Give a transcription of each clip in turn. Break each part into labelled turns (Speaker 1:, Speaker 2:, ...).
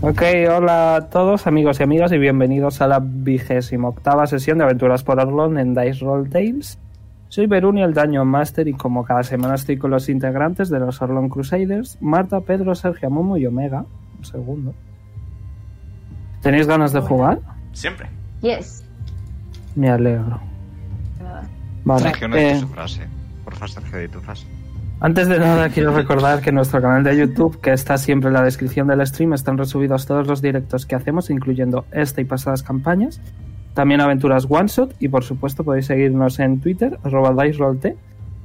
Speaker 1: Ok, hola a todos amigos y amigas y bienvenidos a la vigésima octava sesión de Aventuras por Arlon en Dice Roll Tales. Soy Beruni, el Daño Master, y como cada semana estoy con los integrantes de los Arlon Crusaders, Marta, Pedro, Sergio, Momo y Omega. Un segundo. ¿Tenéis ganas de jugar?
Speaker 2: Siempre.
Speaker 3: Yes.
Speaker 1: Me alegro. Vale,
Speaker 2: Sergio, no es
Speaker 1: eh,
Speaker 2: tu frase. Por favor, Sergio, di tu frase.
Speaker 1: Antes de nada, quiero recordar que en nuestro canal de YouTube, que está siempre en la descripción del stream, están resubidos todos los directos que hacemos, incluyendo esta y pasadas campañas. También aventuras One Shot y, por supuesto, podéis seguirnos en Twitter, arroba DiceRollT,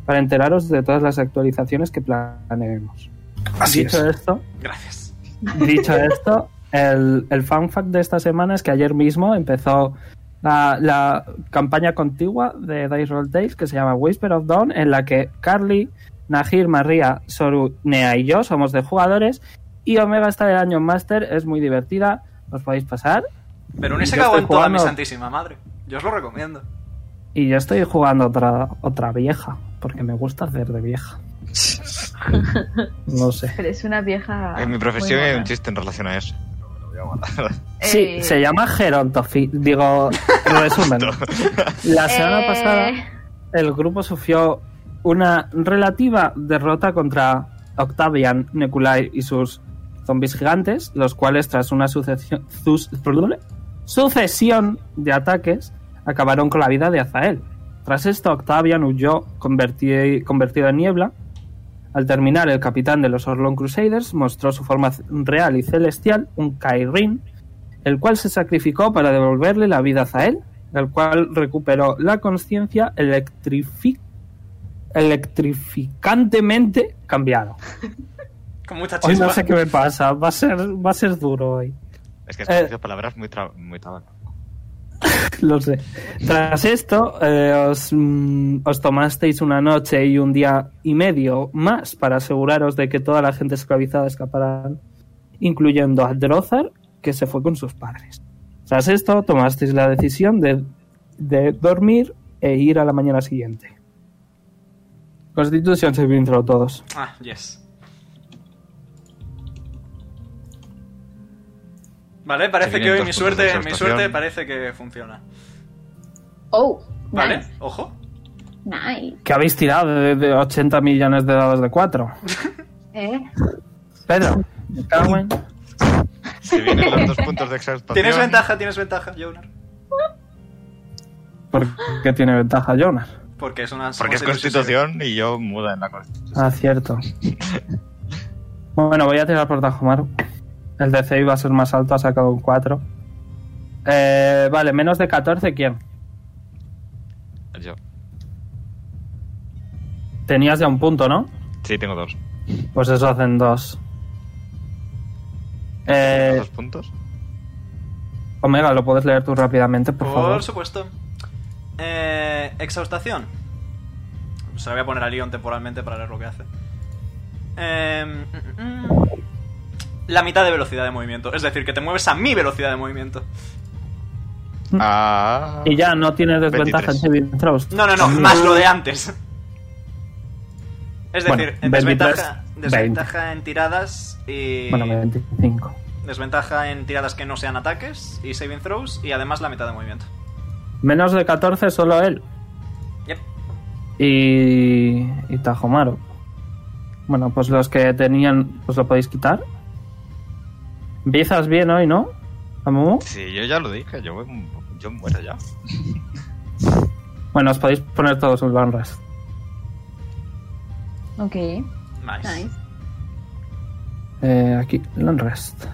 Speaker 1: para enteraros de todas las actualizaciones que planeemos.
Speaker 4: Así
Speaker 1: dicho
Speaker 4: es.
Speaker 1: esto,
Speaker 2: Gracias.
Speaker 1: dicho esto, el, el fun fact de esta semana es que ayer mismo empezó la, la campaña contigua de Dice Roll Tales que se llama Whisper of Dawn, en la que Carly, Nahir, María, Soru, Nea y yo somos de jugadores y Omega está de Año Master, es muy divertida, os podéis pasar.
Speaker 2: Pero un
Speaker 1: Yo
Speaker 2: se cagó
Speaker 1: estoy
Speaker 2: en toda mi
Speaker 1: jugando-
Speaker 2: santísima madre. Yo os lo recomiendo.
Speaker 1: Y yo estoy jugando otra, otra vieja, porque me gusta hacer de vieja. No sé.
Speaker 3: Pero es una
Speaker 1: Ah,
Speaker 3: vieja.
Speaker 2: En mi profesión
Speaker 3: muy
Speaker 2: hay
Speaker 3: buena.
Speaker 2: un chiste en relación a eso. Pero me lo voy a guardar.
Speaker 1: Sí,
Speaker 3: Eh,
Speaker 1: se llama Gerontofi. Digo, resumen. La semana
Speaker 3: eh,
Speaker 1: pasada el grupo sufrió una relativa derrota contra Octavian, Neculai y sus zombies gigantes, los cuales tras una sucesión, sus- sucesión de ataques acabaron con la vida de Azael. Tras esto, Octavian huyó converti- convertido en niebla. Al terminar, el capitán de los Orlon Crusaders mostró su forma c- real y celestial, un Kairin, el cual se sacrificó para devolverle la vida a Zael, el cual recuperó la conciencia electrifi- electrificantemente cambiado.
Speaker 2: Con mucha
Speaker 1: Hoy
Speaker 2: chispa.
Speaker 1: no sé qué me pasa, va a ser, va a ser duro hoy.
Speaker 2: Es que has
Speaker 1: Eh.
Speaker 2: dicho palabras muy, tra... muy tabaco.
Speaker 1: Lo sé. Tras esto, eh, os, mm, os tomasteis una noche y un día y medio más para aseguraros de que toda la gente esclavizada escapara, incluyendo a Drozar, que se fue con sus padres. Tras esto, tomasteis la decisión de, de dormir e ir a la mañana siguiente. Constitución se intro todos.
Speaker 2: Ah, yes. Vale, parece que hoy mi 500 puntos de suerte, mi exhaustación. suerte parece que funciona.
Speaker 3: Oh,
Speaker 2: Vale,
Speaker 3: nice.
Speaker 2: ojo.
Speaker 3: Nice.
Speaker 1: Que habéis tirado de, de 80 millones de dados de 4.
Speaker 3: Eh,
Speaker 1: Pedro, me cago en-
Speaker 2: Se vienen los dos puntos de exhaustación.
Speaker 5: Tienes ventaja, tienes ventaja, Jonar.
Speaker 1: ¿por qué tiene ventaja Jonas?
Speaker 5: Porque es una.
Speaker 2: Porque es
Speaker 5: somos ilusos.
Speaker 2: constitución y yo muda en la constitución.
Speaker 1: Ah, cierto. bueno, voy a tirar por Tajomar. El DC iba a ser más alto, ha sacado un 4. Eh, vale, menos de 14, ¿quién? Ah.
Speaker 2: Yo.
Speaker 1: Tenías ya un punto, ¿no?
Speaker 2: Sí, tengo dos.
Speaker 1: Pues eso hacen dos. Eh,
Speaker 2: ¿Dos puntos?
Speaker 1: Omega, lo puedes leer tú rápidamente, por
Speaker 5: Por
Speaker 1: favor.
Speaker 5: supuesto. Eh, exhaustación. Se la voy a poner a Leon temporalmente para ver lo que hace. Eh, mm, mm, mm. la mitad de velocidad de movimiento. Es decir, que te mueves a mi velocidad de movimiento.
Speaker 2: Ah.
Speaker 1: Mm. Y ya no tienes desventaja
Speaker 2: 23.
Speaker 1: en Saving Throws.
Speaker 5: No, no, no, más lo de antes. Es
Speaker 1: Bueno,
Speaker 5: decir, en
Speaker 1: 23,
Speaker 5: desventaja, desventaja en tiradas y.
Speaker 1: Bueno, 25.
Speaker 5: Desventaja en tiradas que no sean ataques y saving throws y además la mitad de movimiento.
Speaker 1: Menos de 14, solo él.
Speaker 5: Yep.
Speaker 1: Y, y Tajomaro. Bueno, pues los que tenían, pues lo podéis quitar. Empiezas bien hoy, ¿no? Amumu.
Speaker 2: Sí, yo ya lo dije, yo, voy un- yo muero ya.
Speaker 1: Bueno, os podéis poner todos el Van Rest.
Speaker 3: ok,
Speaker 5: Nice.
Speaker 3: nice.
Speaker 1: Eh, aquí, Long Rest.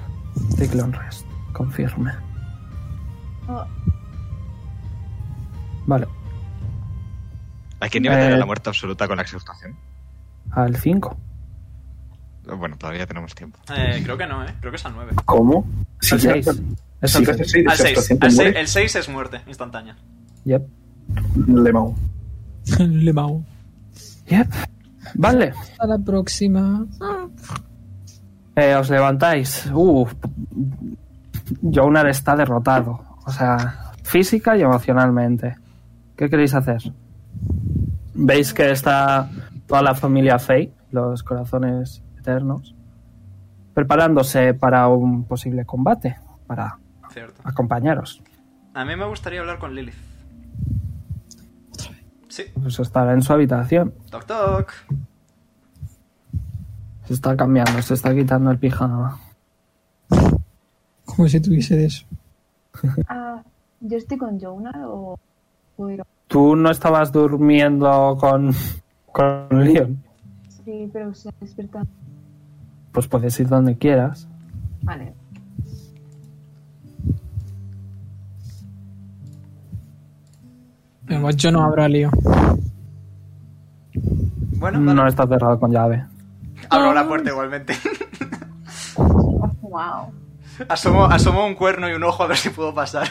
Speaker 1: Click Long Rest. Confirme.
Speaker 3: Oh,
Speaker 1: Vale,
Speaker 2: ¿A quién iba a tener
Speaker 1: Eh.
Speaker 2: la muerte absoluta con la exhaustación?
Speaker 1: al 5.
Speaker 2: Bueno, todavía tenemos tiempo.
Speaker 5: Eh, creo que no, ¿eh? Creo que es al 9.
Speaker 4: ¿Cómo?
Speaker 1: Al
Speaker 4: ya-
Speaker 1: 6. Es
Speaker 4: si
Speaker 1: el
Speaker 4: le haces
Speaker 1: seis.
Speaker 4: seis de
Speaker 5: Al 6.
Speaker 4: exhaustación, te mueres.
Speaker 5: el 6 es muerte instantánea.
Speaker 1: Yep.
Speaker 4: Le mau.
Speaker 6: Le mau.
Speaker 1: Yep. Vale.
Speaker 6: Hasta la próxima.
Speaker 1: Eh, os levantáis. Uf. Jonar está derrotado. O sea, física y emocionalmente. ¿Qué queréis hacer? Veis que está toda la familia Fey, los corazones eternos. preparándose para un posible combate, para
Speaker 5: Cierto.
Speaker 1: acompañaros.
Speaker 5: A mí me gustaría hablar con Lilith. Sí,
Speaker 1: Pues estará en su habitación.
Speaker 5: toc toc.
Speaker 1: Se está cambiando, se está quitando el pijama.
Speaker 6: Como si tuviese de eso.
Speaker 7: Ah, ¿Yo estoy con Jonah o puedo ir a-
Speaker 1: Tú no estabas durmiendo con, con Leon.
Speaker 7: Sí, pero se despierta.
Speaker 1: Pues puedes ir donde quieras.
Speaker 7: Vale.
Speaker 6: Además, pues yo no habrá lío.
Speaker 5: Bueno, vale.
Speaker 1: No está cerrado con llave.
Speaker 5: abro la puerta igualmente.
Speaker 7: wow.
Speaker 5: asomo, asomo un cuerno y un ojo a ver si puedo pasar.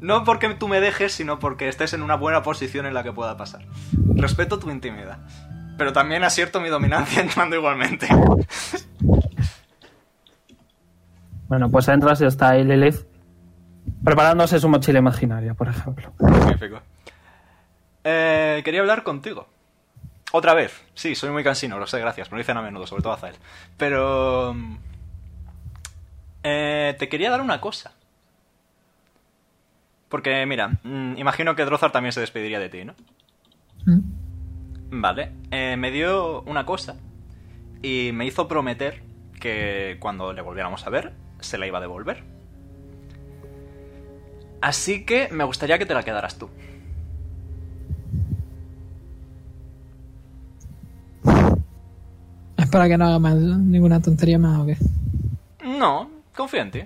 Speaker 5: No porque tú me dejes, sino porque estés en una buena posición en la que pueda pasar. Respeto tu intimidad. Pero también acierto mi dominancia entrando igualmente.
Speaker 1: Bueno, pues entras y está ahí Lilith preparándose su mochila imaginaria, por ejemplo.
Speaker 5: Magnífico. Eh, quería hablar contigo. Otra vez. Sí, soy muy cansino, lo sé, gracias. Me lo dicen a menudo, sobre todo a Zael. Pero... mm, eh, te quería dar una cosa. Porque, mira, mm, imagino que Drozar también se despediría de ti, ¿no?
Speaker 6: ¿Mm?
Speaker 5: Vale. Eh, me dio una cosa. Y me hizo prometer que cuando le volviéramos a ver, se la iba a devolver. Así que me gustaría que te la quedaras tú.
Speaker 6: Es para que no haga más, ninguna tontería más o qué.
Speaker 5: No, confío en ti.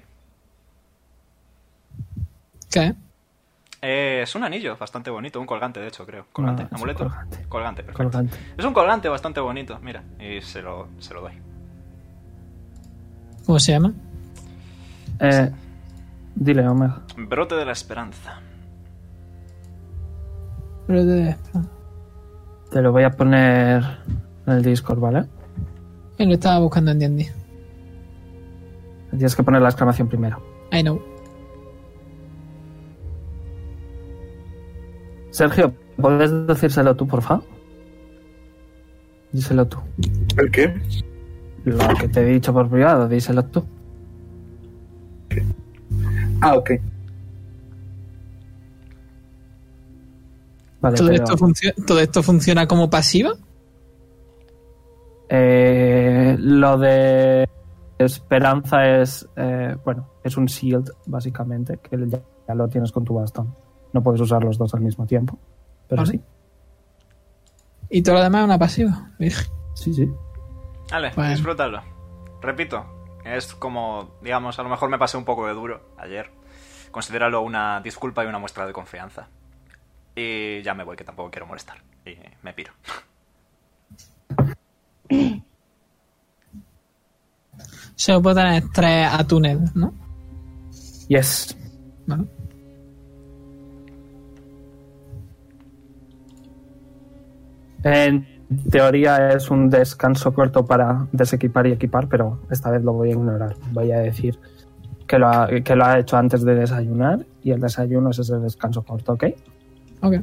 Speaker 6: ¿Qué?
Speaker 5: Eh, es un anillo bastante bonito, un colgante, de hecho, creo. ¿Colgante?
Speaker 1: Ah, es un
Speaker 5: ¿Amuleto?
Speaker 1: colgante.
Speaker 5: perfecto.
Speaker 1: Colgante.
Speaker 5: Es un colgante bastante bonito, mira. Y se lo, se lo doy.
Speaker 6: ¿Cómo se llama?
Speaker 1: Eh, dile, Omega.
Speaker 5: Brote de la esperanza.
Speaker 6: Pero de-
Speaker 1: Te lo voy a poner en el Discord, ¿vale?
Speaker 6: eh, Lo estaba buscando en D&D.
Speaker 1: Tienes que poner la exclamación primero.
Speaker 6: I know.
Speaker 1: Sergio, ¿puedes decírselo tú, porfa? Díselo tú.
Speaker 4: ¿El qué?
Speaker 1: Lo que te he dicho por privado, díselo tú.
Speaker 4: Ah, ok.
Speaker 1: Vale,
Speaker 6: ¿Todo,
Speaker 1: pero,
Speaker 6: esto funcio- ¿Todo esto funciona como pasiva?
Speaker 1: eh, lo de esperanza es, eh, bueno, es un shield, básicamente, que ya, ya lo tienes con tu bastón. No puedes usar los dos al mismo tiempo, pero
Speaker 6: Ah,
Speaker 1: sí.
Speaker 6: Y todo lo demás es una pasiva. Virgen.
Speaker 1: Sí, sí.
Speaker 5: Vale,
Speaker 6: Bueno.
Speaker 5: disfrútalo. Repito, es como, digamos, a lo mejor me pasé un poco de duro ayer. Considéralo una disculpa y una muestra de confianza. Y ya me voy, que tampoco quiero molestar. Y me piro.
Speaker 6: Solo puedo tener tres atunes, ¿no?
Speaker 1: Yes.
Speaker 6: Vale.
Speaker 1: En teoría es un descanso corto para desequipar y equipar, pero esta vez lo voy a ignorar. Voy a decir que lo ha, que lo ha hecho antes de desayunar y el desayuno es ese descanso corto, ¿ok?
Speaker 6: Ok.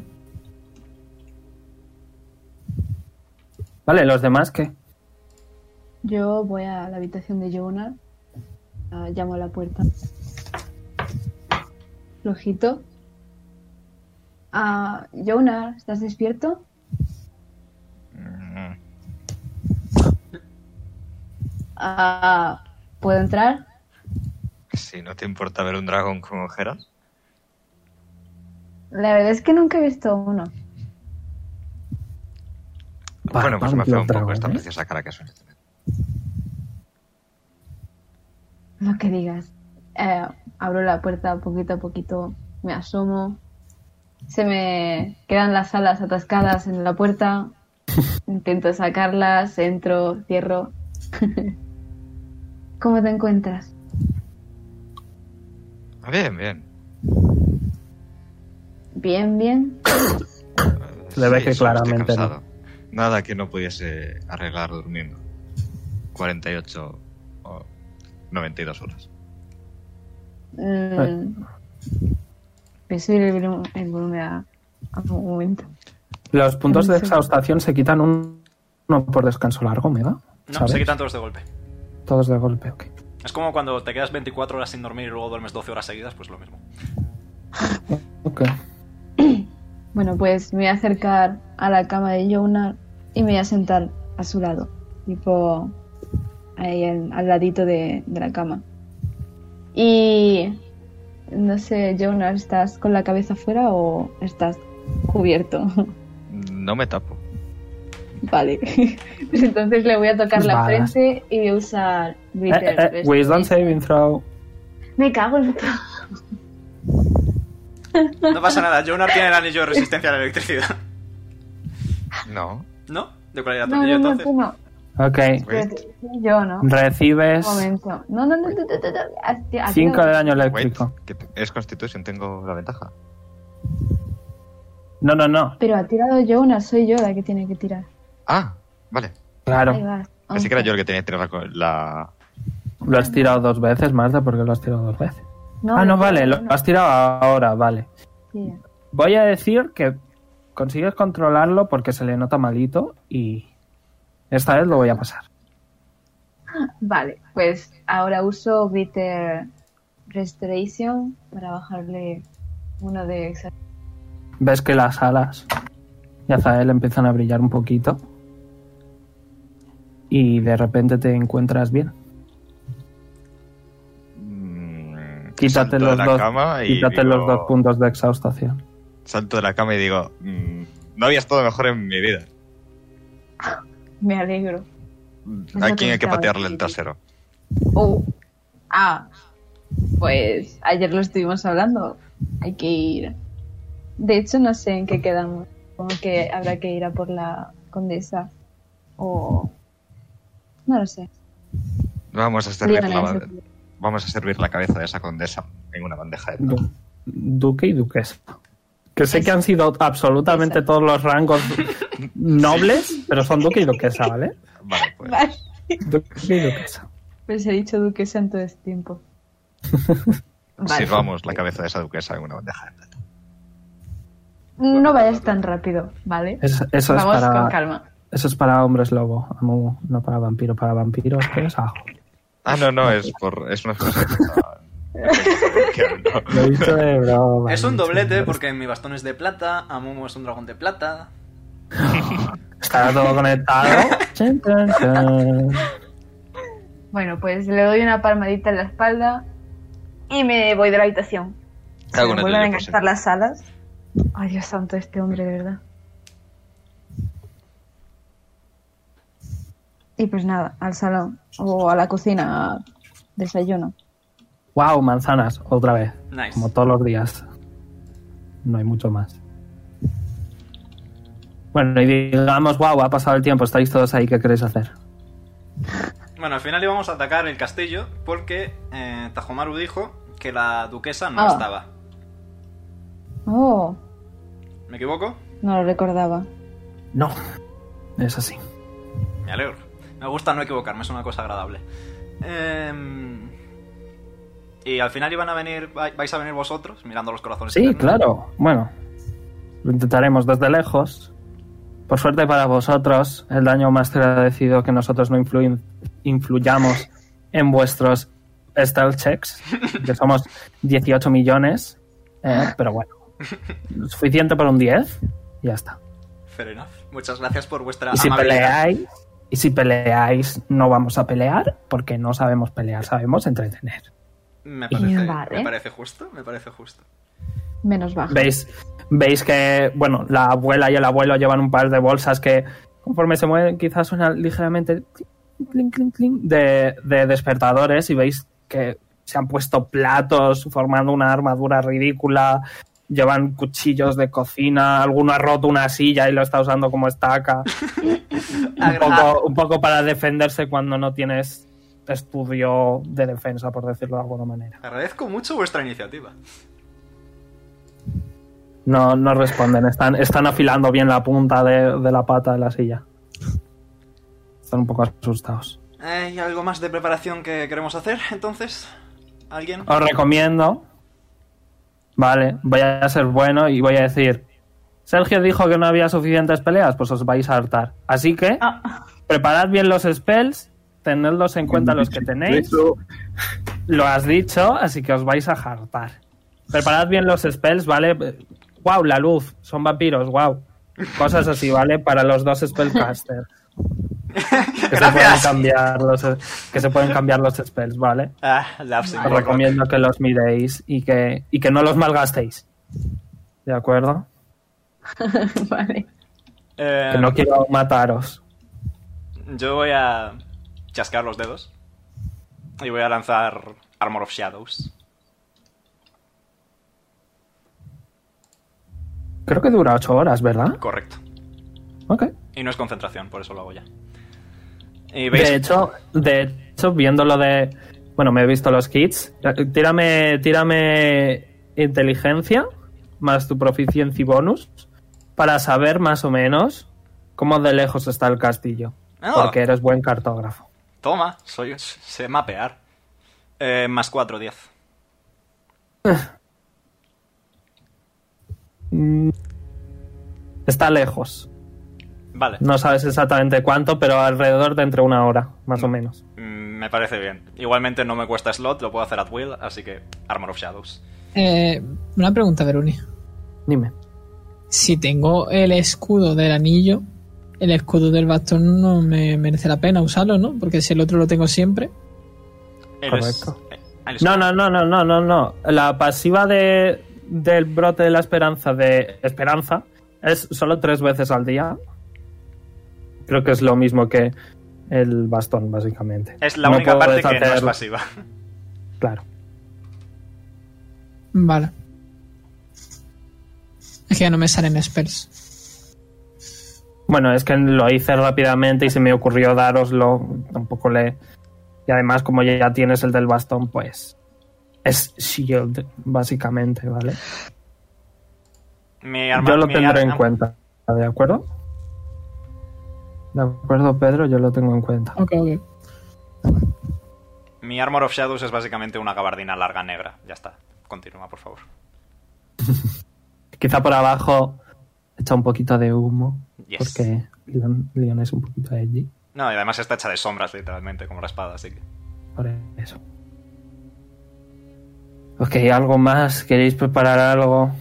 Speaker 1: Vale, ¿los demás qué?
Speaker 7: Yo voy a la habitación de Jonah. ah, llamo a la puerta. Flojito. Ah, Jonah, ¿estás despierto?
Speaker 8: Mm,
Speaker 7: Ah, ¿Puedo entrar?
Speaker 8: Si no te importa ver un dragón con ojeras.
Speaker 7: La verdad es que nunca he visto uno.
Speaker 1: Pa-
Speaker 8: bueno, pues me
Speaker 1: panfla
Speaker 8: hace un poco
Speaker 1: dragón,
Speaker 8: esta
Speaker 1: ¿eh?
Speaker 8: preciosa cara que suele tener.
Speaker 7: Lo que digas. Eh, abro la puerta poquito a poquito, me asomo. Se me quedan las alas atascadas en la puerta. Intento sacarlas, entro, cierro. ¿Cómo te encuentras?
Speaker 8: Ah, Bien, bien.
Speaker 7: Bien, bien.
Speaker 8: Eh,
Speaker 1: Se le ve que
Speaker 8: solo estoy
Speaker 1: claramente no.
Speaker 8: cansado. Nada que no pudiese arreglar durmiendo. 48 o 92 horas.
Speaker 7: Mm, voy a subir el volum- el volumen a, a un momento.
Speaker 1: Los puntos de
Speaker 7: Sí.
Speaker 1: exhaustación se quitan un- uno por descanso largo, me da.
Speaker 5: No,
Speaker 1: ¿sabes?
Speaker 5: se quitan todos de golpe.
Speaker 1: Todos de golpe, ok.
Speaker 5: Es como cuando te quedas 24 horas sin dormir y luego duermes 12 horas seguidas, pues lo mismo.
Speaker 1: Ok.
Speaker 7: Bueno, pues me voy a acercar a la cama de Jonar y me voy a sentar a su lado. Tipo, ahí al, al ladito de, de la cama. Y. No sé, Jonar, ¿estás con la cabeza afuera o estás cubierto?
Speaker 8: No me tapo.
Speaker 7: Vale. Pues entonces le voy a tocar la
Speaker 1: Vale.
Speaker 7: frente y voy a usar
Speaker 1: Eh,
Speaker 7: Glitter
Speaker 1: eh, eh,
Speaker 7: Burst.
Speaker 1: wisdom saving throw.
Speaker 7: Me cago en todo.
Speaker 5: No pasa nada, Jonar tiene el anillo de resistencia a la electricidad.
Speaker 8: No.
Speaker 5: ¿No? ¿De cuál era tu
Speaker 7: No,
Speaker 5: anillo
Speaker 7: no, no,
Speaker 5: entonces?
Speaker 7: tú no.
Speaker 1: Ok.
Speaker 8: Wait,
Speaker 7: Yo no. Un
Speaker 1: Recibes
Speaker 7: momento. No, no, no. no, no, no, no. A ti- a ti
Speaker 1: 5
Speaker 7: no.
Speaker 1: de daño
Speaker 8: wait.
Speaker 1: eléctrico.
Speaker 8: que te- Es Constitution, tengo la ventaja.
Speaker 1: No, no, no.
Speaker 7: Pero ha tirado Jonar, soy yo la que tiene que tirar.
Speaker 8: Ah, vale.
Speaker 7: Ahí
Speaker 1: Claro.
Speaker 7: vas.
Speaker 8: Así que era yo el que tenía que tirar la co- la...
Speaker 1: Lo has tirado dos veces, Marta, porque lo has tirado dos veces.
Speaker 7: No,
Speaker 1: ah, no,
Speaker 7: no,
Speaker 1: vale. Lo
Speaker 7: no.
Speaker 1: has tirado ahora, vale.
Speaker 7: Sí.
Speaker 1: Voy a decir que consigues controlarlo porque se le nota malito y esta vez lo voy a pasar.
Speaker 7: Vale, pues ahora uso Glitter Restoration para bajarle uno de exa-
Speaker 1: Ves que las alas y Azael empiezan a brillar un poquito y de repente te encuentras bien.
Speaker 8: mm,
Speaker 1: Quítate
Speaker 8: salto de
Speaker 1: los,
Speaker 8: la
Speaker 1: dos,
Speaker 8: cama y
Speaker 1: quítate los
Speaker 8: digo-
Speaker 1: dos puntos de exhaustación.
Speaker 8: Salto de la cama y digo, mm, no había estado mejor en mi vida.
Speaker 7: Me alegro. lo
Speaker 8: ¿A
Speaker 7: que
Speaker 8: quién hay que
Speaker 7: estaba
Speaker 8: patearle el
Speaker 7: diciendo.
Speaker 8: trasero?
Speaker 7: Oh. Ah. Pues ayer lo estuvimos hablando. Hay que ir. De hecho, no sé en qué quedamos. Supongo que habrá que ir a por la condesa. O. No lo sé.
Speaker 8: Vamos a servir
Speaker 7: Díganle
Speaker 8: la,
Speaker 7: eso.
Speaker 8: vamos a servir la cabeza de esa condesa en una bandeja de plata.
Speaker 1: Du- duque y duquesa. Que sé
Speaker 7: Eso.
Speaker 1: que han sido absolutamente
Speaker 7: Eso.
Speaker 1: todos los rangos nobles, pero son duque y duquesa, ¿vale?
Speaker 8: Vale, pues.
Speaker 7: Vale.
Speaker 1: Duque y duquesa.
Speaker 7: Pues he dicho duquesa en todo este tiempo. Vale.
Speaker 8: Sirvamos la cabeza de esa duquesa en una bandeja de plata.
Speaker 7: No vayas tan rápido, ¿vale?
Speaker 1: Es- eso, es
Speaker 7: Vamos con
Speaker 1: para,
Speaker 7: calma.
Speaker 1: eso es para hombres lobo, amu- no para vampiro, para vampiros. Pues, ajo.
Speaker 8: Ah, no, no, es por. Es una cosa. que no.
Speaker 1: Lo he dicho de broma,
Speaker 5: Es
Speaker 1: lo he
Speaker 5: un
Speaker 1: dicho de
Speaker 5: doblete
Speaker 1: broma.
Speaker 5: porque mi bastón es de plata, Amumu es un dragón de plata.
Speaker 1: Estará todo conectado. Chan, chan, chan.
Speaker 7: Bueno, pues le doy una palmadita en la espalda y me voy de la habitación. Se
Speaker 8: Hago
Speaker 7: me
Speaker 8: una
Speaker 7: vuelven a
Speaker 8: teoría por
Speaker 7: engastar
Speaker 8: si-
Speaker 7: las alas. Ay, Dios santo, este hombre, de verdad. Y pues nada, al salón o a la cocina, a desayuno.
Speaker 1: Wow, manzanas, otra vez.
Speaker 5: Nice.
Speaker 1: Como todos los días. No hay mucho más. Bueno, y digamos, wow, ha pasado el tiempo, estáis todos ahí, ¿qué queréis hacer?
Speaker 5: Bueno, al final íbamos a atacar el castillo porque eh, Tajomaru dijo que la duquesa no
Speaker 7: Ah.
Speaker 5: estaba.
Speaker 7: Oh,
Speaker 5: ¿Me equivoco?
Speaker 7: no lo recordaba.
Speaker 1: No, es así.
Speaker 5: Me alegro. Me gusta no equivocarme, es una cosa agradable. Em, y al final iban a venir, vai- vais a venir vosotros mirando los corazones.
Speaker 1: Sí,
Speaker 5: internos.
Speaker 1: claro. Bueno, lo intentaremos desde lejos. Por suerte para vosotros, el daño máster ha decidido que nosotros no influin- influyamos en vuestros stealth checks, que somos 18 millones, eh, pero bueno, suficiente para un 10, y ya está.
Speaker 5: Fair enough. Muchas gracias por vuestra
Speaker 1: Y si
Speaker 5: amabilidad.
Speaker 1: peleáis, y si peleáis, no vamos a pelear, porque no sabemos pelear, sabemos entretener.
Speaker 5: Me parece,
Speaker 7: Vale.
Speaker 5: me parece justo, me parece justo.
Speaker 7: Menos bajo.
Speaker 1: ¿Veis? Veis que, bueno, la abuela y el abuelo llevan un par de bolsas que, conforme se mueven, quizás suenan ligeramente clink, clink, clink, de, de despertadores y veis que se han puesto platos formando una armadura ridícula, llevan cuchillos de cocina, alguno ha roto una silla y lo está usando como estaca, un,
Speaker 5: Agra-
Speaker 1: poco, un poco para defenderse cuando no tienes estudio de defensa, por decirlo de alguna manera.
Speaker 5: Agradezco mucho vuestra iniciativa.
Speaker 1: No, no responden. Están, están afilando bien la punta de, de la pata de la silla. Están un poco asustados.
Speaker 5: ¿Hay algo más de preparación que queremos hacer entonces? ¿Alguien?
Speaker 1: Ah. Os recomiendo. Vale, voy a ser bueno y voy a decir. Sergio dijo que no había suficientes peleas, pues os vais a hartar. Así que
Speaker 7: Ah.
Speaker 1: preparad bien los spells, tenedlos en cuenta los que tenéis.
Speaker 4: Eso,
Speaker 1: Lo has dicho, así que os vais a hartar. Preparad bien los spells, ¿vale? Wow, la luz, son vampiros, wow. Cosas así, ¿vale? Para los dos spellcasters. Que se pueden cambiar los que se pueden cambiar los spells, ¿vale?
Speaker 5: Ah, lapsing.
Speaker 1: Os recomiendo que los miréis y que, y que no los malgastéis. ¿De acuerdo?
Speaker 3: vale.
Speaker 5: Eh,
Speaker 1: Que no quiero mataros.
Speaker 5: Yo voy a chascar los dedos. Y voy a lanzar Armor of Shadows.
Speaker 1: Creo que dura ocho horas, ¿verdad?
Speaker 5: Correcto.
Speaker 1: Ok.
Speaker 5: Y no es concentración, por eso lo hago ya. Y veis.
Speaker 1: De hecho, de hecho, viendo lo de. Bueno, me he visto los kits. Eh, Tírame, tírame inteligencia más tu proficiency bonus para saber más o menos cómo de lejos está el castillo.
Speaker 5: Ah.
Speaker 1: Porque eres buen cartógrafo.
Speaker 5: Toma, soy, sé mapear. Eh, más 4, 10.
Speaker 1: Está lejos.
Speaker 5: Vale,
Speaker 1: No sabes exactamente cuánto, pero alrededor de entre una hora, más o menos.
Speaker 5: mm, me parece bien. Igualmente no me cuesta slot, lo puedo hacer at will, así que Armor of Shadows.
Speaker 6: Eh, una pregunta, Veroni.
Speaker 1: Dime.
Speaker 6: Si tengo el escudo del anillo, el escudo del bastón no me merece la pena usarlo, ¿no? Porque si el otro lo tengo siempre.
Speaker 5: Él
Speaker 1: Correcto.
Speaker 5: Es, eh, él es-
Speaker 1: No, no, no, no, no, no, no. La pasiva de, del brote de la esperanza de esperanza es solo tres veces al día. Creo que es lo mismo que el bastón, básicamente.
Speaker 5: es la
Speaker 1: No
Speaker 5: única
Speaker 1: puedo
Speaker 5: parte que no es
Speaker 1: deshacer-
Speaker 5: pasiva.
Speaker 1: Claro.
Speaker 6: Vale. Es que ya no me salen spells.
Speaker 1: Bueno, es que lo hice rápidamente y se me ocurrió daroslo. Tampoco le. Y además, como ya tienes el del bastón, pues. Es shield, básicamente, ¿vale?
Speaker 5: Mi arma-
Speaker 1: Yo lo
Speaker 5: mi
Speaker 1: tendré en
Speaker 5: arma-
Speaker 1: cuenta, ¿de acuerdo? De acuerdo, Pedro, yo lo tengo en cuenta.
Speaker 6: Ok, ok.
Speaker 5: Mi Armor of Shadows es básicamente una gabardina larga negra. Ya está. Continúa, por favor.
Speaker 1: Quizá por abajo echa un poquito de humo,
Speaker 5: Yes.
Speaker 1: porque Leon, Leon es un poquito allí,
Speaker 5: No, y además está hecha de sombras, literalmente, como la espada, así que.
Speaker 1: por eso. Ok, ¿algo más? ¿Queréis preparar algo?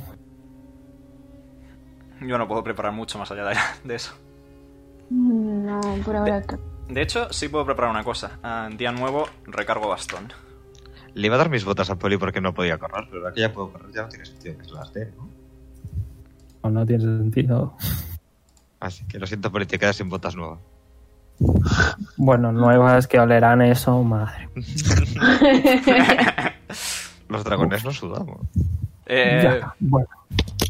Speaker 5: Yo no puedo preparar mucho más allá de, de eso.
Speaker 3: No, por ahora. creo-
Speaker 5: De hecho, sí puedo preparar una cosa. Ah, día nuevo, recargo bastón.
Speaker 8: Le iba a dar mis botas a Poli porque no podía correr, pero ahora que ya puedo correr ya no tiene sentido que se las dé, ¿no?
Speaker 1: No, no tiene sentido.
Speaker 8: Así que lo siento, Poli, te quedas sin botas nuevas.
Speaker 1: Bueno, nuevas que olerán eso, madre.
Speaker 8: Los dragones no sudamos.
Speaker 5: Eh,
Speaker 1: Ya, bueno.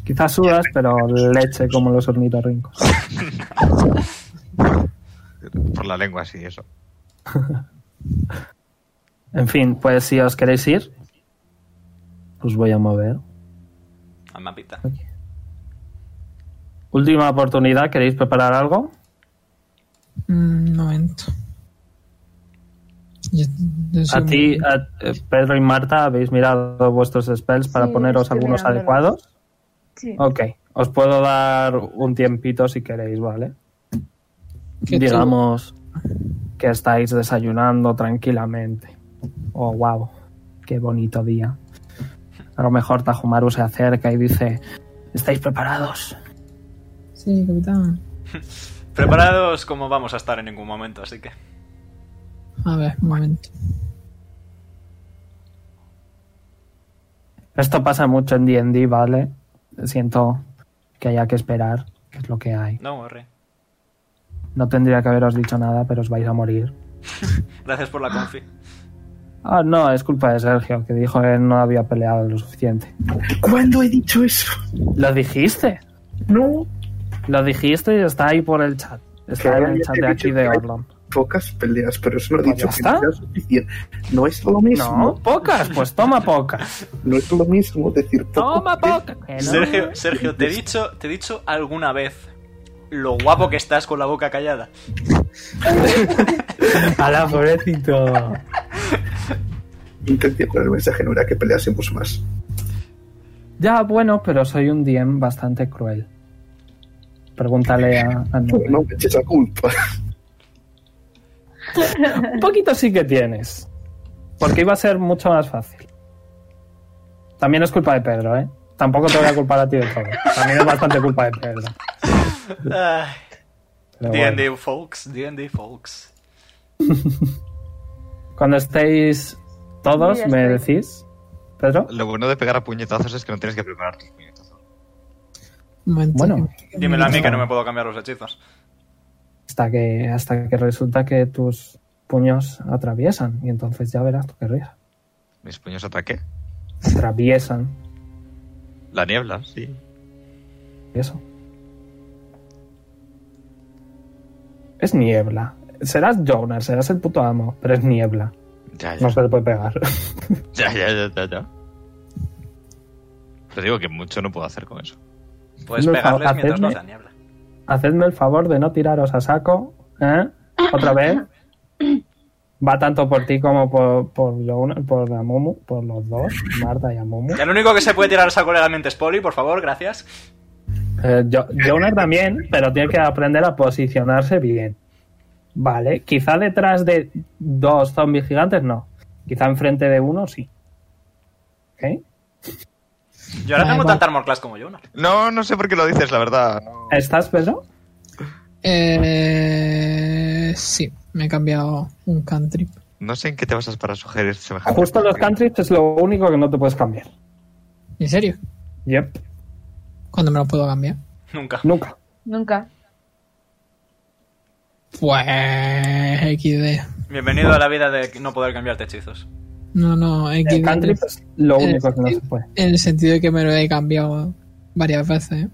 Speaker 1: Quizás sudas, pero leche como los ornitorrincos.
Speaker 8: Por la lengua, sí, eso.
Speaker 1: En fin, pues si os queréis ir, os voy a mover.
Speaker 5: Al mapita.
Speaker 1: Última oportunidad, ¿queréis preparar algo?
Speaker 6: Mm, un momento. Yo- yo soy
Speaker 1: A ti,
Speaker 6: muy-
Speaker 1: a- eh, Pedro y Marta, habéis mirado vuestros spells para
Speaker 3: Sí,
Speaker 1: poneros
Speaker 3: estoy
Speaker 1: algunos
Speaker 3: mirándolos.
Speaker 1: adecuados.
Speaker 3: Sí.
Speaker 1: Ok, os puedo dar un tiempito si queréis, ¿vale?
Speaker 6: que tú-
Speaker 1: Digamos que estáis desayunando tranquilamente. Oh, wow, qué bonito día. A lo mejor Tajumaru se acerca y dice, ¿estáis preparados?
Speaker 6: Sí, capitán.
Speaker 5: Preparados como vamos a estar en ningún momento, así que.
Speaker 6: A ver, un momento.
Speaker 1: Esto pasa mucho en D&D, ¿vale? Siento que haya que esperar, que es lo que hay.
Speaker 5: No worry.
Speaker 1: No tendría que haberos dicho nada, pero os vais a morir.
Speaker 5: Gracias por la confi.
Speaker 1: Ah, no, es culpa de Sergio, que dijo que no había peleado lo suficiente.
Speaker 4: ¿Cuándo he dicho eso?
Speaker 1: Lo dijiste,
Speaker 4: No,
Speaker 1: lo dijiste y está ahí por el chat. Está en el chat de aquí de Orlon.
Speaker 4: pocas peleas, pero eso no he
Speaker 1: Pues
Speaker 4: dicho
Speaker 1: ya
Speaker 4: que no
Speaker 1: está.
Speaker 4: sea suficiente. No es lo mismo.
Speaker 1: No, pocas, pues toma pocas.
Speaker 4: No es lo mismo decir poco.
Speaker 1: Toma pocas. Que no.
Speaker 5: Sergio, Sergio, te he dicho, te he dicho alguna vez lo guapo que estás con la boca callada.
Speaker 1: Ala, pobrecito.
Speaker 4: Intenté con el mensaje, no era que peleásemos más.
Speaker 1: Ya, bueno, pero soy un DM bastante cruel. Pregúntale a, a Nube.
Speaker 4: Pues No me eches la culpa.
Speaker 1: Un poquito sí que tienes. Porque iba a ser mucho más fácil. También es culpa de Pedro, ¿eh? Tampoco te voy a culpar a ti de todo. También es bastante culpa de Pedro.
Speaker 5: Ay,
Speaker 1: Pero bueno.
Speaker 5: D&D folks, D&D folks.
Speaker 1: Cuando estéis todos,
Speaker 3: Ya
Speaker 1: me
Speaker 3: estoy.
Speaker 1: decís. Pedro.
Speaker 8: Lo bueno de pegar a puñetazos es que no tienes que preparar tus puñetazos.
Speaker 6: Un momento.
Speaker 1: Bueno.
Speaker 5: Dímelo a mí que
Speaker 1: Mm.
Speaker 5: no me puedo cambiar los hechizos.
Speaker 1: Hasta que, hasta que resulta que tus puños atraviesan. Y entonces ya verás tú qué risa.
Speaker 8: Mis puños ataqué.
Speaker 1: Atraviesan.
Speaker 8: La niebla, sí.
Speaker 1: Eso. Es niebla. Serás Jonar, serás el puto amo, pero es niebla.
Speaker 8: Ya, ya.
Speaker 1: No se le puede pegar.
Speaker 8: Ya, ya, ya, ya, ya. Te digo que mucho no puedo hacer con eso.
Speaker 5: Puedes
Speaker 1: No,
Speaker 5: pegarles mientras no
Speaker 1: hacedme-
Speaker 5: sea niebla.
Speaker 1: Hacedme el favor de no tiraros a saco, ¿eh? Otra vez. Va tanto por ti como por, por, lo uno- por la Momu, por los dos, Marta y Amumu.
Speaker 5: El único que se puede tirar esa legalmente es Poli, por favor, gracias.
Speaker 1: Eh, Jo- Jonar también, pero tiene que aprender a posicionarse bien. Vale, quizá detrás de dos zombies gigantes no. Quizá enfrente de uno sí. ¿Ok?
Speaker 5: Yo
Speaker 1: Ah,
Speaker 5: ahora tengo
Speaker 6: Vale, vale.
Speaker 5: tanta armor class como yo. ¿no?
Speaker 8: No, no sé por qué lo dices, la verdad. no.
Speaker 1: ¿Estás, Pedro?
Speaker 6: Eh, sí, me he cambiado un country.
Speaker 8: No sé en qué te basas para sugerir semejante.
Speaker 1: Justo los
Speaker 8: cuestión.
Speaker 1: countries es lo único que no te puedes cambiar.
Speaker 6: ¿En serio?
Speaker 1: Yep,
Speaker 6: ¿Cuándo me lo puedo cambiar?
Speaker 5: Nunca.
Speaker 1: nunca.
Speaker 3: Nunca.
Speaker 6: Pues XD.
Speaker 5: Bienvenido a la vida de no poder cambiarte hechizos.
Speaker 6: No, no, XD.
Speaker 1: El country es lo
Speaker 6: Eh,
Speaker 1: único que no
Speaker 6: sí.
Speaker 1: se puede.
Speaker 6: En el sentido de que me lo he cambiado varias veces. ¿eh?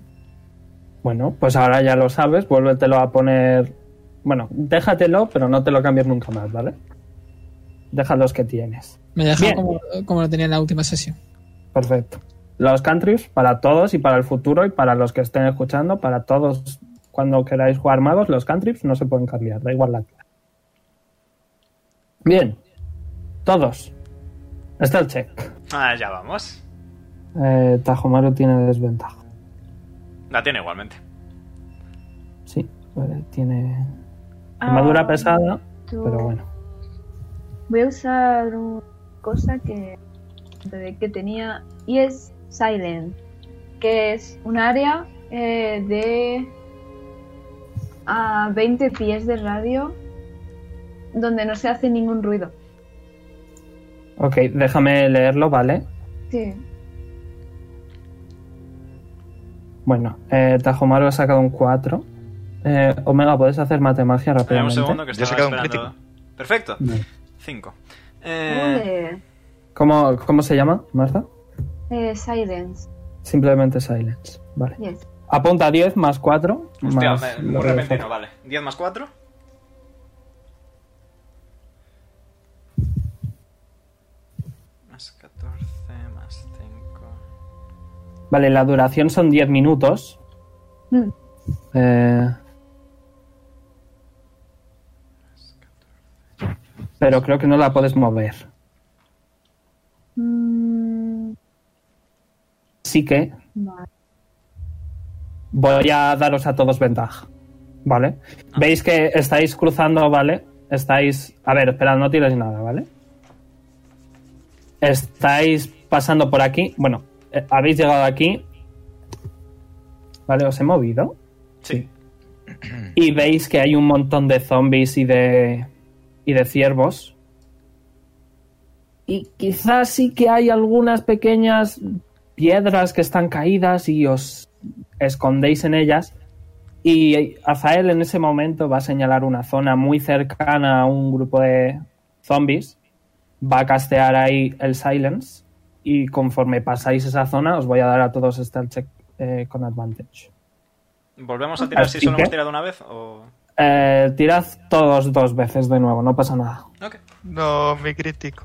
Speaker 1: Bueno, pues ahora ya lo sabes, vuélvetelo a poner. Bueno, déjatelo, pero no te lo cambies nunca más, ¿vale? Deja los que tienes.
Speaker 6: Me he dejado
Speaker 1: Bien.
Speaker 6: como, como lo tenía en la última sesión.
Speaker 1: Perfecto. Los countries para todos y para el futuro y para los que estén escuchando, para todos cuando queráis jugar magos, los countries no se pueden cambiar, da igual la clase. Bien, todos. Está el check.
Speaker 5: Ah, ya vamos.
Speaker 1: Eh, Tajomaru tiene desventaja.
Speaker 5: La tiene igualmente.
Speaker 1: Sí, eh, tiene armadura
Speaker 3: Ah,
Speaker 1: pesada,
Speaker 3: tú-
Speaker 1: pero bueno.
Speaker 3: Voy a usar una cosa que, de- que tenía y es Silent, que es un área eh, de a 20 pies de radio donde no se hace ningún ruido.
Speaker 1: Ok, déjame leerlo, ¿vale?
Speaker 3: Sí.
Speaker 1: Bueno, eh, Tajomaru ha sacado un 4. Eh, Omega, ¿puedes hacer matemagia
Speaker 5: Espera un
Speaker 1: rápidamente?
Speaker 5: segundo que
Speaker 8: Yo he
Speaker 5: estaba
Speaker 8: sacado un
Speaker 5: esperando. Perfecto.
Speaker 1: Vale.
Speaker 5: Cinco. Eh,
Speaker 3: Ole.
Speaker 1: ¿Cómo, ¿Cómo se llama, Marta?
Speaker 3: Eh, silence,
Speaker 1: Simplemente silence. Vale.
Speaker 3: yes.
Speaker 1: Apunta 10 más 4.
Speaker 5: hostia,
Speaker 1: más
Speaker 5: me-
Speaker 1: lo
Speaker 5: muy
Speaker 1: que
Speaker 5: repentino,
Speaker 1: sea.
Speaker 5: vale. 10 más 4. Más 14, más 5.
Speaker 1: Vale, la duración son 10 minutos.
Speaker 3: Mm.
Speaker 1: Eh, Pero creo que no la puedes mover.
Speaker 3: Mm,
Speaker 1: Así que
Speaker 3: vale.
Speaker 1: voy a daros a todos ventaja. ¿Vale? Veis que estáis cruzando, ¿vale? Estáis. A ver, esperad, no tires nada, ¿vale? Estáis pasando por aquí. Bueno, eh, habéis llegado aquí. ¿Vale? Os he movido.
Speaker 5: Sí.
Speaker 1: Y veis que hay un montón de zombies y de. y de ciervos. Y quizás sí que hay algunas pequeñas piedras que están caídas y os escondéis en ellas. Y Azael en ese momento va a señalar una zona muy cercana a un grupo de zombies. Va a castear ahí el Silence. Y conforme pasáis esa zona, os voy a dar a todos este check eh, con advantage.
Speaker 5: ¿Volvemos a tirar si
Speaker 1: Así
Speaker 5: solo
Speaker 1: que-
Speaker 5: hemos tirado una vez? O...
Speaker 1: Eh, tirad todos dos veces de nuevo, no pasa nada.
Speaker 5: Ok.
Speaker 8: No, mi crítico.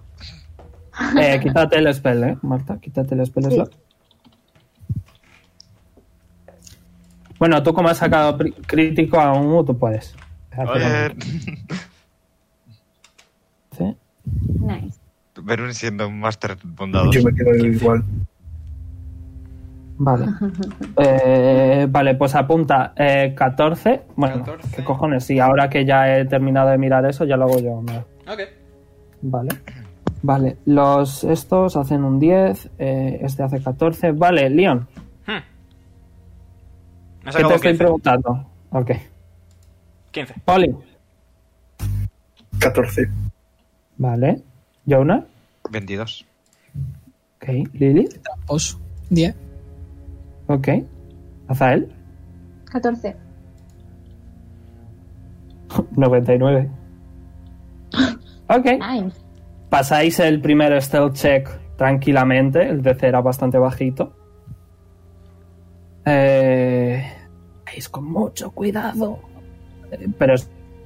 Speaker 1: Eh, quítate el spell, ¿eh, Marta? Quítate el spell
Speaker 3: Sí.
Speaker 1: slot. Bueno, tú como has sacado pri- crítico a un tú puedes.
Speaker 8: Ver,
Speaker 1: Sí.
Speaker 3: Nice.
Speaker 8: Verun siendo un máster bondadoso.
Speaker 4: Yo me quedo igual.
Speaker 1: Vale. Eh, vale, pues apunta eh, 14. Bueno,
Speaker 5: 14.
Speaker 1: ¿qué cojones? Sí, ahora que ya he terminado de mirar eso, ya lo hago yo. mira.
Speaker 5: Ok.
Speaker 1: Vale. Vale, los estos hacen un 10, eh, este hace 14. Vale, Leon,
Speaker 5: Hmm. Me
Speaker 1: ¿qué te
Speaker 5: ha sacado
Speaker 1: estoy
Speaker 5: 15.
Speaker 1: preguntando? Ok.
Speaker 5: 15.
Speaker 1: Poli.
Speaker 4: 14.
Speaker 1: Vale. Jonah.
Speaker 8: 22.
Speaker 1: Ok. Lily.
Speaker 6: Oso. 10.
Speaker 1: Ok. Azael.
Speaker 3: 14.
Speaker 1: 99. Ok.
Speaker 3: Nice.
Speaker 1: Pasáis el primer stealth check tranquilamente. El DC era bastante bajito. Eh, vais con mucho cuidado. Eh, Pero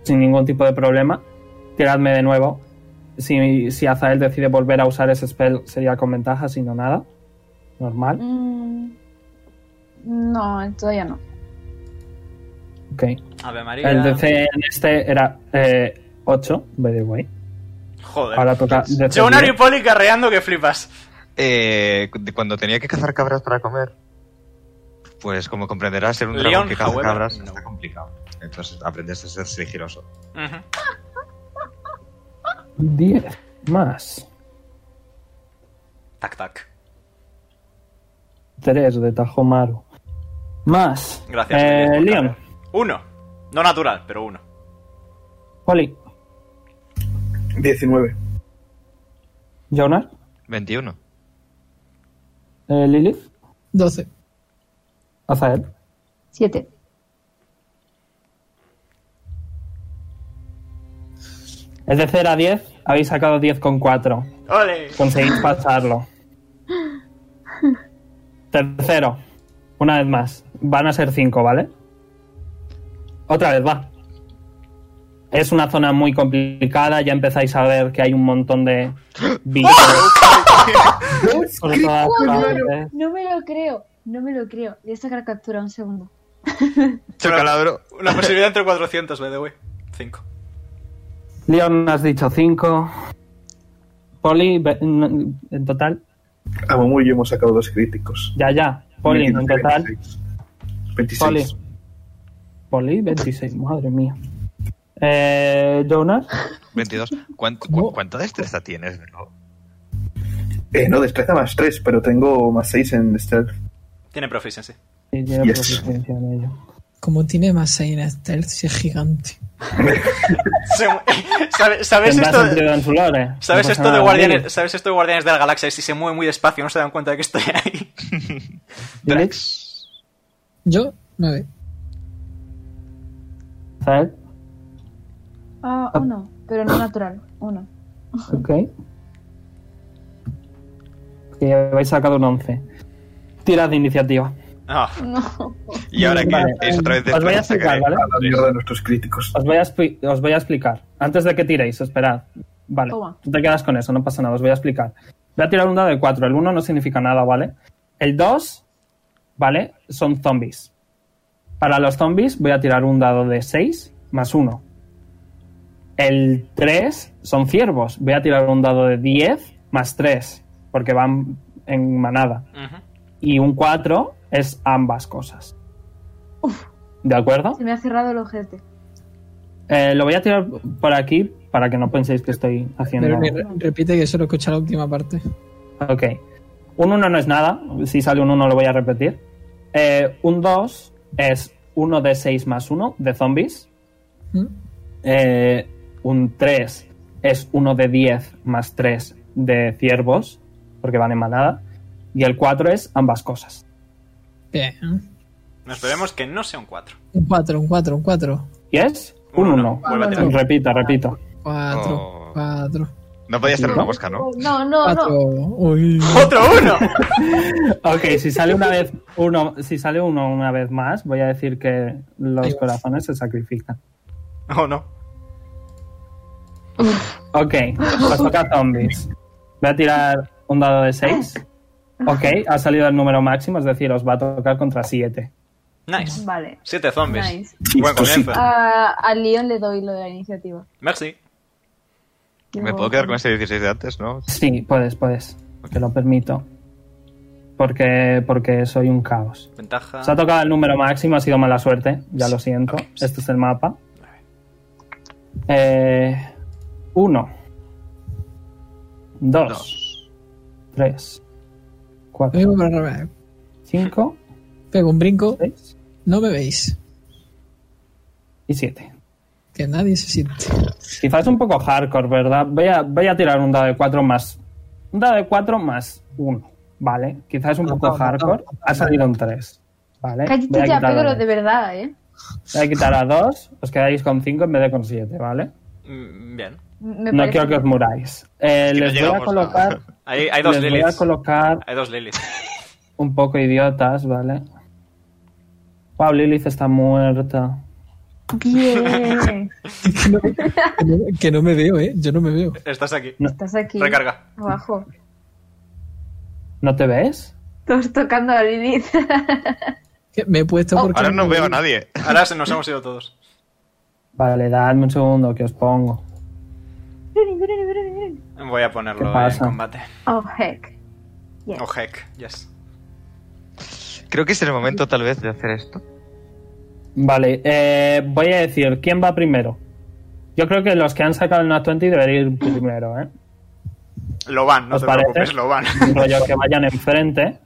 Speaker 1: sin ningún tipo de problema. Tiradme de nuevo. Si, si Azael decide volver a usar ese spell, sería con ventaja, si no nada. Normal.
Speaker 3: Mm, no, todavía no.
Speaker 1: Ok.
Speaker 5: Ave María.
Speaker 1: El DC en este era eh, 8, by the way.
Speaker 5: Joder.
Speaker 1: Ahora toca DC.
Speaker 5: Jonar y
Speaker 1: 10.
Speaker 5: Poli carreando que flipas.
Speaker 8: Eh, cu- de cuando tenía que cazar cabras para comer, pues como comprenderás, ser un
Speaker 5: Leon,
Speaker 8: dragón que caza
Speaker 5: however,
Speaker 8: cabras
Speaker 5: no.
Speaker 8: está complicado. Entonces aprendes a ser sigiloso.
Speaker 5: Ujú.
Speaker 1: 10 más
Speaker 5: Tac, tac.
Speaker 1: 3 de Tajomaru. Más.
Speaker 5: Gracias, Miguel,
Speaker 1: Eh,
Speaker 5: por
Speaker 1: Leon,
Speaker 5: cargar. Uno. No natural, pero uno.
Speaker 1: Poli,
Speaker 4: 19.
Speaker 1: Jonas,
Speaker 8: 21.
Speaker 1: eh, Lilith,
Speaker 6: 12.
Speaker 1: Azael.
Speaker 3: 7.
Speaker 1: El DC era 10, habéis sacado 10 con 4.
Speaker 5: ¡Ole!
Speaker 1: Conseguís pasarlo. Tercero, una vez más. Van a ser 5, ¿vale? Otra vez, va. Es una zona muy complicada, ya empezáis a ver que hay un montón de bichos por todas partes.
Speaker 3: No me lo creo, no me lo creo. Voy a sacar captura un segundo.
Speaker 8: Chocalabro.
Speaker 5: Una posibilidad entre 400, by the way. 5.
Speaker 1: Leon, has dicho 5. Poli, ve- n- en total.
Speaker 4: A Momo y yo hemos sacado dos críticos.
Speaker 1: Ya, ya. Poli, en total.
Speaker 4: 26.
Speaker 1: Poli.
Speaker 4: 26.
Speaker 1: Poli, 26. Madre mía. Eh, Jonas,
Speaker 8: 22. ¿Cuánto, cu-
Speaker 6: No.
Speaker 8: ¿Cuánta destreza tienes, Velo?
Speaker 4: Eh, no, destreza más 3, pero tengo más 6 en stealth.
Speaker 5: Tiene proficiency.
Speaker 1: sí, tiene
Speaker 4: Yes.
Speaker 1: proficiencia en ello.
Speaker 6: Como tiene más 6 en stealth, si es gigante.
Speaker 5: Se- ¿Sabe- ¿Sabes
Speaker 1: Tendrá
Speaker 5: esto de,
Speaker 1: sentido en su lore.
Speaker 5: ¿sabes
Speaker 1: No pasa
Speaker 5: esto de
Speaker 1: nada,
Speaker 5: Guardianes, ¿Sabes esto de Guardianes de la Galaxia? Y si se mueve muy despacio, no se dan cuenta de que estoy ahí.
Speaker 1: Lilith, Lilith,
Speaker 6: Yo, 9.
Speaker 1: Zael,
Speaker 3: Ah, uno, pero no natural, uno.
Speaker 1: Ok. Que habéis sacado un 11. Tirad de iniciativa.
Speaker 5: Ah,
Speaker 3: No.
Speaker 8: Y ahora que
Speaker 1: Mm, Vale, eh,
Speaker 8: es otra vez
Speaker 1: Os voy a
Speaker 8: destreza,
Speaker 1: explicar,
Speaker 8: que-
Speaker 1: ¿vale?
Speaker 4: A la mierda de nuestros críticos.
Speaker 1: Os voy, a expli- os voy a explicar. Antes de que tiréis, esperad. Vale,
Speaker 3: Toma.
Speaker 1: tú te quedas con eso, no pasa nada, os voy a explicar. Voy a tirar un dado de 4. El 1 no significa nada, ¿vale? El 2, ¿vale? Son zombies. Para los zombies voy a tirar un dado de 6 más 1. El 3 son ciervos. Voy a tirar un dado de 10 más 3, porque van en manada.
Speaker 5: ujú.
Speaker 1: Y un 4 es ambas cosas. ¿De acuerdo?
Speaker 3: Se me ha cerrado el ojete.
Speaker 1: Eh, lo voy a tirar por aquí para que no penséis que estoy haciendo.
Speaker 6: Pero re- repite que solo escucha la última parte.
Speaker 1: Ok. Un 1 no es nada. Si sale un 1 lo voy a repetir. Eh, un 2 es 1 de 6 más 1 de zombies.
Speaker 6: ¿Mm?
Speaker 1: Eh, un 3 es 1 de 10 más 3 de ciervos, porque van en manada. Y el 4 es ambas cosas.
Speaker 6: Bien. ¿eh?
Speaker 5: Esperemos que no sea un 4.
Speaker 6: Un 4, un 4, un 4.
Speaker 1: Y es un 1.
Speaker 5: Un uno. Vuelve a tirar.
Speaker 1: Repito, repito.
Speaker 6: 4,
Speaker 8: Oh.
Speaker 6: 4.
Speaker 8: No podía ser
Speaker 1: ¿No?
Speaker 8: una mosca, ¿no?
Speaker 3: No, Oh, no,
Speaker 6: 4.
Speaker 3: no.
Speaker 6: Uy.
Speaker 5: ¡Otro uno!
Speaker 1: Ok, si sale una vez uno, si sale uno una vez más, voy a decir que
Speaker 6: Ahí
Speaker 1: los
Speaker 6: vas.
Speaker 1: corazones se sacrifican.
Speaker 5: Oh, no.
Speaker 1: Ok, os toca zombies. Voy a tirar un dado de 6. Ok, ha salido el número máximo, es decir, os va a tocar contra 7.
Speaker 5: Nice.
Speaker 3: Vale.
Speaker 5: Siete zombies.
Speaker 3: Nice.
Speaker 5: Buen comienzo.
Speaker 3: Ah, a Leon le doy lo de la iniciativa.
Speaker 5: Merci.
Speaker 8: Me puedo quedar con ese 16 de antes, ¿no?
Speaker 1: Sí, puedes, puedes. Te lo permito. porque, porque soy un caos.
Speaker 5: Ventaja.
Speaker 1: Se ha tocado el número máximo, ha sido mala suerte, ya lo siento.
Speaker 5: ok, sí.
Speaker 1: Este es el mapa. Eh, uno. Dos. Tres. Cuatro.
Speaker 6: Vengo por al revés.
Speaker 1: Cinco.
Speaker 6: Pego un brinco,
Speaker 1: Seis.
Speaker 6: no me veis.
Speaker 1: Y siete.
Speaker 6: Que nadie se siente.
Speaker 1: Quizás un poco hardcore, ¿verdad? Voy a, voy a tirar un dado de 4 más. Un dado de 4 más 1. Vale. Quizás un
Speaker 6: No,
Speaker 1: poco
Speaker 6: no, no,
Speaker 1: hardcore.
Speaker 6: no, no,
Speaker 1: Ha salido un 3. Vale. Eh, Voy a
Speaker 3: Cállate ya,
Speaker 1: quitar,
Speaker 3: Pedro,
Speaker 1: a,
Speaker 3: de verdad, ¿eh?
Speaker 1: voy a quitar a 2. Os quedáis con 5 en vez de con 7, ¿vale?
Speaker 5: Mm, Bien.
Speaker 3: Me
Speaker 1: no
Speaker 3: parece
Speaker 1: quiero que os muráis. Eh,
Speaker 8: que no
Speaker 1: les voy a
Speaker 8: llegamos, ¿no?
Speaker 1: colocar.
Speaker 5: Hay, hay dos
Speaker 1: les voy a
Speaker 5: Liliths.
Speaker 1: colocar
Speaker 5: Hay dos Liliths.
Speaker 1: un poco idiotas, ¿vale? Wow, Lilith está muerta.
Speaker 3: Bien.
Speaker 6: Que no- que no- que no me veo, ¿eh? Yo no me veo.
Speaker 5: Estás aquí.
Speaker 3: Estás aquí.
Speaker 5: Recarga.
Speaker 3: Abajo.
Speaker 1: ¿No te ves?
Speaker 3: Todos tocando a Lilith.
Speaker 6: Que Me he puesto
Speaker 3: Oh.
Speaker 6: porque...
Speaker 8: Ahora no veo a nadie.
Speaker 5: Ahora se nos hemos ido todos.
Speaker 1: Vale, dadme un segundo que os pongo.
Speaker 5: Voy a ponerlo
Speaker 1: ¿Qué pasa?
Speaker 5: en combate.
Speaker 3: oh, heck.
Speaker 5: Oh, heck, yes.
Speaker 8: Creo que es el momento tal vez de hacer esto.
Speaker 1: Vale, eh, voy a decir, ¿quién va primero? Yo creo que los que han sacado el Nat 20 deberían ir primero, ¿eh?
Speaker 5: Lo van, no
Speaker 1: ¿Os
Speaker 5: te
Speaker 1: parece?
Speaker 5: preocupes, lo van.
Speaker 1: Un rollo que vayan enfrente.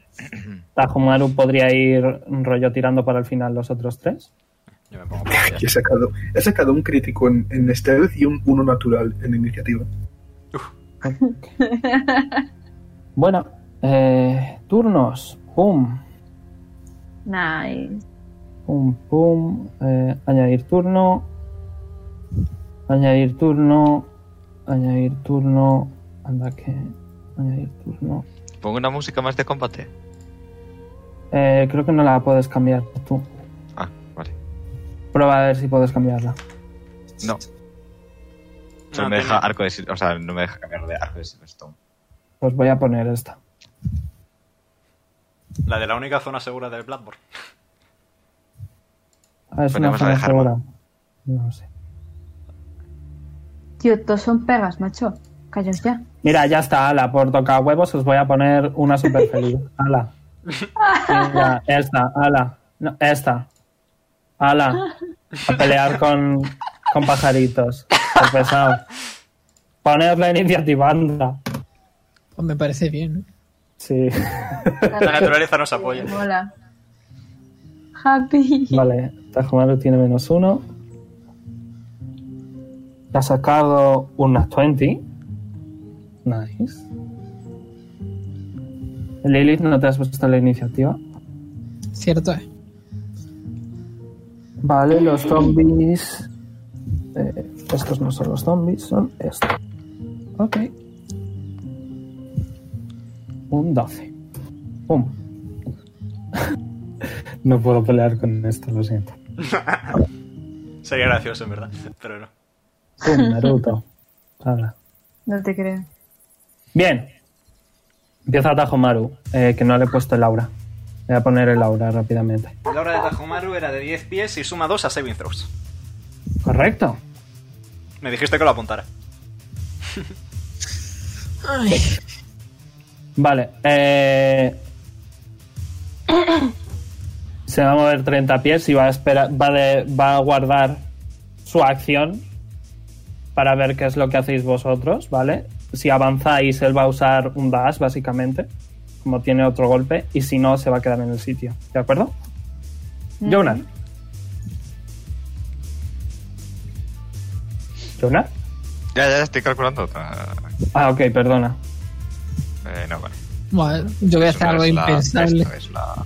Speaker 1: Tajumaru podría ir un rollo tirando para el final los otros tres.
Speaker 5: Yo me pongo por allá.
Speaker 4: He sacado, he sacado un crítico en, en stealth y un uno natural en iniciativa.
Speaker 1: Bueno, eh, turnos. Pum,
Speaker 3: Nice.
Speaker 1: pum, pum. eh, añadir turno. Añadir turno. Añadir turno. Anda que. Añadir turno.
Speaker 8: Pongo una música más de combate.
Speaker 1: Eh, creo que no la puedes cambiar tú.
Speaker 8: Ah, vale.
Speaker 1: Prueba a ver si puedes cambiarla.
Speaker 8: No. No,
Speaker 5: No,
Speaker 8: me deja
Speaker 5: tenía-
Speaker 8: arco de sil- O sea, no me deja cambiar de arco de Silverstone.
Speaker 1: Pues voy a poner esta.
Speaker 5: La de la única zona segura del Blackboard.
Speaker 1: Ah, es
Speaker 8: Bueno,
Speaker 1: una
Speaker 8: Pues vamos a
Speaker 1: zona
Speaker 8: dejarlo.
Speaker 1: segura. No sé.
Speaker 3: Tío, todos son perras, macho. Callos ya.
Speaker 1: Mira, ya está, ala, por tocar huevos os voy a poner una super feliz. Ala. Venga, esta, ala. No, esta. Ala. A pelear con, con pajaritos. Qué pesado. Poner la iniciativa, anda.
Speaker 6: Pues me parece bien, ¿no?
Speaker 1: Sí.
Speaker 5: La naturaleza nos apoya.
Speaker 3: Hola. Happy.
Speaker 1: Vale, Tajumaru tiene menos uno. Le ha sacado unas 20. Nice. Lilith, ¿no te has puesto en la iniciativa?
Speaker 6: Cierto es.
Speaker 1: Vale, los zombies. eh, estos no son los zombies, son estos. Ok. Un 12. Pum. no puedo pelear con esto, lo siento.
Speaker 5: Sería gracioso, en verdad. Pero no.
Speaker 1: Pum, Naruto. Hala.
Speaker 3: No te creo.
Speaker 1: Bien. Empieza Atajo Maru, eh, que no le he puesto el aura. Le voy a poner el aura rápidamente.
Speaker 5: La hora de Tajomaru era de 10 pies y suma 2 a saving throws.
Speaker 1: Correcto.
Speaker 5: Me dijiste que lo apuntara.
Speaker 1: Vale. eh, Se va a mover 30 pies y va a, esperar, va, de- va a guardar su acción para ver qué es lo que hacéis vosotros, ¿vale? Si avanzáis, él va a usar un dash, básicamente, como tiene otro golpe, y si no, se va a quedar en el sitio, ¿de acuerdo? Jonas. ¿Jonas?
Speaker 8: Ya, ya, ya estoy calculando otra.
Speaker 1: Ah, ok, perdona.
Speaker 8: Eh, no, vale.
Speaker 6: Bueno, yo voy a hacer algo
Speaker 8: Eso es la-
Speaker 6: impensable.
Speaker 8: esto es la-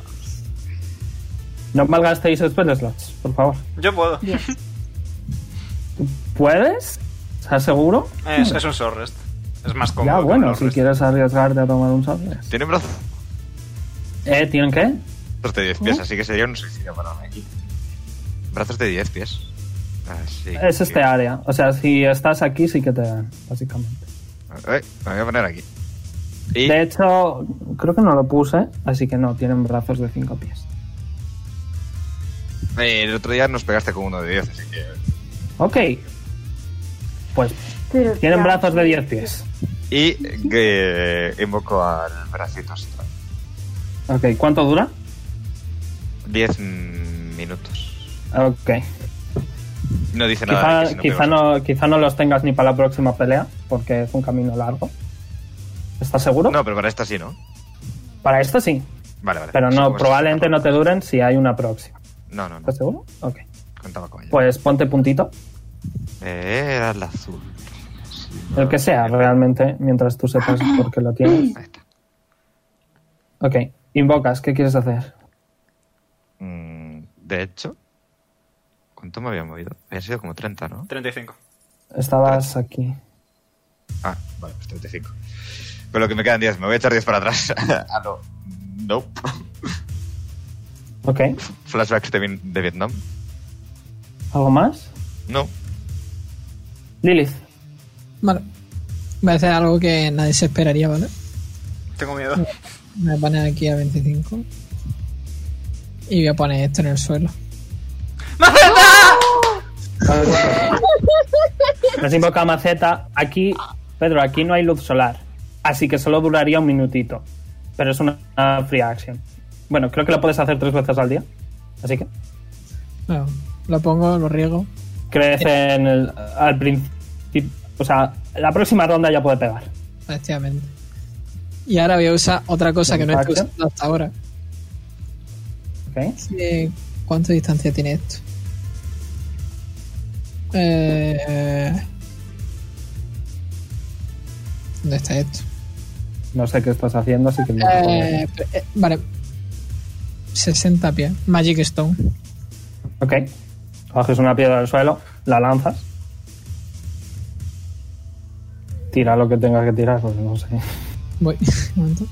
Speaker 1: No malgastéis spell slots, por favor.
Speaker 5: Yo puedo.
Speaker 3: Bien.
Speaker 1: ¿Puedes? ¿Estás seguro?
Speaker 5: Es, es un short rest. Es más cómodo.
Speaker 1: ya,
Speaker 5: que un
Speaker 1: bueno,
Speaker 5: long
Speaker 1: si
Speaker 8: pues.
Speaker 5: rest.
Speaker 1: quieres arriesgarte a tomar un sable.
Speaker 8: Tiene brazos
Speaker 1: ¿Eh? ¿Tienen qué?
Speaker 8: de 10
Speaker 6: ¿Eh?
Speaker 8: pies, así que sería un suicidio para mí. Brazos de 10 pies. Así
Speaker 1: Es
Speaker 8: que-
Speaker 1: este área. O sea, si estás aquí, sí que te dan, básicamente.
Speaker 8: Eh, me voy a poner aquí. Y
Speaker 1: De hecho, creo que no lo puse, así que no, tienen brazos de 5 pies.
Speaker 8: eh, el otro día nos pegaste con uno de 10, así que.
Speaker 1: Ok. Pues
Speaker 3: Pero
Speaker 1: tienen
Speaker 3: ya.
Speaker 1: brazos de 10 pies.
Speaker 8: Y eh, invoco al bracito. astral.
Speaker 1: Ok, ¿cuánto dura?
Speaker 8: 10 minutos.
Speaker 1: Ok.
Speaker 8: No dice nada. de
Speaker 1: Quizá,
Speaker 8: que si
Speaker 1: quizá
Speaker 8: pego.
Speaker 1: no, quizá no los tengas ni para la próxima pelea, porque es un camino largo. ¿Estás seguro?
Speaker 8: No, pero para esta sí, ¿no?
Speaker 1: Para esto sí,
Speaker 8: Vale, vale.
Speaker 1: pero
Speaker 8: Sí,
Speaker 1: no,
Speaker 8: pues,
Speaker 1: probablemente no te duren si hay una próxima.
Speaker 8: No, no, no.
Speaker 1: ¿Estás seguro? Ok.
Speaker 8: Contaba con ello.
Speaker 1: Pues ponte puntito,
Speaker 8: Eh, era el azul.
Speaker 1: el que sea realmente, mientras tú sepas por qué lo tienes.
Speaker 8: Ahí está.
Speaker 1: Ok, invocas, ¿qué quieres hacer?
Speaker 8: Mm, de hecho, ¿cuánto me había movido? Había sido como 30, ¿no?
Speaker 5: 35.
Speaker 1: Estabas aquí.
Speaker 8: Ah, vale, pues 35. Con lo que me quedan 10, me voy a echar 10 para atrás. ah, no. Nope.
Speaker 1: Ok,
Speaker 8: Flashbacks de, Vin- de Vietnam.
Speaker 1: ¿algo más?
Speaker 8: No.
Speaker 1: Lilith,
Speaker 6: Vale. Voy a hacer algo que nadie se esperaría, ¿vale?
Speaker 5: Tengo miedo.
Speaker 6: Me voy a poner aquí a 25. Y voy a poner esto en el suelo.
Speaker 1: nos invoca Maceta. Aquí, Pedro, aquí no hay luz solar, así que solo duraría un minutito. Pero es una, una free action. Bueno, creo que lo puedes hacer tres veces al día, así que...
Speaker 6: Bueno, lo pongo, lo riego.
Speaker 1: crece en el, al principio. O sea, la próxima ronda ya puede pegar.
Speaker 6: Efectivamente. Y ahora voy a usar otra cosa que no he
Speaker 1: Impacto.
Speaker 6: usado hasta ahora.
Speaker 1: ¿ok?
Speaker 6: Eh, ¿Cuánta distancia tiene esto? Eh, ¿Dónde está esto?
Speaker 1: No sé qué estás haciendo, así que no te
Speaker 6: Eh, eh, vale. 60 pies. Magic Stone.
Speaker 1: Ok. Coges una piedra del suelo, la lanzas. Tira lo que tengas que tirar, porque no sé.
Speaker 6: Voy. Un momento.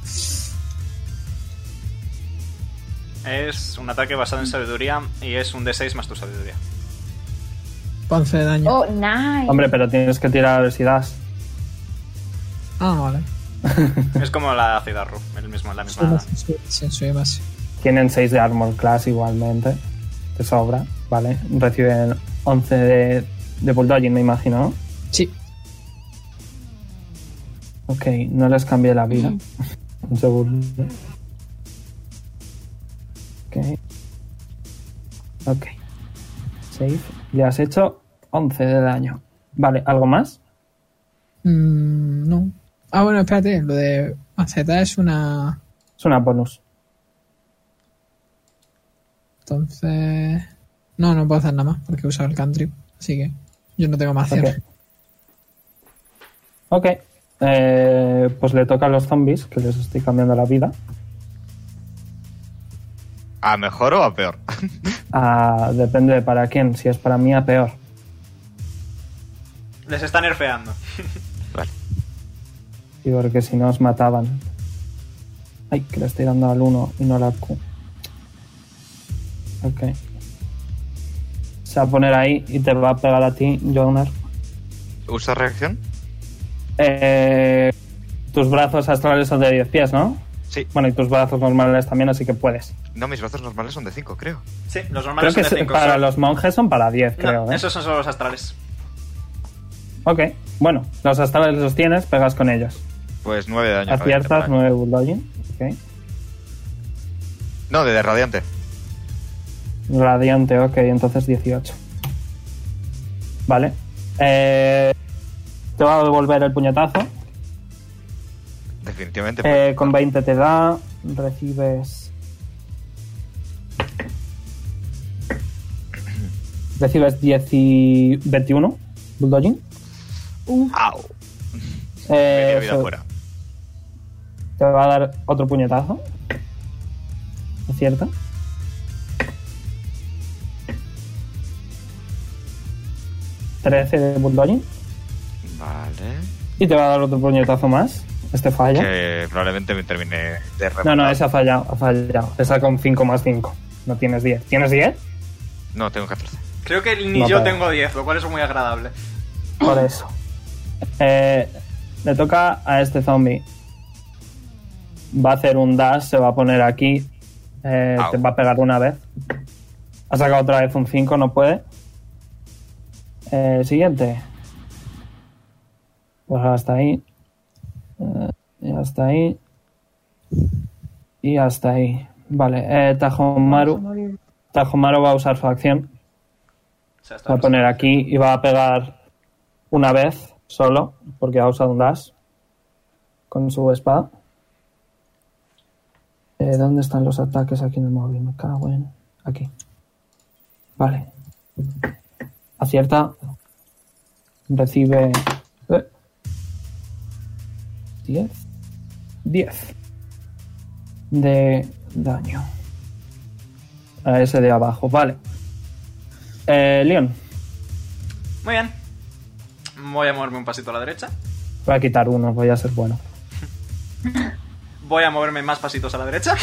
Speaker 5: Es un ataque basado en sabiduría y es un D6 más tu sabiduría.
Speaker 6: 11 de daño.
Speaker 3: Oh, nice.
Speaker 1: Hombre, pero tienes que tirar a ver si das.
Speaker 6: Ah, vale.
Speaker 5: Es como la Cidarru, el mismo,
Speaker 1: Ah.
Speaker 5: la
Speaker 6: Soy
Speaker 5: misma.
Speaker 6: más, soy- sí, soy más.
Speaker 1: Tienen 6 de armor class igualmente. Te sobra, ¿vale? Reciben 11 de, de bulldogging, me imagino, ¿no?
Speaker 6: Sí.
Speaker 1: Ok, no les cambié la vida. Un segundo. Ok. Ok. Save. Le has hecho 11 de daño. Vale, ¿algo más?
Speaker 6: Mm, no. Ah, bueno, espérate. Lo de maceta es una.
Speaker 1: Es una bonus.
Speaker 6: Entonces. No, no puedo hacer nada más porque he usado el country. Así que yo no tengo más
Speaker 1: Ok.
Speaker 6: cero.
Speaker 1: Ok. Eh, pues le toca a los zombies, que les estoy cambiando la vida,
Speaker 8: ¿A mejor o a peor?
Speaker 1: Ah, depende de para quién. Si es para mí, a peor.
Speaker 5: Les está nerfeando.
Speaker 8: vale.
Speaker 1: Y porque si no os mataban. Ay, que le estoy dando al 1 y no a la Q. Ok. Se va a poner ahí y te va a pegar a ti, Jonar.
Speaker 8: ¿Usa reacción?
Speaker 1: Eh, tus brazos astrales son de 10 pies, ¿no?
Speaker 8: Sí.
Speaker 1: Bueno, y tus brazos normales también, así que puedes.
Speaker 8: No, mis brazos normales son de 5, creo.
Speaker 5: Sí, los
Speaker 1: Creo
Speaker 5: normales
Speaker 1: que
Speaker 5: son
Speaker 1: se-
Speaker 5: de 5.
Speaker 1: para los monjes son para 10, creo. ¿eh?
Speaker 5: Esos son solo los astrales.
Speaker 1: Ok, bueno, los astrales los tienes, pegas con ellos.
Speaker 8: Pues 9 de daño.
Speaker 1: Aciertas
Speaker 8: radiante,
Speaker 1: 9 bulldogging. Ok.
Speaker 8: No, de de radiante.
Speaker 1: Radiante, ok, entonces 18. Vale. Eh, te va a devolver el puñetazo.
Speaker 8: Definitivamente. pues,
Speaker 1: Eh, con 20 te da. Recibes. Recibes 10 y 21. Bulldogging.
Speaker 8: ¡Au!
Speaker 1: Eh,
Speaker 8: Media vida
Speaker 1: eso-
Speaker 8: fuera.
Speaker 1: Te va a dar otro puñetazo. ¿Acierta? Trece de bulldogging.
Speaker 8: Vale.
Speaker 1: Y te va a dar otro puñetazo más. Este falla.
Speaker 8: Que probablemente me termine de rematar.
Speaker 1: No, no, esa ha fallado, ha fallado. Esa con 5 más 5. No tienes 10. ¿Tienes 10?
Speaker 8: No, tengo 14.
Speaker 5: Creo que ni
Speaker 1: No
Speaker 5: yo
Speaker 1: pega.
Speaker 5: tengo 10, lo cual es muy agradable.
Speaker 1: Por eso. Eh, le toca a este zombie. Va a hacer un dash, se va a poner aquí. Eh,
Speaker 8: Au.
Speaker 1: te va a pegar una vez. Ha sacado otra vez un 5, no puede. Eh, siguiente. Pues hasta ahí. Eh, y hasta ahí. Y hasta ahí. Vale, eh, Tajomaru, Tajomaru va a usar su acción.
Speaker 5: O sea, está
Speaker 1: Va a poner aquí y va a pegar una vez solo, porque ha usado un dash con su espada. Eh, ¿Dónde están los ataques aquí en el móvil? Me cago en. Aquí. Vale. Acierta. Recibe. eh, 10. 10 de daño. A ese de abajo, vale. Eh, Leon,
Speaker 5: Muy bien. Voy a moverme un pasito a la derecha.
Speaker 1: voy a quitar uno, voy a ser bueno.
Speaker 5: Voy a moverme más pasitos a la derecha.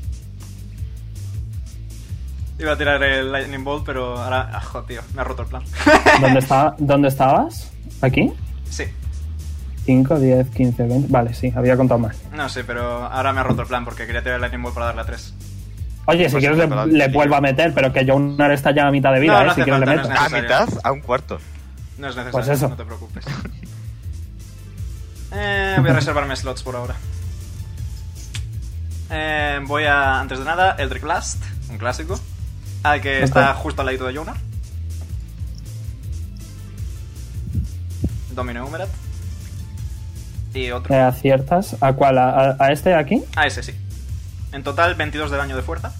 Speaker 5: Iba a tirar el Lightning Bolt, pero ahora. Ah, joder, tío, me ha roto el plan.
Speaker 1: ¿Dónde, está, ¿dónde estabas? ¿Aquí?
Speaker 5: sí,
Speaker 1: 5, 10, 15, 20. Vale, sí, había contado mal.
Speaker 5: no sé, pero ahora me ha roto el plan porque quería tirar el Lightning Bolt para darle a 3.
Speaker 1: Oye, si
Speaker 8: Pues
Speaker 1: quieres
Speaker 8: sí,
Speaker 1: le,
Speaker 8: pero
Speaker 1: le
Speaker 8: sí.
Speaker 1: vuelvo a meter, pero que Jonar está ya a mitad de vida,
Speaker 5: No,
Speaker 1: ¿eh?
Speaker 5: no
Speaker 1: si
Speaker 5: hace
Speaker 1: quieres le
Speaker 5: falta, no
Speaker 1: meto.
Speaker 5: es
Speaker 8: A
Speaker 5: necesario.
Speaker 8: mitad, a un cuarto.
Speaker 5: No es necesario,
Speaker 1: Pues eso.
Speaker 5: no te preocupes. Eh, voy a reservarme slots por ahora. Eh, voy a, antes de nada, Eldritch Blast, un clásico, al que está justo al ladito de Jonar. Domino Humerat. Y otro.
Speaker 1: Eh, aciertas. ¿A cuál? ¿A, a- a este de aquí?
Speaker 5: Ah, ese sí. En total, 22 de daño de fuerza.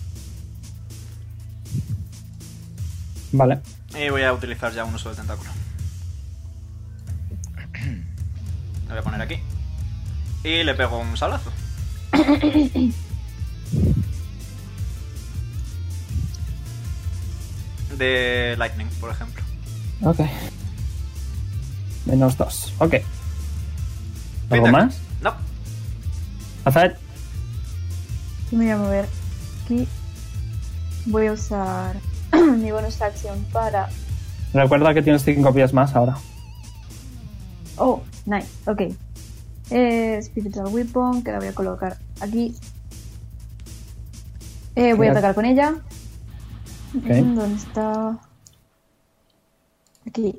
Speaker 1: Vale.
Speaker 5: Y Eh, voy a utilizar ya un uso de tentáculo. Lo voy a poner aquí. Y le pego un salazo. De Lightning, por ejemplo.
Speaker 1: Ok. Menos dos. Ok. ¿Algo
Speaker 5: Pitac.
Speaker 1: más?
Speaker 5: No.
Speaker 1: Azad,
Speaker 7: Yo me voy a mover aquí. Voy a usar mi bonus acción para.
Speaker 1: recuerda que tienes cinco pies más ahora.
Speaker 7: Oh, nice, ok. Eh, Spiritual Weapon, que la voy a colocar aquí. Eh, voy a
Speaker 1: Mira.
Speaker 7: atacar con ella.
Speaker 1: Ok.
Speaker 7: Mm, ¿Dónde está? Aquí.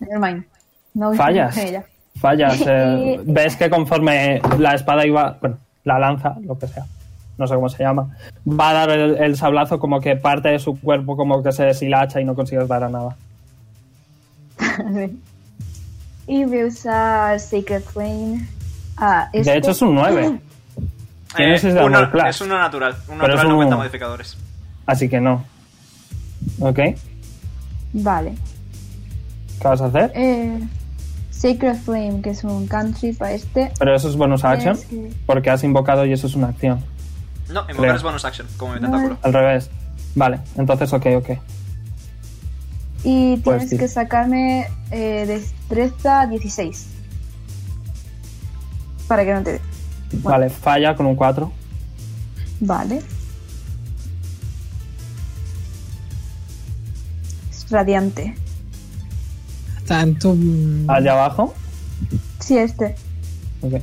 Speaker 7: Nevermind. No voy a
Speaker 1: Fallas.
Speaker 7: atacar con ella.
Speaker 1: Fallas. eh,
Speaker 7: Y-
Speaker 1: ves que conforme la espada iba. Bueno, la lanza, lo que sea. No sé cómo se llama. Va a dar el, el sablazo como que parte de su cuerpo como que se deshilacha y no consigues dar a nada.
Speaker 7: y voy a usar Sacred Flame. Ah, este.
Speaker 1: De hecho, es un 9.
Speaker 7: Ah.
Speaker 1: Tienes ese
Speaker 5: uno-
Speaker 1: armor class.
Speaker 5: Eh, es uno natural.
Speaker 1: Pero es
Speaker 5: Uno natural no
Speaker 1: un-
Speaker 5: cuenta modificadores.
Speaker 1: Así que no. ¿Ok? ¿Qué
Speaker 7: Vale.
Speaker 1: vas a hacer?
Speaker 7: Eh, Sacred Flame, que es un cantrip para este.
Speaker 1: Pero eso es bonus action.
Speaker 7: Es que-
Speaker 1: Porque has invocado y eso es una acción.
Speaker 5: No, invocar
Speaker 1: Creo.
Speaker 5: es bonus action, como mi tentáculo.
Speaker 1: Al revés. Vale, entonces ok, ok.
Speaker 7: Y
Speaker 1: Pues
Speaker 7: tienes
Speaker 1: sí.
Speaker 7: que sacarme eh, destreza 16. Para que no te dé.
Speaker 1: Vale, falla con un 4.
Speaker 7: Vale. Es radiante.
Speaker 6: Está en tu.
Speaker 1: Allá abajo.
Speaker 7: Sí, este.
Speaker 1: Ok.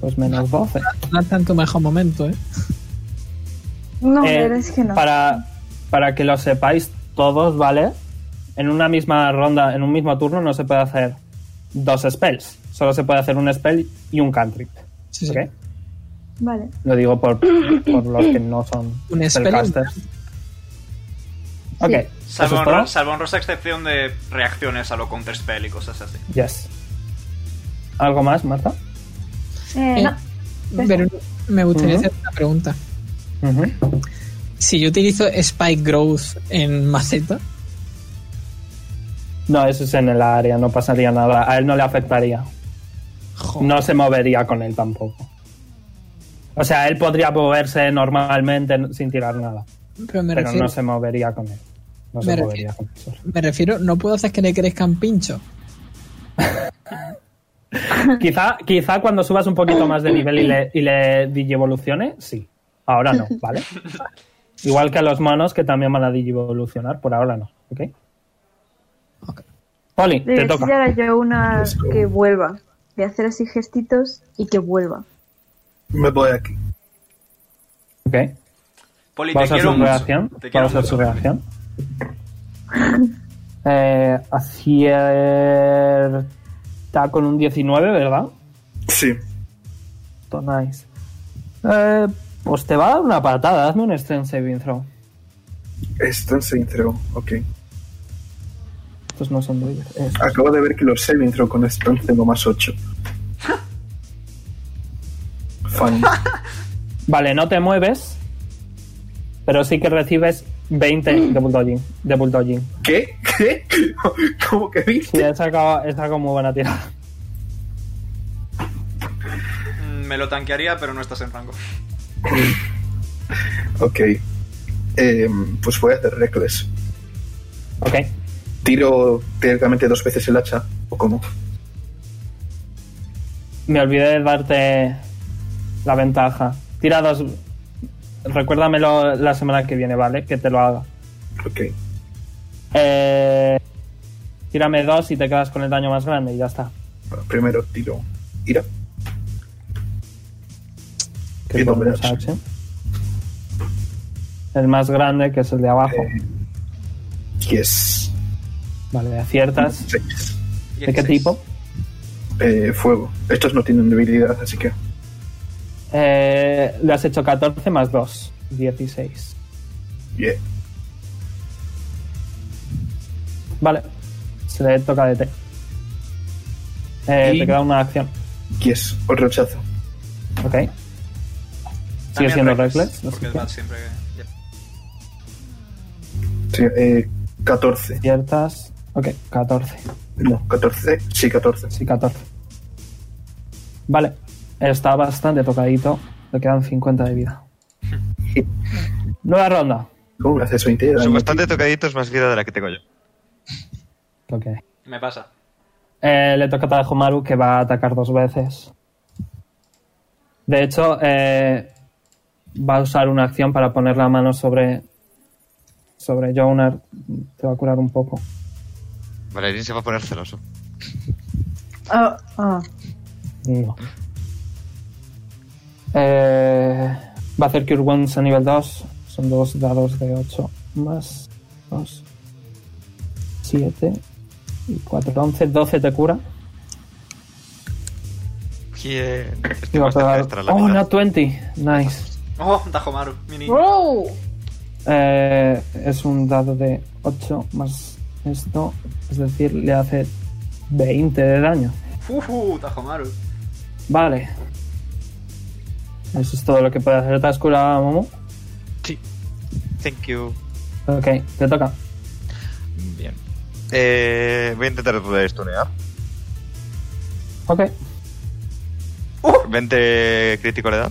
Speaker 1: Pues menos 12.
Speaker 6: No está en tu mejor momento, ¿eh?
Speaker 7: No,
Speaker 1: Eh,
Speaker 7: pero es que no.
Speaker 1: Para, para que lo sepáis todos, ¿vale? En una misma ronda, en un mismo turno, no se puede hacer dos spells. Solo se puede hacer un spell y un cantrip.
Speaker 6: Sí, sí.
Speaker 1: ¿ok?
Speaker 7: Vale.
Speaker 1: Lo digo por, por los que no son
Speaker 6: Un spell y un
Speaker 1: spellcasters. Ok. ¿eso es
Speaker 5: Salvo en,
Speaker 1: todo?
Speaker 5: ro- salvo en rosa, a excepción de reacciones a lo counterspell y cosas así.
Speaker 1: Yes. ¿Algo más, Marta?
Speaker 7: Eh,
Speaker 6: Eh,
Speaker 7: no.
Speaker 6: Pero me gustaría
Speaker 1: Ujú.
Speaker 6: hacer una pregunta.
Speaker 1: Ujú.
Speaker 6: Si yo utilizo Spike Growth en maceta,
Speaker 1: No, eso es en el área, no pasaría nada. A él no le afectaría.
Speaker 6: jo,
Speaker 1: No se movería con él tampoco. O sea, él podría moverse normalmente n- sin tirar nada.
Speaker 6: pero me
Speaker 1: pero
Speaker 6: refiero.
Speaker 1: no se movería con él. No se
Speaker 6: Me
Speaker 1: movería con él. solo.
Speaker 6: Me refiero, no puedo hacer que le crezcan pinchos.
Speaker 1: quizá, quizá cuando subas un poquito más de nivel y le, y le digievolucione, sí. Ahora no, ¿vale? Igual que a los monos que también van a digievolucionar, por ahora no, ¿ok?
Speaker 6: Ok.
Speaker 1: Poli, te
Speaker 7: Le voy a
Speaker 1: toca.
Speaker 7: enseñar a Jonar que vuelva. De hacer así gestitos y que vuelva.
Speaker 4: Me voy aquí.
Speaker 1: Ok.
Speaker 5: Poli, te
Speaker 1: Vamos a
Speaker 5: quiero
Speaker 1: hacer su
Speaker 5: mucho.
Speaker 1: reacción.
Speaker 5: Te quiero
Speaker 1: Vamos a hacer su
Speaker 5: mucho.
Speaker 1: reacción. Eh, acierta. Está con un 19, ¿verdad?
Speaker 4: Sí.
Speaker 1: Todo nice. Eh, pues te va a dar una patada. Hazme un strength saving throw.
Speaker 4: Strength saving throw, ok.
Speaker 1: Estos no son de ellos. Estos.
Speaker 4: Acabo de ver que los saving throw con strength tengo más 8. Fun.
Speaker 1: Vale, no te mueves. Pero sí que recibes 20 de bulldogging. De bulldogging.
Speaker 4: ¿Qué? ¿Qué? ¿Cómo que
Speaker 1: Sí,
Speaker 4: viste?
Speaker 1: he sacado, he sacado muy buena tirada.
Speaker 5: Mm, Me lo tanquearía, pero no estás en rango.
Speaker 4: Ok. Em, pues voy a hacer reckless.
Speaker 1: Ok.
Speaker 4: ¿Tiro directamente dos veces el hacha? ¿O cómo?
Speaker 1: Me olvidé de darte la ventaja. Tira dos. Recuérdamelo la semana que viene, ¿vale? Que te lo haga.
Speaker 4: Ok.
Speaker 1: Eh, tírame dos y te quedas con el daño más grande y ya está.
Speaker 4: Bueno, primero tiro ira.
Speaker 1: Que
Speaker 4: Y
Speaker 1: es
Speaker 4: no
Speaker 1: por
Speaker 4: me
Speaker 1: un
Speaker 4: das.
Speaker 1: sache. El más grande, que es el de abajo.
Speaker 4: Eh, yes.
Speaker 1: Vale, aciertas.
Speaker 4: Seis.
Speaker 1: ¿De qué
Speaker 5: 16.
Speaker 1: tipo?
Speaker 4: Eh, fuego. Estos no tienen debilidad, así que.
Speaker 1: Eh, le has hecho 14 más 2. 16.
Speaker 4: Yeah.
Speaker 1: Vale. Se le toca de T. Eh,
Speaker 6: Y-
Speaker 1: Te queda una acción.
Speaker 4: Yes. Otro hachazo.
Speaker 1: Ok. Sigue
Speaker 5: También
Speaker 1: siendo
Speaker 5: reckless,
Speaker 1: reckless. así
Speaker 5: Porque es
Speaker 1: que
Speaker 5: bad siempre que- ya.
Speaker 4: Sí, eh, 14.
Speaker 1: Aciertas. Ok, 14.
Speaker 4: No, 14. Sí, 14.
Speaker 1: Sí, 14. Vale. Está bastante tocadito. Le quedan 50 de vida. Nueva ronda.
Speaker 4: ¿Cómo que haces 20 de daño?
Speaker 8: Son bastante tocaditos más vida de la que tengo yo.
Speaker 1: Ok.
Speaker 5: Me pasa.
Speaker 1: Eh, le toca a Maru que va a atacar dos veces. De hecho, eh, va a usar una acción para poner la mano sobre sobre Jonar. Te va a curar un poco.
Speaker 8: Valerín se va a poner celoso.
Speaker 7: Ah, ah.
Speaker 1: No. Eh, va a hacer Cure Wounds a nivel 2. Son dos dados de 8 más 2. 7 y 4. 11, 12 te cura.
Speaker 8: Bien.
Speaker 1: Y
Speaker 8: Estoy
Speaker 1: va a
Speaker 8: bastante
Speaker 1: pegar-
Speaker 8: extra la
Speaker 1: Oh,
Speaker 8: mitad.
Speaker 1: una 20. Nice.
Speaker 5: Oh, Dajomaru, mi niño.
Speaker 3: ¡Bro!
Speaker 1: Eh, es un dado de 8 más esto. Es decir, le hace 20 de daño.
Speaker 5: Uh, Dajomaru.
Speaker 1: Vale. Eso es todo lo que puede hacer. ¿Te has curado, Momo?
Speaker 8: Thank you.
Speaker 1: Ok, te toca.
Speaker 8: Bien. Eh, voy a intentar poder stunear.
Speaker 1: Ok.
Speaker 8: 20 crítico le da.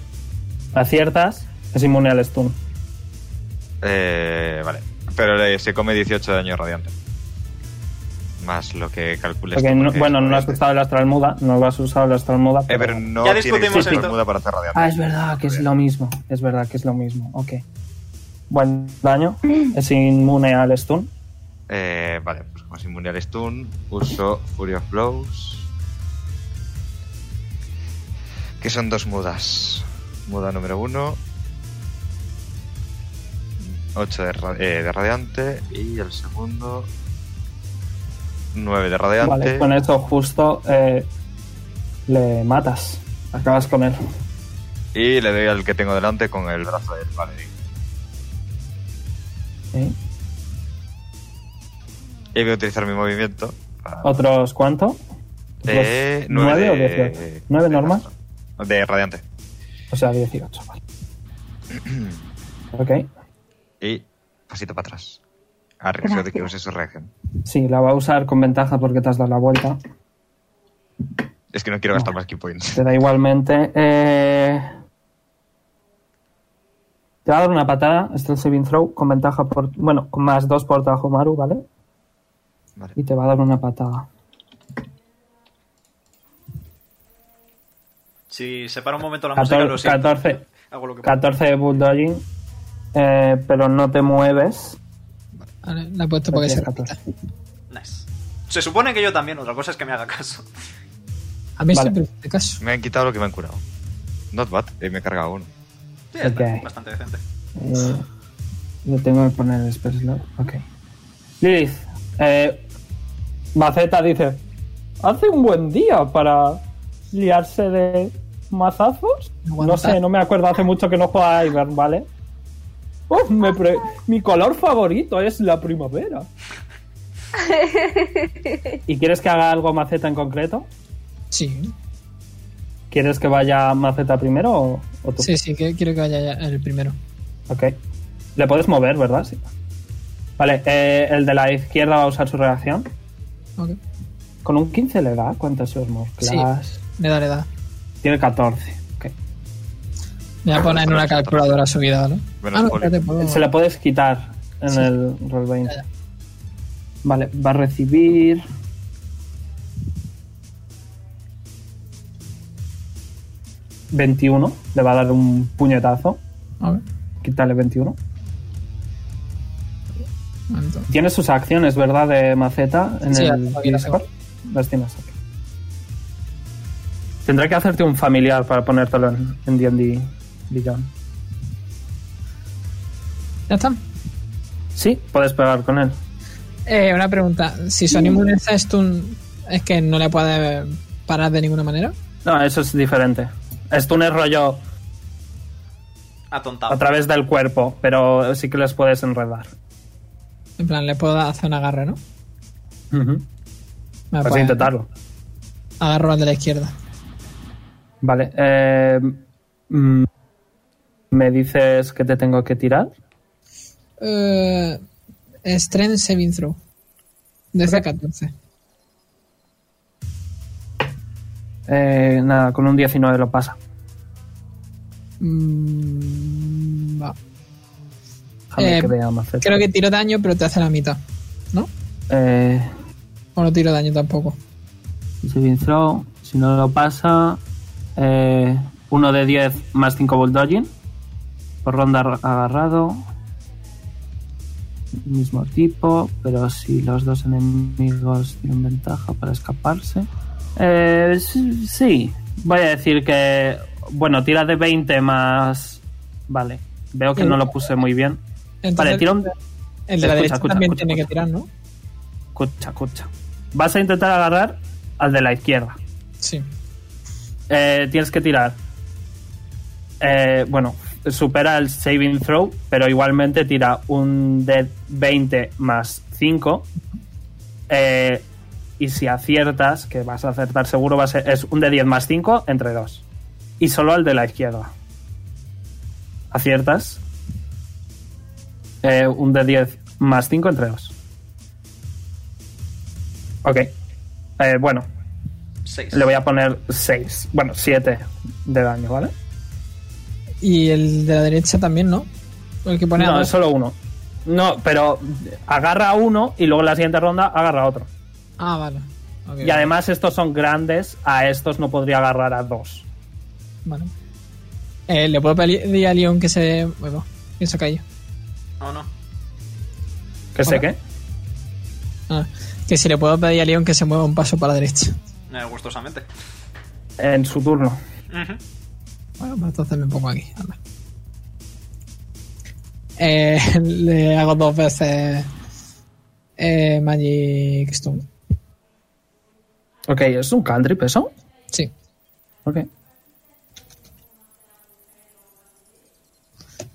Speaker 1: Aciertas. Es inmune al stun.
Speaker 8: Eh, vale. Pero le- se come 18 de daño radiante. Más lo que calcules.
Speaker 1: Porque
Speaker 8: tú,
Speaker 1: no-
Speaker 8: porque
Speaker 1: bueno,
Speaker 8: es este.
Speaker 1: no has
Speaker 8: radiante.
Speaker 1: usado el astral muda. No lo has usado el astral muda.
Speaker 8: Eh,
Speaker 1: pero-
Speaker 8: pero no
Speaker 5: Ya
Speaker 8: tiene que
Speaker 5: discutimos
Speaker 8: ser
Speaker 5: esto.
Speaker 8: muda para hacer radiante.
Speaker 1: Ah, es verdad que es lo mismo. Es verdad que es lo mismo. Ok. Buen daño. Es inmune al stun.
Speaker 8: Eh, vale, pues como es inmune al stun, uso Fury of Blows. Que son dos mudas. Muda número uno. 8 de, ra- eh, de radiante. Y el segundo. 9 de
Speaker 1: Vale,
Speaker 8: radiante.
Speaker 1: con eso justo eh, le matas. Acabas con él.
Speaker 8: Y le doy al que tengo delante con el brazo del Valerín.
Speaker 1: ¿Sí?
Speaker 8: Y voy a utilizar mi movimiento. para-
Speaker 1: ¿Otros cuánto?
Speaker 8: Eh,
Speaker 1: ¿Otros pues,
Speaker 8: nueve
Speaker 1: nueve o
Speaker 8: de-
Speaker 1: 18? ¿Nueve
Speaker 8: de
Speaker 1: normal?
Speaker 8: brazo. De radiante.
Speaker 1: O sea, 18. Vale. ok.
Speaker 8: Y pasito para atrás. A riesgo de que use su reacción.
Speaker 1: Sí, la va a usar con ventaja porque te has dado la vuelta.
Speaker 8: Es que no quiero gastar más key points.
Speaker 1: Te da igualmente. Eh, Te va a dar una patada, este el saving throw, con ventaja por. Bueno, con más dos por Maru, ¿vale?
Speaker 8: Vale.
Speaker 1: Y te va a dar una patada.
Speaker 5: Si se para un momento la música, lo
Speaker 1: 14,
Speaker 5: siento.
Speaker 1: 14,
Speaker 5: Hago lo que puedo.
Speaker 1: 14 de bulldogging, eh, pero no te mueves.
Speaker 6: Vale, la he puesto para que se
Speaker 1: Tienes 14.
Speaker 6: repita.
Speaker 5: Nice. Se supone que yo también, otra cosa es que me haga caso.
Speaker 6: A mí
Speaker 1: Vale.
Speaker 6: siempre me hace caso.
Speaker 8: Me han quitado lo que me han curado. Not bad. Eh, me he cargado uno.
Speaker 5: Sí, está
Speaker 1: Ok.
Speaker 5: bastante decente.
Speaker 1: Eh, yo tengo que poner el spell slot. Ok. Lilith. Eh, Maceta dice: hace un buen día para liarse de mazazos.
Speaker 6: Aguanta.
Speaker 1: No sé, no me acuerdo, hace mucho que no juega a Ivern, ¿vale? Uf, me pre- mi color favorito es la primavera. ¿Y quieres que haga algo maceta en concreto?
Speaker 6: Sí,
Speaker 1: ¿Quieres que vaya maceta primero o, o tú?
Speaker 6: sí, sí, que- quiero que vaya ya el primero.
Speaker 1: Ok. Le puedes mover, ¿verdad? Sí. Vale, eh, el de la izquierda va a usar su reacción.
Speaker 6: Ok.
Speaker 1: Con un 15 le da. ¿Cuántas son
Speaker 6: Sí. Le da, le da.
Speaker 1: Tiene 14. ok.
Speaker 6: Me voy a poner en una calculadora su vida, ¿no?
Speaker 8: Bueno,
Speaker 6: ah, no,
Speaker 8: Oli.
Speaker 6: espérate, puedo-
Speaker 1: Se la puedes quitar en
Speaker 6: Sí.
Speaker 1: el Roll20.
Speaker 6: Ya, ya.
Speaker 1: Vale, va a recibir. ¿21? Le va a dar un puñetazo.
Speaker 6: Ok,
Speaker 1: Quítale 21.
Speaker 6: un momento.
Speaker 1: Tienes sus acciones, ¿verdad? De maceta en
Speaker 6: Sí,
Speaker 1: el
Speaker 6: aquí las tengo.
Speaker 1: Discord. Las tienes aquí. Tendré que hacerte un familiar para ponértelo en en D&D Beyond.
Speaker 6: Ya está.
Speaker 1: Sí, puedes pegar con él.
Speaker 6: Eh, una pregunta. Si son inmunes a stun, es que no le puede parar de ninguna manera.
Speaker 1: No, eso es diferente. Stun es rollo a
Speaker 5: Atontado.
Speaker 1: través del cuerpo, pero sí que les puedes enredar.
Speaker 6: En plan, le puedo hacer un agarre, ¿no?
Speaker 1: Ujú.
Speaker 6: Vale,
Speaker 1: Puedes
Speaker 6: pues,
Speaker 1: intentarlo.
Speaker 6: Agarro al de la izquierda.
Speaker 1: Vale. eh, mm, ¿Me dices que te tengo que tirar?
Speaker 6: Eh, strength saving throw. Desde 14.
Speaker 1: Eh, nada, con un 19 lo pasa.
Speaker 6: Mm, va.
Speaker 1: Déjame
Speaker 6: Eh,
Speaker 1: que vea maceta.
Speaker 6: Creo que tiro daño, pero te hace la mitad. ¿No?
Speaker 1: Eh,
Speaker 6: O no tiro daño tampoco.
Speaker 1: Saving throw. Si no lo pasa, eh, 1 de 10 más 5 bulldogging. Por ronda ar- agarrado. Mismo tipo, pero si los dos enemigos tienen ventaja para escaparse. Eh, sí, sí. voy a decir que. Bueno, tira de 20 más. Vale, veo que
Speaker 6: Sí.
Speaker 1: no lo puse muy bien.
Speaker 6: Entonces,
Speaker 1: Vale, tira un.
Speaker 6: el de la
Speaker 1: escucha,
Speaker 6: derecha
Speaker 1: escucha,
Speaker 6: también
Speaker 1: escucha,
Speaker 6: tiene que
Speaker 1: escucha.
Speaker 6: tirar, ¿no?
Speaker 1: Escucha, escucha. Vas a intentar agarrar al de la izquierda.
Speaker 6: Sí.
Speaker 1: Eh, tienes que tirar. Eh, bueno, supera el saving throw, pero igualmente tira un de 20 más 5. Eh, y si aciertas, que vas a acertar seguro, va a ser, es un de 10 más 5 entre 2. Y solo al de la izquierda. Aciertas. Eh, un de 10 más 5 entre 2. Ok. Eh, bueno,
Speaker 5: Seis.
Speaker 1: le voy a poner 6. Bueno, 7 de daño, ¿vale?
Speaker 6: Y el de la derecha también, ¿no? El que pone
Speaker 1: no,
Speaker 6: agarre.
Speaker 1: es solo uno. No, pero agarra uno y luego en la siguiente ronda agarra otro.
Speaker 6: Ah, vale. Ok,
Speaker 1: Y además estos son grandes, a estos no podría agarrar a dos.
Speaker 6: Vale. Eh, le puedo pedir a Leon que se. Bueno, que se caiga.
Speaker 5: No, no.
Speaker 1: Que sé
Speaker 6: Hola.
Speaker 1: qué.
Speaker 6: Ah, que si le puedo pedir a Leon que se mueva un paso para la derecha.
Speaker 5: Eh, gustosamente.
Speaker 1: En su turno.
Speaker 5: Ujú.
Speaker 6: Bueno, pues entonces me pongo aquí. anda. Eh, le hago dos veces eh, Magic Stone.
Speaker 1: Ok, es un country, eso.
Speaker 6: Sí.
Speaker 1: Ok.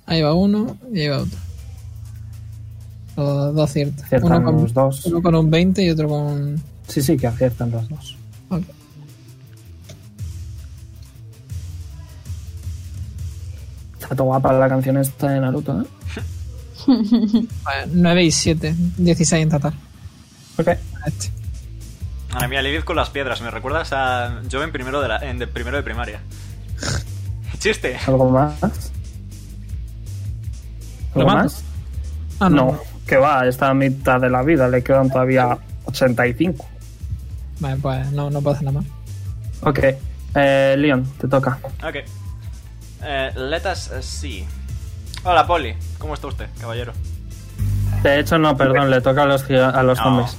Speaker 6: Ahí va uno y ahí va otro. Los dos ciertos.
Speaker 1: Aciertan
Speaker 6: Uno con,
Speaker 1: los dos.
Speaker 6: uno con un 20 y otro con.
Speaker 1: Sí, sí, que aciertan los dos.
Speaker 6: ok.
Speaker 1: Está todo guapa la canción esta de Naruto, ¿eh?
Speaker 6: Vale, 9 y 7. 16 en total.
Speaker 1: Ok.
Speaker 6: Este.
Speaker 5: Madre mía, Lilith con las piedras. Me recuerdas a yo en primero de, la- en de, primero de primaria. Chiste.
Speaker 1: ¿Algo más?
Speaker 6: ¿Lo
Speaker 1: ¿Algo
Speaker 6: mato?
Speaker 1: más?
Speaker 6: Ah,
Speaker 1: No, que va, está a mitad de la vida, le quedan todavía 85.
Speaker 6: Vale, pues no, no puedo hacer nada más.
Speaker 1: Ok, eh, Leon, te toca.
Speaker 5: Ok. Eh, let us see. Hola, Poli. ¿Cómo está usted, caballero?
Speaker 1: De hecho, no, perdón, le toca a los, giga- a los
Speaker 5: No.
Speaker 1: zombies.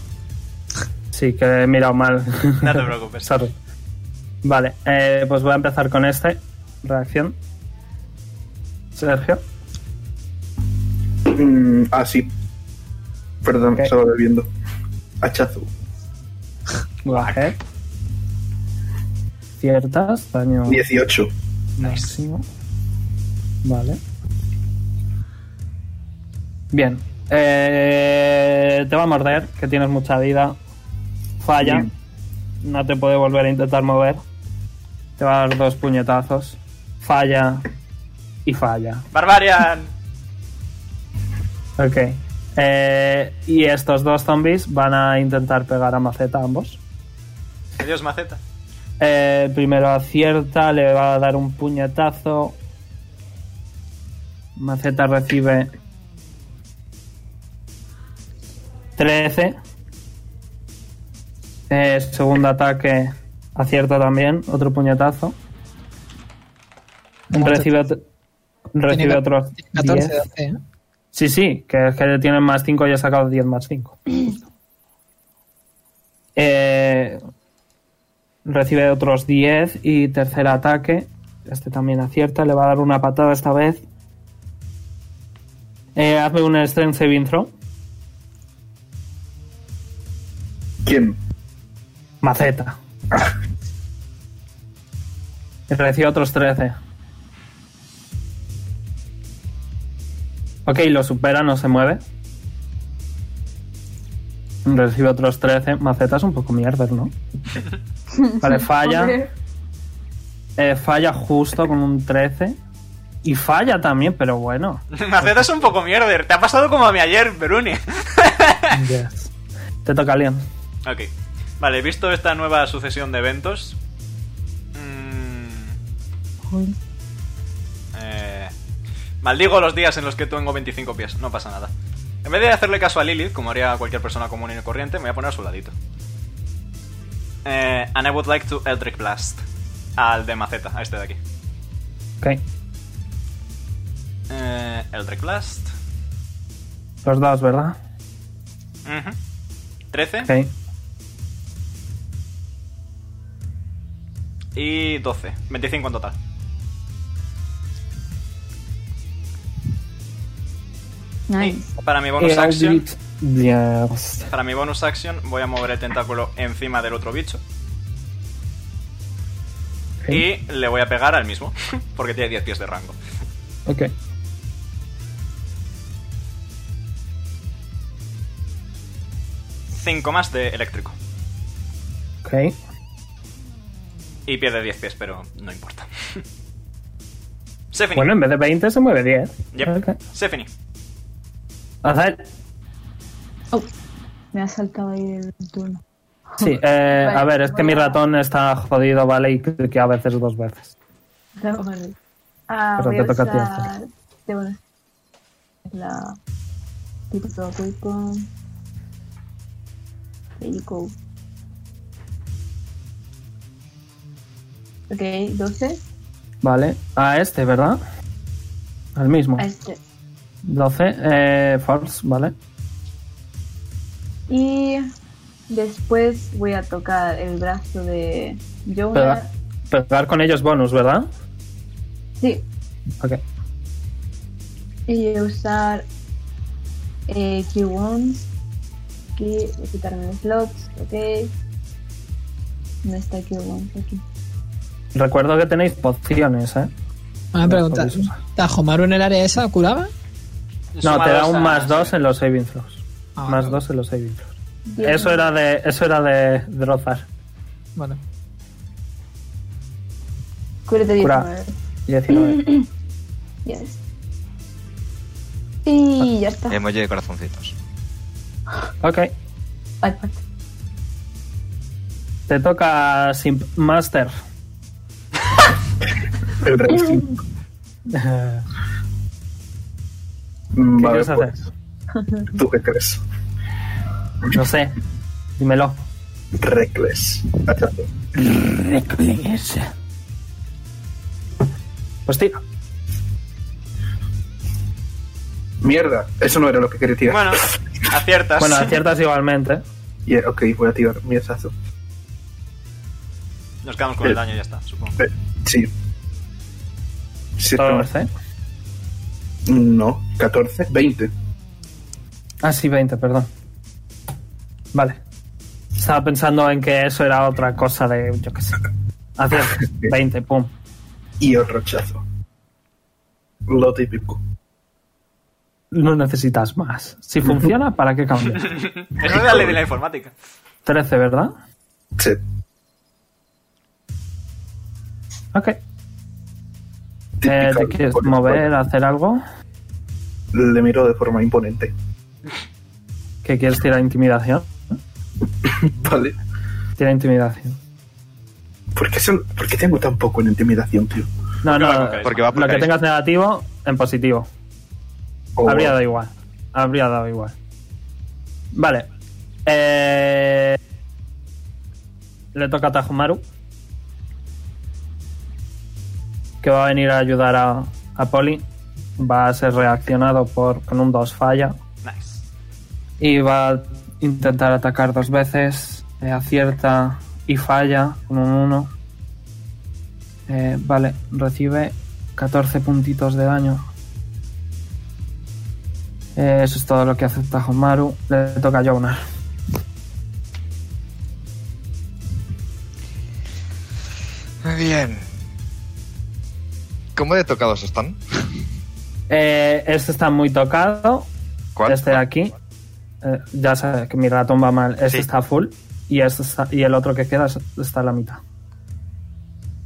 Speaker 1: Sí, que he mirado mal.
Speaker 5: No te preocupes.
Speaker 1: Sorry. Vale, eh, pues voy a empezar con este. Reacción. Sergio.
Speaker 4: Mm, ah, sí. Perdón,
Speaker 1: Ok.
Speaker 4: estaba bebiendo. Hachazo.
Speaker 1: Guaje. aciertas, daño
Speaker 4: 18.
Speaker 1: máximo. Vale. Bien. Eh, te va a morder, que tienes mucha vida. Falla.
Speaker 4: Bien.
Speaker 1: No te puede volver a intentar mover. Te va a dar dos puñetazos. Falla. Y falla.
Speaker 5: ¡Barbarian!
Speaker 1: Ok. Eh, y estos dos zombies van a intentar pegar a Maceta ambos.
Speaker 5: Adiós, maceta.
Speaker 1: Eh, primero acierta, le va a dar un puñetazo. Maceta recibe 13. Eh, segundo ataque acierta también, otro puñetazo.
Speaker 6: Como
Speaker 1: Recibe, otro- recibe
Speaker 6: Tiene
Speaker 1: otro
Speaker 6: 14 de
Speaker 1: 10.
Speaker 6: AC, ¿eh?
Speaker 1: Sí, sí, que es que tienen más 5 y he sacado 10 más 5. Eh, recibe otros 10 y tercer ataque. Este también acierta, le va a dar una patada esta vez. Eh, hazme un strength saving throw.
Speaker 4: ¿Quién?
Speaker 1: Maceta. Y recibe otros 13. Ok, lo supera, no se mueve. Recibe otros 13. Maceta es un poco mierder, ¿no? Vale, falla.
Speaker 7: Hombre,
Speaker 1: Eh, falla justo con un 13. Y falla también, pero bueno.
Speaker 5: maceta es un poco mierder. Te ha pasado como a mí ayer, Beruni.
Speaker 1: Yes. Te toca Leon.
Speaker 5: Ok. Vale, visto esta nueva sucesión de eventos. mm, eh, maldigo los días en los que tengo 25 pies, no pasa nada. En vez de hacerle caso a Lilith, como haría cualquier persona común y corriente, me voy a poner a su ladito. Eh, and I would like to Eldritch Blast. Al de Maceta, a este de aquí.
Speaker 1: Ok.
Speaker 5: Eh, Eldritch Blast.
Speaker 1: Los dados, ¿verdad?
Speaker 5: Ujú. 13
Speaker 1: Ok.
Speaker 5: y 12. 25 en total.
Speaker 3: Nice.
Speaker 5: Y para mi
Speaker 1: Eh,
Speaker 5: bonus action.
Speaker 1: Eldritch Blast.
Speaker 5: Para mi bonus action voy a mover el tentáculo encima del otro bicho. Y le voy a pegar al mismo, porque tiene 10 pies de rango.
Speaker 1: Ok.
Speaker 5: Cinco más de eléctrico.
Speaker 1: Ok.
Speaker 5: Y pierde 10 pies, pero no importa. Sephany.
Speaker 1: Bueno, en vez de 20 se mueve 10.
Speaker 5: Yep.
Speaker 1: Ok.
Speaker 5: Sephany.
Speaker 1: Hacer-
Speaker 7: Me ha saltado ahí del turno.
Speaker 1: Sí, eh, a
Speaker 3: Vale,
Speaker 1: ver, es que
Speaker 3: voy
Speaker 1: mi
Speaker 3: a-
Speaker 1: ratón está jodido, ¿vale? Y que a veces dos veces.
Speaker 3: Claro, vale.
Speaker 7: Ah,
Speaker 1: Pero
Speaker 7: voy a
Speaker 1: te toca a ti,
Speaker 7: usar... De bueno. La... Tipo, tipo... There you go.
Speaker 3: Ok, 12.
Speaker 1: Vale, a este, ¿verdad? Al mismo.
Speaker 3: A este.
Speaker 1: 12, eh, Force, ¿vale?
Speaker 3: Y después voy a tocar el brazo de
Speaker 1: Pega-
Speaker 3: Jonah.
Speaker 1: Pegar con ellos bonus, ¿verdad?
Speaker 3: Sí,
Speaker 1: Ok.
Speaker 3: y usar eh, Q1s. Aquí, voy a quitarme los slots, ok. No está Q1 aquí.
Speaker 1: Recuerdo que tenéis pociones, ¿eh?
Speaker 6: Una
Speaker 1: No
Speaker 6: pregunta.
Speaker 1: podéis usar.
Speaker 6: ¿Tajomaru en el área esa curaba?
Speaker 1: No, te da
Speaker 5: Sumados a-
Speaker 1: un más 2 en los saving throws.
Speaker 6: Ah,
Speaker 1: más
Speaker 6: vale.
Speaker 1: 2 en los saving throws.
Speaker 3: Diez.
Speaker 1: Eso era de, eso era de Drozar.
Speaker 6: Bueno,
Speaker 3: Cúrate
Speaker 1: Cura.
Speaker 3: 19.
Speaker 1: 19.
Speaker 3: Yes. Y ya
Speaker 7: Ah.
Speaker 3: está.
Speaker 8: Emoji de corazoncitos.
Speaker 1: ok.
Speaker 3: Ay, fuck.
Speaker 1: Te toca Simp Master.
Speaker 4: El resto.
Speaker 1: ¿Qué
Speaker 4: Vale,
Speaker 1: quieres hacer?
Speaker 4: pues, ¿Tú qué crees?
Speaker 1: No sé. Dímelo.
Speaker 4: Reckless. Ataque.
Speaker 1: Pues tira.
Speaker 4: Mierda, eso no era lo que quería tirar.
Speaker 5: Bueno, aciertas.
Speaker 1: Bueno, aciertas igualmente.
Speaker 4: Yeah, ok, voy a tirar mi asazo.
Speaker 5: Nos quedamos con el daño y ya está, supongo.
Speaker 4: Eh, sí. Sí,
Speaker 1: Todos, ¿eh?
Speaker 4: No, 14, 20.
Speaker 1: Ah, sí, 20, perdón. Vale. Estaba pensando en que eso era otra cosa de, yo qué sé. Hacer 20, pum.
Speaker 4: Y otro hachazo. Lo típico.
Speaker 1: No necesitas más. Si funciona, ¿para qué cambiar?
Speaker 5: Eso es la ley de la informática.
Speaker 1: 13, ¿verdad?
Speaker 4: Sí.
Speaker 1: Ok. Eh, ¿Te quieres mover, hacer algo?
Speaker 4: Le miro de forma imponente.
Speaker 1: ¿Qué quieres tirar intimidación?
Speaker 4: vale.
Speaker 1: Tira intimidación.
Speaker 4: ¿Por qué, son- por qué tengo tan poco en intimidación, tío?
Speaker 1: No, no,
Speaker 5: Claro,
Speaker 8: porque va por
Speaker 1: lo que
Speaker 8: carisma.
Speaker 1: tengas negativo, en positivo.
Speaker 4: O-
Speaker 1: Habría dado igual. Habría dado igual. Vale. Eh, Le toca a Tajumaru. Que va a venir a ayudar a, a Poli. Va a ser reaccionado por con un 2 falla.
Speaker 5: Nice.
Speaker 1: Y va a intentar atacar dos veces. eh, acierta y falla con un 1. vale, recibe 14 puntitos de daño. Eh, eso es todo lo que acepta Homaru. Le toca a Jonar.
Speaker 8: Muy bien. ¿Cómo de tocados están?
Speaker 1: Eh, este está muy tocado.
Speaker 8: ¿Cuál?
Speaker 1: Este de aquí. Eh, ya sabes que mi ratón va mal. Este
Speaker 8: Sí.
Speaker 1: está full. Y, este está- y el otro que queda es- está a la mitad.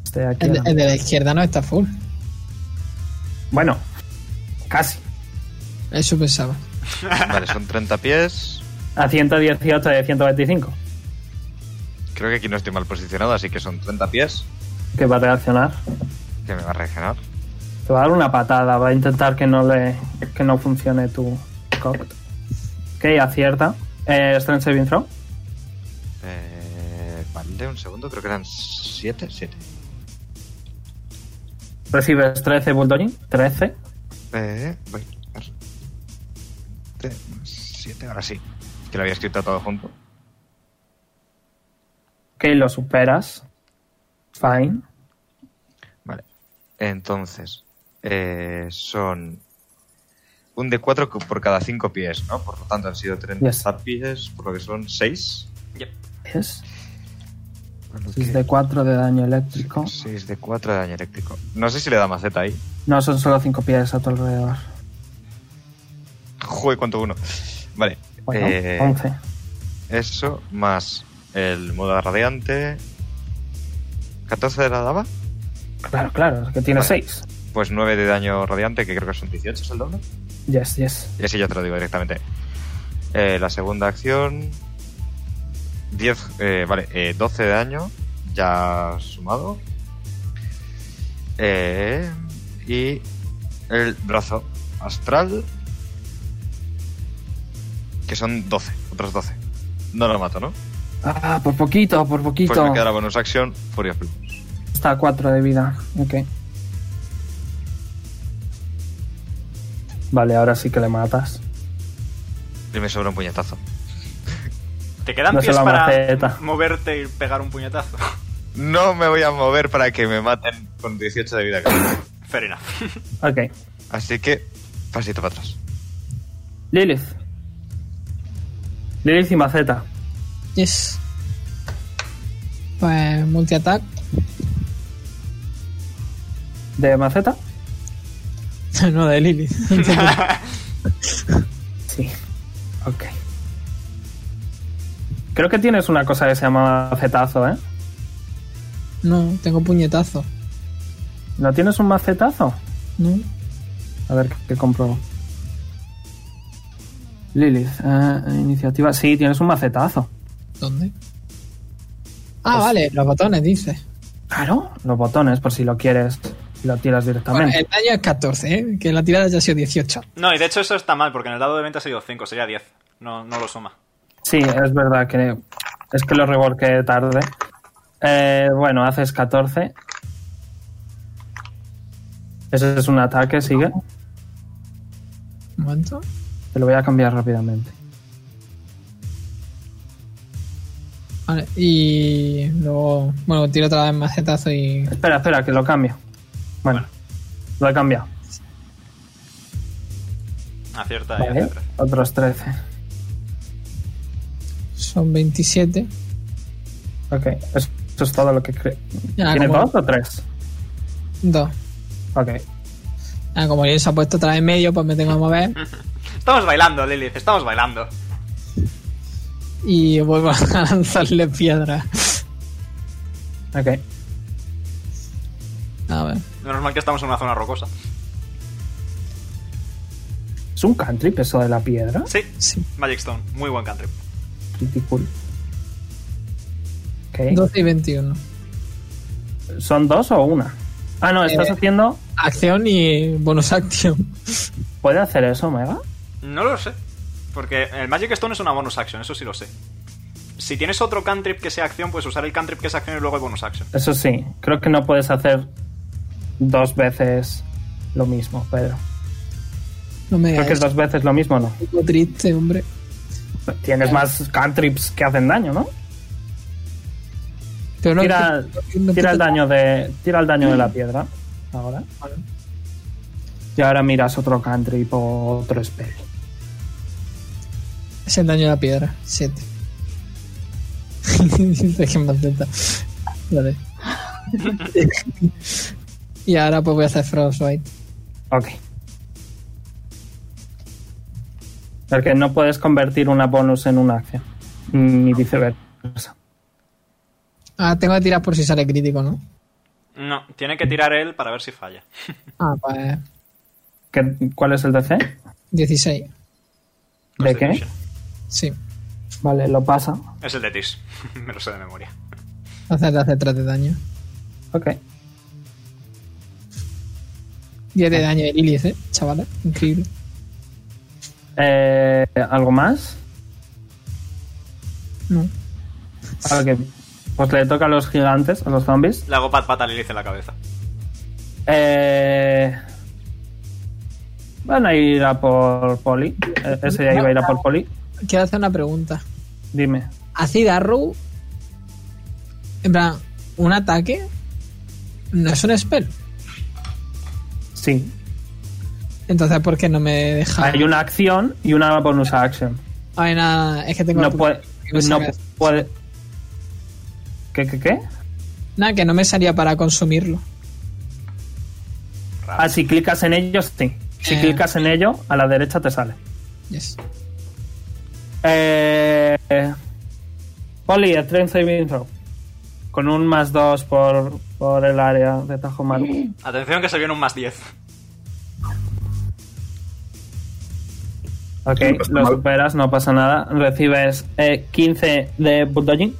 Speaker 1: Este de aquí. a
Speaker 6: El,
Speaker 1: la
Speaker 6: el
Speaker 1: mitad.
Speaker 6: de la izquierda no está full.
Speaker 1: Bueno, casi.
Speaker 6: Eso pensaba.
Speaker 8: Vale, son 30 pies.
Speaker 1: A 118 de 125.
Speaker 8: Creo que aquí no estoy mal posicionado, así que son 30 pies.
Speaker 1: Que va a reaccionar.
Speaker 8: Que me va a reaccionar.
Speaker 1: Te va a dar una patada. Va a intentar que no le. que no funcione tu cock. Ok, acierta. Eh, Strength Saving Throw.
Speaker 8: Eh, vale, un segundo, creo que eran 7. 7.
Speaker 1: Recibes 13 bulldogging. 13.
Speaker 8: Eh, voy a 7, ahora sí. Que lo había escrito todo junto.
Speaker 1: Ok, lo superas. Fine.
Speaker 8: Vale. Entonces, eh, son un de 4 por cada 5 pies, ¿no? Por lo tanto, han sido 30
Speaker 1: Yes.
Speaker 8: pies, por lo que son 6.
Speaker 5: Yep.
Speaker 1: Es 6 de 4 de daño eléctrico.
Speaker 8: 6 de 4 de daño eléctrico. No sé si le da maceta ahí.
Speaker 1: No, son solo 5 pies a tu alrededor.
Speaker 8: Joder, cuánto uno. Vale.
Speaker 1: Bueno,
Speaker 8: eh,
Speaker 1: 11.
Speaker 8: Eso más el modo radiante. ¿14 de la daba?
Speaker 1: Claro, claro, es que tiene
Speaker 8: vale.
Speaker 1: 6.
Speaker 8: Pues 9 de daño radiante, que creo que son 18, es el doble.
Speaker 1: Yes, yes.
Speaker 8: Y así ya te lo digo directamente. Eh, la segunda acción. 10, eh, vale, eh, 12 de daño, ya sumado. Eh, y el brazo astral, que son 12, otros 12. No lo mato, ¿no?
Speaker 1: Ah, por poquito, por poquito.
Speaker 8: Pues me queda la bonus acción, Furious Blue.
Speaker 1: Está a 4 de vida. Ok. Vale, ahora sí que le matas.
Speaker 8: Y me sobra un puñetazo.
Speaker 5: ¿Te quedan
Speaker 1: No se
Speaker 5: pies
Speaker 1: la
Speaker 5: para
Speaker 1: maceta.
Speaker 5: moverte y pegar un puñetazo?
Speaker 8: No me voy a mover para que me maten con 18 de vida. cada uno.
Speaker 5: Fair enough.
Speaker 1: Ok.
Speaker 8: Así que, pasito para atrás.
Speaker 1: Lilith. Lilith y Maceta.
Speaker 6: Yes. Pues multi-attack.
Speaker 1: ¿De Maceta?
Speaker 6: no, de Lilith.
Speaker 1: Sí. Ok. Creo que tienes una cosa que se llama macetazo, ¿eh?
Speaker 6: no, tengo puñetazo.
Speaker 1: ¿No tienes un macetazo?
Speaker 6: No.
Speaker 1: A ver qué compruebo. Lilith, eh, iniciativa. Sí, tienes un macetazo.
Speaker 6: ¿Dónde? Ah, vale, los botones, dice.
Speaker 1: Claro, los botones, por si lo quieres, y lo tiras
Speaker 6: Bueno,
Speaker 1: directamente.
Speaker 6: el daño es 14, ¿eh? que la tirada ya ha sido 18.
Speaker 5: No, y de hecho eso está mal, porque en el dado de 20 ha sido 5, sería 10. No, no lo suma.
Speaker 1: Sí, es verdad que es que lo revolqué tarde. Eh, bueno, haces 14. Ese es un ataque, sigue.
Speaker 6: Un momento.
Speaker 1: Te lo voy a cambiar rápidamente.
Speaker 6: Vale, y luego, bueno, tiro otra vez macetazo y
Speaker 1: Espera, espera, que lo cambio. Bueno, lo he cambiado.
Speaker 5: Acierta y
Speaker 1: Vale,
Speaker 5: acierta.
Speaker 1: otros 13.
Speaker 6: son 27.
Speaker 1: Ok, es Eso es todo lo que creo.
Speaker 6: Ya,
Speaker 1: ¿Tiene
Speaker 6: Ah, como-
Speaker 1: dos o tres?
Speaker 6: Dos.
Speaker 1: Ok.
Speaker 6: Ah, como yo se ha puesto otra vez medio, pues me tengo que mover
Speaker 5: Estamos bailando, Lilith, estamos bailando.
Speaker 6: y vuelvo a lanzarle piedra.
Speaker 1: Ok.
Speaker 6: A ver.
Speaker 5: Menos mal que estamos en una zona rocosa.
Speaker 1: ¿Es un cantrip eso de la piedra?
Speaker 5: Sí,
Speaker 6: Sí.
Speaker 5: Magic Stone, muy buen country.
Speaker 1: Pretty cool. Ok.
Speaker 6: 12 y 21.
Speaker 1: ¿Son dos o una? Ah, no, estás
Speaker 6: Eh.
Speaker 1: haciendo.
Speaker 6: Acción y bonus acción.
Speaker 1: ¿Puede hacer eso, Omega?
Speaker 5: No lo sé. Porque el Magic Stone es una bonus action, eso sí lo sé. Si tienes otro cantrip que sea acción, puedes usar el cantrip que es acción y luego el bonus action.
Speaker 1: Eso sí, creo que no puedes hacer dos veces lo mismo, Pedro.
Speaker 6: No me
Speaker 1: Creo que
Speaker 6: digas.
Speaker 1: es dos veces lo mismo, ¿no?
Speaker 6: Es triste, hombre.
Speaker 1: Tienes más cantrips que hacen daño, ¿no?
Speaker 6: Pero no,
Speaker 1: Tira,
Speaker 6: no-
Speaker 1: tira el daño de, tira el daño de la piedra. Ahora. Y ahora miras otro cantrip o otro spell.
Speaker 6: Es el daño de la piedra. 7. Dice que me acepta. Vale. y ahora pues voy a hacer Frostbite.
Speaker 1: Ok. Porque no puedes convertir una bonus en una acción. Ni viceversa.
Speaker 6: Ah, tengo que tirar por si sale crítico, ¿no?
Speaker 5: No, tiene que tirar él para ver si falla.
Speaker 6: Ah, pues
Speaker 1: ¿Qué- ¿Cuál es el DC?
Speaker 6: 16.
Speaker 1: ¿De qué?
Speaker 5: Constitution.
Speaker 6: Sí.
Speaker 1: Vale, lo pasa.
Speaker 5: Es el de Tis. Me lo sé de memoria.
Speaker 6: Hacerle hace 3 de daño.
Speaker 1: Ok.
Speaker 6: 10 de daño de Lilith, eh, chavales. Increíble.
Speaker 1: Eh, ¿Algo más?
Speaker 6: No.
Speaker 1: Ahora que- Pues le toca a los gigantes, a los zombies.
Speaker 5: Le hago pat pat a Lilith en la cabeza.
Speaker 1: Eh, van a ir a por Poli. Eh, Ese ya iba a ir a por Poli.
Speaker 6: Quiero hacer una pregunta.
Speaker 1: Dime.
Speaker 6: Acid Arrow. En plan, un ataque no es un spell.
Speaker 1: Sí.
Speaker 6: Entonces, ¿por qué no me deja?
Speaker 1: Hay una acción y una bonus action.
Speaker 6: Hay nada, es que tengo.
Speaker 1: No
Speaker 6: la-
Speaker 1: puede.
Speaker 6: que me
Speaker 1: No
Speaker 6: salga-
Speaker 1: puede. ¿Qué, qué, qué?
Speaker 6: Nada, que no me salía para consumirlo.
Speaker 1: Ah, si clicas en ello, sí. Si
Speaker 6: Eh.
Speaker 1: clicas en ello, a la derecha te sale.
Speaker 6: Yes.
Speaker 1: Eh, Poli, a Trent Saving Throw. Con un más dos por, por el área de Tajo Maru.
Speaker 5: Atención que se viene un más 10.
Speaker 1: Ok,
Speaker 4: No pasa
Speaker 1: lo
Speaker 4: mal.
Speaker 1: superas, no pasa nada. Recibes eh, 15 de bulldogging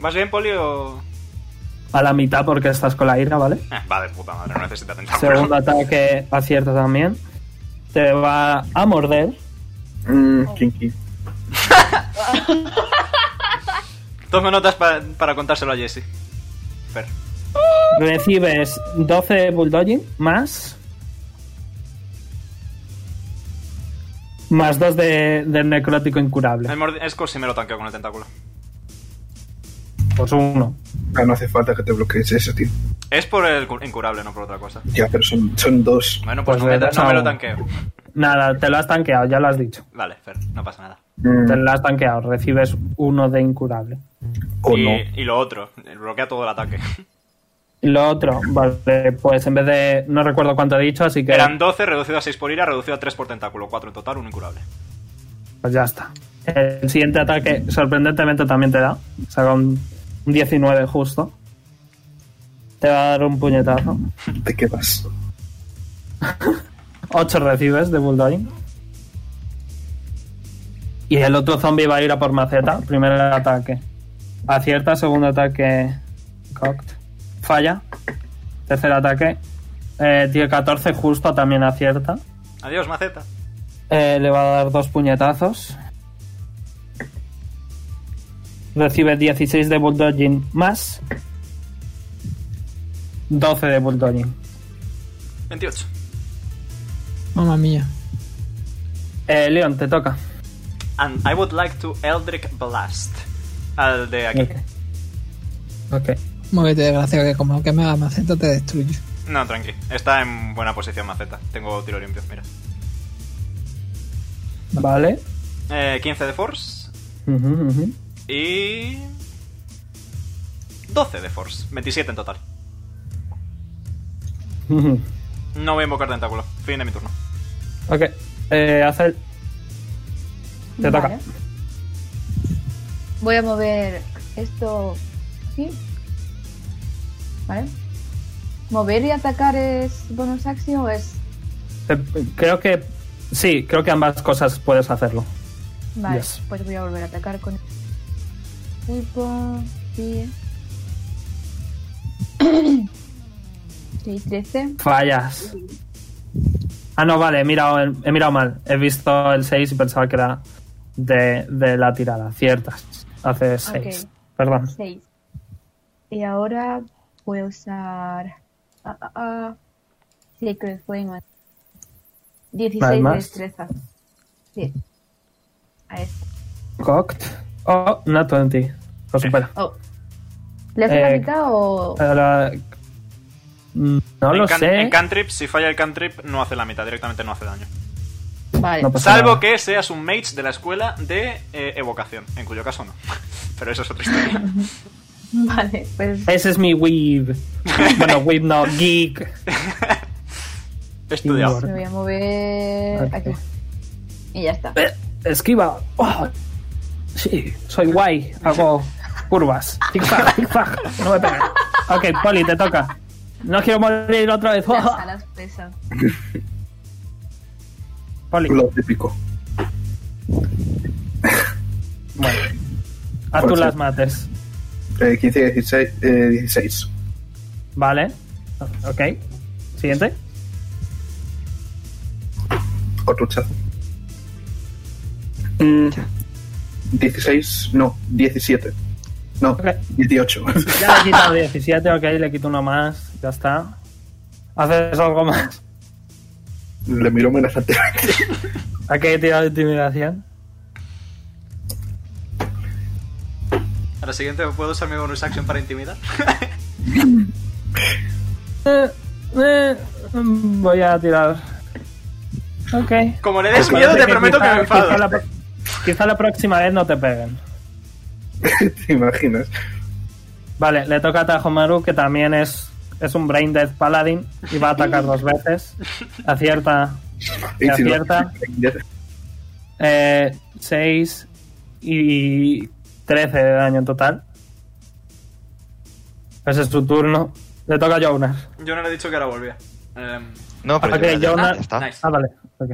Speaker 5: ¿Vas bien, Poli, o...?
Speaker 1: a la mitad porque estás con la ira, ¿vale?
Speaker 5: Eh, va de puta madre, no necesita tentáculos.
Speaker 1: Segundo ataque acierta también. Te va a morder.
Speaker 4: Mm, kinky.
Speaker 5: Tome notas pa- para contárselo a Jesse. Fer.
Speaker 1: Recibes 12 de bulldogging más. Más 2 de, de necrótico
Speaker 5: El
Speaker 1: incurable.
Speaker 5: mord- Esco sí me lo tanqueo con el tentáculo.
Speaker 1: Pues uno.
Speaker 4: Ah, no hace falta que te bloquees eso, tío.
Speaker 5: Es por el cu- incurable, no por otra cosa.
Speaker 4: Ya, pero son, son dos.
Speaker 5: Bueno, pues,
Speaker 1: Pues
Speaker 5: no, me,
Speaker 1: le
Speaker 5: ta-
Speaker 1: das
Speaker 5: no
Speaker 1: a
Speaker 5: me lo
Speaker 1: uno.
Speaker 5: tanqueo.
Speaker 1: Nada, te lo has tanqueado, ya lo has dicho.
Speaker 5: Vale, Fer, no pasa nada.
Speaker 4: Mm,
Speaker 1: Te lo has tanqueado, recibes uno de incurable.
Speaker 4: o
Speaker 5: y,
Speaker 4: no.
Speaker 5: y lo otro, bloquea todo el ataque.
Speaker 1: Lo otro, vale, pues en vez de. No recuerdo cuánto he dicho, así que.
Speaker 5: Eran 12, reducido a 6 por ira, reducido a 3 por tentáculo. 4 en total, un incurable.
Speaker 1: Pues ya está. El siguiente ataque, sorprendentemente, también te da. Saca un un 19 justo. Te va a dar un puñetazo.
Speaker 4: ¿De qué vas?
Speaker 1: 8 recibes de Bulldogging. Y el otro zombie va a ir a por Maceta. Primer ataque. Acierta. Segundo ataque. Cocked. Falla. Tercer ataque. Eh, tiene 14 justo. También acierta.
Speaker 5: Adiós, maceta.
Speaker 1: Eh, le va a dar dos puñetazos. Recibe 16 de bulldogging más. 12 de bulldogging.
Speaker 5: 28.
Speaker 6: Mamma mía.
Speaker 1: Eh, Leon, te toca.
Speaker 5: And I would like to Eldrick Blast. Al de aquí.
Speaker 1: Ok.
Speaker 6: Móvete, desgraciado, que como que me haga maceta te destruyo.
Speaker 5: No, tranqui. Está en buena posición, maceta. Tengo tiro limpio, mira.
Speaker 1: Vale.
Speaker 5: Eh, 15 de force.
Speaker 1: Ujú, ujú.
Speaker 5: Y. 12 de force. 27 en total. No voy a invocar tentáculo. Fin de mi turno.
Speaker 1: ok. Eh, Azel, te toca.
Speaker 7: Vale. Voy a mover esto aquí. Vale. ¿Mover y atacar es bonus acción o es.?
Speaker 1: Te- eh, creo que. Sí, creo que ambas cosas puedes hacerlo.
Speaker 7: Vale,
Speaker 1: Yes.
Speaker 7: pues voy a volver a atacar con. Pulpo. Sí. Sí, 13.
Speaker 1: Fallas. Ah, no, vale, he mirado, he mirado mal. He visto el 6 y pensaba que era de, de la tirada. Ciertas. Hace 6.
Speaker 7: Ok.
Speaker 1: Perdón.
Speaker 7: 6. Y ahora voy a usar. ah, ah, ah, Sacred Flame. 16 de
Speaker 1: más.
Speaker 7: destreza. Sí. A esto.
Speaker 1: Cocked. Oh, not 20. Lo supera.
Speaker 7: Oh. ¿Le hace la
Speaker 1: Eh,
Speaker 7: mitad o.?
Speaker 1: Ahora- Mm, no
Speaker 5: en
Speaker 1: lo
Speaker 5: can-
Speaker 1: sé.
Speaker 5: En cantrip, si falla el cantrip, no hace la mitad, directamente no hace daño.
Speaker 7: Vale.
Speaker 1: no pues. pasa
Speaker 5: Salvo
Speaker 1: nada.
Speaker 5: que seas un mage de la escuela de eh, evocación, en cuyo caso no. Pero eso es otra historia.
Speaker 7: Vale, pues.
Speaker 1: Ese es mi weave. bueno, weave no, geek.
Speaker 5: Estudiado.
Speaker 1: Igor.
Speaker 7: Me voy a mover
Speaker 1: Ok.
Speaker 7: aquí. Y ya está.
Speaker 1: Eh, esquiva. Oh, sí, soy guay. Hago curvas. Zigzag, zigzag. No me pega. Ok, Poli, te toca. No quiero morir otra vez. Oh,
Speaker 7: Las alas pesan.
Speaker 1: Poli.
Speaker 4: Lo típico.
Speaker 1: Bueno. Haz tú
Speaker 4: Pues sí.
Speaker 1: las mates.
Speaker 4: Eh, 15 y 16. eh, 16.
Speaker 1: Vale. Ok. Siguiente.
Speaker 4: Otro chazo. Mm, 16, no, 17. No,
Speaker 1: Ok.
Speaker 4: 18.
Speaker 1: Ya le he quitado 17, ok, le quito uno más. Ya está. ¿Haces algo más?
Speaker 4: Le miró amenazante.
Speaker 1: ¿A qué he tirado intimidación?
Speaker 5: A la siguiente, ¿puedo usar mi bonus action para intimidar?
Speaker 1: Eh, eh, mm, voy a tirar. Ok.
Speaker 5: Como le des
Speaker 1: Parece
Speaker 5: miedo, te
Speaker 1: que
Speaker 5: prometo que
Speaker 1: quizá-
Speaker 5: me enfado.
Speaker 1: Quizá la, pro- quizá la próxima vez no te peguen.
Speaker 4: ¿Te imaginas?
Speaker 1: Vale, le toca a Tajomaru, que también es, es un Brain Death Paladin y va a atacar dos veces. Acierta.
Speaker 4: Y
Speaker 1: Te
Speaker 4: si no-
Speaker 1: acierta. Eh, 6 y 13 de daño en total. Ese es su turno. Le toca a Jonas.
Speaker 5: Yo no le he dicho que ahora volvía. Em,
Speaker 8: No, pero
Speaker 1: Ok,
Speaker 8: ya- ya
Speaker 1: Jonas-
Speaker 8: está.
Speaker 5: nice.
Speaker 1: Ah, vale. ok.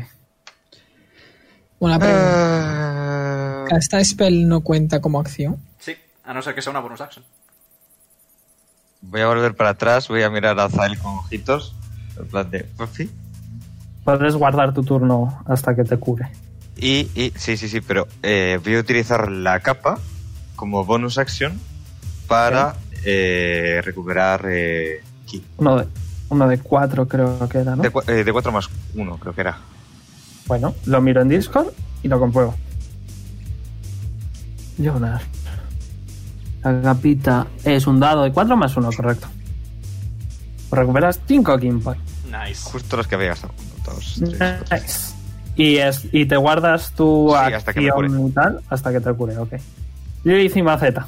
Speaker 6: Una pregunta.
Speaker 8: Eh,
Speaker 6: ¿Esta spell no cuenta como acción?
Speaker 5: Sí, a no ser que sea una bonus action.
Speaker 8: Voy a volver para atrás, voy a mirar a Zael con ojitos. En plan de, "Pues "Papi".
Speaker 1: Puedes guardar tu turno hasta que te cure.
Speaker 8: Y, y- sí, sí, sí, pero eh, voy a utilizar la capa como bonus action para eh, recuperar eh, ki.
Speaker 1: Uno de, uno de cuatro creo que era, ¿no?
Speaker 8: De, 4 más 1, creo que era.
Speaker 1: Bueno, lo miro en Discord y lo compruebo. Jonas. La capita es un dado de 4 más 1, correcto. Recuperas 5 Kimpor.
Speaker 5: Nice.
Speaker 8: Justo los que había gastado. Uno, dos,
Speaker 1: Mm.
Speaker 8: tres, cuatro.
Speaker 1: Nice. Y, es, y te guardas tu
Speaker 8: Sí,
Speaker 1: acción
Speaker 8: hasta que me cure.
Speaker 1: y tal hasta que te cure, ok. Yo hice maceta.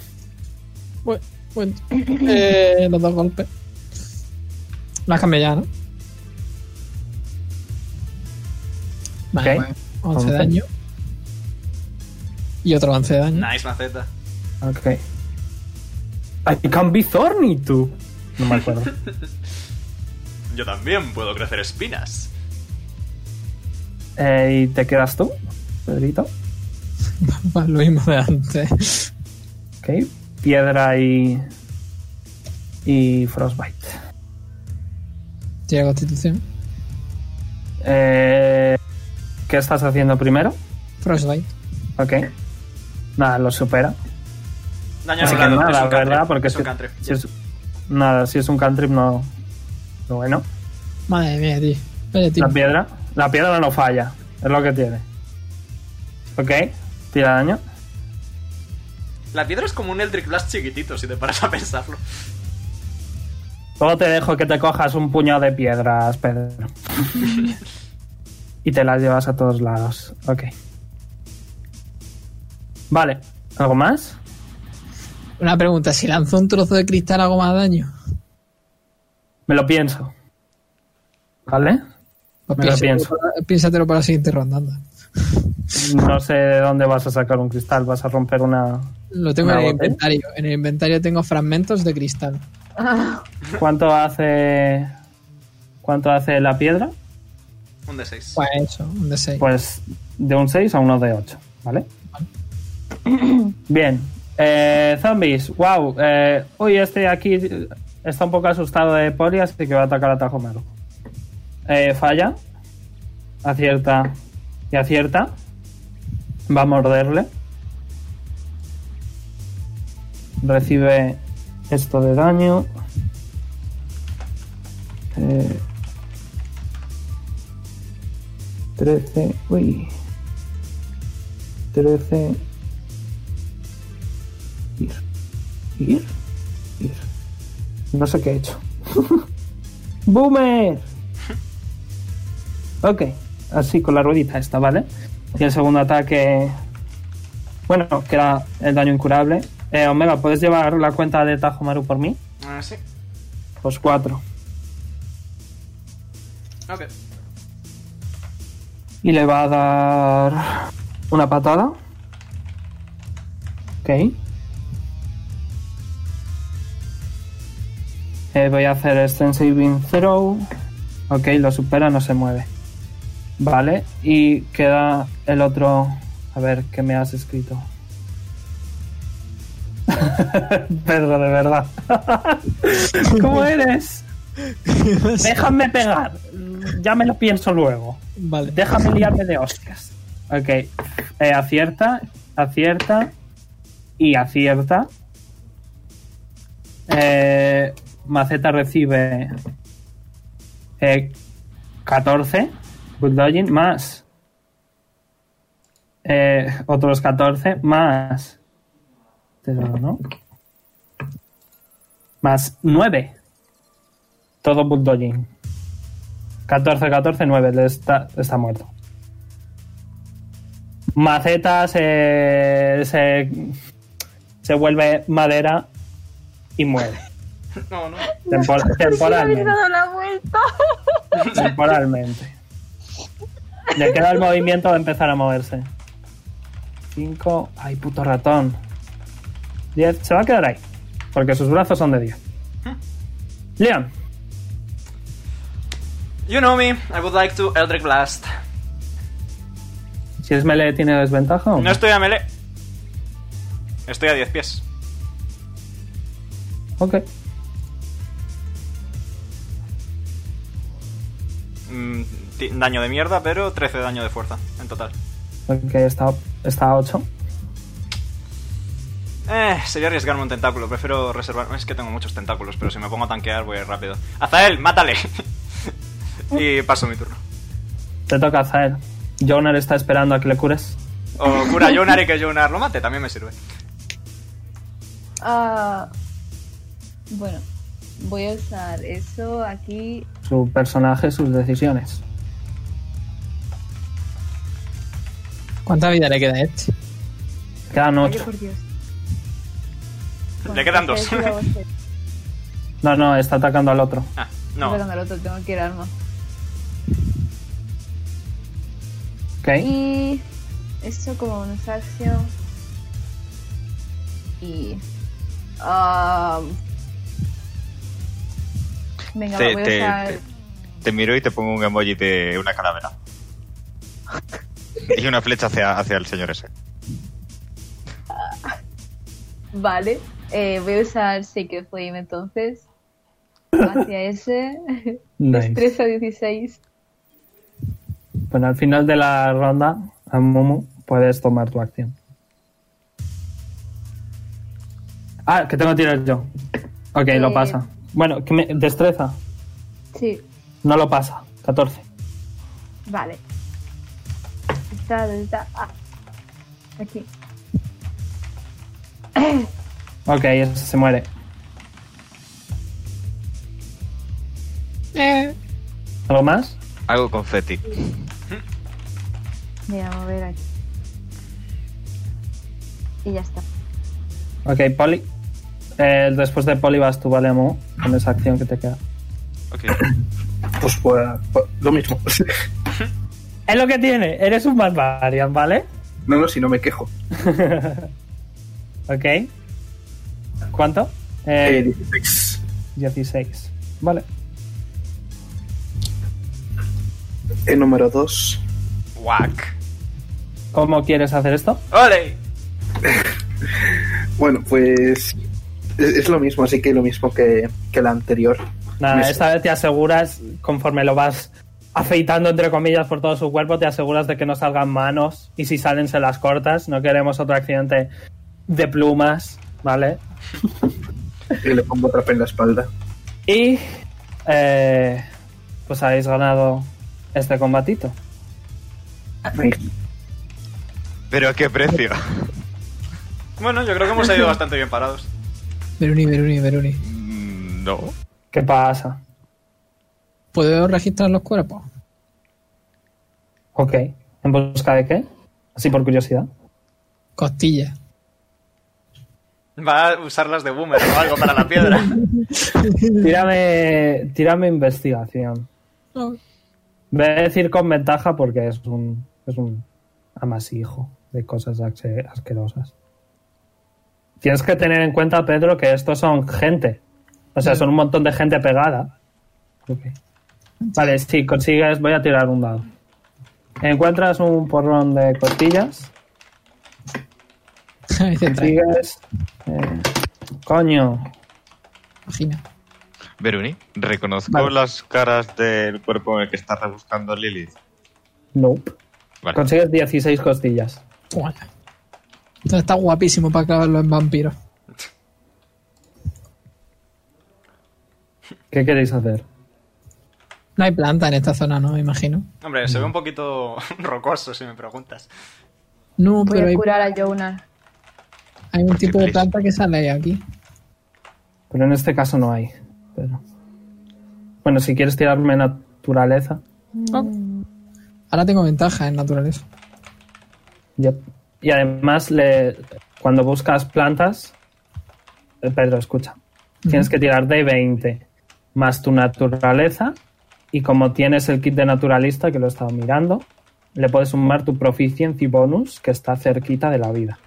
Speaker 6: Bueno, bueno. Eh, los dos golpes. La cambié ya, ¿no? Vale,
Speaker 1: Ok.
Speaker 6: bueno, 11
Speaker 1: Once.
Speaker 6: daño. Y otro 11 daño.
Speaker 5: Nice, maceta.
Speaker 1: Ok. I can be thorny too. No me acuerdo.
Speaker 5: Yo también puedo crecer espinas.
Speaker 1: Eh, ¿Y te quedas tú, Pedrito?
Speaker 6: Pues Lo mismo de antes.
Speaker 1: Ok. Piedra y. Y Frostbite.
Speaker 6: Tira constitución.
Speaker 1: Eh, ¿Qué estás haciendo primero?
Speaker 6: Frostbite.
Speaker 1: Ok. Nada, lo supera.
Speaker 5: Daño
Speaker 1: Así que
Speaker 5: anulado, es
Speaker 1: nada,
Speaker 5: un cantrip,
Speaker 1: ¿verdad? Porque
Speaker 5: es
Speaker 1: si,
Speaker 5: un cantrip.
Speaker 1: si es, nada, si es un cantrip no. no Bueno,
Speaker 6: Madre mía, tío. Vaya tío.
Speaker 1: la piedra. La piedra no falla. Es lo que tiene. Ok. Tira daño.
Speaker 5: La piedra es como un Eldritch Blast chiquitito, si te paras a pensarlo.
Speaker 1: Luego te dejo que te cojas un puño de piedras, Pedro. y te las llevas a todos lados. Ok. Vale. ¿Algo más?
Speaker 6: Una pregunta, si lanzo un trozo de cristal hago más daño.
Speaker 1: Me lo pienso. ¿Vale?
Speaker 6: Pues
Speaker 1: Me lo
Speaker 6: piénsatelo
Speaker 1: pienso.
Speaker 6: para- piénsatelo para la siguiente ronda, anda.
Speaker 1: No sé de dónde vas a sacar un cristal. Vas a romper una.
Speaker 6: Lo tengo en
Speaker 1: ¿Una
Speaker 6: el
Speaker 1: botella?
Speaker 6: inventario. En el inventario tengo fragmentos de cristal.
Speaker 1: ¿Cuánto hace. ¿Cuánto hace la piedra?
Speaker 5: Un de 6.
Speaker 6: Pues eso, un de 6.
Speaker 1: Pues de un 6 a uno de 8, ¿vale? Bien. Eh, zombies, wow. Eh, uy, este aquí eh, está un poco asustado de poli, así que va a atacar a Tajo Malo. Eh, falla. Acierta. Y acierta. Va a morderle. Recibe esto de daño. Eh, 13, uy. 13. Ir. Ir. Ir. No sé qué he hecho. ¡Boomer! Ok, así con la ruedita esta, ¿vale? Y el segundo ataque. Bueno, queda el daño incurable. Eh, Omega, ¿puedes llevar la cuenta de Tajo Maru por mí?
Speaker 5: Ah, sí.
Speaker 1: Pues 4.
Speaker 5: Ok.
Speaker 1: Y le va a dar una patada. Ok. Eh, voy a hacer Strength Saving Throw. Ok, lo supera, no se mueve. Vale, y queda el otro... A ver, ¿qué me has escrito? Pedro, de verdad. ¿Cómo eres? Déjame pegar. Ya me lo pienso luego.
Speaker 6: Vale.
Speaker 1: Déjame liarme de hostias. Ok. Eh, acierta, acierta y acierta. Eh, Maceta recibe eh, 14 bulldogging más eh, otros 14 más te doy, ¿no? más 9 todo bulldogging 14, 14, 9. Le está, está muerto. Maceta se, eh, se. se vuelve madera y muere.
Speaker 5: No, no.
Speaker 1: Tempor-
Speaker 7: habéis
Speaker 1: temporalmente.
Speaker 7: dado la vuelta!
Speaker 1: Temporalmente. Le queda el movimiento de empezar a moverse. 5. Ay, puto ratón. 10. Se va a quedar ahí. Porque sus brazos son de 10. Leon.
Speaker 5: You know me, I would like to Eldritch Blast.
Speaker 1: Si es melee, ¿tiene desventaja? o no?
Speaker 5: No estoy a melee. Estoy a 10 pies.
Speaker 1: Ok.
Speaker 5: Mm, ti- daño de mierda, pero 13 de daño de fuerza en total.
Speaker 1: Ok, está, está a 8.
Speaker 5: Eh, sería arriesgarme un tentáculo, prefiero reservarme. Es que tengo muchos tentáculos, pero si me pongo a tanquear voy rápido. ¡Azael, mátale! y paso mi turno.
Speaker 1: Te toca Zael. Jonar está esperando a que le cures.
Speaker 5: O cura a Jonar y que Jonar lo mate, también me sirve.
Speaker 7: Ah, bueno, voy a usar eso aquí.
Speaker 1: Su personaje, sus decisiones.
Speaker 6: ¿Cuánta vida le queda a este?
Speaker 1: Quedan
Speaker 7: Ay,
Speaker 1: 8.
Speaker 7: por Dios.
Speaker 5: Le quedan dos.
Speaker 7: este es el avance.
Speaker 1: No, no, está atacando al otro.
Speaker 5: Ah,
Speaker 7: Estoy
Speaker 5: no.
Speaker 7: sacando el otro, tengo que ir al arma.
Speaker 1: Ok.
Speaker 7: Y esto como bonus acción. Y. ah, venga,
Speaker 8: Te,
Speaker 7: voy a
Speaker 8: te-
Speaker 7: usar.
Speaker 8: te- te miro y te pongo un emoji de una calavera. y una flecha hacia, hacia el señor ese.
Speaker 7: Vale, eh, voy a usar Sacred Flame entonces. Hacia ese.
Speaker 1: Nice.
Speaker 7: Destreza 16.
Speaker 1: Bueno, al final de la ronda, a Mumu, puedes tomar tu acción. Ah, que tengo que tirar yo. Ok, lo
Speaker 7: Eh.
Speaker 1: pasa. Bueno, que me- destreza.
Speaker 7: Sí,
Speaker 1: No lo pasa. 14.
Speaker 7: vale. Está, está. Ah, aquí.
Speaker 1: Ok, ese se muere.
Speaker 6: Eh,
Speaker 1: ¿Algo más?
Speaker 8: Algo confeti.
Speaker 7: Voy a mover aquí. Y ya está.
Speaker 1: Ok, Polly. Eh, después de Poli vas tú, vale, Mu, con esa acción que te queda.
Speaker 8: Ok.
Speaker 4: Pues, pues, pues, lo mismo.
Speaker 1: Es lo que tiene, eres un barbarian, ¿vale?
Speaker 4: no, no, si no me quejo.
Speaker 1: Ok. ¿Cuánto?
Speaker 4: Eh,
Speaker 1: Eh,
Speaker 4: 16.
Speaker 1: 16. Vale.
Speaker 4: El eh, número 2.
Speaker 5: Whack.
Speaker 1: ¿Cómo quieres hacer esto?
Speaker 5: ¡Ole!
Speaker 4: Bueno, pues es, es lo mismo, así que lo mismo que, que la anterior.
Speaker 1: Nada,
Speaker 4: Me-
Speaker 1: esta vez te aseguras, conforme lo vas afeitando entre comillas por todo su cuerpo, te aseguras de que no salgan manos y si salen se las cortas. No queremos otro accidente de plumas, ¿vale?
Speaker 4: Y le pongo otra en la espalda.
Speaker 1: Y eh, pues habéis ganado este combatito.
Speaker 8: Pero a qué precio.
Speaker 5: Bueno, yo creo que hemos ido bastante bien parados.
Speaker 6: Veruni, Veruni, Veruni.
Speaker 8: Mm, No.
Speaker 1: ¿Qué pasa?
Speaker 6: ¿Puedo registrar los cuerpos?
Speaker 1: Ok. ¿En busca de qué? Así por curiosidad.
Speaker 6: Costillas.
Speaker 5: Va a usarlas de boomer o algo para la piedra.
Speaker 1: Tírame, tírame investigación.
Speaker 6: No,
Speaker 1: Voy a decir con ventaja porque es un, es un amasijo de cosas axe- asquerosas. Tienes que tener en cuenta, Pedro, que estos son gente. O sea, son un montón de gente pegada. Ok. Vale, si consigues, voy a tirar un dado. Encuentras un porrón de costillas.
Speaker 6: ahí te trae,
Speaker 1: Consigues. eh, coño.
Speaker 6: imagina.
Speaker 8: Veruni, reconozco
Speaker 1: Vale.
Speaker 8: las caras del cuerpo en el que está rebuscando Lilith.
Speaker 1: Nope.
Speaker 8: Vale.
Speaker 1: Consigues 16 costillas.
Speaker 6: Guala. Esto está guapísimo para clavarlo en vampiros.
Speaker 1: ¿Qué queréis hacer?
Speaker 6: No hay planta en esta zona, ¿no? Me imagino.
Speaker 5: Hombre, se ve un poquito rocoso si me preguntas.
Speaker 6: No,
Speaker 7: Voy
Speaker 6: pero
Speaker 7: a
Speaker 6: hay,
Speaker 7: curar a Jonah.
Speaker 6: hay un tipo de
Speaker 8: Please.
Speaker 6: planta que sale aquí.
Speaker 1: Pero en este caso no hay. Pero... Bueno, si quieres tirarme naturaleza.
Speaker 6: Ahora tengo ventaja en naturaleza.
Speaker 1: yep. Y además, le, cuando buscas plantas. eh, Pedro, escucha. Tienes que tirar de 20 más tu naturaleza. Y como tienes el kit de naturalista, que lo he estado mirando, le puedes sumar tu proficiency bonus, que está cerquita de la vida.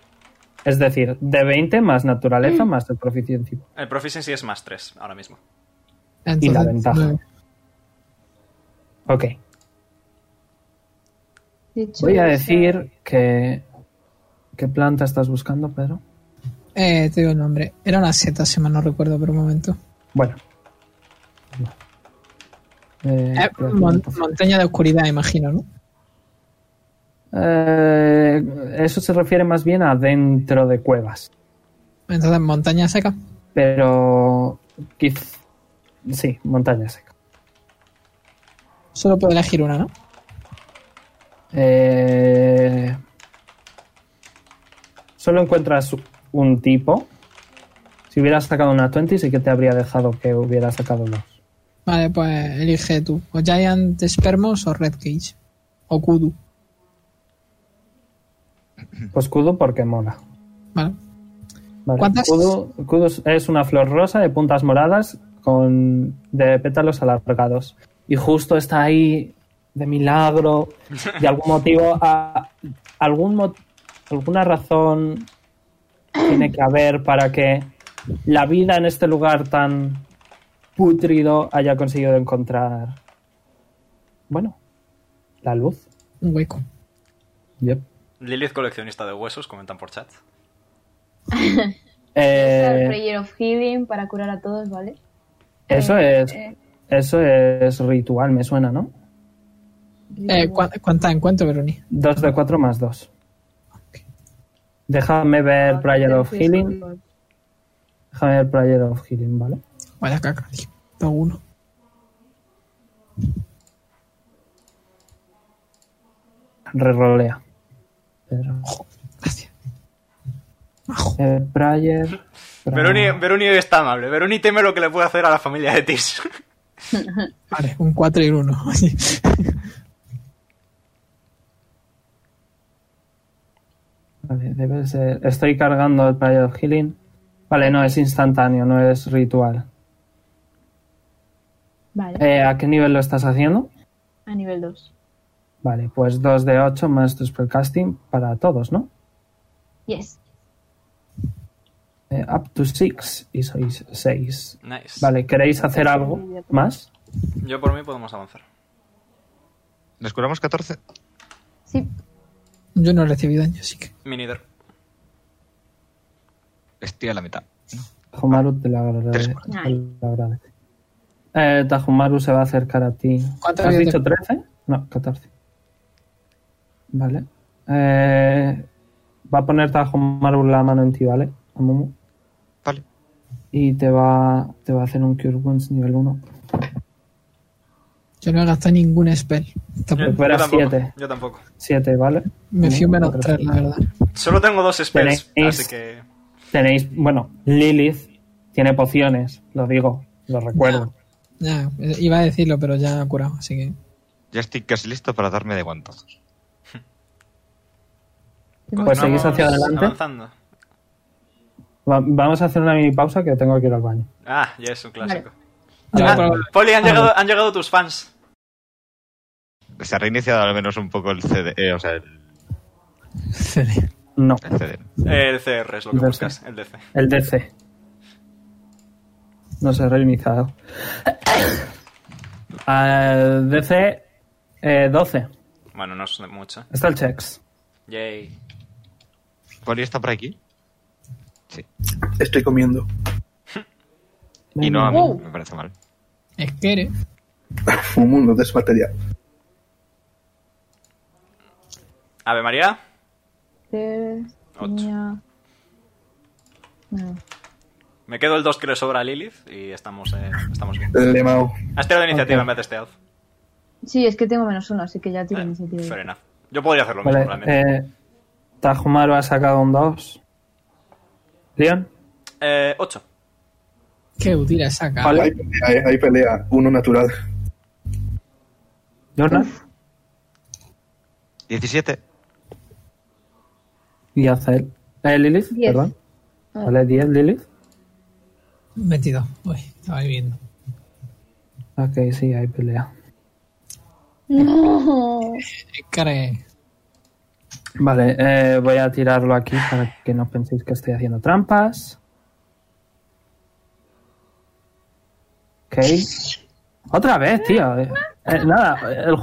Speaker 1: Es decir, de 20 más naturaleza más el proficiency bonus.
Speaker 5: El proficiency es más 3 ahora mismo.
Speaker 6: Entonces,
Speaker 1: la ventaja.
Speaker 6: nueve.
Speaker 1: Ok. Voy a decir que. ¿Qué planta estás buscando, Pedro?
Speaker 6: Eh, te digo el nombre. Era una seta, si mal no recuerdo por un momento.
Speaker 1: Bueno. Eh,
Speaker 6: Eh,
Speaker 1: creo que-
Speaker 6: mon- montaña de oscuridad, imagino, ¿no?
Speaker 1: Eh, eso se refiere más bien a dentro de cuevas.
Speaker 6: Entonces, montaña seca.
Speaker 1: Pero. quiz- Sí, montaña seca.
Speaker 6: Solo puedo elegir una, ¿no?
Speaker 1: Eh, solo encuentras un tipo. Si hubieras sacado una 20, sí que te habría dejado que hubieras sacado dos.
Speaker 6: Vale, pues elige tú. O Giant Spermos o Red Cage. O Kudu.
Speaker 1: Pues Kudu porque mola.
Speaker 6: Vale.
Speaker 1: Vale.
Speaker 6: ¿Cuántas?
Speaker 1: Kudu, Kudu es una flor rosa de puntas moradas con de pétalos alargados. Y justo está ahí de milagro, de algún motivo, a- algún mo- alguna razón tiene que haber para que la vida en este lugar tan pútrido haya conseguido encontrar, bueno, la luz.
Speaker 6: Un hueco.
Speaker 1: Yep.
Speaker 5: Lilith coleccionista de huesos, comentan por chat.
Speaker 7: Usar
Speaker 1: Eh,
Speaker 7: Prayer of Healing para curar a todos, ¿vale?
Speaker 1: eso
Speaker 7: Eh,
Speaker 1: es,
Speaker 7: eh,
Speaker 1: eso es ritual, me suena, ¿no?
Speaker 6: Eh, ¿cu- ¿Cuántas encuentro, Veroni?
Speaker 1: 2 de 4 más 2. Déjame ver Prayer of Healing. Déjame ver Prayer of Healing, ¿vale?
Speaker 6: Vaya caca, tío. Tengo uno.
Speaker 1: Rerolea. Pero,
Speaker 6: Gracias.
Speaker 1: eh, Prayer. Pra-
Speaker 5: Veruni, Veruni está amable. Veruni teme lo que le puede hacer a la familia de Tis.
Speaker 6: Vale, un 4 y un 1.
Speaker 1: Vale, debe ser. Estoy cargando el Prayer of Healing. Vale, no es instantáneo, no es ritual.
Speaker 7: Vale,
Speaker 1: Eh, ¿A qué nivel lo estás haciendo?
Speaker 7: a nivel 2.
Speaker 1: Vale, pues 2 de 8 más tu spellcasting para todos, ¿no?
Speaker 7: Yes.
Speaker 1: Eh, up to 6 y sois 6.
Speaker 5: Nice.
Speaker 1: Vale, ¿queréis hacer algo más?
Speaker 5: Yo por mí podemos avanzar.
Speaker 8: ¿Nos curamos 14?
Speaker 7: Sí,
Speaker 6: Yo no recibí daño, así que.
Speaker 5: Mi líder.
Speaker 8: Estoy a la mitad.
Speaker 1: Tajumaru te lo
Speaker 8: Tres
Speaker 1: agradece.
Speaker 7: cuarenta.
Speaker 1: te lo agradece. Eh, Tajumaru se va a acercar a ti.
Speaker 6: ¿Cuánto
Speaker 1: ¿Has
Speaker 6: había
Speaker 1: dicho 13? No, 14. Vale. Eh, va a poner Tajumaru la mano en ti, ¿vale? Amumu.
Speaker 8: Vale.
Speaker 1: Y te va, te va a hacer un Cure Wounds nivel 1.
Speaker 6: Yo no he gastado ningún spell.
Speaker 5: Yo,
Speaker 6: Tampoco.
Speaker 1: Pues fuera
Speaker 5: yo tampoco,
Speaker 1: siete.
Speaker 5: yo tampoco.
Speaker 1: 7, ¿vale?
Speaker 6: Me fío
Speaker 1: Uno,
Speaker 6: menos
Speaker 1: cuatro,
Speaker 6: tres, la verdad.
Speaker 5: Solo tengo dos spells,
Speaker 1: Tenéis-
Speaker 5: así que.
Speaker 1: Tenéis, bueno, Lilith tiene pociones, lo digo, lo recuerdo.
Speaker 6: Ya, eh, iba a decirlo, pero ya ha curado, así que.
Speaker 8: Ya estoy casi listo para darme de guantazos.
Speaker 1: Pues seguís
Speaker 5: Continuamos
Speaker 1: hacia adelante.
Speaker 5: Avanzando.
Speaker 1: Va- vamos a hacer una mini pausa que tengo que ir al baño.
Speaker 5: Ah, ya es un clásico.
Speaker 6: Yo
Speaker 5: Ah,
Speaker 6: probablemente-
Speaker 5: Poli, han
Speaker 6: Ah,
Speaker 5: llegado, han llegado tus fans.
Speaker 8: Se ha reiniciado al menos un poco el CD, eh, o sea, el,
Speaker 6: Ah.
Speaker 1: No,
Speaker 8: el CD.
Speaker 5: Eh, El CR es lo que
Speaker 1: DC.
Speaker 5: buscas, el DC.
Speaker 1: el DC. No se ha reiniciado. Ah, DC eh, 12.
Speaker 5: Bueno, no es de mucho.
Speaker 1: Está el checks.
Speaker 5: Yay.
Speaker 8: ¿Poli está por aquí? Sí.
Speaker 4: Estoy comiendo.
Speaker 8: Y no a mí,
Speaker 7: Wow.
Speaker 8: me parece mal.
Speaker 6: Es que eres.
Speaker 4: Un mundo desmaterial.
Speaker 5: Ave María.
Speaker 7: tres,
Speaker 5: Ocho.
Speaker 7: tenía- No.
Speaker 5: Me quedo el 2 que le sobra a Lilith y estamos, eh, estamos bien.
Speaker 4: El Lemao.
Speaker 5: Has tirado iniciativa
Speaker 1: Ok.
Speaker 5: en vez de este stealth.
Speaker 7: Sí, es que tengo menos uno, así que ya tiro
Speaker 5: Eh,
Speaker 7: iniciativa.
Speaker 5: fair enough. Yo podría hacer lo mismo,
Speaker 1: Vale,
Speaker 5: realmente.
Speaker 1: eh, Tajumaru ha sacado un 2. Leon,
Speaker 5: Eh, 8.
Speaker 6: Qué útil esa cara.
Speaker 4: Hay pelea, eh, hay pelea. Uno natural.
Speaker 1: Jordan
Speaker 8: 17.
Speaker 1: y Azael. Eh, Lilith,
Speaker 7: Diez.
Speaker 1: perdón.
Speaker 7: Ah.
Speaker 1: Vale, 10 Lilith.
Speaker 6: 22. Uy, estaba ahí viendo.
Speaker 1: Ok, sí, hay pelea.
Speaker 7: No.
Speaker 6: Es que eres-
Speaker 1: Vale, eh, voy a tirarlo aquí para que no penséis que estoy haciendo trampas. Ok. Otra vez, tío. Eh, eh, nada, el,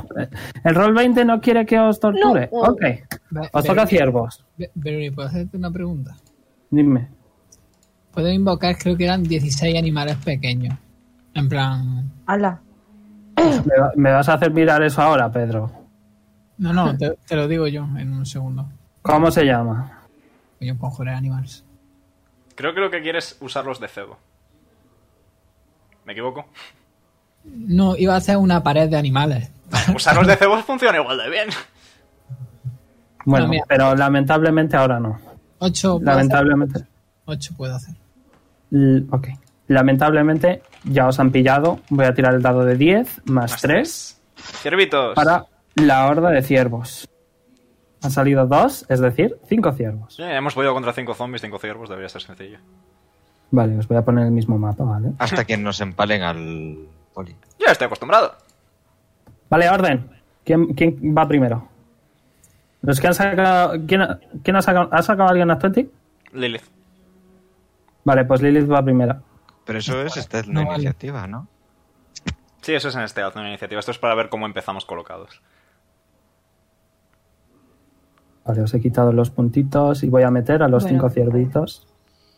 Speaker 1: el rol 20 no quiere que os torture.
Speaker 7: No.
Speaker 1: Ok.
Speaker 6: Ve-
Speaker 1: Os toca
Speaker 6: Veroni-
Speaker 1: ciervos.
Speaker 6: Ve- Veroni, ¿puedo hacerte una pregunta?
Speaker 1: Dime.
Speaker 6: Puedo invocar, creo que eran 16 animales pequeños. En plan.
Speaker 7: Ala.
Speaker 1: ¿Me, va- me vas a hacer mirar eso ahora, Pedro?
Speaker 6: No, no, te, te lo digo yo en un segundo.
Speaker 1: ¿Cómo se llama?
Speaker 6: Yo conjuré animales.
Speaker 5: Creo que lo que quieres es usarlos de cebo. ¿Me equivoco?
Speaker 6: No, iba a hacer una pared de animales.
Speaker 5: Usarlos de cebo funciona igual de bien.
Speaker 1: Bueno,
Speaker 6: mira.
Speaker 1: pero lamentablemente ahora no.
Speaker 6: 8 puedo hacer.
Speaker 1: Lamentablemente.
Speaker 6: Ocho puedo hacer.
Speaker 1: L- Ok. Lamentablemente ya os han pillado. Voy a tirar el dado de 10 más 3.
Speaker 5: Ciervitos.
Speaker 1: para la horda de ciervos. Han salido dos, es decir, cinco ciervos.
Speaker 5: Eh, hemos podido contra 5 zombies, 5 ciervos, debería ser sencillo.
Speaker 1: Vale, os voy a poner el mismo mapa, ¿vale?
Speaker 8: Hasta que nos empalen al poli.
Speaker 5: Yo ya estoy acostumbrado.
Speaker 1: Vale, orden. ¿Quién, quién va primero? Los que han sacado... ¿Quién, ha- quién ha sacado? ¿Ha sacado alguien a 20?
Speaker 5: Lilith.
Speaker 1: Vale, pues Lilith va primero.
Speaker 8: Pero eso es esta es
Speaker 6: No
Speaker 8: la
Speaker 6: vale.
Speaker 8: iniciativa, ¿no?
Speaker 5: Sí, eso es en este no en iniciativa. Esto es para ver cómo empezamos colocados.
Speaker 1: Vale, os he quitado los puntitos y voy a meter a los
Speaker 7: Bueno.
Speaker 1: cinco ciervitos.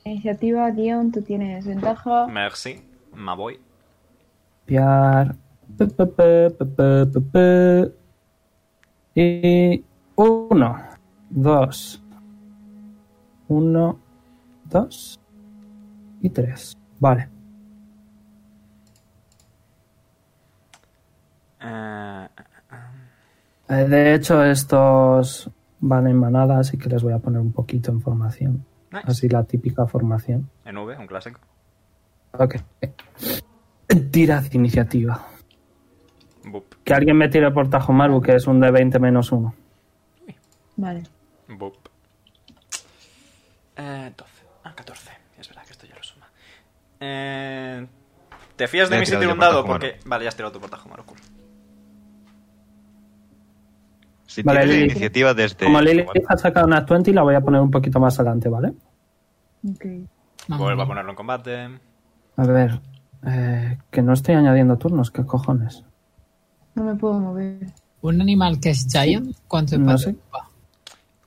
Speaker 7: Iniciativa, Dion, tú tienes ventaja.
Speaker 5: Merci. Me voy.
Speaker 1: Piar. Pe, pe, pe, pe, pe, pe, pe. Y uno, dos, uno, dos y tres. Vale.
Speaker 5: Eh,
Speaker 1: Eh, De hecho, estos van en manada, así que les voy a poner un poquito en formación.
Speaker 5: Nice.
Speaker 1: Así la típica formación.
Speaker 5: En V, un clásico.
Speaker 1: Ok. Tirad iniciativa.
Speaker 5: Boop,
Speaker 1: Que alguien me tire por Tajomaru, que es un de 20 menos uno.
Speaker 7: Vale.
Speaker 5: boop. Eh, 12. Ah, 14. Es verdad que estoy Eh, ¿Te fías de
Speaker 8: Ya he
Speaker 5: mí si
Speaker 8: tirado
Speaker 5: tiro
Speaker 8: yo
Speaker 5: un dado?
Speaker 8: portazo,
Speaker 5: Porque... Vale, ya has tirado tu portazo, Maroku.
Speaker 8: Si
Speaker 1: Vale,
Speaker 8: tienes
Speaker 1: Lili.
Speaker 8: iniciativa desde.
Speaker 1: Como Lily
Speaker 8: Vale.
Speaker 1: ha sacado una 20, la voy a poner un poquito más adelante, ¿vale?
Speaker 7: Ok.
Speaker 6: Vamos.
Speaker 5: Vuelvo Pues a ponerlo en combate.
Speaker 1: A ver, eh, que no estoy añadiendo turnos, ¿qué cojones?
Speaker 7: No me puedo mover.
Speaker 6: Un animal que es giant, ¿cuánto
Speaker 1: No
Speaker 6: espacio
Speaker 1: sé.
Speaker 6: ocupa?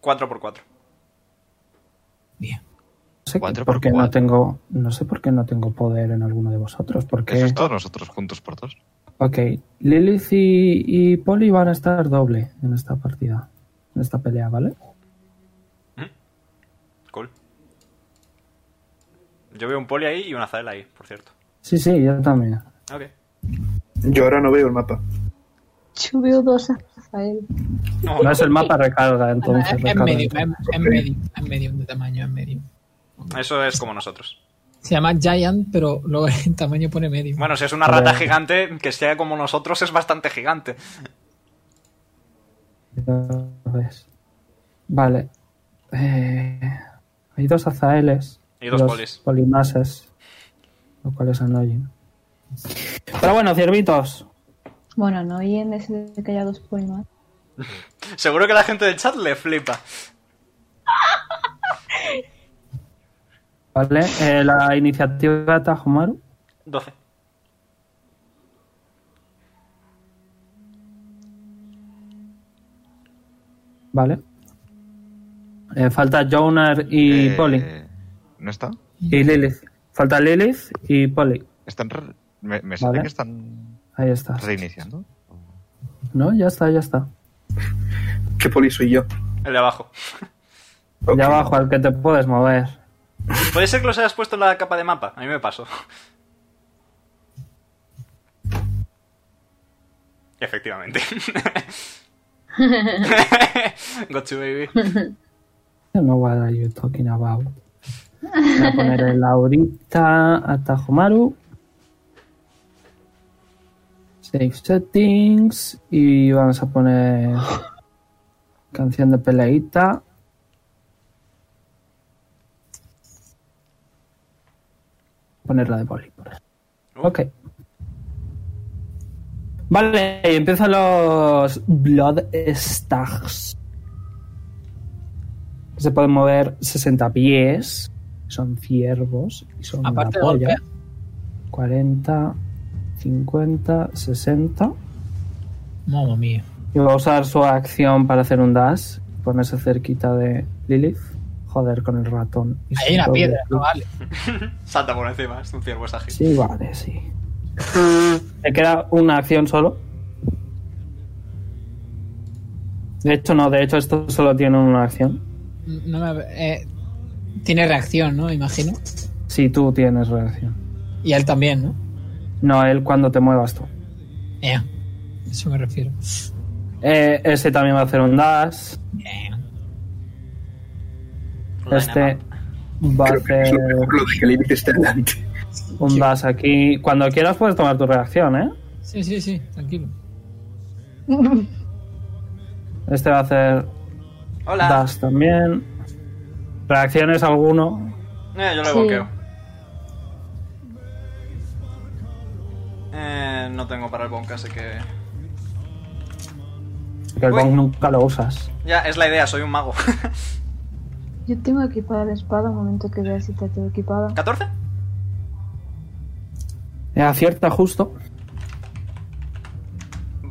Speaker 5: 4x4.
Speaker 6: Bien.
Speaker 1: No sé
Speaker 8: Cuatro
Speaker 1: por
Speaker 8: por
Speaker 1: qué no
Speaker 8: cuatro.
Speaker 1: tengo, no sé por qué no tengo poder en alguno de vosotros,
Speaker 8: Eso
Speaker 1: porque...
Speaker 8: es todo nosotros juntos por dos.
Speaker 1: Ok, Lilith y, y Polly van a estar doble en esta partida, en esta pelea, ¿vale?
Speaker 5: Cool. Yo veo un poli ahí y una Zael ahí, por cierto.
Speaker 1: Sí, sí, yo también.
Speaker 5: Ok.
Speaker 4: Yo ahora no veo el mapa.
Speaker 7: Yo veo dos a Rafael.
Speaker 5: No,
Speaker 1: No es el mapa recarga, entonces.
Speaker 6: es,
Speaker 1: recarga.
Speaker 6: medio, es, es medio, es medio de tamaño, es medio.
Speaker 5: Eso es como nosotros.
Speaker 6: Se llama giant, pero luego en tamaño pone medio.
Speaker 5: Bueno, si es una
Speaker 1: A
Speaker 5: rata
Speaker 1: ver.
Speaker 5: gigante, que sea como nosotros es bastante gigante.
Speaker 1: Entonces, Vale. Eh, hay dos azaeles.
Speaker 5: Y dos polis.
Speaker 1: polimases. Lo cual es annoying. Pero bueno, ciervitos.
Speaker 7: Bueno, no y en ese de que haya dos poemas.
Speaker 5: Seguro que la gente del chat le flipa.
Speaker 1: Vale. eh, la iniciativa de Tajomaru.
Speaker 5: 12.
Speaker 1: Vale. Eh, falta Jonar y
Speaker 8: Eh,
Speaker 1: Poli.
Speaker 8: ¿No está?
Speaker 1: Y Lilith. Falta Lilith y Poli.
Speaker 8: Están re- Me, me sale
Speaker 1: Vale.
Speaker 8: que están
Speaker 1: Ahí está.
Speaker 8: reiniciando.
Speaker 1: No, ya está, ya está.
Speaker 4: ¿Qué poli soy yo?
Speaker 5: El de abajo.
Speaker 4: Ok.
Speaker 1: Ya abajo, al que te puedes mover.
Speaker 5: Puede ser que los hayas puesto en la capa de mapa. A mí me pasó. Efectivamente. Got you, baby.
Speaker 1: No what are you talking about? Voy a poner el Laurita a Tajomaru. Save settings. Y vamos a poner canción de peleita. Ponerla de poli. por ejemplo.
Speaker 6: Oh.
Speaker 1: Ok. Vale, y empiezan los Blood Stags se pueden mover 60 pies, son ciervos y son
Speaker 6: Aparte de
Speaker 1: una polla.
Speaker 6: golpear.
Speaker 1: 40, 50, 60.
Speaker 6: Mamma mía.
Speaker 1: Y va a usar su acción para hacer un dash, ponerse cerquita de Lilith. Joder, con el ratón. Y su
Speaker 6: Hay una
Speaker 1: doble
Speaker 6: piedra, no
Speaker 1: clic.
Speaker 6: vale.
Speaker 5: Salta por encima, es un ciervo es ágil.
Speaker 1: Sí, vale, sí. Le queda una acción solo. De hecho, no, de hecho, esto solo tiene una acción.
Speaker 6: No me- eh, tiene reacción, ¿no? Imagino.
Speaker 1: Si tú tienes reacción.
Speaker 6: Y él también, ¿no?
Speaker 1: No, él cuando te muevas tú.
Speaker 6: Eh, eso me refiero.
Speaker 1: Eh, ese también va a hacer un dash.
Speaker 6: Eh,
Speaker 1: Este va a
Speaker 4: Creo que es
Speaker 1: hacer
Speaker 4: lo mejor lo de que Lilith esté adelante.
Speaker 1: un dash aquí. Cuando quieras puedes tomar tu reacción, ¿eh?
Speaker 6: Sí, sí, sí, tranquilo.
Speaker 1: Este va a hacer
Speaker 5: Hola.
Speaker 1: dash también. ¿Reacciones alguno?
Speaker 5: Eh, yo lo
Speaker 7: Sí.
Speaker 5: bloqueo. Eh, no tengo para el bonk, así que.
Speaker 1: Que el
Speaker 5: Uy.
Speaker 1: bong nunca lo usas.
Speaker 5: Ya, es la idea, soy un mago.
Speaker 7: Yo tengo equipada la espada, un momento que vea si te tengo equipada.
Speaker 5: ¿14?
Speaker 1: Eh, Acierta justo.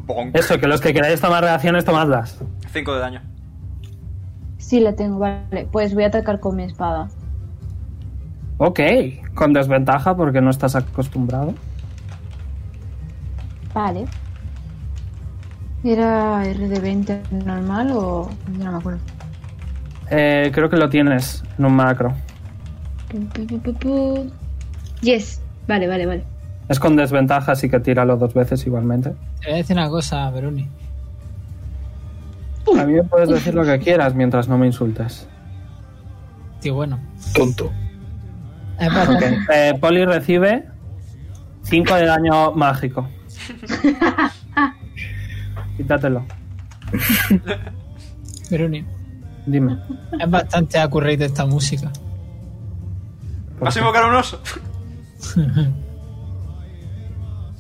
Speaker 5: Bonk.
Speaker 1: Eso, que los que queráis tomar reacciones, tomad dash.
Speaker 5: 5 de daño.
Speaker 7: Sí, la tengo, vale. Pues voy a atacar con mi espada.
Speaker 1: Ok, con desventaja porque no estás acostumbrado.
Speaker 7: Vale. ¿Era R de 20 normal o.? Ya no me acuerdo.
Speaker 1: Eh, creo que lo tienes en un macro.
Speaker 7: Pum, pum, pum, pum, pum. Yes. Vale, vale, vale.
Speaker 1: Es con desventaja, así que tíralo dos veces igualmente.
Speaker 6: Te voy a decir una cosa, Veroni.
Speaker 1: A mí me puedes decir lo que quieras mientras no me insultes.
Speaker 6: Tío, bueno.
Speaker 4: Tonto.
Speaker 6: Es verdad.
Speaker 1: Eh, Poli recibe 5 de daño mágico. Quítatelo.
Speaker 6: Veroni,
Speaker 1: Dime.
Speaker 6: es bastante accurrate esta música.
Speaker 1: ¿por
Speaker 5: ¿Vas
Speaker 1: qué?
Speaker 5: a invocar a un oso?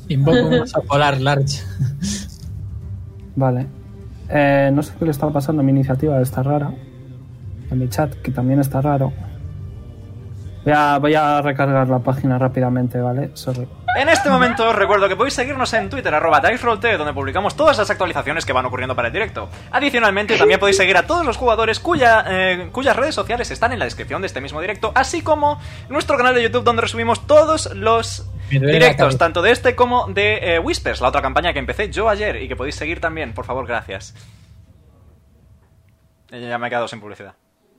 Speaker 6: Invoco un oso polar large.
Speaker 1: Vale. Eh, no sé qué le está pasando a mi iniciativa, está rara. A mi chat, que también está raro. Voy a, voy a recargar la página rápidamente, ¿vale? Sorry.
Speaker 5: En este momento os recuerdo que podéis seguirnos en Twitter, arroba DiceRollT, donde publicamos todas las actualizaciones que van ocurriendo para el directo. Adicionalmente, también podéis seguir a todos los jugadores cuya, eh, cuyas redes sociales están en la descripción de este mismo directo, así como nuestro canal de YouTube donde resumimos todos los
Speaker 6: Me duele la
Speaker 5: directos,
Speaker 6: cabeza.
Speaker 5: tanto de este como de eh, Whispers, la otra campaña que empecé yo ayer y que podéis seguir también, por favor, gracias. Eh, Ya me he quedado sin publicidad.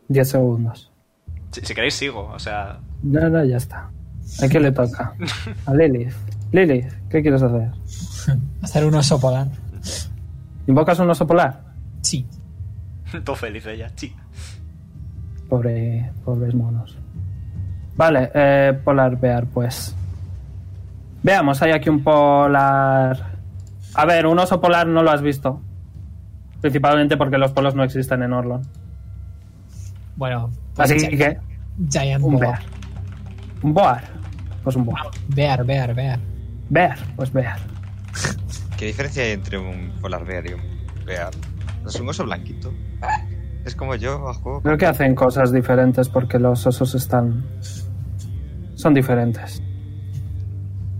Speaker 1: 10 segundos.
Speaker 5: Si, si queréis sigo, o sea...
Speaker 1: Nada, ya está. ¿A qué le toca? A Lilith. Lilith, ¿qué quieres hacer?
Speaker 6: Hacer un oso polar.
Speaker 1: ¿Invocas un oso polar?
Speaker 6: Sí.
Speaker 5: Todo feliz ella, sí.
Speaker 1: Pobre, pobres monos. Vale, eh, Polar Bear, pues. Veamos, hay aquí un polar. A ver, un oso polar no lo has visto. Principalmente porque los polos no existen en Orlon.
Speaker 6: Bueno, pues
Speaker 1: Así
Speaker 6: gi-
Speaker 1: que,
Speaker 6: Giant
Speaker 1: un
Speaker 6: Boa.
Speaker 1: bear. ¿Un boar? Pues un boar.
Speaker 6: Bear, bear, bear.
Speaker 1: Bear, pues bear.
Speaker 8: ¿Qué diferencia hay entre un polar bear y un bear? Es un oso blanquito. Es como yo a juego.
Speaker 1: Creo que hacen cosas diferentes porque los osos están. Son diferentes.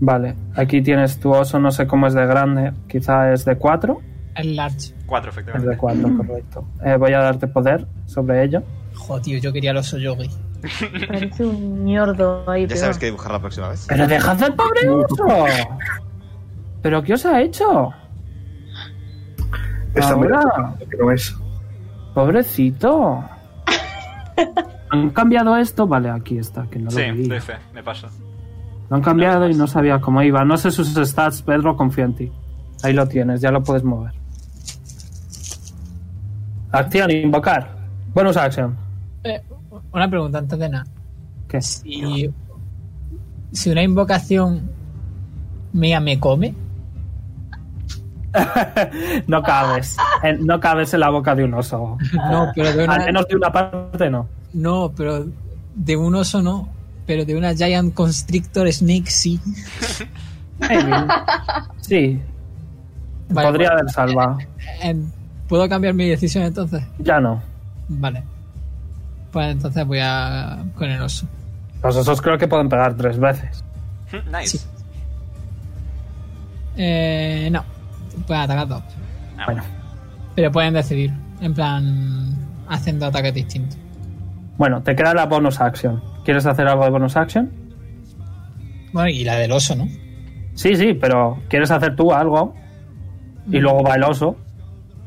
Speaker 1: Vale, aquí tienes tu oso, no sé cómo es de grande. Quizá es de 4.
Speaker 6: El large.
Speaker 5: Cuatro,
Speaker 1: Es de
Speaker 5: efectivamente.
Speaker 1: 4, correcto. Eh, voy a darte poder sobre ello.
Speaker 6: Joder, tío, yo quería el oso yogi.
Speaker 7: Parece un ñordo ahí.
Speaker 8: Ya
Speaker 7: pero-
Speaker 8: sabes qué dibujar la próxima vez.
Speaker 1: ¡Pero dejad al pobre oso! ¿Pero qué os ha hecho?
Speaker 4: Está muy
Speaker 1: Ahora.
Speaker 4: alto, que no es.
Speaker 1: ¡Pobrecito! Han cambiado esto. Vale, aquí está, que no lo
Speaker 5: Sí,
Speaker 1: veía.
Speaker 5: doy fe, me paso.
Speaker 1: Lo han cambiado y no sabía cómo iba. No sé sus stats, Pedro, confío en ti. Ahí lo tienes, ya lo puedes mover. Acción, invocar. Bonus action.
Speaker 6: Eh, una pregunta antes de nada.
Speaker 1: ¿Qué?
Speaker 6: Si, si una invocación mía me come,
Speaker 1: No cabes. Eh, No cabes en la boca de un oso.
Speaker 6: no, pero de
Speaker 1: Al
Speaker 6: una,
Speaker 1: menos de una parte no.
Speaker 6: no, pero de un oso no, pero de una Giant Constrictor Snake sí.
Speaker 1: Sí,
Speaker 6: Vale,
Speaker 1: podría
Speaker 6: pues,
Speaker 1: haber salvado.
Speaker 6: eh, ¿Puedo cambiar mi decisión entonces?
Speaker 1: Ya no.
Speaker 6: Vale. Pues entonces voy a con el oso.
Speaker 1: Los osos creo que pueden pegar tres veces.
Speaker 5: Hmm, Nice.
Speaker 6: Sí. Eh, no, pueden atacar dos.
Speaker 5: Ah,
Speaker 1: Bueno.
Speaker 6: Pero pueden decidir, en plan, haciendo ataques distintos.
Speaker 1: Bueno, te queda la bonus action. ¿Quieres hacer algo de bonus action?
Speaker 6: Bueno, y la del oso, ¿no?
Speaker 1: Sí, sí, pero ¿quieres hacer tú algo?
Speaker 6: Mm.
Speaker 1: Y luego va el oso.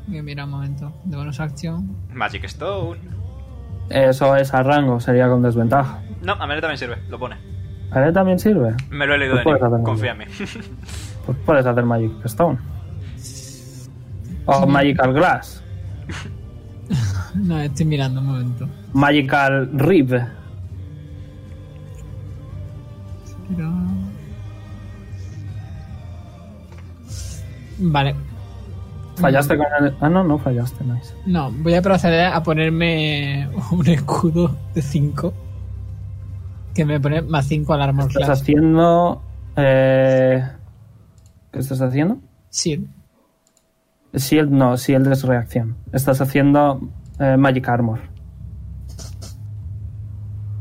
Speaker 6: Voy a mirar un momento. De bonus acción.
Speaker 5: Magic Stone.
Speaker 1: Eso es a rango, sería con desventaja.
Speaker 5: No, a Mele también sirve, lo pone.
Speaker 1: ¿A él también sirve?
Speaker 5: Me lo he leído de
Speaker 1: Pues puedes
Speaker 5: Nick,
Speaker 1: hacerlo.
Speaker 5: confía en mí.
Speaker 1: Pues puedes hacer Magic Stone. O Magical Glass.
Speaker 6: No, estoy mirando un momento.
Speaker 1: Magical Rib.
Speaker 6: Mm. Pero... Vale.
Speaker 1: Fallaste con el... Ah, no, no fallaste, nice.
Speaker 6: No, voy a proceder a ponerme un escudo de 5. Que me pone más 5 al armor
Speaker 1: Estás
Speaker 6: class.
Speaker 1: haciendo... eh, ¿Qué estás haciendo?
Speaker 6: Sí.
Speaker 1: Shield no, Shield es reacción. Estás haciendo eh, Magic Armor.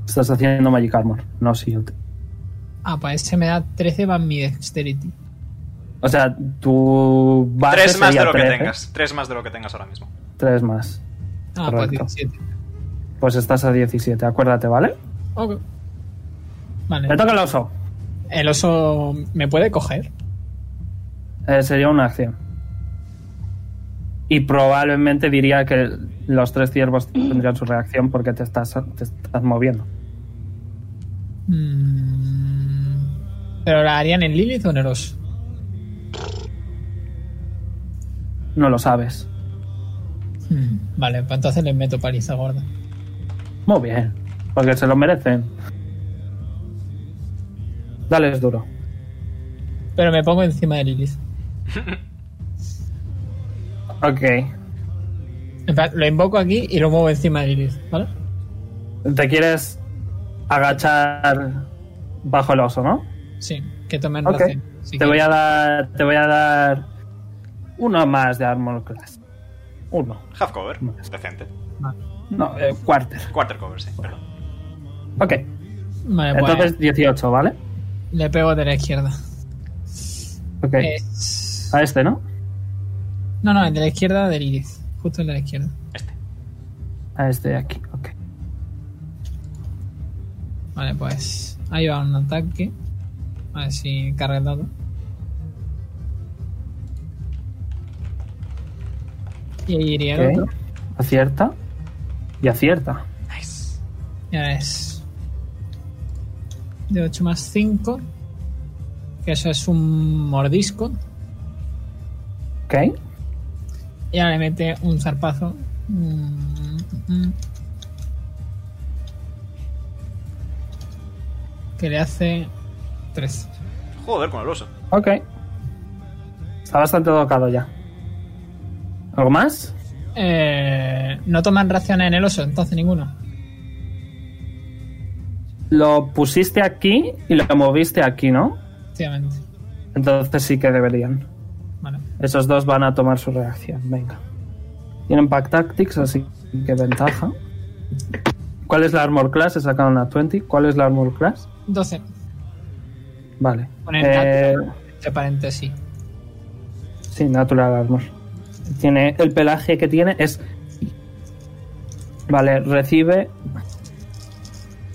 Speaker 1: Estás haciendo Magic Armor, no Shield.
Speaker 6: Ah, pues ese me da 13 más mi dexterity.
Speaker 1: O sea, tu base
Speaker 5: Tres más de
Speaker 1: sería
Speaker 5: lo que
Speaker 1: 13,
Speaker 5: tengas. Tres más de lo que tengas ahora mismo.
Speaker 1: Tres más.
Speaker 6: Ah, pues
Speaker 1: Correcto.
Speaker 6: 17.
Speaker 1: Pues estás a 17, acuérdate, ¿vale?
Speaker 6: Ok. Vale.
Speaker 1: Le toca el oso.
Speaker 6: El oso me puede coger.
Speaker 1: Eh, sería una acción. Y probablemente diría que los tres ciervos tendrían su reacción porque te estás, te estás moviendo.
Speaker 6: Mm, ¿Pero la harían en Lilith o en el oso?
Speaker 1: No lo sabes.
Speaker 6: Hmm, Vale, pues entonces les meto paliza gorda.
Speaker 1: Muy bien, porque se lo merecen. Dale, es duro.
Speaker 6: Pero me pongo encima de Lilith.
Speaker 1: Ok.
Speaker 6: En plan, Lo invoco aquí y lo muevo encima de Lilith, ¿vale?
Speaker 1: ¿Te quieres agachar bajo el oso, ¿no?
Speaker 6: Sí, que tomen
Speaker 1: Ok.
Speaker 6: ración, si
Speaker 1: te voy
Speaker 6: quieres.
Speaker 1: a dar. Te voy a dar. Uno más de Armor Class. Uno.
Speaker 5: Half cover. Decente.
Speaker 1: No, eh, quarter.
Speaker 5: Quarter cover, sí, perdón.
Speaker 1: Ok.
Speaker 6: Eh, Vale, pues,
Speaker 1: Entonces 18, ¿vale?
Speaker 6: le pego de la izquierda.
Speaker 1: Ok.
Speaker 6: Eh. Es-
Speaker 1: A este, ¿no?
Speaker 6: No, no, el de la izquierda del iris. Justo el de la izquierda.
Speaker 1: A este de aquí. Ok.
Speaker 6: Vale, pues ahí va un ataque. A ver si carga el dado. Y ahí iría el
Speaker 1: Ok.
Speaker 6: otro.
Speaker 1: Acierta. Y acierta.
Speaker 5: Nice.
Speaker 6: Ya es. De 8 más 5. Que eso es un mordisco.
Speaker 1: Ok.
Speaker 6: Y ahora le mete un zarpazo. Mm, mm. Que le hace 13.
Speaker 5: Joder, con el oso.
Speaker 1: Ok. Está bastante tocado ya. ¿Algo más?
Speaker 6: Eh, no toman raciones en el oso, entonces ninguno.
Speaker 1: Lo pusiste aquí y lo moviste aquí, ¿no?
Speaker 6: Efectivamente.
Speaker 1: Entonces sí que deberían.
Speaker 6: Vale.
Speaker 1: Esos dos van a tomar su reacción. Venga. Tienen Pack Tactics, así que ventaja. ¿Cuál es la Armor Class? He sacado una 20. ¿Cuál es la Armor Class?
Speaker 6: 12.
Speaker 1: Vale.
Speaker 6: Poner
Speaker 1: Eh,
Speaker 6: Entre paréntesis.
Speaker 1: sí, Natural Armor. Tiene, el pelaje que tiene es. Vale, recibe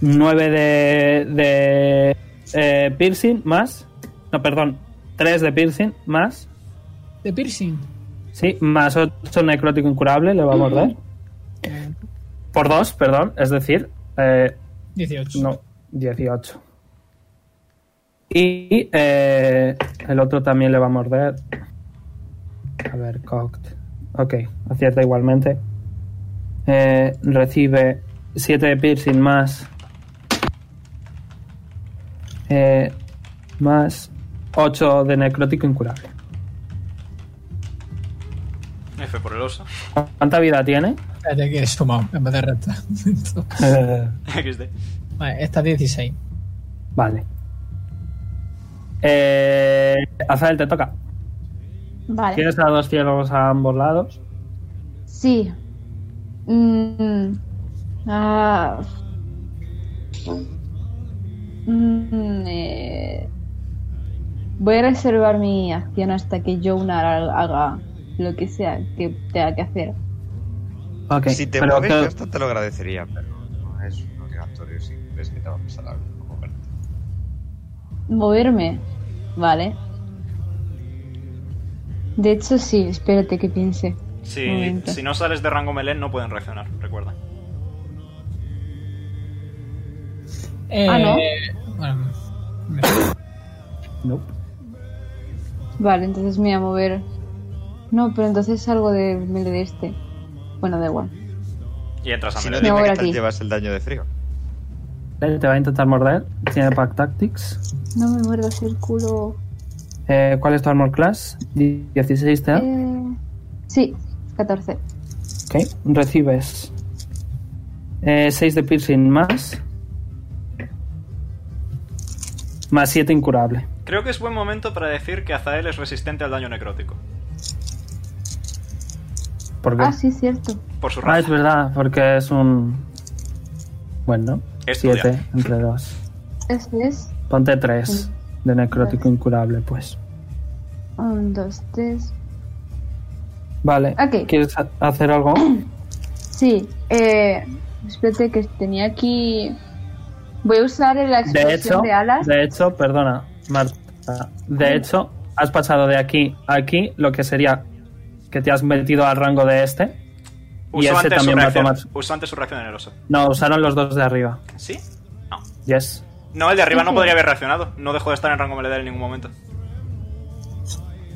Speaker 1: 9 de, de eh, piercing más. No, perdón. 3 de piercing más.
Speaker 6: De piercing.
Speaker 1: Sí, más 8 necrótico incurable le va a morder.
Speaker 6: Eh,
Speaker 1: Por 2, perdón. Es decir, eh,
Speaker 6: 18.
Speaker 1: No, 18. Y eh, el otro también le va a morder. A ver, cocked. Ok, acierta igualmente. Eh, recibe 7 de piercing más. eh, más 8 de necrótico incurable.
Speaker 5: F por el oso.
Speaker 1: ¿Cuánta vida tiene?
Speaker 6: Espérate que he sumado en vez de restar.
Speaker 5: XD.
Speaker 6: vale, esta es 16.
Speaker 1: vale. Eh, Azael, te toca.
Speaker 7: Vale.
Speaker 1: Tienes a dos cielos a ambos lados.
Speaker 7: Sí. Mm, ah. Mm, eh, voy a reservar mi acción hasta que Jonar haga lo que sea que tenga que hacer.
Speaker 1: Ok,
Speaker 8: Si te
Speaker 1: pero
Speaker 8: mueves,
Speaker 1: que-
Speaker 8: yo hasta te lo agradecería, pero no es un obligatorio si ves que te va a pasar algo. como ver.
Speaker 7: Moverme. Vale. De hecho, sí, espérate que piense.
Speaker 5: Si,
Speaker 7: Momento.
Speaker 5: si no sales de rango melee, no pueden reaccionar, recuerda.
Speaker 6: Eh,
Speaker 7: Ah, ¿no?
Speaker 6: Bueno, me-
Speaker 1: Nope.
Speaker 7: Vale, entonces me voy a mover. No, pero entonces salgo del melee de este. Bueno, da igual.
Speaker 5: Y entras a
Speaker 8: Si no,
Speaker 5: melee.
Speaker 7: Me
Speaker 8: dime
Speaker 7: voy
Speaker 8: qué
Speaker 7: a
Speaker 8: tal
Speaker 7: ti.
Speaker 8: llevas el daño de frío.
Speaker 1: Él te va a intentar morder. Tiene Pack Tactics.
Speaker 7: No me muerdas el culo.
Speaker 1: Eh, ¿Cuál es tu armor class? 16 te da.
Speaker 7: Eh, sí, 14.
Speaker 1: Ok. Recibes 6 de piercing más. Más 7 incurable.
Speaker 5: Creo que es buen momento para decir que Azael es resistente al daño necrótico.
Speaker 1: ¿Por qué?
Speaker 7: Ah, sí, cierto.
Speaker 5: Por su
Speaker 1: Ah, es
Speaker 5: raza.
Speaker 1: verdad, porque es un. Bueno,
Speaker 5: Estudia.
Speaker 1: 7 entre 2.
Speaker 7: Eso Este es.
Speaker 1: Ponte 3 de necrótico incurable, pues.
Speaker 7: 1, 2, 3.
Speaker 1: Vale.
Speaker 7: Ok.
Speaker 1: ¿Quieres ha- hacer algo?
Speaker 7: Sí, eh, espérate que tenía aquí. Voy a usar la explosión
Speaker 1: De
Speaker 7: de,
Speaker 1: hecho,
Speaker 7: alas.
Speaker 1: de hecho, perdona, Marta. De hecho, has pasado de aquí a aquí, lo que sería que te has metido al rango de este. Y
Speaker 5: Usó
Speaker 1: ese
Speaker 5: antes, su
Speaker 1: también va a
Speaker 5: reacción-
Speaker 1: tomar su-
Speaker 5: usó antes su reacción en el oso.
Speaker 1: No, usaron los dos de arriba.
Speaker 5: ¿Sí?
Speaker 1: Yes.
Speaker 5: No, el de arriba
Speaker 7: Sí,
Speaker 5: no
Speaker 7: sí.
Speaker 5: podría haber reaccionado. No dejó de estar en rango melee en ningún momento.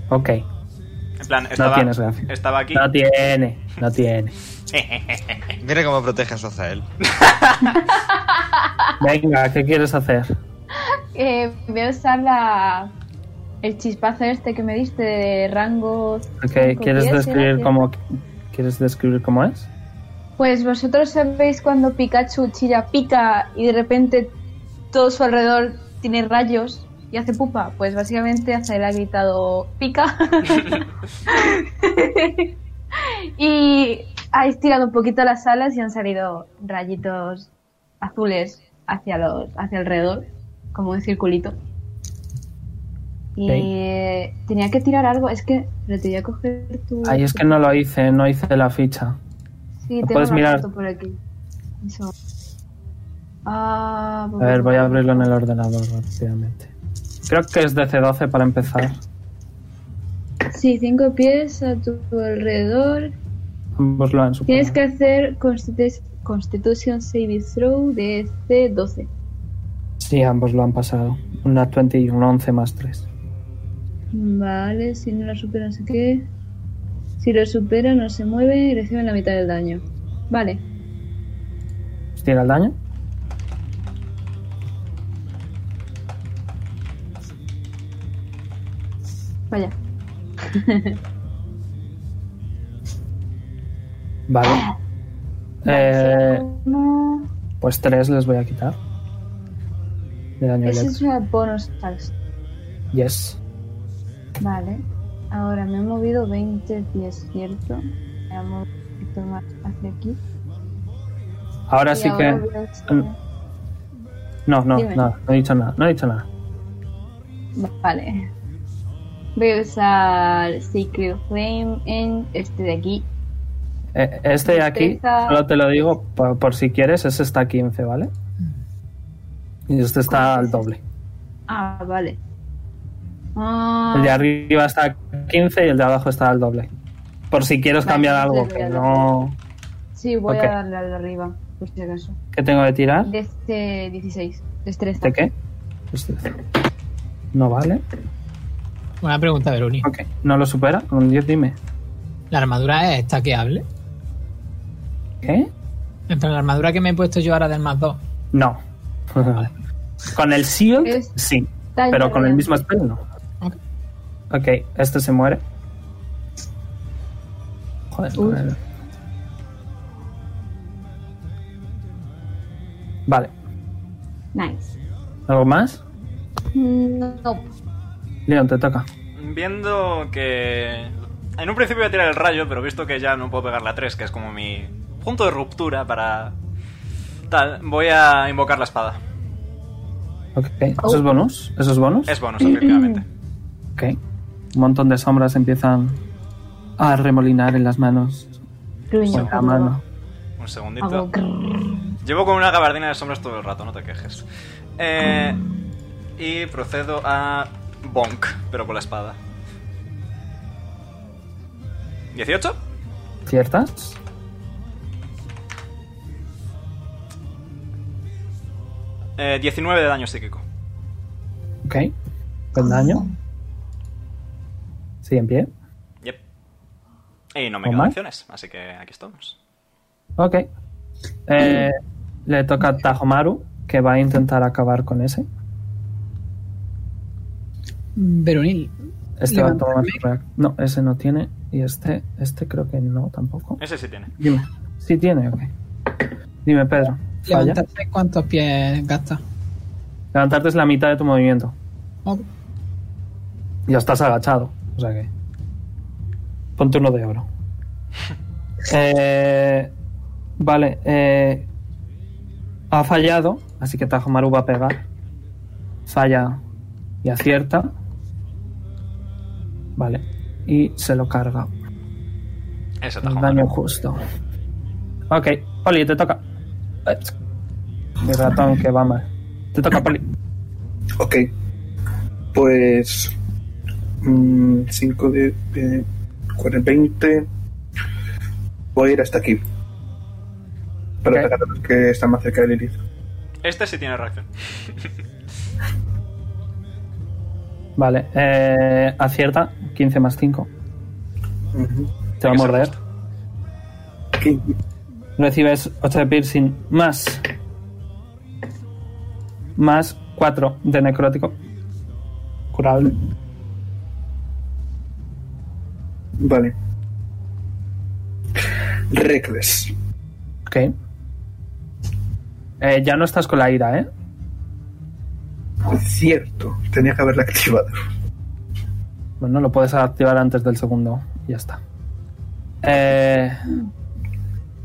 Speaker 1: Ok.
Speaker 5: En plan, estaba,
Speaker 1: tienes reacción.
Speaker 5: estaba aquí.
Speaker 1: No tiene, no tiene.
Speaker 8: Mira cómo protege a Sozael.
Speaker 1: Venga, ¿qué quieres hacer?
Speaker 7: Eh, voy a usar la. El chispazo este que me diste de rango.
Speaker 1: Ok,
Speaker 7: cinco
Speaker 1: ¿quieres
Speaker 7: pies, ¿eh?
Speaker 1: describir
Speaker 7: era
Speaker 1: cómo quieres describir cómo es?
Speaker 7: Pues vosotros sabéis cuando Pikachu chilla pica y de repente todo su alrededor tiene rayos y hace pupa. Pues básicamente hasta él ha gritado pica. y ha estirado un poquito las alas y han salido rayitos azules hacia los hacia alrededor, como un circulito. Y
Speaker 1: Ok.
Speaker 7: eh, tenía que tirar algo, es que pero te voy a coger tu.
Speaker 1: Ay, es que no lo hice, no hice la ficha.
Speaker 7: Sí,
Speaker 1: lo
Speaker 7: tengo
Speaker 1: puedes
Speaker 7: la
Speaker 1: mirar.
Speaker 7: foto por aquí. Eso. Ah,
Speaker 1: A ver, voy a abrirlo en el ordenador rápidamente. Creo que es DC12 para empezar.
Speaker 7: Sí, cinco pies a tu alrededor.
Speaker 1: Amboslo en su
Speaker 7: Tienes que hacer Constitu- Constitution Saving Throw de este 12.
Speaker 1: Sí, ambos lo han pasado. Una 20 y un 11 más 3.
Speaker 7: Vale, si no lo supera, no sé qué. Si lo supera, no se mueve y recibe la mitad del daño. Vale.
Speaker 1: ¿Tira el daño?
Speaker 7: Vaya.
Speaker 1: Vale. Eh,
Speaker 7: No.
Speaker 1: pues 3 les voy a quitar. De daño
Speaker 7: Esa es
Speaker 1: eléctrico.
Speaker 7: una bonus action.
Speaker 1: Yes.
Speaker 7: Vale. Ahora me he movido 20 pies, ¿cierto? Me he movido un poquito más hacia aquí.
Speaker 1: Ahora
Speaker 7: Y
Speaker 1: sí
Speaker 7: ahora
Speaker 1: que...
Speaker 7: voy a hacer-
Speaker 1: No, no,
Speaker 7: Dime.
Speaker 1: nada. No he dicho nada. No he dicho nada.
Speaker 7: Vale. Voy a usar Sacred Flame en este de aquí.
Speaker 1: Eh, este de aquí,
Speaker 7: Destreza.
Speaker 1: solo te lo digo por, por si quieres, ese está a 15, ¿vale? Y este está al doble.
Speaker 7: Ah, vale. Ah,
Speaker 1: El de arriba está a 15 y el de abajo está al doble. Por si quieres
Speaker 7: Vale,
Speaker 1: cambiar
Speaker 7: entonces
Speaker 1: algo
Speaker 7: voy
Speaker 1: que
Speaker 7: al
Speaker 1: no...
Speaker 7: sí, voy
Speaker 1: ok.
Speaker 7: a darle al de arriba, por si acaso.
Speaker 1: ¿Qué tengo que tirar?
Speaker 7: De este 16, destreza.
Speaker 1: ¿De qué? Este. No vale.
Speaker 6: Una pregunta, Veroni.
Speaker 1: Ok, no lo supera. Con 10 dime.
Speaker 6: ¿La armadura es taqueable?
Speaker 1: ¿Qué?
Speaker 6: En plan, la armadura que me he puesto yo ahora del más 2.
Speaker 1: No. con el shield,
Speaker 7: Es-
Speaker 1: sí.
Speaker 7: Está
Speaker 1: Pero con el
Speaker 7: interrogante.
Speaker 1: mismo spell, no.
Speaker 6: Ok.
Speaker 1: Ok, este se muere. Joder,
Speaker 7: Uy.
Speaker 1: joder. Vale.
Speaker 7: Nice.
Speaker 1: ¿Algo más?
Speaker 7: Mm, No.
Speaker 1: Leon, te toca.
Speaker 5: Viendo que. En un principio iba a tirar el rayo, pero visto que ya no puedo pegar la 3, que es como mi punto de ruptura para. Tal, voy a invocar la espada.
Speaker 1: Ok.
Speaker 7: Oh.
Speaker 1: ¿Eso es bonus? ¿Eso es bonus?
Speaker 5: Es bonus, efectivamente.
Speaker 1: Ok. Un montón de sombras empiezan a remolinar en las manos. o
Speaker 7: Gruño.
Speaker 1: en la mano.
Speaker 5: Un segundito.
Speaker 7: Hago grrr.
Speaker 5: Llevo con una gabardina de sombras todo el rato, no te quejes. Eh, y procedo a. Bonk, pero con la espada. ¿18?
Speaker 1: ¿Ciertas?
Speaker 5: Eh, 19 de daño psíquico.
Speaker 1: Ok. Buen daño. Sí, en pie.
Speaker 5: Yep. Y no me
Speaker 1: ¿O
Speaker 5: quedan
Speaker 1: más?
Speaker 5: acciones, así que aquí estamos.
Speaker 1: Ok. Eh, le toca a Tajomaru, que va a intentar acabar con ese.
Speaker 6: Veronil,
Speaker 1: Este va a tomar
Speaker 6: Levantarme.
Speaker 1: reac- No, ese no tiene. Y este, este creo que no tampoco.
Speaker 5: Ese sí tiene.
Speaker 1: Dime. Sí tiene, ok. Dime, Pedro. Falla.
Speaker 6: levantarte cuántos pies gastas.
Speaker 1: Levantarte es la mitad de tu movimiento.
Speaker 6: Ok.
Speaker 1: Ya estás agachado. O sea que. Ponte uno de oro. Eh, vale. eh, ha fallado, así que Tajomaru va a pegar. Falla y acierta. Vale. Y se lo carga.
Speaker 5: Ese
Speaker 1: El
Speaker 5: tajo.
Speaker 1: daño justo. Ok, Poli, te toca. Eh, Mi ratón que va mal. Te toca, Poli.
Speaker 4: Ok. Pues. 5 de. eh, cuare- 20. Voy a ir hasta aquí. Para
Speaker 1: Ok.
Speaker 4: atacar a los que están más cerca de Lilith.
Speaker 5: Este sí tiene reacción.
Speaker 1: Vale, eh, acierta. 15 más 5. Te va
Speaker 4: Ujú.
Speaker 1: a
Speaker 5: Hay que ser
Speaker 1: morder.
Speaker 5: justo.
Speaker 4: Aquí.
Speaker 1: Recibes 8 de piercing más. Más 4 de necrótico. Curable.
Speaker 4: Vale. Reckless.
Speaker 1: Ok. Eh, ya no estás con la ira, ¿eh?
Speaker 4: Cierto, tenía que haberla activado.
Speaker 1: Bueno, lo puedes activar antes del segundo. y Ya está. Eh,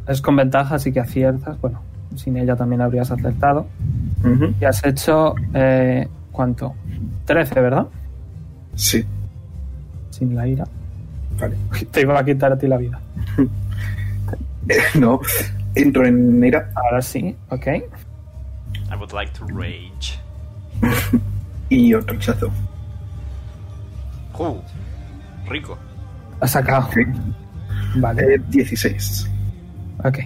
Speaker 1: es con ventaja, así que aciertas. Bueno, sin ella también habrías acertado.
Speaker 4: Ujú,
Speaker 1: Y has hecho. eh, ¿Cuánto? 13, ¿verdad?
Speaker 4: Sí,
Speaker 1: Sin la ira.
Speaker 4: vale.
Speaker 1: Te iba a quitar a ti la vida.
Speaker 4: Eh, no, entro en ira
Speaker 1: Ahora sí, ok.
Speaker 5: I would like to rage.
Speaker 4: y otro rechazo.
Speaker 5: Uh, rico.
Speaker 1: Has sacado.
Speaker 4: Sí.
Speaker 1: Vale,
Speaker 4: Eh, 16.
Speaker 1: ok.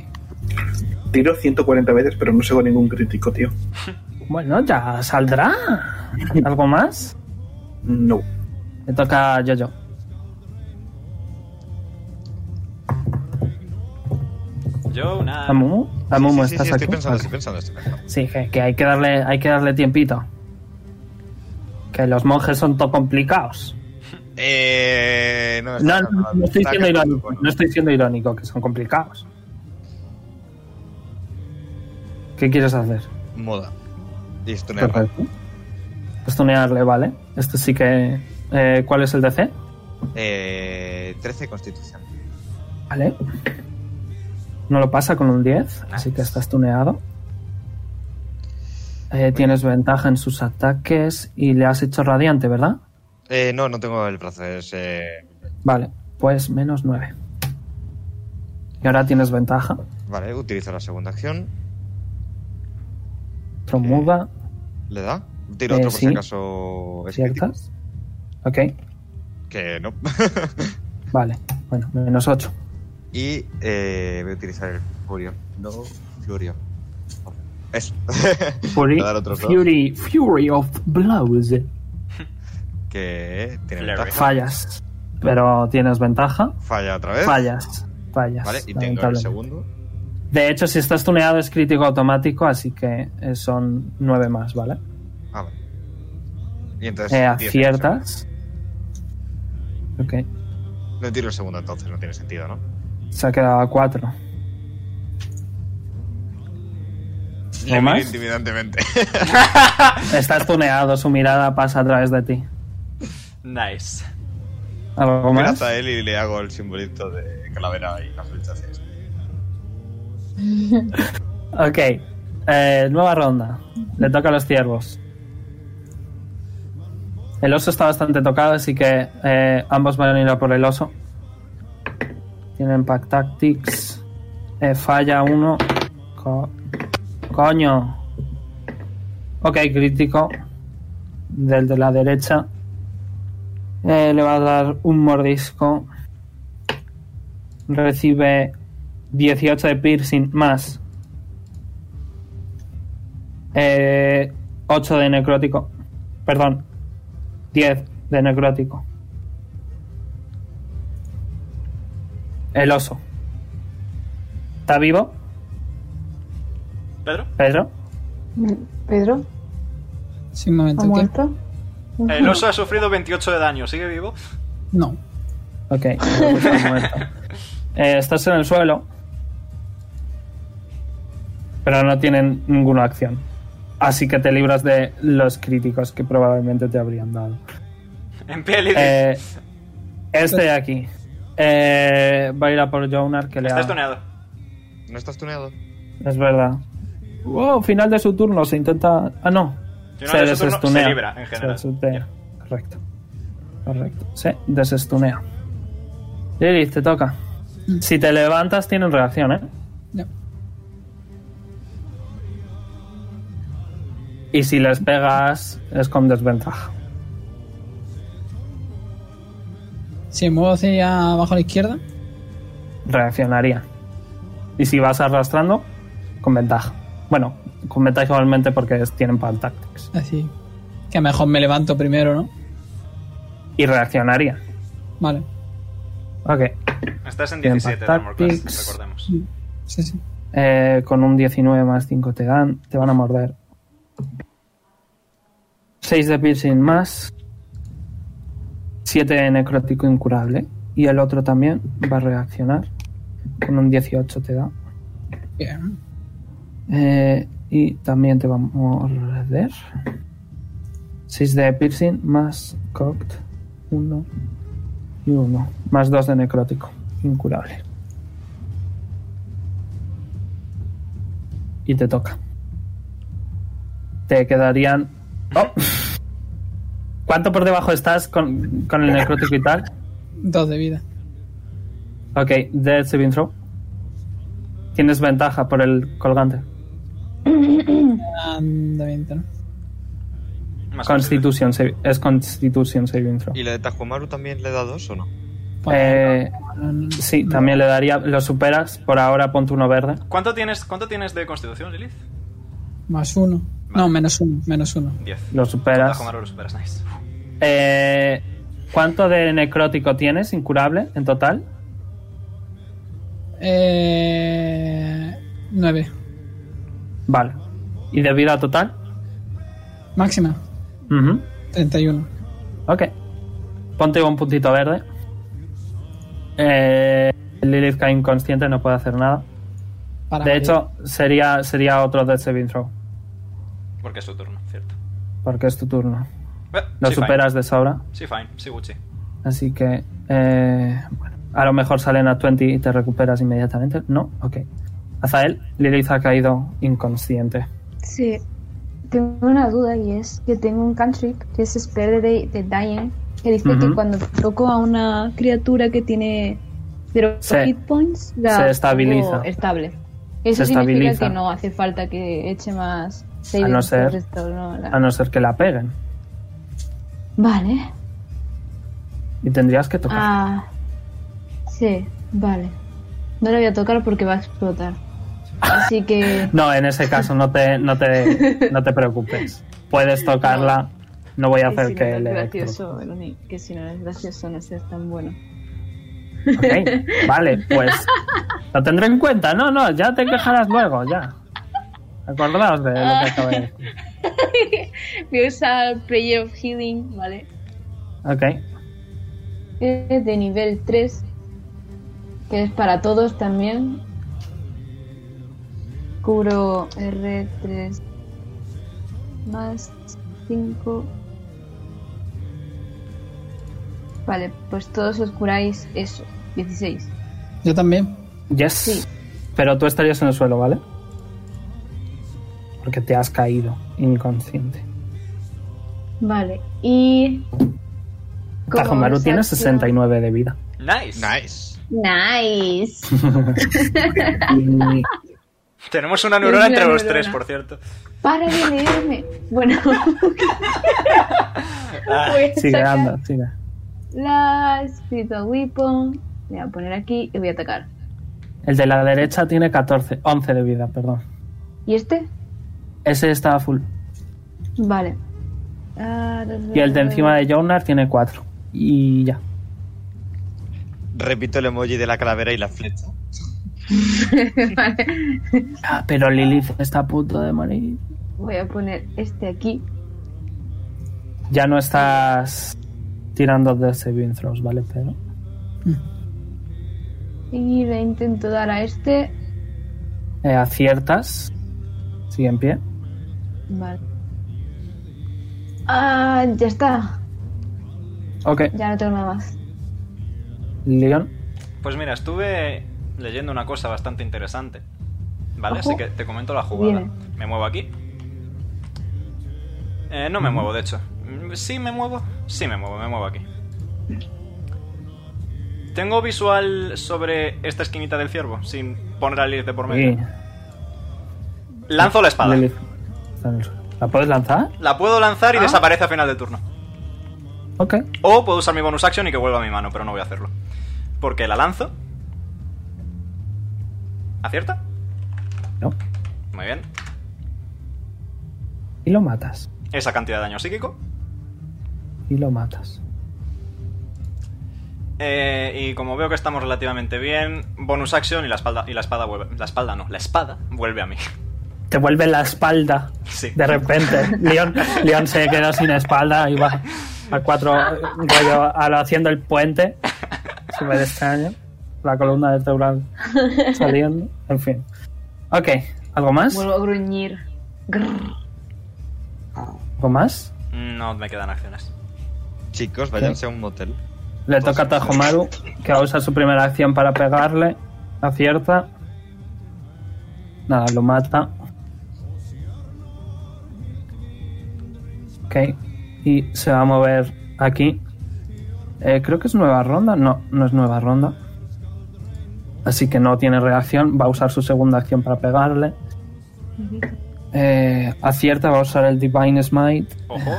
Speaker 4: Tiro 140 veces, pero no saco ningún crítico, tío.
Speaker 1: Bueno, ya saldrá. ¿Algo más?
Speaker 4: No.
Speaker 1: Le toca a Jojo.
Speaker 5: Yo, nada.
Speaker 1: ¿A Mumu? ¿A Mumu
Speaker 8: sí, sí,
Speaker 1: estás
Speaker 8: sí,
Speaker 1: aquí?
Speaker 8: estoy pensando,
Speaker 1: Ok.
Speaker 8: estoy pensando, estoy pensando.
Speaker 1: Sí, que, que hay que darle, hay que darle tiempito. Que los monjes son todo complicados.
Speaker 8: Eh, no,
Speaker 1: No,
Speaker 8: está-
Speaker 1: no, no estoy
Speaker 8: está
Speaker 1: siendo
Speaker 8: cagando,
Speaker 1: irónico,
Speaker 8: bueno.
Speaker 1: no estoy siendo irónico, que son complicados. ¿Qué quieres hacer?
Speaker 8: Moda. Y esto no es raro.
Speaker 1: Perfecto. Estonearle, Pues vale. Esto sí que. eh, ¿Cuál es el DC?
Speaker 8: Eh, 13 constitución.
Speaker 1: Vale. No lo pasa con un 10, así que estás tuneado. Eh, tienes ventaja en sus ataques y le has hecho radiante, ¿verdad?
Speaker 8: Eh, no, no tengo el brazo. Es, eh,
Speaker 1: Vale, pues menos 9. Y ahora tienes ventaja.
Speaker 8: vale, utilizo la segunda acción.
Speaker 1: Tromuda,
Speaker 8: ¿Le da? Tiro
Speaker 1: Eh,
Speaker 8: otro por
Speaker 1: sí.
Speaker 8: si acaso es crítico.
Speaker 1: ¿ciertas? Ok,
Speaker 8: Que no.
Speaker 1: vale. Bueno, menos 8.
Speaker 8: y eh, voy a utilizar el Furio. No, Furio. Eso.
Speaker 1: Fury,
Speaker 8: Voy a dar otros dos.
Speaker 1: Fury, Fury of Blows.
Speaker 8: que tiene
Speaker 5: Flare.
Speaker 8: ventaja.
Speaker 1: Fallas. Pero tienes ventaja.
Speaker 8: Falla otra vez.
Speaker 1: Fallas. Fallas.
Speaker 8: ¿Eh? Vale, y tengo el
Speaker 1: lamentablemente.
Speaker 8: segundo.
Speaker 1: De hecho, si estás tuneado es crítico automático, así que eh, son nueve más, ¿vale?
Speaker 8: Ah, vale. Y entonces.
Speaker 1: Eh,
Speaker 8: 10
Speaker 1: aciertas. Ok.
Speaker 8: hecho. No tiro el segundo entonces, no tiene sentido, ¿no?
Speaker 1: Se ha quedado a cuatro.
Speaker 8: Le miro
Speaker 1: más?
Speaker 8: intimidantemente.
Speaker 1: Estás tuneado, su mirada pasa a través de ti.
Speaker 5: Nice.
Speaker 1: ¿Algo
Speaker 8: Mira
Speaker 1: más?
Speaker 8: a él y le hago el simbolito de calavera y la flecha hacia esto.
Speaker 1: Ok. Eh, nueva ronda. Le toca a los ciervos. El oso está bastante tocado, así que eh, ambos van a ir a por el oso. Tienen pack tactics. Eh, falla uno. Co- coño. Ok, crítico. Del de la derecha. Eh, le va a dar un mordisco. Recibe 18 de piercing más eh, 8 de necrótico. Perdón. 10 de necrótico. El oso. ¿Está vivo,
Speaker 5: ¿Pedro?
Speaker 1: Pedro?
Speaker 7: ¿Pedro?
Speaker 6: Sí, un momento.
Speaker 7: ¿Ha
Speaker 6: ¿qué?
Speaker 7: muerto?
Speaker 5: El oso ha sufrido 28 de daño. ¿Sigue vivo?
Speaker 6: No.
Speaker 1: Ok. Está muerto. Eh, estás en el suelo. Pero no tienen ninguna acción. Así que te libras de los críticos que probablemente te habrían dado.
Speaker 5: En pie libre.
Speaker 1: Eh, este de aquí. Eh, va a ir a por Jonar que le
Speaker 5: Está
Speaker 1: ha...
Speaker 5: estoneado.
Speaker 8: ¿No estás tuneado?
Speaker 1: Es verdad. Wow, final de su turno se intenta. Ah, no.
Speaker 5: Final de su turno, se libra, en general.
Speaker 1: Se desestunea. Correcto. Correcto. Se desestunea. Lilith, te toca. Si te levantas, tienen reacción, ¿eh?
Speaker 6: Ya.
Speaker 1: Y si les pegas, es con desventaja.
Speaker 6: Si me muevo hacia abajo a la izquierda,
Speaker 1: Reaccionaría. Y si vas arrastrando, con ventaja. Bueno, con ventaja igualmente porque es- tienen pan tactics.
Speaker 6: así. Que mejor me levanto primero, ¿no?
Speaker 1: Y reaccionaría.
Speaker 6: Vale.
Speaker 1: Ok.
Speaker 5: Estás en
Speaker 1: Bien,
Speaker 5: 17 de Armor Class,
Speaker 1: tactics.
Speaker 5: recordemos.
Speaker 6: Sí, sí.
Speaker 1: Eh, con un 19 más 5 te dan, te van a morder. 6 de piercing más. 7 de necrótico incurable. Y el otro también va a reaccionar. Con un 18 te da.
Speaker 6: Bien.
Speaker 1: Eh, y también te va a morder. 6 de piercing más cocked. 1 y 1. Más 2 de necrótico. Incurable. Y te toca. Te quedarían. ¡Oh! ¿Cuánto por debajo estás con, con el necrótico y tal?
Speaker 6: Dos de vida.
Speaker 1: Ok, Dead Saving Throw. Tienes ventaja por el colgante.
Speaker 6: Anda, viento, ¿no?
Speaker 5: Más
Speaker 1: Constitution, save- es Constitution Saving Throw.
Speaker 8: ¿Y la de Tajumaru también le da dos o no?
Speaker 6: Pues,
Speaker 1: Eh,
Speaker 6: no, no, no.
Speaker 1: sí, también le daría. Lo superas. Por ahora, ponte uno verde.
Speaker 5: ¿Cuánto tienes, ¿Cuánto tienes de constitución, Lilith?
Speaker 6: Más uno. No, menos uno, menos uno.
Speaker 5: 10.
Speaker 1: Lo superas.
Speaker 5: Tajomaru lo superas, nice.
Speaker 1: Eh, ¿Cuánto de necrótico tienes, incurable, en total?
Speaker 6: Eh, nueve.
Speaker 1: Vale. ¿Y de vida total?
Speaker 6: Máxima,
Speaker 1: Ujú.
Speaker 6: 31.
Speaker 1: Ok. Ponte un puntito verde. Eh, Lilith cae inconsciente, no puede hacer nada.
Speaker 6: Para
Speaker 1: De
Speaker 6: morir.
Speaker 1: hecho, sería, sería otro Death Saving Throw,
Speaker 5: Porque es tu turno, cierto.
Speaker 1: porque es tu turno.
Speaker 5: Eh,
Speaker 1: Lo
Speaker 5: sí,
Speaker 1: superas de sobra.
Speaker 5: Fine. Sí, fine. Sí, Gucci.
Speaker 1: Así que. eh, bueno, a lo mejor salen a 20 y te recuperas inmediatamente. No, ok. Azael, Lilith ha caído inconsciente.
Speaker 7: Sí. Tengo una duda y es que tengo un cantrip que es Spell de, de Dying que dice
Speaker 1: Ujú.
Speaker 7: que cuando toco a una criatura que tiene cero
Speaker 1: Se-
Speaker 7: hit points la
Speaker 1: se estabiliza.
Speaker 7: pongo estable. Eso
Speaker 1: Se
Speaker 7: significa
Speaker 1: estabiliza.
Speaker 7: que no hace falta que eche más
Speaker 1: A
Speaker 7: saving
Speaker 1: no ser-
Speaker 7: throws, esto, no, la-
Speaker 1: A no ser que la peguen.
Speaker 7: Vale.
Speaker 1: Y tendrías que tocar.
Speaker 7: Ah. Sí, vale. No la voy a tocar porque va a explotar. Así que
Speaker 1: No, en ese caso no te, no te, no te preocupes. Puedes tocarla. No voy a hacer
Speaker 3: si no
Speaker 1: que
Speaker 3: eres
Speaker 1: le.
Speaker 3: gracioso, Eloni, que si no eres gracioso no seas tan bueno.
Speaker 1: Ok, vale, pues lo tendré en cuenta. No, no, ya te quejarás luego, ya. Acordaos de lo que acabo de decir.
Speaker 7: voy a usar Prayer of Healing, ¿vale?
Speaker 1: Ok,
Speaker 7: Es de nivel 3, que es para todos también. Cubro R3 más 5. Vale, pues todos os curáis eso, 16.
Speaker 6: Yo también.
Speaker 1: yes. Pero tú estarías en el suelo, ¿vale? Porque te has caído inconsciente.
Speaker 7: Vale, y... como
Speaker 1: Tajomaru tiene
Speaker 7: bonus action-
Speaker 1: 69 de vida.
Speaker 5: Nice.
Speaker 8: Nice.
Speaker 7: Nice.
Speaker 4: Y
Speaker 5: Tenemos una
Speaker 7: Una
Speaker 5: neurona entre los
Speaker 7: neurona.
Speaker 5: tres, por cierto.
Speaker 7: Para de leerme. Bueno. voy a
Speaker 1: Ah, Sigue
Speaker 7: sacar
Speaker 1: anda, sigue.
Speaker 7: La Spiritual Weapon. Le voy a poner aquí y voy a atacar.
Speaker 1: El de la derecha tiene 14, 11 de vida, perdón.
Speaker 7: ¿Y este?
Speaker 1: Ese estaba full.
Speaker 7: Vale. Ah,
Speaker 1: Y el de encima de Jonar tiene 4. Y ya.
Speaker 8: Repito el emoji de la calavera y la flecha.
Speaker 1: Ah, pero Lilith está a punto de morir.
Speaker 7: Voy a poner este aquí.
Speaker 1: Ya no estás tirando de saving throws, ¿vale? Pero
Speaker 7: Y le intento dar a este.
Speaker 1: eh, aciertas. Sigue en pie.
Speaker 7: Vale. Ah, ya está.
Speaker 1: Ok,
Speaker 7: Ya no tengo nada más.
Speaker 1: Leon.
Speaker 5: Pues mira, estuve leyendo una cosa bastante interesante. ¿Vale?
Speaker 7: Ojo.
Speaker 5: Así que te comento la jugada.
Speaker 7: Viene.
Speaker 5: Me muevo aquí. Eh, no me muevo, de hecho. Mm, Sí me muevo. Sí me muevo, me muevo aquí. Tengo visual sobre esta esquinita del ciervo, sin poner a Lilith de por medio.
Speaker 1: Y
Speaker 5: Lanzo la espada.
Speaker 1: Lilith está en el suelo. ¿La puedes lanzar?
Speaker 5: La puedo lanzar
Speaker 7: Ah.
Speaker 5: y desaparece a final de turno.
Speaker 1: Ok.
Speaker 5: O puedo usar mi bonus action y que vuelva a mi mano, pero no voy a hacerlo. Porque la lanzo. ¿Acierta?
Speaker 1: No.
Speaker 5: Muy bien.
Speaker 1: Y lo matas.
Speaker 5: Esa cantidad de daño psíquico.
Speaker 1: Y lo matas.
Speaker 5: Eh, y como veo que estamos relativamente bien, bonus action y la espalda y la espada vuelve. La espalda no, la espada vuelve a mí.
Speaker 1: Te vuelve la espalda.
Speaker 5: Sí.
Speaker 1: De repente. Leon, Leon se quedó sin espalda y va a cuatro. rollo, a lo- haciendo el puente. Súper extraño. La columna vertebral saliendo. En fin. Ok. ¿Algo más?
Speaker 7: Vuelvo a gruñir. Grrr.
Speaker 1: ¿Algo más?
Speaker 5: Mm, No me quedan acciones.
Speaker 8: Chicos, váyanse a un motel.
Speaker 1: Le toca a Tajomaru, que usa su primera acción para pegarle. Acierta. Nada, lo mata. Ok. Y se va a mover aquí. Eh, creo que es nueva ronda. No, no es nueva ronda. Así que no tiene reacción. Va a usar su segunda acción para pegarle. Eh, acierta, va a usar el Divine Smite.
Speaker 5: Ojo.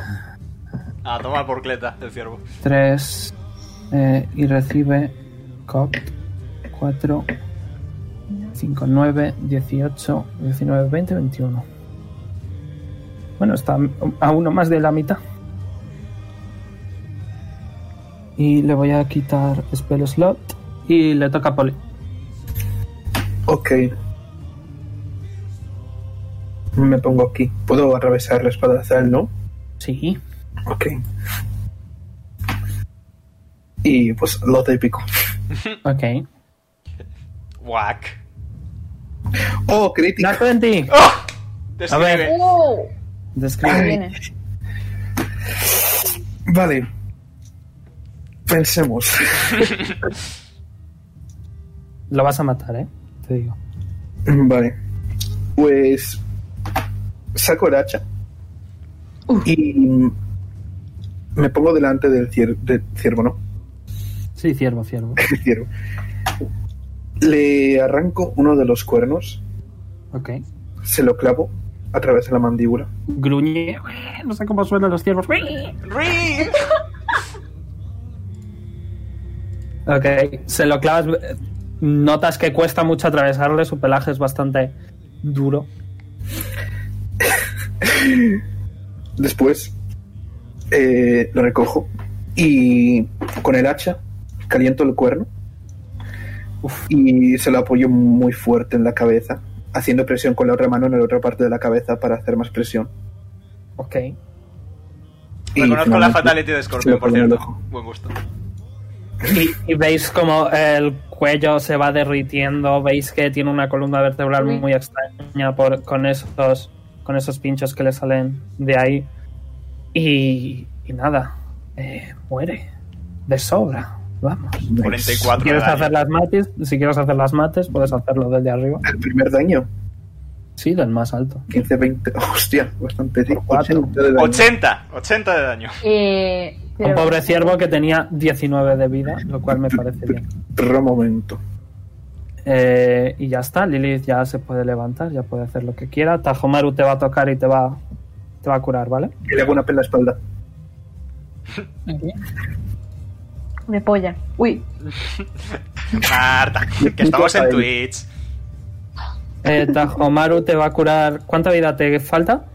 Speaker 5: A tomar por cleta el ciervo.
Speaker 1: 3 eh, y recibe cop 4 5, 9, 18, 19, 20, 21. Bueno, está a uno más de la mitad. Y le voy a quitar spell slot y le toca a Poli.
Speaker 4: Ok. Me pongo aquí. Puedo atravesar la espada de Zal, ¿no?
Speaker 1: Sí.
Speaker 4: Ok. Y pues lo típico.
Speaker 1: Ok.
Speaker 5: Whack.
Speaker 4: Oh, crítica.
Speaker 1: Nat 20.
Speaker 5: Describe.
Speaker 1: ver.
Speaker 7: ¡Wow! Ahí
Speaker 1: Describe.
Speaker 7: viene.
Speaker 4: Vale. Pensemos.
Speaker 1: Lo vas a matar, ¿eh? Te digo.
Speaker 4: Vale. Pues saco el hacha y me pongo delante del, cier- del ciervo, ¿no?
Speaker 1: Sí, ciervo, ciervo.
Speaker 4: El ciervo. Le arranco uno de los cuernos,
Speaker 1: Ok.
Speaker 4: se lo clavo a través de la mandíbula.
Speaker 1: Gruñe. No sé cómo suenan los ciervos.
Speaker 5: ¡Ring!
Speaker 1: Ok, se lo clavas. eh, Notas que cuesta mucho atravesarle, su pelaje es bastante duro.
Speaker 4: Después eh, lo recojo y con el hacha caliento el cuerno y se lo apoyo muy fuerte en la cabeza, haciendo presión con la otra mano en la otra parte de la cabeza para hacer más presión.
Speaker 1: Ok.
Speaker 4: Y
Speaker 5: Reconozco la
Speaker 4: finalmente
Speaker 5: fatality de
Speaker 4: se
Speaker 5: Scorpion,
Speaker 4: lo
Speaker 5: por
Speaker 4: pongo en el
Speaker 5: cierto.
Speaker 4: ojo.
Speaker 5: Buen gusto.
Speaker 1: Y, y veis como el cuello se va derritiendo, veis que tiene una columna vertebral
Speaker 7: Uy.
Speaker 1: muy extraña por, con, esos, con esos pinchos que le salen de ahí. Y, y nada, eh, muere. De sobra. Vamos.
Speaker 4: Nice.
Speaker 5: 44
Speaker 1: ¿Quieres
Speaker 5: de daño.
Speaker 1: hacer las mates? Si quieres hacer las mates, puedes hacerlo desde arriba.
Speaker 4: El primer daño,
Speaker 1: Sí, del más alto.
Speaker 4: 15, 20. Hostia, bastante. sí,
Speaker 1: Cuatro.
Speaker 4: 80 de daño.
Speaker 5: 80, 80 de daño.
Speaker 7: Eh,
Speaker 1: Un
Speaker 7: pero-
Speaker 1: pobre ciervo que tenía 19 de vida, lo cual me parece bien.
Speaker 4: Otro momento.
Speaker 1: Eh, y ya está, Lilith ya se puede levantar, ya puede hacer lo que quiera. Tajomaru te va a tocar y te va, te va a curar, ¿vale?
Speaker 4: Y le hago una pela en la espalda.
Speaker 6: Aquí.
Speaker 7: De polla. Uy,
Speaker 5: Marta, que estamos en Twitch.
Speaker 1: Eh, Tajomaru te va a curar. ¿Cuánta vida te falta?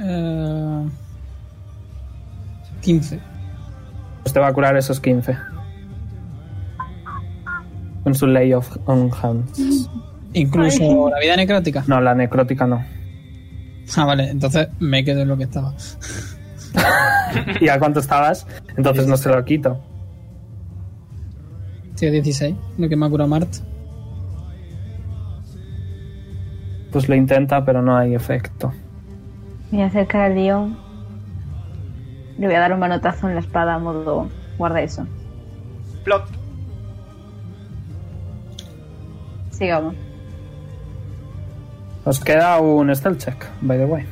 Speaker 6: Eh, 15.
Speaker 1: Pues te va a curar esos 15. Con su Lay of on Hands.
Speaker 6: Incluso la vida necrótica.
Speaker 1: No, la necrótica no.
Speaker 6: Ah, vale, entonces me quedo en lo que estaba.
Speaker 1: ¿Y a cuánto estabas? Entonces no se lo quito.
Speaker 6: Tío 16, lo que me ha curado Marta.
Speaker 1: Pues lo intenta, pero no hay efecto.
Speaker 7: me voy a acercar al león. Le voy a dar un manotazo en la espada, modo. Guarda eso.
Speaker 5: Plop.
Speaker 7: Sigamos.
Speaker 1: Os queda un stealth check, by the way.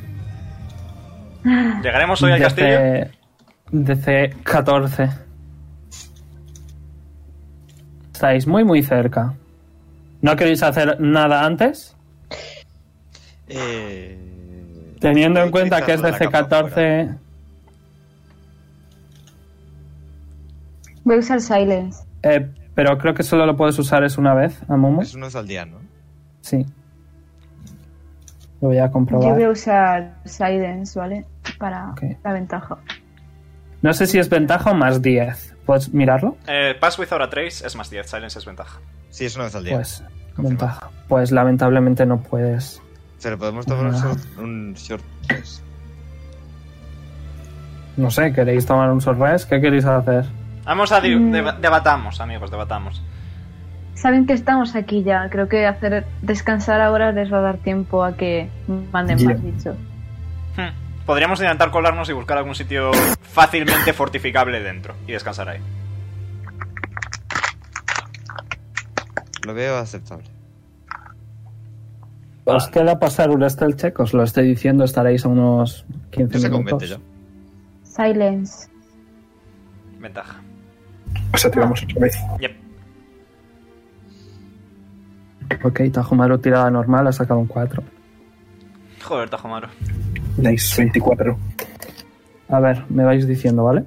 Speaker 5: ¿Llegaremos hoy al castillo?
Speaker 1: DC, DC 14. Estáis muy, muy cerca. ¿No queréis hacer nada antes?
Speaker 8: Eh,
Speaker 1: Teniendo
Speaker 8: voy
Speaker 1: en
Speaker 8: a
Speaker 1: cuenta
Speaker 8: utilizar
Speaker 1: que es
Speaker 8: lo de la
Speaker 1: DC
Speaker 8: capa fuera.
Speaker 1: 14.
Speaker 7: Voy a usar Silence.
Speaker 1: eh, pero creo que solo lo puedes usar es una vez, a Momo.
Speaker 8: Es uno es al día, ¿no?
Speaker 1: Sí. Lo voy a
Speaker 7: Yo voy a
Speaker 1: comprobar.
Speaker 7: usar Silence, ¿vale? Para
Speaker 1: Ok.
Speaker 7: la ventaja.
Speaker 1: No sé si es ventaja o más 10. ¿Puedes mirarlo?
Speaker 5: Eh, pass without a trace es más 10, silence es ventaja.
Speaker 8: Sí, es una vez al día.
Speaker 1: Pues,
Speaker 8: Confirmado.
Speaker 1: ventaja. Pues lamentablemente no puedes.
Speaker 8: Se le podemos tomar un
Speaker 1: Ah.
Speaker 8: short, un short rest.
Speaker 1: No sé, ¿queréis tomar un sorpresa? ¿Qué queréis hacer?
Speaker 5: Vamos a di-
Speaker 7: Mm.
Speaker 5: deba- debatamos, amigos, debatamos.
Speaker 7: Saben que estamos aquí ya. Creo que hacer descansar ahora les va a dar tiempo a que manden
Speaker 1: Ya.
Speaker 7: más bichos.
Speaker 5: Hmm. Podríamos intentar colarnos y buscar algún sitio fácilmente fortificable dentro y descansar ahí.
Speaker 8: Lo veo aceptable.
Speaker 1: Os queda pasar un stealth check, os lo estoy diciendo, estaréis a unos 15
Speaker 8: Yo se
Speaker 1: minutos.
Speaker 8: convence ya.
Speaker 7: Silence.
Speaker 5: Ventaja.
Speaker 4: O sea, tiramos otra vez.
Speaker 5: Yep.
Speaker 1: Ok, Tajomaru tirada normal, ha sacado un 4.
Speaker 5: Joder, Tajomaro.
Speaker 4: Nice, 24.
Speaker 1: A ver, me vais diciendo, ¿vale?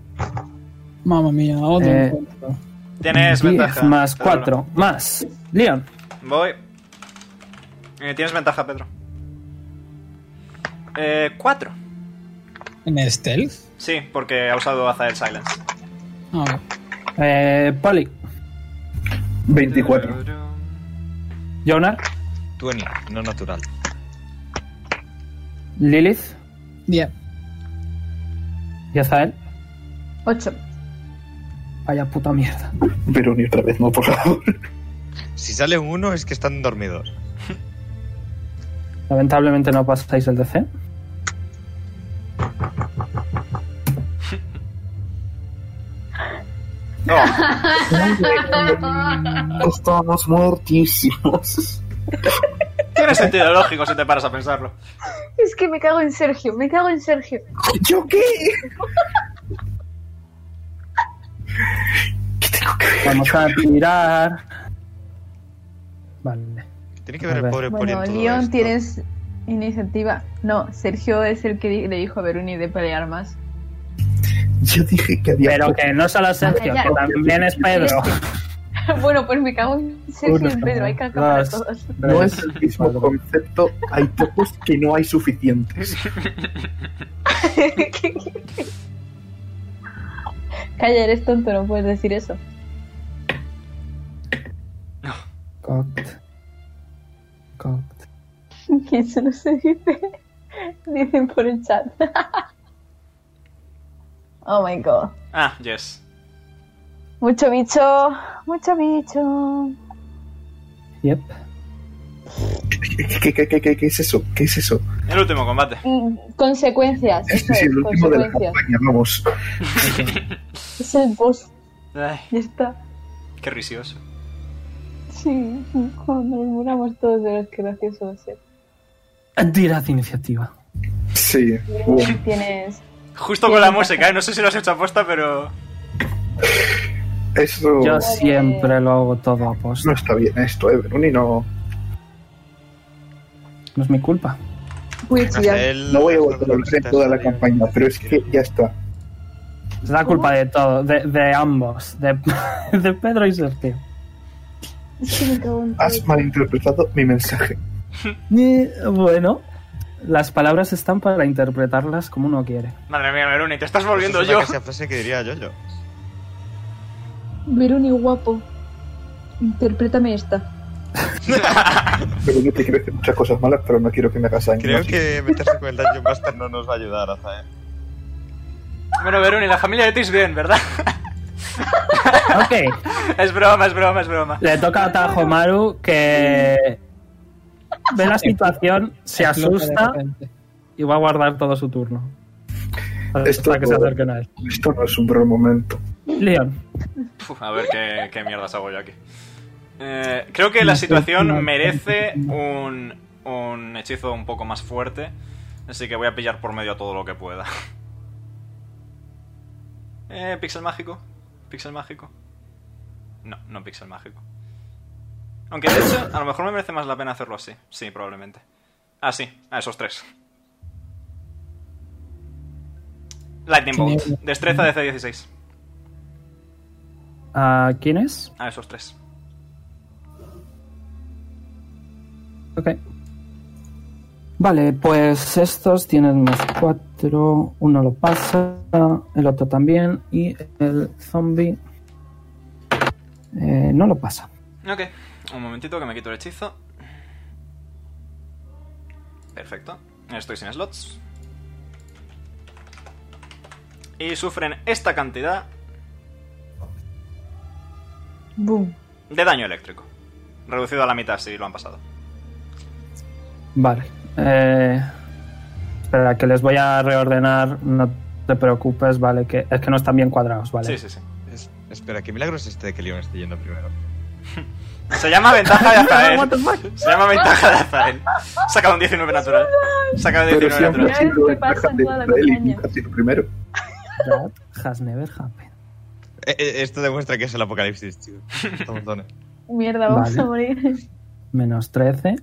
Speaker 6: Mamma mía, otro
Speaker 1: Eh,
Speaker 6: encuentro.
Speaker 5: Tienes
Speaker 1: 10
Speaker 5: ventaja.
Speaker 1: más
Speaker 5: Pedro.
Speaker 1: 4, más. Leon,
Speaker 5: Voy. Eh, tienes ventaja, Pedro. Eh, cuatro.
Speaker 6: ¿En stealth? Ah,
Speaker 5: Sí, porque ha usado Azael Silence.
Speaker 6: A ver.
Speaker 1: eh, Poli,
Speaker 4: 24.
Speaker 1: Jonar,
Speaker 8: 20, no natural.
Speaker 1: Lilith
Speaker 6: Diez.
Speaker 1: y Azael.
Speaker 7: 8.
Speaker 1: Vaya puta mierda.
Speaker 4: Pero ni otra vez, no, por favor.
Speaker 8: Si sale un 1 es que están dormidos.
Speaker 1: Lamentablemente no pasáis el DC.
Speaker 5: No,
Speaker 4: Estamos muertísimos.
Speaker 5: tiene sentido lógico si te paras a pensarlo.
Speaker 7: Es que me cago en Sergio, me cago en Sergio.
Speaker 4: ¿Yo qué?
Speaker 1: Vamos a tirar. Vale.
Speaker 8: Tiene que
Speaker 1: A
Speaker 8: ver el
Speaker 1: ver.
Speaker 8: pobre poli en
Speaker 7: Bueno,
Speaker 8: todo
Speaker 7: Leon,
Speaker 8: esto.
Speaker 7: tienes iniciativa. No, Sergio es el que di- le dijo a Veruni de pelear más.
Speaker 4: Yo dije que había.
Speaker 1: Pero que no solo es Sergio,
Speaker 7: Ya, ya.
Speaker 1: que también es Pedro.
Speaker 7: bueno, pues me cago en Sergio
Speaker 1: Uno,
Speaker 7: y Pedro, hay que acabar a
Speaker 1: dos.
Speaker 7: todos.
Speaker 4: No es el mismo concepto. Hay pocos que no hay suficientes.
Speaker 7: Calla, eres tonto, no puedes decir eso.
Speaker 1: Cocked. Cocked.
Speaker 7: Que eso no se dice. Dicen por el chat. oh my god.
Speaker 5: Ah, yes.
Speaker 7: Mucho bicho, mucho bicho.
Speaker 1: Yep.
Speaker 4: ¿Qué, qué, qué, qué, qué es eso? ¿Qué es eso?
Speaker 5: El último combate.
Speaker 7: Mm, Consecuencias, eso
Speaker 4: Este es
Speaker 7: es,
Speaker 4: el último de la
Speaker 7: consecuencias.
Speaker 4: campaña, vamos.
Speaker 7: Es el boss,
Speaker 5: Ay,
Speaker 7: ya está.
Speaker 5: qué risioso.
Speaker 7: Sí, cuando nos muramos todos de los que gracioso va a ser.
Speaker 1: Tirad iniciativa.
Speaker 4: Sí.
Speaker 7: Bien, Tienes.
Speaker 5: Justo con la música, ¿eh? no sé si lo has hecho aposta, pero.
Speaker 4: Eso
Speaker 1: Yo siempre lo hago todo a posta.
Speaker 4: Oh. no está bien, esto, eh, Veroni. No,
Speaker 1: No es mi culpa.
Speaker 7: Voy a
Speaker 8: Hasta
Speaker 7: estudiar.
Speaker 8: él-
Speaker 4: no voy a
Speaker 8: hasta
Speaker 4: volver a
Speaker 8: él
Speaker 4: hablar en
Speaker 8: está
Speaker 4: toda la
Speaker 8: saliendo.
Speaker 4: campaña, pero es que ya está.
Speaker 1: Es la culpa de todo, de, de ambos, de, de Pedro y Sergio.
Speaker 7: Es que me cago en todo.
Speaker 4: Has malinterpretado mi mensaje.
Speaker 1: Eh, Bueno, las palabras están para interpretarlas como uno quiere.
Speaker 5: Madre mía, Meruni, te estás
Speaker 8: Eso
Speaker 5: volviendo
Speaker 8: suena
Speaker 5: yo.
Speaker 8: casi a frase que diría yo, yo.
Speaker 7: Veruni guapo. Interprétame esta.
Speaker 4: Veroni, te quiero decir muchas cosas malas, pero no quiero que me hagas daño.
Speaker 8: Creo
Speaker 4: así
Speaker 8: que meterse con el Dungeon Master no nos va a ayudar, Azael.
Speaker 5: Bueno, Meruni, la familia de Tis bien, ¿verdad?
Speaker 1: Ok.
Speaker 5: Es broma, es broma, es broma.
Speaker 1: Le toca a Tajomaru que ve la situación, se
Speaker 6: Explota de
Speaker 1: asusta
Speaker 6: repente.
Speaker 1: y va a guardar todo su turno.
Speaker 4: Esto-
Speaker 1: Hasta que se acerquen a él.
Speaker 4: Esto no es un buen momento.
Speaker 1: Leon,
Speaker 5: Uf, a ver qué, qué mierdas hago yo aquí. Eh, creo que la situación merece un, un hechizo un poco más fuerte. Así que voy a pillar por medio a todo lo que pueda. Eh, pixel mágico. Pixel mágico. No, no pixel mágico. Aunque de hecho, a lo mejor me merece más la pena hacerlo así. Sí, probablemente. Ah, sí, a esos tres. Lightning Bolt. Destreza de C16.
Speaker 1: ¿a quién es?
Speaker 5: A esos tres.
Speaker 1: Ok. Vale, pues estos tienen más cuatro. Uno lo pasa, el otro también. Y el zombie eh, no lo pasa.
Speaker 5: Ok, un momentito que me quito el hechizo. Perfecto, estoy sin slots. Y sufren esta cantidad
Speaker 7: Boom.
Speaker 5: de daño eléctrico. Reducido a la mitad si lo han pasado.
Speaker 1: Vale. Eh, Espera, que les voy a reordenar. No te preocupes, vale. Que es que no están bien cuadrados, vale.
Speaker 5: Sí, sí, sí.
Speaker 8: Es- espera, ¿qué milagro es este de que Leon esté yendo primero?
Speaker 5: Se llama ventaja de
Speaker 1: Ah, What the
Speaker 5: Azael.
Speaker 1: fuck?
Speaker 5: Se llama ventaja de Azael. Saca un 19 natural. Saca un
Speaker 4: Pero
Speaker 5: 19
Speaker 4: siempre ha
Speaker 5: natural.
Speaker 4: sido
Speaker 7: ¿Qué
Speaker 4: el
Speaker 7: pasa en
Speaker 4: de
Speaker 7: toda la
Speaker 4: Israel y
Speaker 7: montaña?
Speaker 4: nunca ha sido primero.
Speaker 1: That has never happened.
Speaker 8: Eh, eh, esto demuestra que es el apocalipsis, tío. Está un montón.
Speaker 7: Mierda, vamos
Speaker 1: Vale.
Speaker 7: a morir.
Speaker 1: Menos 13.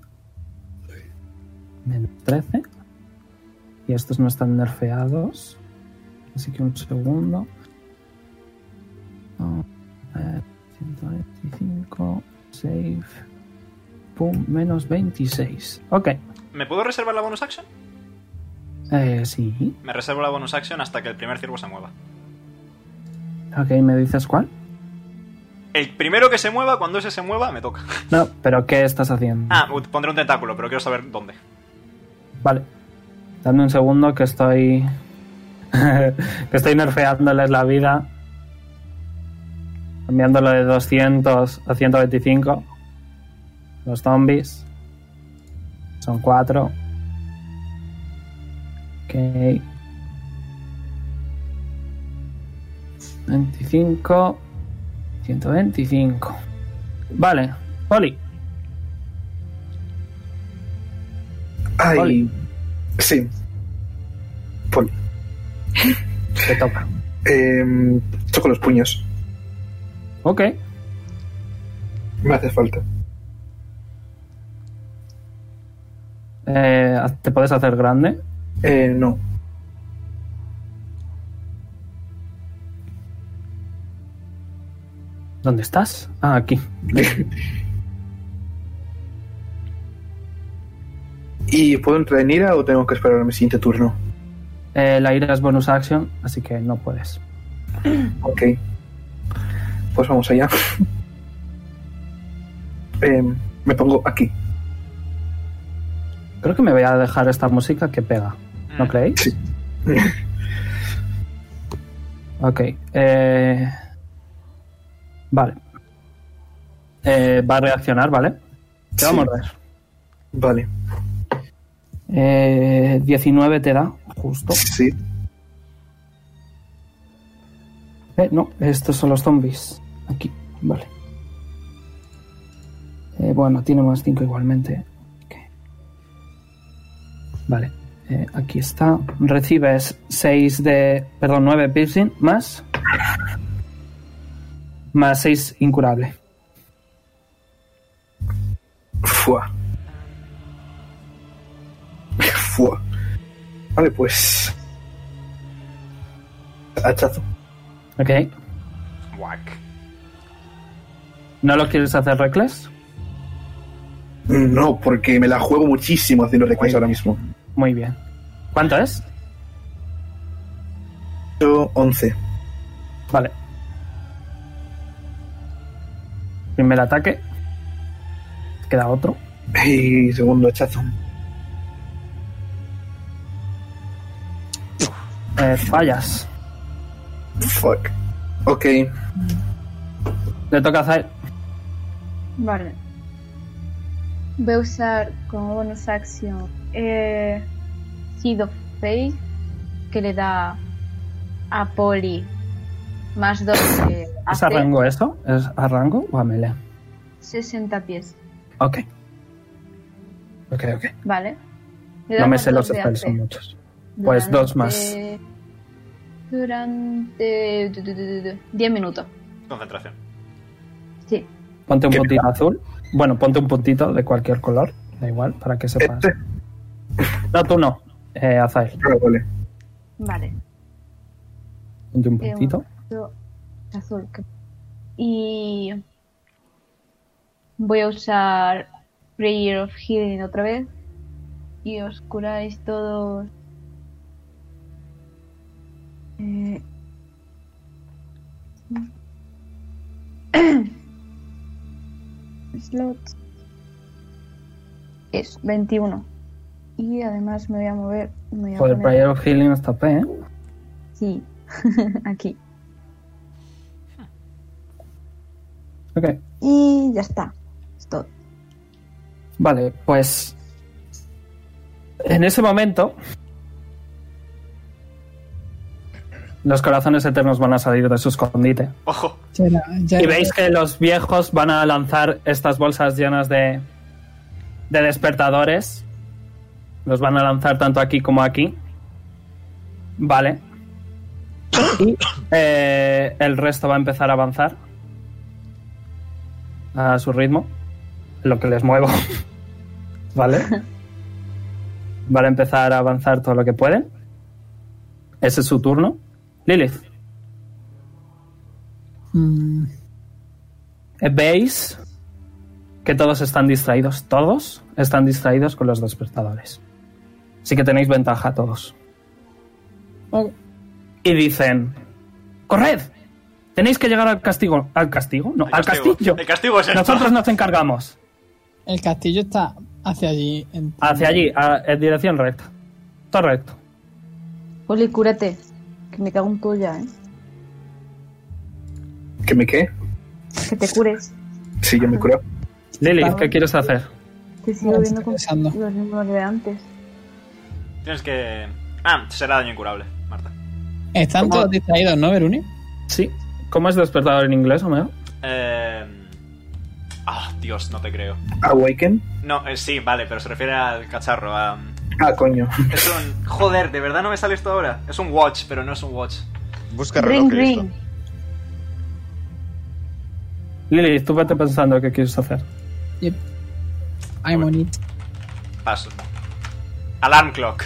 Speaker 1: Menos 13. Y estos no están nerfeados. Así que un segundo. No, eh, 125. Save. Pum, menos 26. Ok.
Speaker 5: ¿Me puedo reservar la bonus action?
Speaker 1: Eh, sí.
Speaker 5: Me reservo la bonus action hasta que el primer ciervo se mueva.
Speaker 1: Ok, ¿me dices cuál?
Speaker 5: El primero que se mueva, cuando ese se mueva, me toca.
Speaker 1: No, pero ¿qué estás haciendo?
Speaker 5: Ah, ut- pondré un tentáculo, pero quiero saber dónde.
Speaker 1: Vale. Dame un segundo que estoy. que estoy nerfeándoles la vida. Cambiándolo de 200 a 125. Los zombies. Son 4. Ok. 25. 125. Vale. Poli.
Speaker 4: Ay.
Speaker 1: Poli.
Speaker 4: Sí. Poli.
Speaker 1: Te toca.
Speaker 4: Eh, toco los puños.
Speaker 1: Ok.
Speaker 4: Me hace falta.
Speaker 1: Eh, te puedes hacer grande.
Speaker 4: Eh, no.
Speaker 1: ¿Dónde estás? Ah, aquí.
Speaker 4: ¿Y puedo entrar en ira o tengo que esperar a mi siguiente turno?
Speaker 1: Eh, la ira es bonus action, así que no puedes.
Speaker 4: Ok. Pues vamos allá. Em, me pongo aquí.
Speaker 1: Creo que me voy a dejar esta música que pega. ¿No
Speaker 5: Mm.
Speaker 1: creéis? ok. eh, Vale. Eh, va a reaccionar, ¿vale? Te va a
Speaker 4: Sí.
Speaker 1: morder.
Speaker 4: Vale.
Speaker 1: Eh, 19 te da, justo.
Speaker 4: Sí.
Speaker 1: Eh, no, estos son los zombies. Aquí, vale. Eh, bueno, tiene más 5 igualmente. Ok. Vale, eh, aquí está. Recibes 6 de. Perdón, 9 piercing más. Más 6 incurable.
Speaker 4: Fua. Fua. Vale, pues. Hachazo.
Speaker 1: Ok.
Speaker 5: Guac.
Speaker 1: ¿No lo quieres hacer reckless?
Speaker 4: No, porque me la juego muchísimo haciendo request ahora mismo.
Speaker 1: Muy bien. ¿Cuánto es?
Speaker 4: Yo, 11.
Speaker 1: Vale. Primer ataque. Queda otro.
Speaker 4: Y segundo hachazo.
Speaker 1: Eh, fallas.
Speaker 4: Fuck. Ok.
Speaker 1: Le toca a Zael.
Speaker 7: Vale. Voy a usar como bonus acción eh, Seed of Faith, que le da a Poli más 2 que
Speaker 1: ¿Es
Speaker 7: hace
Speaker 1: a rango eso? ¿Es a rango o a melee?
Speaker 7: 60 pies.
Speaker 1: Ok. Ok, ok.
Speaker 7: Vale. Le da
Speaker 1: No me
Speaker 7: más
Speaker 1: sé los
Speaker 7: dos de
Speaker 1: spells,
Speaker 7: AC.
Speaker 1: son muchos. Pues
Speaker 7: Durante-
Speaker 1: dos más.
Speaker 7: Durante du- du- du- du- 10 minutos.
Speaker 5: Concentración.
Speaker 7: Sí.
Speaker 1: Ponte un
Speaker 4: ¿Qué
Speaker 1: puntito azul. Bueno, ponte un puntito de cualquier color. Da igual, para que sepas.
Speaker 4: Este.
Speaker 1: No, tú no. Eh, Azael.
Speaker 4: Ah, vale.
Speaker 7: Vale.
Speaker 1: Ponte un
Speaker 7: Eh, un
Speaker 1: puntito.
Speaker 7: momento. azul. que- Y voy a usar Prayer of Healing otra vez. Y os curáis todos. Eh, Slots. Es 21. Y además me voy a mover. Me voy a
Speaker 1: Joder,
Speaker 7: poner-
Speaker 1: Prayer of Healing hasta P, ¿eh?
Speaker 7: Sí. Aquí.
Speaker 1: Ok.
Speaker 7: Y ya está. Es todo.
Speaker 1: Vale, pues. En ese momento. Los corazones eternos van a salir de su escondite.
Speaker 5: Ojo.
Speaker 6: Ya era- ya
Speaker 1: Y
Speaker 6: era-
Speaker 1: veis que los viejos van a lanzar estas bolsas llenas de, de despertadores. Los van a lanzar tanto aquí como aquí. Vale. Y eh, el resto va a empezar a avanzar a su ritmo. Lo que les muevo. Vale. Van a empezar a avanzar todo lo que pueden. Ese es su turno. Lilith.
Speaker 6: Mm,
Speaker 1: Veis que todos están distraídos, todos están distraídos con los despertadores. Así que tenéis ventaja todos.
Speaker 6: oh,
Speaker 1: Y dicen, corred, tenéis que llegar al castigo. ¿Al castigo? No,
Speaker 5: El
Speaker 1: al
Speaker 5: castigo.
Speaker 1: castillo.
Speaker 5: El castigo es esto.
Speaker 1: Nosotros nos encargamos.
Speaker 6: el castillo está hacia allí. entiendo.
Speaker 1: Hacia allí, a- en dirección recta. Todo recto.
Speaker 7: Oli, cúrate. Que me cago en todo ya, ¿eh?
Speaker 4: ¿Que me qué?
Speaker 7: Que te cures.
Speaker 4: Sí, yo me curo.
Speaker 1: Lilith, ¿qué quieres hacer?
Speaker 7: Te sigo viendo
Speaker 6: Bueno, estoy
Speaker 7: con
Speaker 6: pensando.
Speaker 7: los mismos de antes.
Speaker 5: Tienes que. Ah, será daño incurable, Marta.
Speaker 6: Están todos distraídos, ¿no, Veruni?
Speaker 1: Sí. ¿Cómo es despertador en inglés, Homero?
Speaker 5: Eh. Ah, Dios, no te creo.
Speaker 4: Awaken.
Speaker 5: No, eh, sí, vale, pero se refiere al cacharro. A... um,
Speaker 4: Ah, coño.
Speaker 5: Es un. Joder, ¿de verdad no me sale esto ahora? Es un watch, pero no es un watch.
Speaker 8: Busca reloj.
Speaker 7: Ring,
Speaker 8: y listo.
Speaker 7: ring.
Speaker 1: Lilith, tú vete pensando qué quieres hacer.
Speaker 6: Yep. I'm on it.
Speaker 5: Paso. Alarm clock.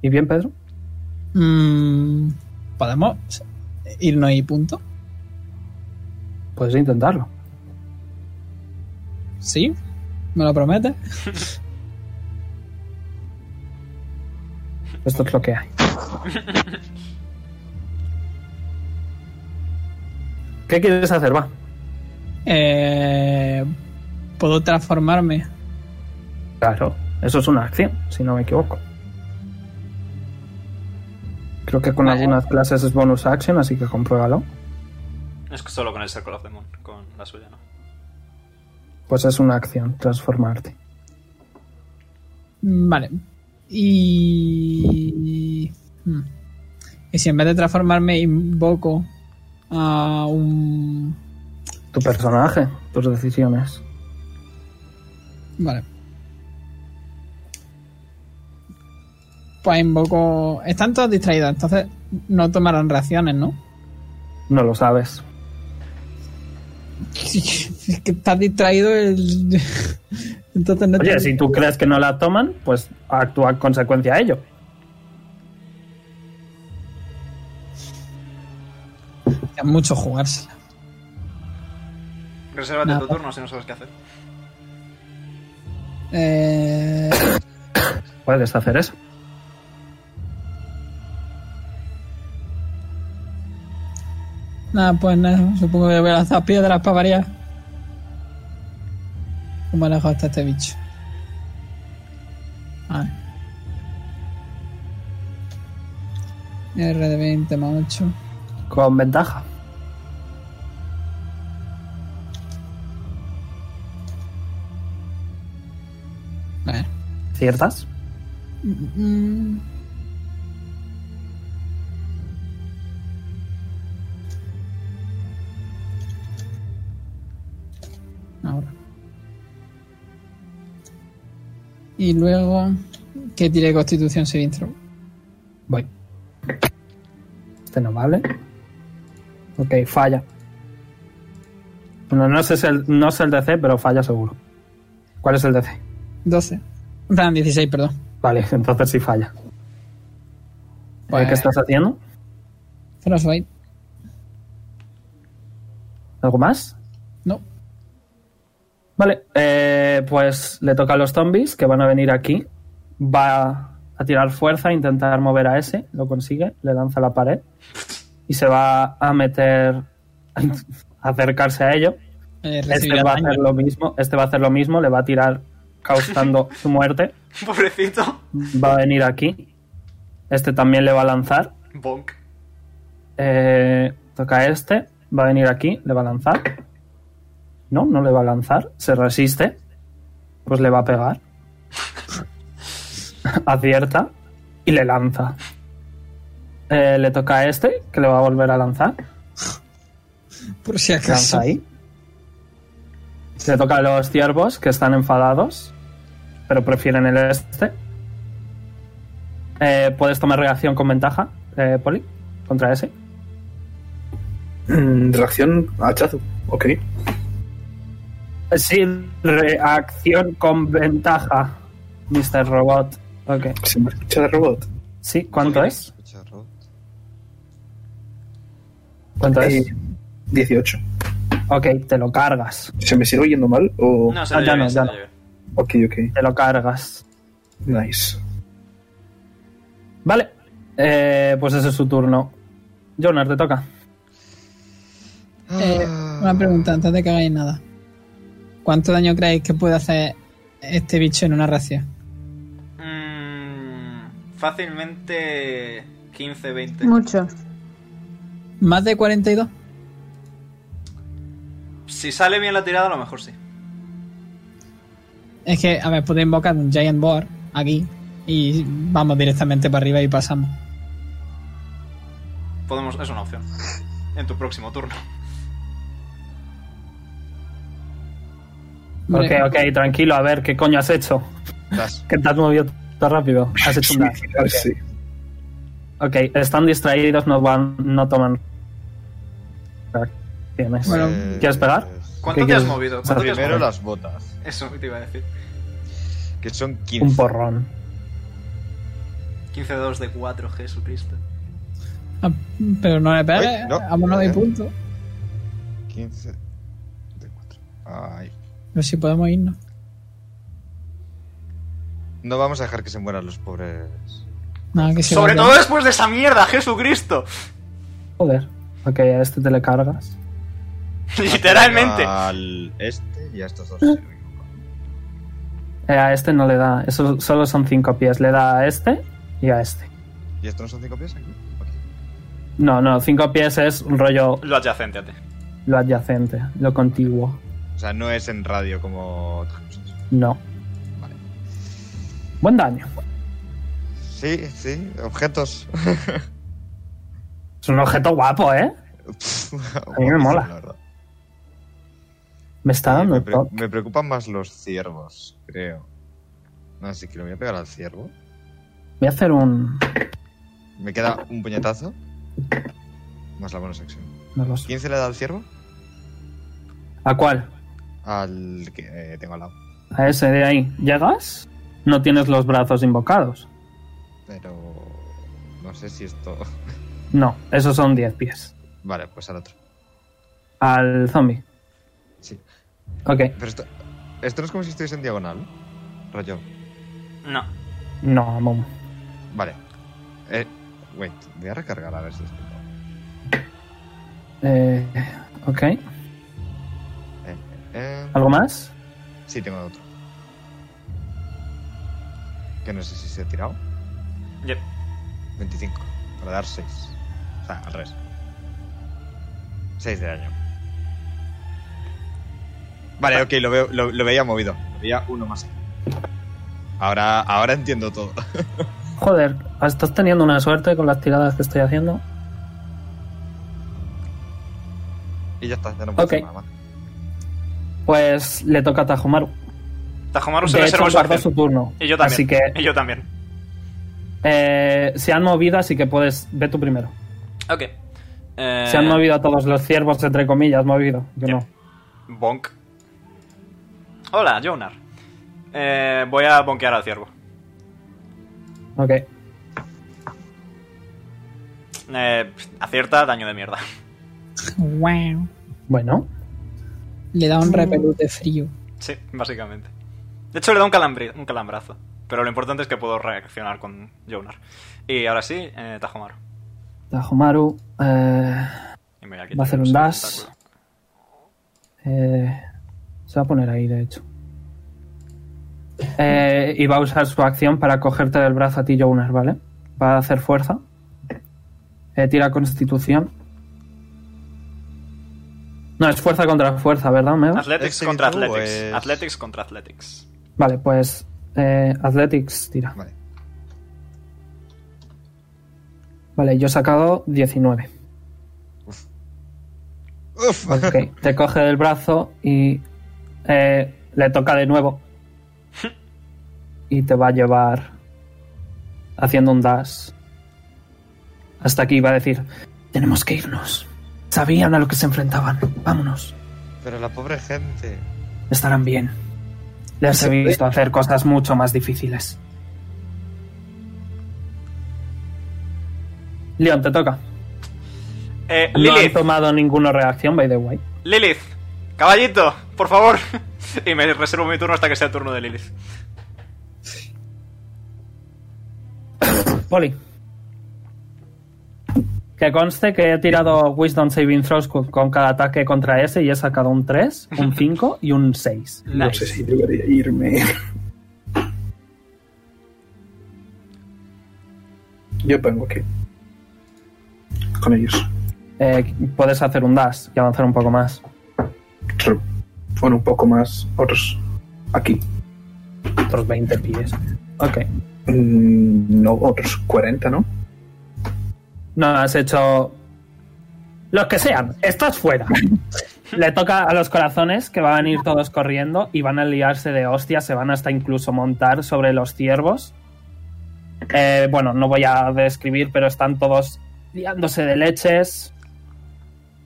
Speaker 1: ¿Y bien, Pedro?
Speaker 6: Mm, ¿Podemos irnos y punto?
Speaker 1: Puedes intentarlo.
Speaker 6: ¿Sí? ¿Me lo prometes?
Speaker 1: Esto es lo que hay. ¿Qué quieres hacer? Va.
Speaker 6: Eh, ¿Puedo transformarme?
Speaker 1: Claro, eso es una acción, si no me equivoco. Creo que con
Speaker 6: Vale.
Speaker 1: algunas clases es bonus action, así que compruébalo.
Speaker 5: Es solo con el Circle of the Moon, con la suya, ¿no?
Speaker 1: Pues es una acción, transformarte.
Speaker 6: Mm, Vale. Y... mm. Y si en vez de transformarme invoco a un...
Speaker 1: Tu personaje, tus decisiones.
Speaker 6: Vale. Pues invoco... Están todos distraídos, entonces no tomarán reacciones, ¿no?
Speaker 1: No lo sabes.
Speaker 6: Es que estás distraído el... entonces no
Speaker 1: Oye,
Speaker 6: te-
Speaker 1: si tú crees que no la toman, pues actúa en consecuencia a ello.
Speaker 6: Es mucho jugársela.
Speaker 5: Resérvate
Speaker 6: Nada.
Speaker 5: tu turno si no sabes qué hacer.
Speaker 6: Eh...
Speaker 1: Puedes hacer eso.
Speaker 6: Nada, pues nada, supongo que voy a lanzar piedras para variar. ¿Cómo lejos está este bicho? Ah. R de 20 más 8.
Speaker 1: Con ventaja.
Speaker 6: Vale.
Speaker 1: ¿Ciertas?
Speaker 6: Mm. Ahora. Y luego, que tire constitución sin intro.
Speaker 1: Voy. Este no vale. Ok, falla. Bueno, no sé si el, no sé el DC, pero falla seguro. ¿Cuál es el DC?
Speaker 6: 12. En plan, 16, perdón.
Speaker 1: Vale, entonces sí falla.
Speaker 6: Pues-
Speaker 1: Eh, ¿Qué estás haciendo?
Speaker 6: Frostbite.
Speaker 1: ¿Algo más?
Speaker 6: No.
Speaker 1: Vale, eh, pues le toca a los zombies que van a venir aquí. Va a tirar fuerza, a intentar mover a ese, lo consigue, le lanza a la pared y se va a meter, a acercarse a ello.
Speaker 6: Eh, recibirá
Speaker 1: Este va a
Speaker 6: daño.
Speaker 1: hacer lo mismo, este va a hacer lo mismo, le va a tirar causando su muerte.
Speaker 5: Pobrecito.
Speaker 1: Va a venir aquí. Este también le va a lanzar.
Speaker 5: Bonk.
Speaker 1: Eh, toca a este, va a venir aquí, le va a lanzar. No, no le va a lanzar. Se resiste. Pues le va a pegar. Acierta. Y le lanza. Eh, le toca a este, que le va a volver a lanzar.
Speaker 6: Por si
Speaker 1: Lanza
Speaker 6: acaso.
Speaker 1: ahí. Le toca a los ciervos, que están enfadados. Pero prefieren el este. Eh, Puedes tomar reacción con ventaja, eh, Poli. Contra ese.
Speaker 4: Mm, Reacción hachazo. Ok.
Speaker 1: Sí, reacción con ventaja, Mr. Robot. Ok.
Speaker 4: ¿Se me escucha el robot?
Speaker 1: Sí, ¿cuánto es?
Speaker 8: Escucha, Rod.
Speaker 1: ¿Cuánto es?
Speaker 4: Eh, 18.
Speaker 1: Ok, te lo cargas.
Speaker 4: ¿Se me sigue oyendo mal? O...
Speaker 5: No, se
Speaker 1: Ah,
Speaker 5: le
Speaker 1: ya
Speaker 5: llega,
Speaker 1: no,
Speaker 5: se
Speaker 1: ya no.
Speaker 5: le llega.
Speaker 4: Ok, ok.
Speaker 1: Te lo cargas.
Speaker 4: Nice.
Speaker 1: Vale. Eh, pues ese es su turno. Jonar, te toca.
Speaker 6: Eh, una pregunta antes de que hagáis nada. ¿Cuánto daño creéis que puede hacer este bicho en una racia?
Speaker 5: Mm, fácilmente 15, 20.
Speaker 3: Mucho.
Speaker 6: ¿Más de 42?
Speaker 5: Si sale bien la tirada, a lo mejor sí.
Speaker 6: Es que, a ver, podéis invocar un Giant Board aquí y vamos directamente para arriba y pasamos.
Speaker 5: Podemos, es una opción. En tu próximo turno.
Speaker 1: Ok,
Speaker 6: Vale.
Speaker 1: ok, tranquilo. A ver, ¿qué coño has hecho?
Speaker 8: Das.
Speaker 1: Que te has movido tan rápido. Has hecho un dash.
Speaker 4: Suicidarse.
Speaker 1: Ok, están distraídos, no van, no toman reacciones.
Speaker 6: Bueno.
Speaker 1: ¿quieres pegar? ¿Qué
Speaker 5: ¿Cuánto te has
Speaker 1: quieres?
Speaker 5: movido?
Speaker 1: O sea,
Speaker 5: ¿Cuánto te has
Speaker 8: Primero
Speaker 5: movido?
Speaker 8: las botas,
Speaker 5: Eso te iba a decir.
Speaker 8: que son 15.
Speaker 1: Un porrón.
Speaker 5: 15 2 de 4, Jesucristo.
Speaker 6: Ah, pero no le pegues,
Speaker 8: Uy, no.
Speaker 6: vámonos y punto.
Speaker 8: 15 de 4. Ay.
Speaker 6: No sé si podemos irnos.
Speaker 8: No vamos a dejar que se mueran los pobres.
Speaker 6: Nada, que se
Speaker 5: Sobre
Speaker 6: vaya.
Speaker 5: todo después de esa mierda, Jesucristo.
Speaker 1: Joder. Ok, a este te le cargas.
Speaker 5: Literalmente.
Speaker 1: Ah.
Speaker 8: Al este y a estos dos. si no me equivoco.
Speaker 1: Eh, a este no le da. Eso solo son cinco pies. Le da a este y a este.
Speaker 8: ¿Y estos no son 5 pies aquí? Ok.
Speaker 1: No, no, cinco pies es un rollo
Speaker 5: Lo adyacente a ti.
Speaker 1: lo adyacente, lo contiguo.
Speaker 8: O sea, no es en radio como otras cosas.
Speaker 1: No.
Speaker 8: Vale.
Speaker 1: Buen daño.
Speaker 8: Sí, sí, objetos.
Speaker 1: Es un objeto guapo, ¿eh?
Speaker 8: A
Speaker 1: mí me mola. Me está dando
Speaker 8: me,
Speaker 1: el
Speaker 8: pre-
Speaker 1: toque.
Speaker 8: me preocupan más los ciervos, creo. Así que lo voy a pegar al ciervo.
Speaker 1: Voy a hacer un.
Speaker 8: Me queda un puñetazo. Más la bonus acción.
Speaker 1: No lo sé.
Speaker 8: ¿15 le da al ciervo?
Speaker 1: ¿A cuál?
Speaker 8: Al que eh, tengo al lado.
Speaker 1: A ese de ahí. ¿Llegas? No tienes los brazos invocados.
Speaker 8: Pero. No sé si esto.
Speaker 1: No, esos son 10 pies.
Speaker 8: Vale, pues al otro.
Speaker 1: Al zombie.
Speaker 8: Sí.
Speaker 1: Ok,
Speaker 8: Pero esto. Esto no es como si estuviese en diagonal. Rollo.
Speaker 5: No.
Speaker 1: no, mom.
Speaker 8: Vale. Eh. Wait, voy a recargar a ver si es que no.
Speaker 1: Eh, ok,
Speaker 8: Eh, eh, eh.
Speaker 1: ¿algo más?
Speaker 8: Sí, tengo otro. Que no sé si se ha tirado.
Speaker 5: Yep.
Speaker 8: 25. Para dar 6. O sea, al revés. 6 de daño. Vale, ok, lo, veo, lo, lo veía movido. Lo veía uno más. Ahora, ahora entiendo todo.
Speaker 1: Joder, estás teniendo una suerte con las tiradas que estoy haciendo.
Speaker 8: y ya está, ya no puedo
Speaker 1: Ok.
Speaker 8: hacer nada más.
Speaker 1: Pues le toca a Tajumaru.
Speaker 5: Tajomaru se
Speaker 1: De hecho,
Speaker 5: reserva su
Speaker 1: guardó
Speaker 5: acción.
Speaker 1: su turno.
Speaker 5: Y yo también.
Speaker 1: Así que
Speaker 5: Y yo también.
Speaker 1: Eh, se han movido, así que puedes. Ve tú primero.
Speaker 5: Ok. Eh,
Speaker 1: Se han movido todos los ciervos, entre comillas, movido. Yo
Speaker 5: Ya.
Speaker 1: no.
Speaker 5: Bonk. Hola, Jonar. Eh, voy a bonkear al ciervo.
Speaker 1: Ok.
Speaker 5: Eh, acierta daño de mierda.
Speaker 6: Guau.
Speaker 1: Bueno.
Speaker 6: Le da
Speaker 5: Mm.
Speaker 6: un repelús de frío.
Speaker 5: Sí, básicamente. De hecho, le da un, calambri- un calambrazo. Pero lo importante es que puedo reaccionar con Jonar. Y ahora sí, eh, Tajomaru.
Speaker 1: Tajomaru. Eh,
Speaker 5: Y me voy
Speaker 1: Va a hacer un
Speaker 5: ese
Speaker 1: dash.
Speaker 5: obstáculo.
Speaker 1: eh, se va a poner ahí, de hecho. Eh, y va a usar su acción para cogerte del brazo a ti, Jonas, ¿vale? Va a hacer fuerza. Eh, tira constitución. No, es fuerza contra fuerza, ¿verdad, Omega?
Speaker 5: Athletics
Speaker 8: Este
Speaker 5: contra
Speaker 8: mismo
Speaker 5: Athletics.
Speaker 8: es-
Speaker 5: Athletics contra Athletics.
Speaker 1: Vale, pues eh, Athletics tira.
Speaker 8: Vale.
Speaker 1: Vale, yo he sacado 19.
Speaker 8: Uf.
Speaker 1: Ok, te coge del brazo y eh, le toca de nuevo. Y te va a llevar haciendo un dash. Hasta aquí va a decir, tenemos que irnos. Sabían a lo que se enfrentaban. Vámonos.
Speaker 8: Pero la pobre gente.
Speaker 1: Estarán bien. Les he visto hacer cosas mucho más difíciles. Leon, te toca.
Speaker 5: Eh,
Speaker 1: No han
Speaker 5: Lilith,
Speaker 1: tomado ninguna reacción, by the way.
Speaker 5: Lilith, caballito, por favor. y me reservo mi turno hasta que sea el turno de Lilith.
Speaker 1: Poli. Que conste que he tirado Wisdom Saving Throws con, con cada ataque contra ese y he sacado un 3, un 5 y un 6.
Speaker 4: No
Speaker 5: Nice.
Speaker 4: sé si debería irme. Yo pongo aquí. Con ellos.
Speaker 1: Eh, puedes hacer un dash y avanzar un poco más.
Speaker 4: True. Bueno, un poco más. Otros. Aquí.
Speaker 1: Otros 20 pies. Ok.
Speaker 4: Mm, no, otros 40, ¿no?
Speaker 1: No, has hecho... Los que sean, estás fuera. Le toca a los corazones que van a ir todos corriendo y van a liarse de hostia, se van hasta incluso montar sobre los ciervos. Eh, bueno, no voy a describir, pero están todos liándose de leches.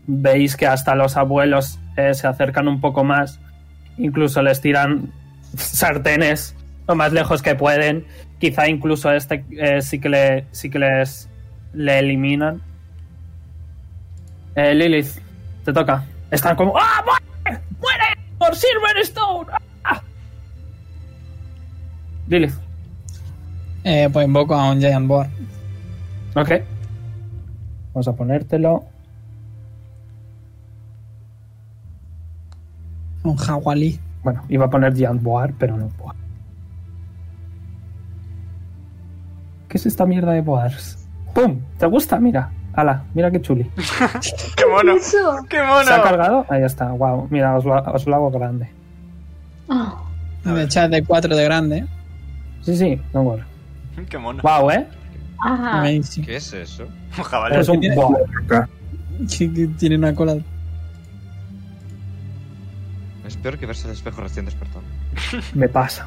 Speaker 1: Veis que hasta los abuelos eh, se acercan un poco más, incluso les tiran sartenes lo más lejos que pueden. Quizá incluso este eh, sí que le, sí que les le eliminan. Eh, Lilith, te toca. Están como ¡Ah, muere! ¡Muere! ¡Por Silverstone! ¡Ah! Lilith,
Speaker 6: Eh, pues invoco a un Giant Boar.
Speaker 1: ok. Vamos a ponértelo.
Speaker 6: Un jagualí.
Speaker 1: Bueno, iba a poner Giant Boar, pero no Boar. ¿Qué es esta mierda de Boars? ¡Pum! ¿Te gusta? Mira. Ala, mira qué chuli.
Speaker 5: ¡Qué mono!
Speaker 7: Eso.
Speaker 5: ¡Qué
Speaker 1: ¿Se ha
Speaker 5: mono!
Speaker 1: cargado? Ahí está. Wow. Mira, os lo, os lo hago grande.
Speaker 7: Oh,
Speaker 6: De echar de 4 de grande. ¿eh?
Speaker 1: Sí, sí, no worry.
Speaker 5: ¡Qué mono!
Speaker 1: Wow, ¿eh?
Speaker 5: Ah.
Speaker 7: ajá.
Speaker 6: Amazing.
Speaker 8: ¿Qué es eso?
Speaker 5: Un jabalí.
Speaker 1: Es un
Speaker 6: tiene-
Speaker 1: Boar.
Speaker 4: Acá.
Speaker 6: Que- que tiene una cola.
Speaker 8: Es peor que verse al espejo recién despertado.
Speaker 1: Me pasa.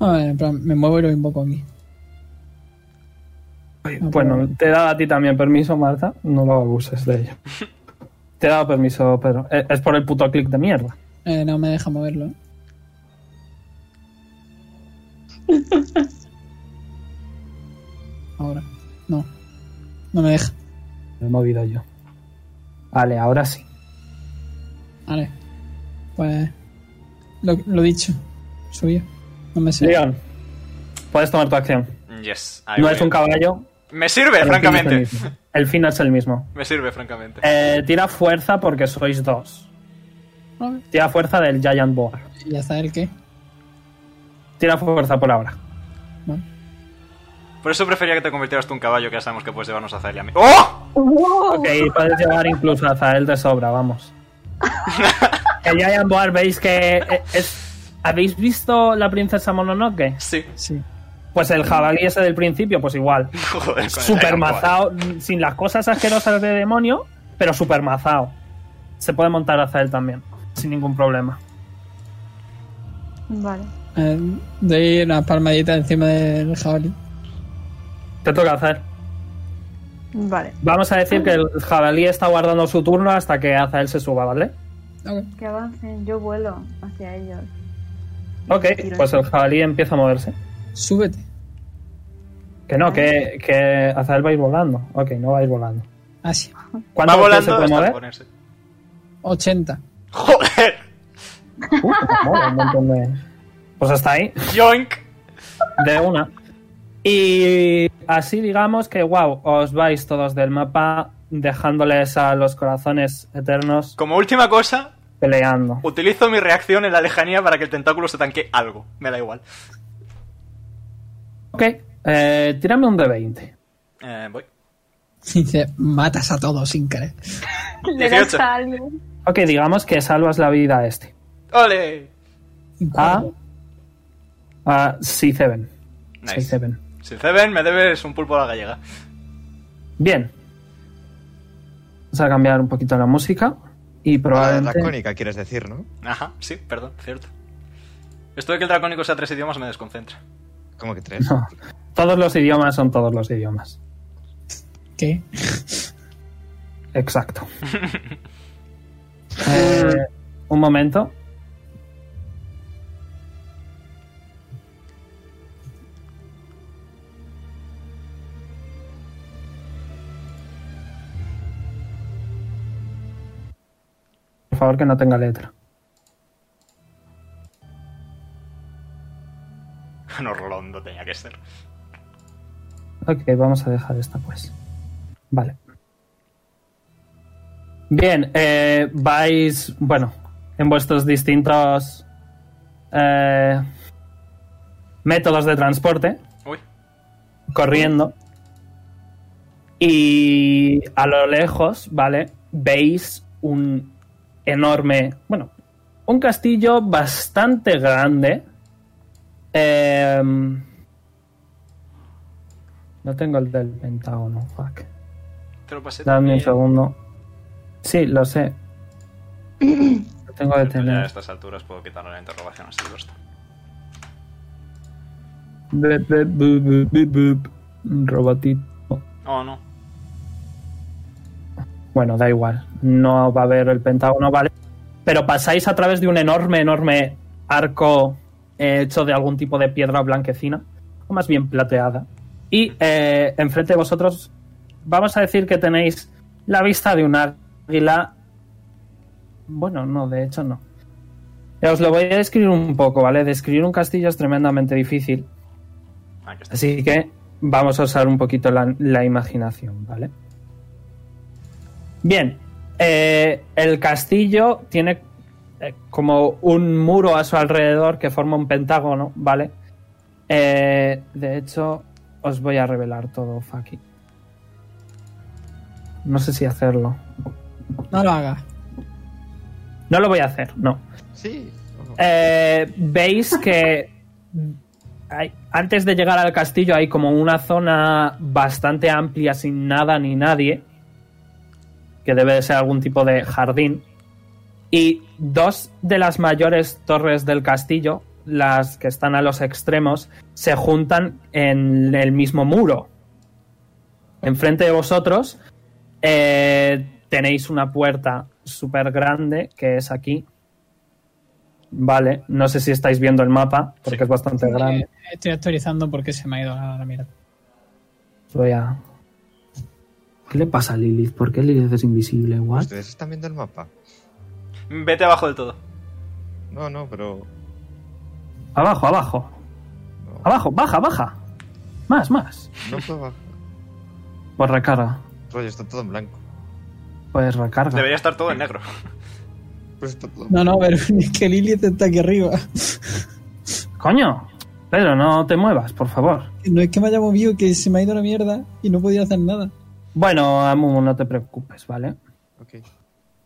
Speaker 6: A ver, en plan, me muevo y lo invoco aquí.
Speaker 1: Bueno, te he dado a ti también permiso, Marta. No lo abuses de ello. Te he dado permiso, Pedro. Eh, Es por el puto clic de mierda.
Speaker 6: Eh, no me deja moverlo. ¿eh? Ahora. No. No me deja.
Speaker 1: Me he movido yo. Vale, ahora sí.
Speaker 6: Vale. Pues. Lo, lo dicho. Suyo. No me sé.
Speaker 1: Leon, puedes tomar tu acción.
Speaker 5: Yes, ahí
Speaker 1: No
Speaker 5: voy.
Speaker 1: es un caballo.
Speaker 5: Me sirve,
Speaker 1: pero el fin es el
Speaker 5: francamente.
Speaker 1: mismo. El fin es el mismo.
Speaker 5: Me sirve, francamente.
Speaker 1: Eh, tira fuerza porque sois dos.
Speaker 6: Vale.
Speaker 1: Tira fuerza del Giant Boar.
Speaker 6: ¿Y hasta el qué?
Speaker 1: Tira fuerza por ahora.
Speaker 6: Vale.
Speaker 5: Por eso prefería que te convirtieras tú en caballo, que ya sabemos que puedes llevarnos a Zayli a mí. ¡Oh!
Speaker 7: Wow.
Speaker 1: Ok, puedes llevar incluso a Zael de sobra, vamos. El Giant Boar, veis que eh, es- ¿Habéis visto la princesa Mononoke?
Speaker 5: Sí.
Speaker 6: Sí.
Speaker 1: Pues el jabalí ese del principio, pues igual.
Speaker 5: Joder, con el
Speaker 1: Super
Speaker 5: Dragon Ball.
Speaker 1: mazao, sin las cosas asquerosas de demonio, pero super mazao. Se puede montar hacia él también, sin ningún problema.
Speaker 7: Vale.
Speaker 6: Eh, doy una palmadita encima del jabalí.
Speaker 1: Te toca hacer.
Speaker 7: Vale.
Speaker 1: Vamos a decir que el jabalí está guardando su turno hasta que Azael se suba, ¿vale?
Speaker 6: Ok.
Speaker 7: Que avancen. Yo vuelo hacia ellos.
Speaker 1: Ok, pues el jabalí empieza a moverse.
Speaker 6: Súbete.
Speaker 1: Que no, que, que Azael va a ir volando. Ok, no va a ir volando.
Speaker 6: Así.
Speaker 1: ¿Cuánto
Speaker 5: Va
Speaker 1: pies
Speaker 5: volando
Speaker 1: se puede
Speaker 5: hasta
Speaker 1: mover?
Speaker 5: ponerse.
Speaker 6: 80.
Speaker 5: ¡Joder!
Speaker 1: Uh, pues mola un montón de- Pues hasta ahí.
Speaker 5: ¡Yoink!
Speaker 1: De una. Y así digamos que, wow, os vais todos del mapa dejándoles a los corazones eternos
Speaker 5: Como última cosa,
Speaker 1: peleando.
Speaker 5: utilizo mi reacción en la lejanía para que el tentáculo se tanque algo. Me da igual.
Speaker 1: Ok, eh, tírame un D20.
Speaker 5: Eh, voy.
Speaker 6: Dice, matas a todos sin querer.
Speaker 7: Le das
Speaker 5: 18.
Speaker 7: a alguien.
Speaker 1: Ok, digamos que salvas la vida a este.
Speaker 5: ¡Ole!
Speaker 1: A. A C7.
Speaker 5: Nice.
Speaker 1: C7.
Speaker 5: Si Seven, me debes un pulpo a la gallega.
Speaker 1: Bien. Vamos a cambiar un poquito la música.
Speaker 5: Ah,
Speaker 1: Y
Speaker 8: La
Speaker 1: probablemente.
Speaker 8: dracónica, quieres decir, ¿no?
Speaker 5: Ajá, sí, perdón, cierto. Esto de que el dracónico sea tres idiomas me desconcentra.
Speaker 8: ¿Cómo que tres?
Speaker 1: No. Todos los idiomas son todos los idiomas.
Speaker 6: ¿Qué?
Speaker 1: Exacto. Eh, un momento. Por favor, que no tenga letra.
Speaker 5: No, Rolondo tenía que ser.
Speaker 1: Ok, vamos a dejar esta pues. Vale. Bien, eh, vais, bueno, en vuestros distintos eh, métodos de transporte,
Speaker 5: Uy,
Speaker 1: corriendo. Y a lo lejos, ¿vale? Veis un enorme, bueno, un castillo bastante grande. Em, no tengo el del Pentágono, fuck.
Speaker 5: te lo pasé.
Speaker 1: Dame un
Speaker 5: también.
Speaker 1: segundo. Sí, lo sé. Lo tengo de
Speaker 5: Pero ya a
Speaker 1: tener.
Speaker 5: estas alturas puedo quitarle la interrogación así lo está.
Speaker 1: Bup, bup, bup, bup, bup, bup. Un robotito.
Speaker 5: Oh, no.
Speaker 1: Bueno, da igual. No va a haber el Pentágono, ¿vale? Pero pasáis a través de un enorme, enorme arco eh, hecho de algún tipo de piedra blanquecina, o más bien plateada. Y eh, enfrente de vosotros, vamos a decir que tenéis la vista de un águila. Bueno, no, de hecho no. Eh, Os lo voy a describir un poco, ¿vale? Describir un castillo es tremendamente difícil.
Speaker 5: Aquí Ah, está.
Speaker 1: Así que vamos a usar un poquito la, la imaginación, ¿vale? Bien, eh, el castillo tiene eh, como un muro a su alrededor que forma un pentágono, ¿vale? Eh, de hecho, os voy a revelar todo, Faki. No sé si hacerlo.
Speaker 6: No lo hagas.
Speaker 1: No lo voy a hacer, no.
Speaker 8: Sí.
Speaker 1: Eh, veis que hay- antes de llegar al castillo hay como una zona bastante amplia sin nada ni nadie, que debe de ser algún tipo de jardín. Y dos de las mayores torres del castillo, las que están a los extremos, se juntan en el mismo muro. Enfrente de vosotros eh, tenéis una puerta súper grande que es aquí. Vale, no sé si estáis viendo el mapa, porque es bastante grande.
Speaker 6: Eh, estoy actualizando porque se me ha ido la, la mierda.
Speaker 1: Voy a... ¿Qué le pasa a Lilith? ¿Por qué Lilith es invisible? ¿What?
Speaker 8: ¿Ustedes están viendo el mapa?
Speaker 5: Vete abajo del todo.
Speaker 8: No, no, pero...
Speaker 1: Abajo, abajo.
Speaker 8: No,
Speaker 1: Abajo, baja, baja. Más, más.
Speaker 8: no puedo bajar.
Speaker 1: Pues recarga.
Speaker 8: Rollo, está todo en blanco.
Speaker 1: Pues
Speaker 6: Ah.
Speaker 1: recarga.
Speaker 5: Debería estar todo en negro.
Speaker 8: Pues está todo en
Speaker 6: No, no, pero es que Lilith está aquí arriba.
Speaker 1: Coño. Pedro, no te muevas, por favor.
Speaker 6: No es que me haya movido, que se me ha ido la mierda y no podía hacer nada.
Speaker 1: Bueno, Amumu, no te preocupes, ¿vale?
Speaker 8: blanco. Ok.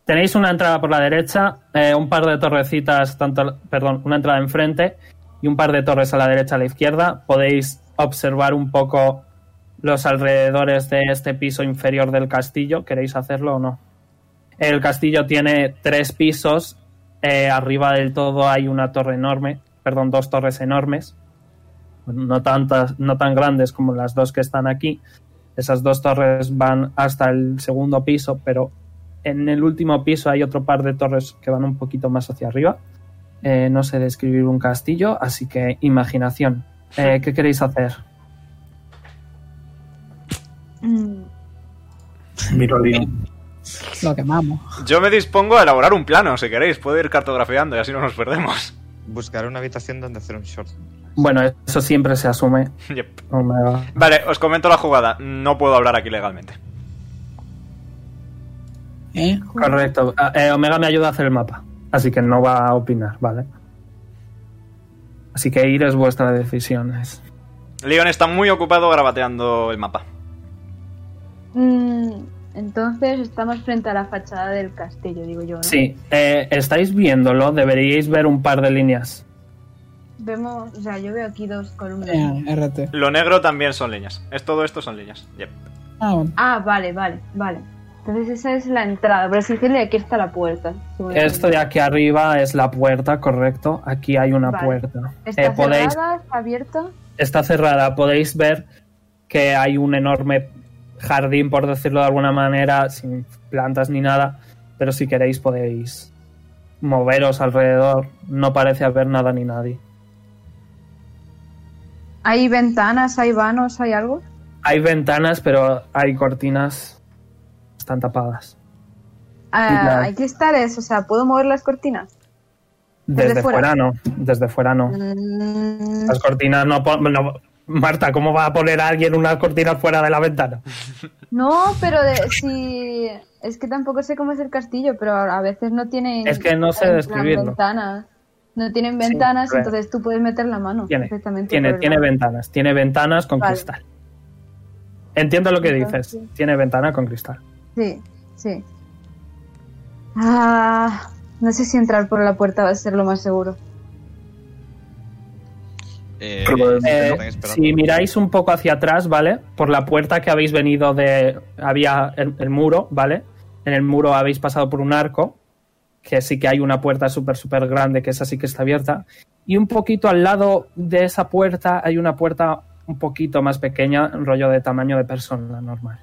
Speaker 1: Tenéis una entrada por la derecha, eh, un par de torrecitas, tanto, perdón, una entrada enfrente y un par de torres a la derecha y a la izquierda. Podéis observar un poco los alrededores de este piso inferior del castillo. ¿Queréis hacerlo o no? El castillo tiene tres pisos. eh, arriba del todo hay una torre enorme, perdón, dos torres enormes. Bueno, no, tantas, no tan grandes como las dos que están aquí. Esas dos torres van hasta el segundo piso, pero en el último piso hay otro par de torres que van un poquito más hacia arriba. Eh, no sé describir un castillo, así que imaginación. Eh, ¿Qué queréis hacer?
Speaker 7: Mm,
Speaker 4: Miro a Leon.
Speaker 6: Lo quemamos.
Speaker 5: Yo me dispongo a elaborar un plano, si queréis. Puedo ir cartografiando y así no nos perdemos.
Speaker 8: Buscar una habitación donde hacer un short.
Speaker 1: Bueno, eso siempre se asume.
Speaker 5: Yep.
Speaker 1: Oh my God.
Speaker 5: Vale, os comento la jugada. No puedo hablar aquí legalmente.
Speaker 6: ¿Eh?
Speaker 1: Correcto. Ah, eh, Omega me ayuda a hacer el mapa, así que no va a opinar, ¿vale? Así que ir es vuestra decisión. es-
Speaker 5: Leon está muy ocupado grabateando el mapa.
Speaker 7: Mm, entonces estamos frente a la fachada del castillo, digo yo. ¿no?
Speaker 1: Sí, eh, estáis viéndolo, deberíais ver un par de líneas.
Speaker 7: Vemos, o sea, yo veo aquí dos columnas.
Speaker 6: Eh, RT.
Speaker 5: Lo negro también son líneas. Es, todo esto son líneas. Yep.
Speaker 6: Ah, bueno.
Speaker 7: Ah, vale, vale, vale. Entonces esa es la entrada, pero sin decirle aquí está la puerta. según
Speaker 1: Esto de aquí arriba es la puerta, correcto. Aquí hay una
Speaker 7: Vale.
Speaker 1: puerta.
Speaker 7: ¿Está
Speaker 1: Eh, podéis,
Speaker 7: cerrada? ¿Está abierta?
Speaker 1: está cerrada. Podéis ver que hay un enorme jardín, por decirlo de alguna manera, sin plantas ni nada. Pero si queréis podéis moveros alrededor. No parece haber nada ni nadie.
Speaker 7: ¿Hay ventanas, hay vanos, hay algo?
Speaker 1: Hay ventanas, pero hay cortinas. Están tapadas.
Speaker 7: Ah,
Speaker 1: claro.
Speaker 7: Hay cristales, o sea, ¿puedo mover las cortinas?
Speaker 1: Desde,
Speaker 7: Desde
Speaker 1: fuera.
Speaker 7: fuera.
Speaker 1: no. Desde fuera no.
Speaker 7: Mm,
Speaker 1: Las cortinas no, pon- no- Marta, ¿cómo va a poner a alguien una cortina fuera de la ventana?
Speaker 7: No, pero de- si... Es que tampoco sé cómo es el castillo, pero a veces no tienen...
Speaker 1: Es que no sé
Speaker 7: en plan
Speaker 1: describirlo.
Speaker 7: Ventanas. No tienen
Speaker 1: Sí,
Speaker 7: ventanas,
Speaker 1: claro.
Speaker 7: entonces tú puedes meter la mano
Speaker 1: Tiene,
Speaker 7: perfectamente.
Speaker 1: tiene,
Speaker 7: por el
Speaker 1: tiene
Speaker 7: lado.
Speaker 1: ventanas. Tiene ventanas con
Speaker 7: Vale.
Speaker 1: cristal. Entiendo lo que
Speaker 7: Entonces-
Speaker 1: dices. Tiene ventana con cristal.
Speaker 7: Sí, sí. Ah, no sé si entrar por la puerta va a ser lo más seguro.
Speaker 8: Eh,
Speaker 4: Probablemente
Speaker 1: Eh,
Speaker 8: están esperando.
Speaker 1: si miráis un poco hacia atrás, ¿vale? Por la puerta que habéis venido de... Había el, el muro, ¿vale? En el muro habéis pasado por un arco, que sí que hay una puerta súper, súper grande, que esa sí que está abierta. Y un poquito al lado de esa puerta hay una puerta un poquito más pequeña, rollo de tamaño de persona normal.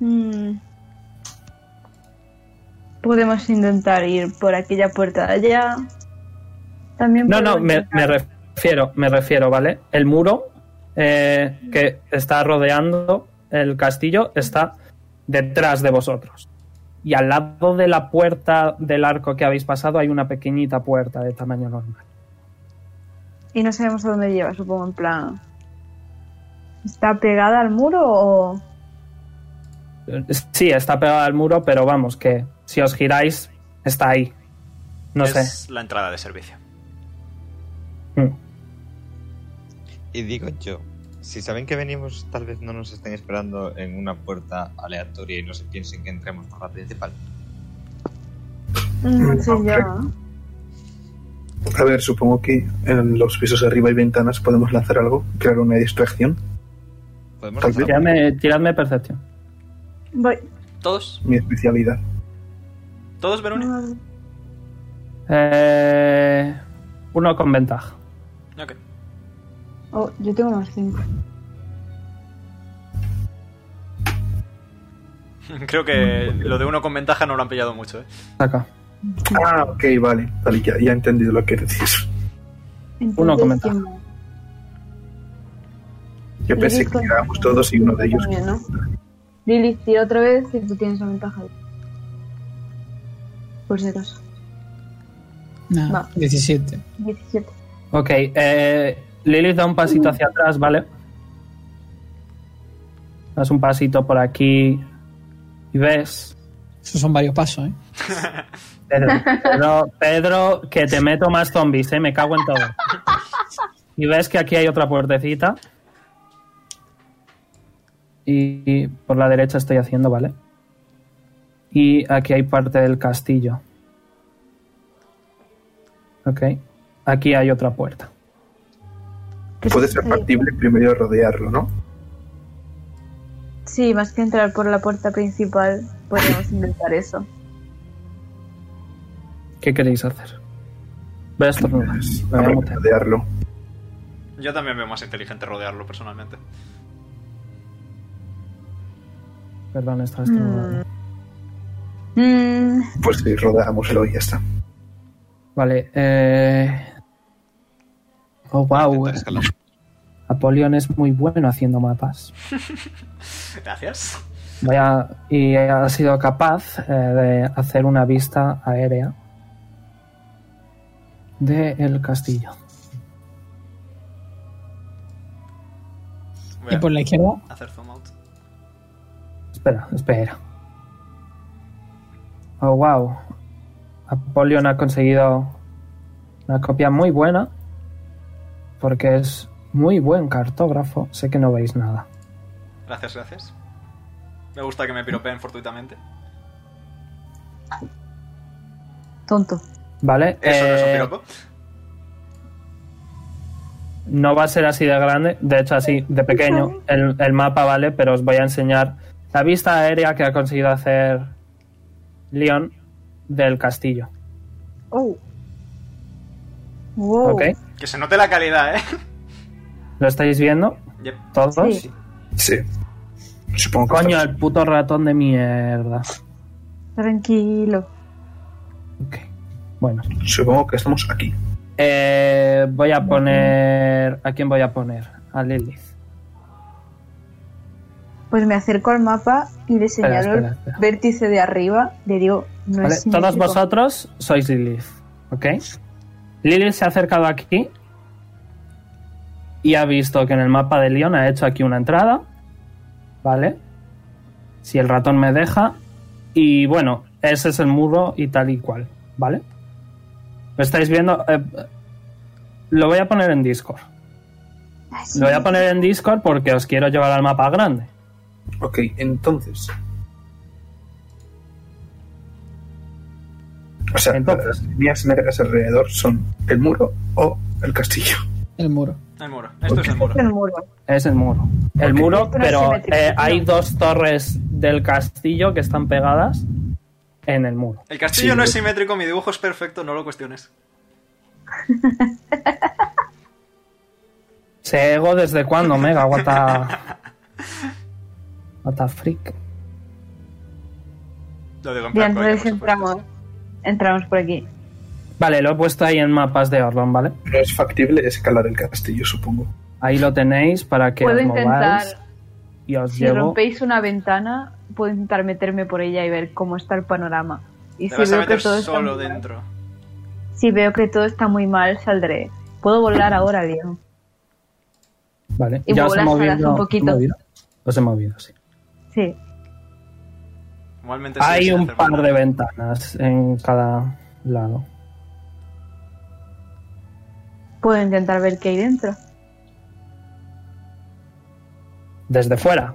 Speaker 7: Mm. Podemos intentar ir por aquella puerta de allá. También
Speaker 1: No, no,
Speaker 7: podemos
Speaker 1: me,
Speaker 7: intentar-
Speaker 1: me refiero, me refiero, ¿vale? El muro eh, que está rodeando el castillo está detrás de vosotros. Y al lado de la puerta del arco que habéis pasado hay una pequeñita puerta de tamaño normal.
Speaker 7: Y no sabemos a dónde lleva, supongo, en plan. ¿Está pegada al muro o.?
Speaker 1: Eh, Sí, está pegada al muro, pero vamos, que si os giráis, está ahí. No sé.
Speaker 5: Es la entrada de servicio.
Speaker 1: Mm.
Speaker 8: Y digo yo, si saben que venimos, tal vez no nos estén esperando en una puerta aleatoria y no se piensen que entremos por la principal.
Speaker 7: No sé yo.
Speaker 4: A ver, supongo que en los pisos de arriba hay ventanas, podemos lanzar algo, crear una distracción.
Speaker 8: Podemos
Speaker 1: Pues
Speaker 4: Tal
Speaker 8: lanzar-
Speaker 1: Tiradme, tiradme percepción.
Speaker 7: Voy.
Speaker 5: ¿Todos?
Speaker 4: Mi especialidad.
Speaker 5: ¿Todos, Verónica?
Speaker 7: Mm.
Speaker 1: Eh, uno con ventaja.
Speaker 5: Ok.
Speaker 7: Oh, yo tengo más cinco.
Speaker 5: Creo que lo de uno con ventaja no lo han pillado mucho, ¿eh?
Speaker 1: Acá.
Speaker 4: Ah, ok, vale. Vale, ya, ya he entendido lo que decís.
Speaker 1: Uno comenta.
Speaker 7: ¿quién más?
Speaker 4: Yo pensé
Speaker 7: Lilith
Speaker 4: que
Speaker 7: con-
Speaker 4: éramos todos y uno de ellos.
Speaker 7: También, ¿no? Lilith, tira otra vez y tú tienes la ventaja. Por si acaso.
Speaker 6: Nah,
Speaker 7: Va.
Speaker 6: 17.
Speaker 7: 17.
Speaker 1: Ok, eh, Lilith da un pasito hacia atrás, ¿vale? Das un pasito por aquí y ves.
Speaker 6: Esos son varios pasos, ¿eh?
Speaker 1: Pedro, Pedro, Pedro, que te meto más zombies, ¿eh? Me cago en todo. Y ves que aquí hay otra puertecita. Y, y por la derecha estoy haciendo, ¿vale? Y aquí hay parte del castillo. Ok. Aquí hay otra puerta.
Speaker 4: Puede ser factible primero rodearlo, ¿no?
Speaker 7: Sí, más que entrar por la puerta principal, podemos intentar eso.
Speaker 1: ¿Qué queréis hacer? Voy a estornudar. Me voy a
Speaker 4: Habrá que
Speaker 1: mutear.
Speaker 4: rodearlo.
Speaker 5: Yo también veo más inteligente rodearlo personalmente.
Speaker 1: Perdón, estaba estornudando.
Speaker 7: Mm,
Speaker 4: Pues sí, rodeámoslo y ya está.
Speaker 1: Vale, eh... Oh, wow.
Speaker 8: Intentar escalar.
Speaker 1: Apolion es muy bueno haciendo mapas.
Speaker 5: Gracias.
Speaker 1: Vaya, y ha sido capaz eh, de hacer una vista aérea del castillo.
Speaker 5: Voy
Speaker 6: Y por la izquierda,
Speaker 5: a hacer zoom out.
Speaker 1: Espera, espera. Oh, wow. Apolion ha conseguido una copia muy buena. Porque es muy buen cartógrafo. Sé que no veis nada.
Speaker 5: Gracias, gracias. Me gusta que me piropeen fortuitamente.
Speaker 3: Tonto.
Speaker 1: Vale.
Speaker 5: Eso no es un
Speaker 1: eh,
Speaker 5: piropo.
Speaker 1: no va a ser así de grande, de hecho así de pequeño. El, el mapa vale, pero os voy a enseñar la vista aérea que ha conseguido hacer Leon del castillo.
Speaker 7: Oh. Wow. Oh.
Speaker 1: ¿Ok?
Speaker 5: Que se note la calidad, ¿eh?
Speaker 1: ¿Lo estáis viendo
Speaker 5: Yep.
Speaker 1: todos?
Speaker 7: Sí.
Speaker 4: Sí. Supongo que.
Speaker 1: Coño,
Speaker 4: estamos-
Speaker 1: el puto ratón de mierda.
Speaker 7: Tranquilo.
Speaker 1: Ok. Bueno.
Speaker 4: Supongo que estamos aquí.
Speaker 1: Eh, voy a poner... ¿A quién voy a poner? A Lilith.
Speaker 7: Pues me acerco al mapa y le
Speaker 1: Espera,
Speaker 7: señalo
Speaker 1: espera, espera.
Speaker 7: el vértice de arriba. Le digo, no
Speaker 1: ¿Vale?
Speaker 7: es
Speaker 1: Todos
Speaker 7: simétrico.
Speaker 1: vosotros sois Lilith, ¿ok? Lilith se ha acercado aquí y ha visto que en el mapa de Leon ha hecho aquí una entrada, ¿vale? Si el ratón me deja. Y bueno, ese es el muro y tal y cual, ¿vale? Lo estáis viendo... eh, lo voy a poner en Discord.
Speaker 7: Ah, sí.
Speaker 1: Lo voy a poner en Discord porque os quiero llevar al mapa grande.
Speaker 4: Ok, entonces. O sea,
Speaker 1: Entonces.
Speaker 4: las líneas negras alrededor son el muro o el castillo.
Speaker 6: El muro.
Speaker 5: El muro. Esto es el muro.
Speaker 7: El muro.
Speaker 1: Es el muro. El
Speaker 4: Ok.
Speaker 1: muro,
Speaker 7: Pero
Speaker 1: pero
Speaker 7: simétrico,
Speaker 1: eh,
Speaker 7: ¿no?
Speaker 1: hay dos torres del castillo que están pegadas en el muro.
Speaker 5: El castillo
Speaker 4: Sí,
Speaker 5: no es
Speaker 4: yo-
Speaker 5: simétrico, mi dibujo es perfecto, no lo cuestiones.
Speaker 1: Se ego desde cuándo, Mega? What the... What the freak.
Speaker 5: Lo digo
Speaker 7: Ya,
Speaker 5: en plan coña,
Speaker 7: entonces
Speaker 5: por supuesto.
Speaker 7: pues entramos. Entramos por aquí.
Speaker 1: Vale, lo he puesto ahí en mapas de Orlon, ¿vale?
Speaker 4: No es factible escalar el castillo, supongo.
Speaker 1: Ahí lo tenéis para que
Speaker 7: Puedo
Speaker 1: os
Speaker 7: intentar,
Speaker 1: mováis y os
Speaker 7: si
Speaker 1: llevo.
Speaker 7: rompéis una ventana, puedo intentar meterme por ella y ver cómo está el panorama. Y
Speaker 5: Te
Speaker 7: si
Speaker 5: vas a
Speaker 7: veo, que
Speaker 5: meter
Speaker 7: todo está,
Speaker 5: solo
Speaker 7: muy-
Speaker 5: dentro.
Speaker 7: si veo que todo está muy mal, saldré. Puedo volar ahora, Leon.
Speaker 1: Vale,
Speaker 7: y
Speaker 1: ya
Speaker 7: muevo
Speaker 1: os he
Speaker 7: las alas
Speaker 1: movido.
Speaker 7: un poquito.
Speaker 1: ¿os he movido? Os he movido, sí.
Speaker 7: Sí.
Speaker 5: Igualmente sigue
Speaker 1: Hay
Speaker 5: sin
Speaker 1: un
Speaker 5: hacer
Speaker 1: par
Speaker 5: nada.
Speaker 1: de ventanas en cada lado.
Speaker 7: Puedo intentar ver qué hay dentro.
Speaker 1: Desde fuera.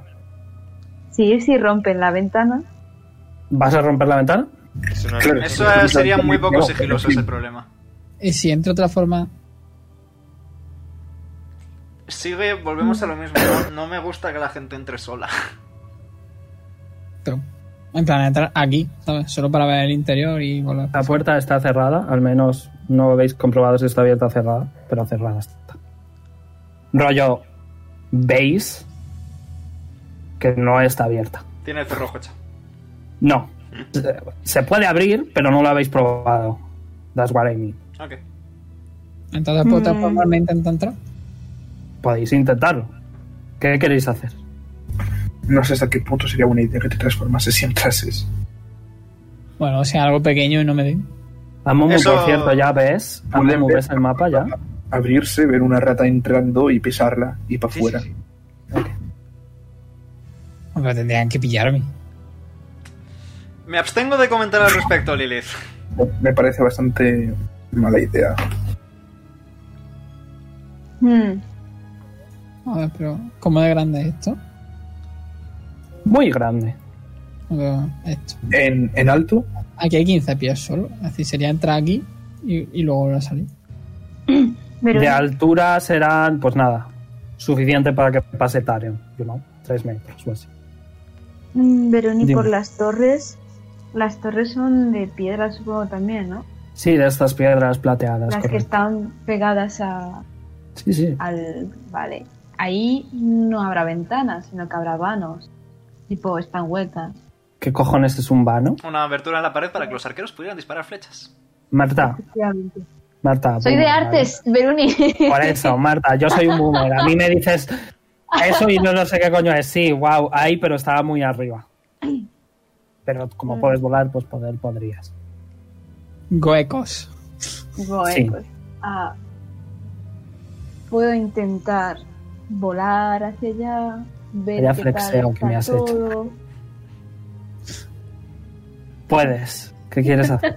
Speaker 7: Sí, si rompen la ventana.
Speaker 1: ¿Vas a romper la ventana?
Speaker 8: Eso
Speaker 1: Ah.
Speaker 8: no
Speaker 4: Claro,
Speaker 8: es-
Speaker 5: Eso
Speaker 4: Pero
Speaker 5: es- sería
Speaker 4: no,
Speaker 5: muy poco
Speaker 4: no,
Speaker 5: sigiloso
Speaker 4: pero sí.
Speaker 5: ese problema.
Speaker 6: Y si entra otra forma.
Speaker 5: Sigue, volvemos a lo mismo. No, no me gusta que la gente entre sola.
Speaker 6: pero- en plan, entrar aquí, ¿sabes? Solo para ver el interior y volar.
Speaker 1: La puerta está cerrada, al menos no habéis comprobado si está abierta o cerrada, pero cerrada está. Rollo, veis que no está abierta.
Speaker 5: Tiene el cerrojo hecho.
Speaker 1: No. Se- Se puede abrir, pero no lo habéis probado. That's what I mean.
Speaker 5: Ok.
Speaker 6: Entonces, por otra
Speaker 7: Mm.
Speaker 6: forma, no intenta entrar.
Speaker 1: Podéis intentarlo. ¿Qué queréis hacer?
Speaker 4: No sé hasta qué punto sería buena idea que te transformases si entrases.
Speaker 6: Bueno, o sea, algo pequeño y no me den.
Speaker 1: Amumu,
Speaker 5: Eso-
Speaker 1: por cierto, ya ves.
Speaker 4: Pueden
Speaker 1: Amumu,
Speaker 4: ver-
Speaker 1: ves el mapa ya.
Speaker 4: Abrirse, ver una rata entrando y pisarla y para
Speaker 8: Sí,
Speaker 4: afuera.
Speaker 8: sí, sí.
Speaker 6: Pero tendrían que pillarme.
Speaker 5: Me abstengo de comentar al respecto, Lilith.
Speaker 4: Me parece bastante mala idea.
Speaker 7: Hmm,
Speaker 6: A ver, pero ¿cómo de grande es esto?
Speaker 1: Muy grande.
Speaker 6: A ver, esto.
Speaker 4: En, en alto,
Speaker 6: Aquí hay 15 pies solo. Así sería entrar aquí y, y luego volver a salir.
Speaker 7: pero
Speaker 1: De altura serán, pues nada, suficiente para que pase Tarion, you know, tres metros o así.
Speaker 7: Mm, Veroni,
Speaker 1: Dime.
Speaker 7: por las torres. Las torres son de piedra, supongo también, ¿no?
Speaker 1: Sí, de estas piedras plateadas.
Speaker 7: Las que
Speaker 1: correcto.
Speaker 7: están pegadas a,
Speaker 1: Sí, sí.
Speaker 7: al. Vale. Ahí no habrá ventanas, sino que habrá vanos. Tipo, están huecas.
Speaker 1: ¿Qué cojones es un vano?
Speaker 5: Una abertura en la pared para que los arqueros pudieran disparar flechas.
Speaker 1: Marta,
Speaker 7: Efectivamente.
Speaker 1: Marta.
Speaker 3: Soy de
Speaker 1: boomer,
Speaker 3: artes, Veruni.
Speaker 1: Ah, ¿vale? Por eso, Marta, yo soy un boomer. A mí me dices eso y no, no sé qué coño es. Sí, wow, ahí, pero estaba muy arriba. Pero como puedes volar, pues poder podrías.
Speaker 6: Goecos.
Speaker 7: Digo, eh,
Speaker 1: Sí.
Speaker 7: pues, ah, puedo intentar volar hacia allá, ver
Speaker 1: Vaya
Speaker 7: qué tal
Speaker 1: flexeo que
Speaker 7: está
Speaker 1: me has hecho.
Speaker 7: todo.
Speaker 1: Puedes. ¿Qué quieres hacer?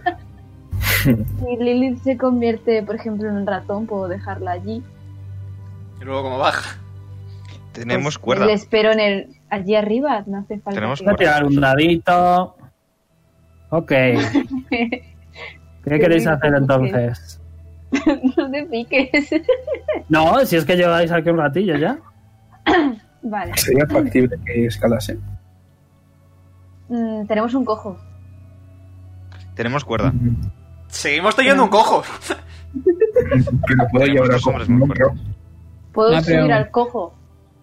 Speaker 7: Si Lilith se convierte, por ejemplo, en un ratón, puedo dejarla allí.
Speaker 5: Y luego como baja.
Speaker 8: Tenemos
Speaker 7: Pues,
Speaker 8: cuerda.
Speaker 7: Le espero en el. allí arriba, no hace falta.
Speaker 8: Tenemos
Speaker 7: que-
Speaker 1: Voy a tirar un dadito. Ok. ¿Qué queréis hacer entonces?
Speaker 7: no te piques.
Speaker 1: No, si es que lleváis aquí un ratillo ya.
Speaker 7: vale.
Speaker 4: ¿Sería factible que escalase?
Speaker 7: Mm, tenemos un cojo.
Speaker 8: Tenemos cuerda.
Speaker 4: Mm,
Speaker 5: Seguimos teniendo un cojo.
Speaker 4: Pero puedo
Speaker 8: Tenemos
Speaker 4: llevar a
Speaker 8: dos hombres muy fuertes.
Speaker 7: Puedo
Speaker 6: Ah, pero-
Speaker 7: subir al cojo.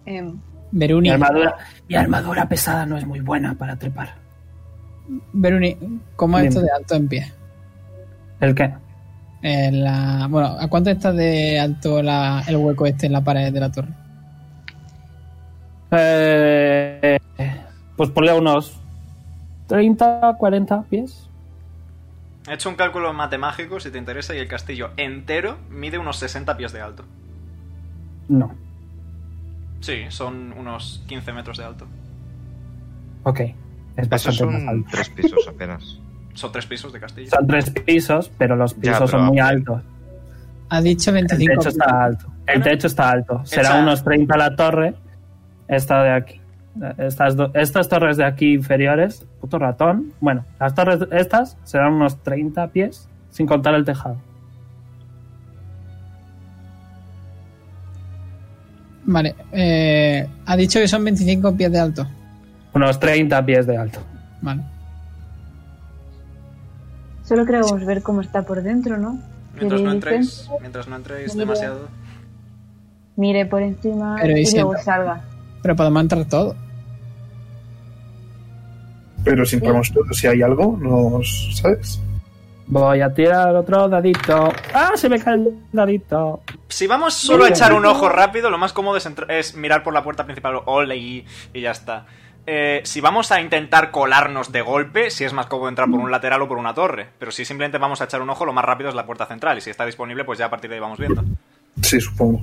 Speaker 7: Em,
Speaker 1: Mi
Speaker 6: Veruni,
Speaker 1: armadura, mi armadura pesada no es muy buena para trepar.
Speaker 6: Veruni, ¿cómo es
Speaker 1: Dime.
Speaker 6: esto de alto en pie?
Speaker 1: ¿El qué?
Speaker 6: Eh, la- bueno, ¿a cuánto está de alto la- el hueco este en la pared de la torre?
Speaker 1: Eh, pues ponle unos 30, 40 pies.
Speaker 5: He hecho un cálculo matemágico, si te interesa, y el castillo entero mide unos 60 pies de alto.
Speaker 1: No.
Speaker 5: Sí, son unos 15 metros de alto.
Speaker 1: Ok. Es
Speaker 8: Eso
Speaker 1: bastante más
Speaker 8: son
Speaker 1: alto.
Speaker 8: tres pisos apenas.
Speaker 5: Son tres pisos de castillo.
Speaker 1: Son tres pisos, pero los
Speaker 8: Ya,
Speaker 1: pisos son
Speaker 8: pero-
Speaker 1: muy altos.
Speaker 6: Ha dicho
Speaker 1: El
Speaker 6: 25.
Speaker 1: techo está alto. El techo está alto. Será
Speaker 5: Esa-
Speaker 1: unos 30 la torre. Esta de aquí. Estas, do- estas torres de aquí inferiores. Puto ratón. Bueno, las torres estas serán unos 30 pies, sin contar el tejado.
Speaker 6: Vale, eh, ha dicho que son 25 pies de alto.
Speaker 1: Unos 30 pies de alto.
Speaker 6: Vale.
Speaker 7: solo queremos ver cómo está por dentro, ¿no?
Speaker 5: Mientras no
Speaker 7: ¿Queréis
Speaker 5: entréis,
Speaker 7: dentro?
Speaker 5: mientras no entréis
Speaker 7: Mira.
Speaker 5: demasiado.
Speaker 7: Mire por encima
Speaker 6: Pero y
Speaker 7: y
Speaker 6: si
Speaker 7: luego
Speaker 6: no.
Speaker 7: salga.
Speaker 6: Pero podemos entrar todos.
Speaker 4: Pero si entramos todos, si hay algo, nos. ¿Sabes?
Speaker 1: Voy a tirar otro dadito. ¡Ah! Se me cae el dadito.
Speaker 5: Si vamos solo a echar un ojo rápido, lo más cómodo es, entr- es mirar por la puerta principal, ole y, y ya está. Eh, si vamos a intentar colarnos de golpe, si es más cómodo entrar por un lateral o por una torre. Pero si simplemente vamos a echar un ojo, lo más rápido es la puerta central. Y si está disponible, pues ya a partir de ahí vamos viendo.
Speaker 4: Sí, supongo.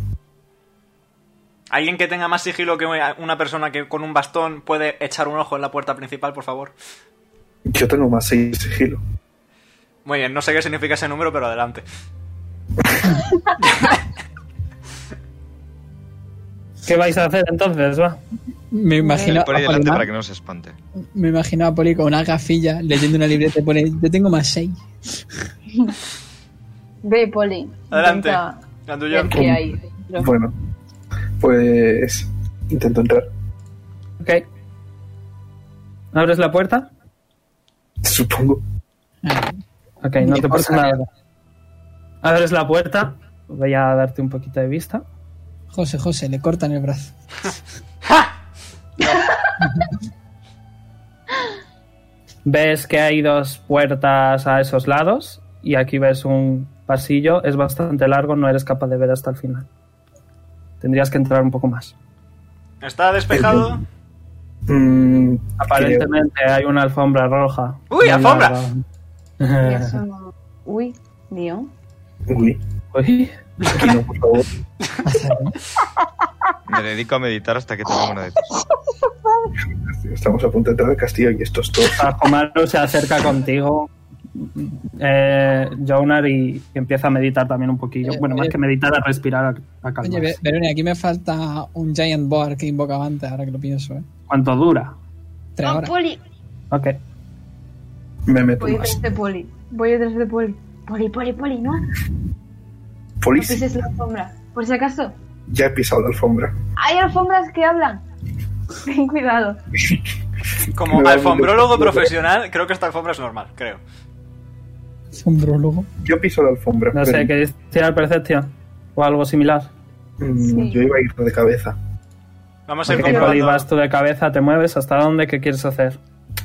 Speaker 5: ¿Alguien que tenga más sigilo que una persona que con un bastón puede echar un ojo en la puerta principal, por favor?
Speaker 4: Yo tengo más seis sigilo.
Speaker 5: Muy bien, no sé qué significa ese número, pero adelante.
Speaker 1: ¿Qué vais a hacer entonces? Va.
Speaker 6: Me imagino,
Speaker 8: Por ahí
Speaker 6: a
Speaker 8: delante
Speaker 6: Polimar-
Speaker 8: para que no se espante.
Speaker 6: me imagino a Poli con una gafilla leyendo una libreta y pone: Yo tengo más 6.
Speaker 7: Ve, Poli.
Speaker 5: Adelante.
Speaker 7: Intenta
Speaker 5: La tuya.
Speaker 7: ver qué hay dentro.
Speaker 4: Bueno, pues. Intento entrar.
Speaker 1: Ok. ¿Abres la puerta?
Speaker 4: Supongo.
Speaker 6: Ah,
Speaker 1: Ok, no te pasa nada. Abres la puerta. Voy a darte un poquito de vista.
Speaker 6: José, José, le cortan el brazo.
Speaker 1: Ves que hay dos puertas a esos lados y aquí ves un pasillo. Es bastante largo, no eres capaz de ver hasta el final. Tendrías que entrar un poco más.
Speaker 5: ¿Está despejado?
Speaker 4: Mm,
Speaker 1: Aparentemente hay una alfombra roja.
Speaker 5: ¡Uy,
Speaker 1: Muy
Speaker 5: alfombra!
Speaker 7: Y
Speaker 1: larga.
Speaker 7: eso- Uy, Dios.
Speaker 4: Uy,
Speaker 1: Uy,
Speaker 4: aquí no, por favor.
Speaker 8: Me dedico a meditar hasta que tenga una de tus.
Speaker 4: Estamos a punto de entrar al castillo y esto es todo.
Speaker 1: Pajomaru se acerca contigo. Eh, Jonar y empieza a meditar también un poquillo.
Speaker 6: Oye,
Speaker 1: bueno, más
Speaker 6: oye.
Speaker 1: que meditar, a respirar, a, a
Speaker 6: Eh, Oye,
Speaker 1: calmarse.
Speaker 6: Ve- Verónica, aquí me falta un Giant Boar que invocaba antes, ahora que lo pienso, ¿eh?
Speaker 1: ¿Cuánto dura?
Speaker 7: Ah,
Speaker 6: Tres
Speaker 9: Oh,
Speaker 6: horas.
Speaker 7: pues.
Speaker 9: Poli.
Speaker 1: Ok.
Speaker 4: Me meto
Speaker 7: Voy
Speaker 4: más.
Speaker 7: detrás de Poli. Voy detrás de Poli. Poli, Poli, Poli, no. No
Speaker 4: Polis,
Speaker 7: pises la alfombra. Por si acaso.
Speaker 4: ya he pisado la alfombra.
Speaker 7: Hay alfombras que hablan. Ten cuidado.
Speaker 5: Como
Speaker 4: Me da
Speaker 5: alfombrólogo
Speaker 4: mucho-
Speaker 5: profesional, creo que esta alfombra es normal, creo.
Speaker 6: Un prólogo.
Speaker 4: Yo piso la alfombra.
Speaker 1: No
Speaker 4: pero-
Speaker 1: sé, ¿queréis tirar percepción? O algo similar.
Speaker 4: Mm,
Speaker 7: Sí.
Speaker 4: Yo iba a ir de cabeza.
Speaker 5: Vamos a ir
Speaker 1: Ok, Poli,
Speaker 5: comprobando.
Speaker 1: vas tú de cabeza, te mueves, ¿hasta dónde? ¿Qué quieres hacer?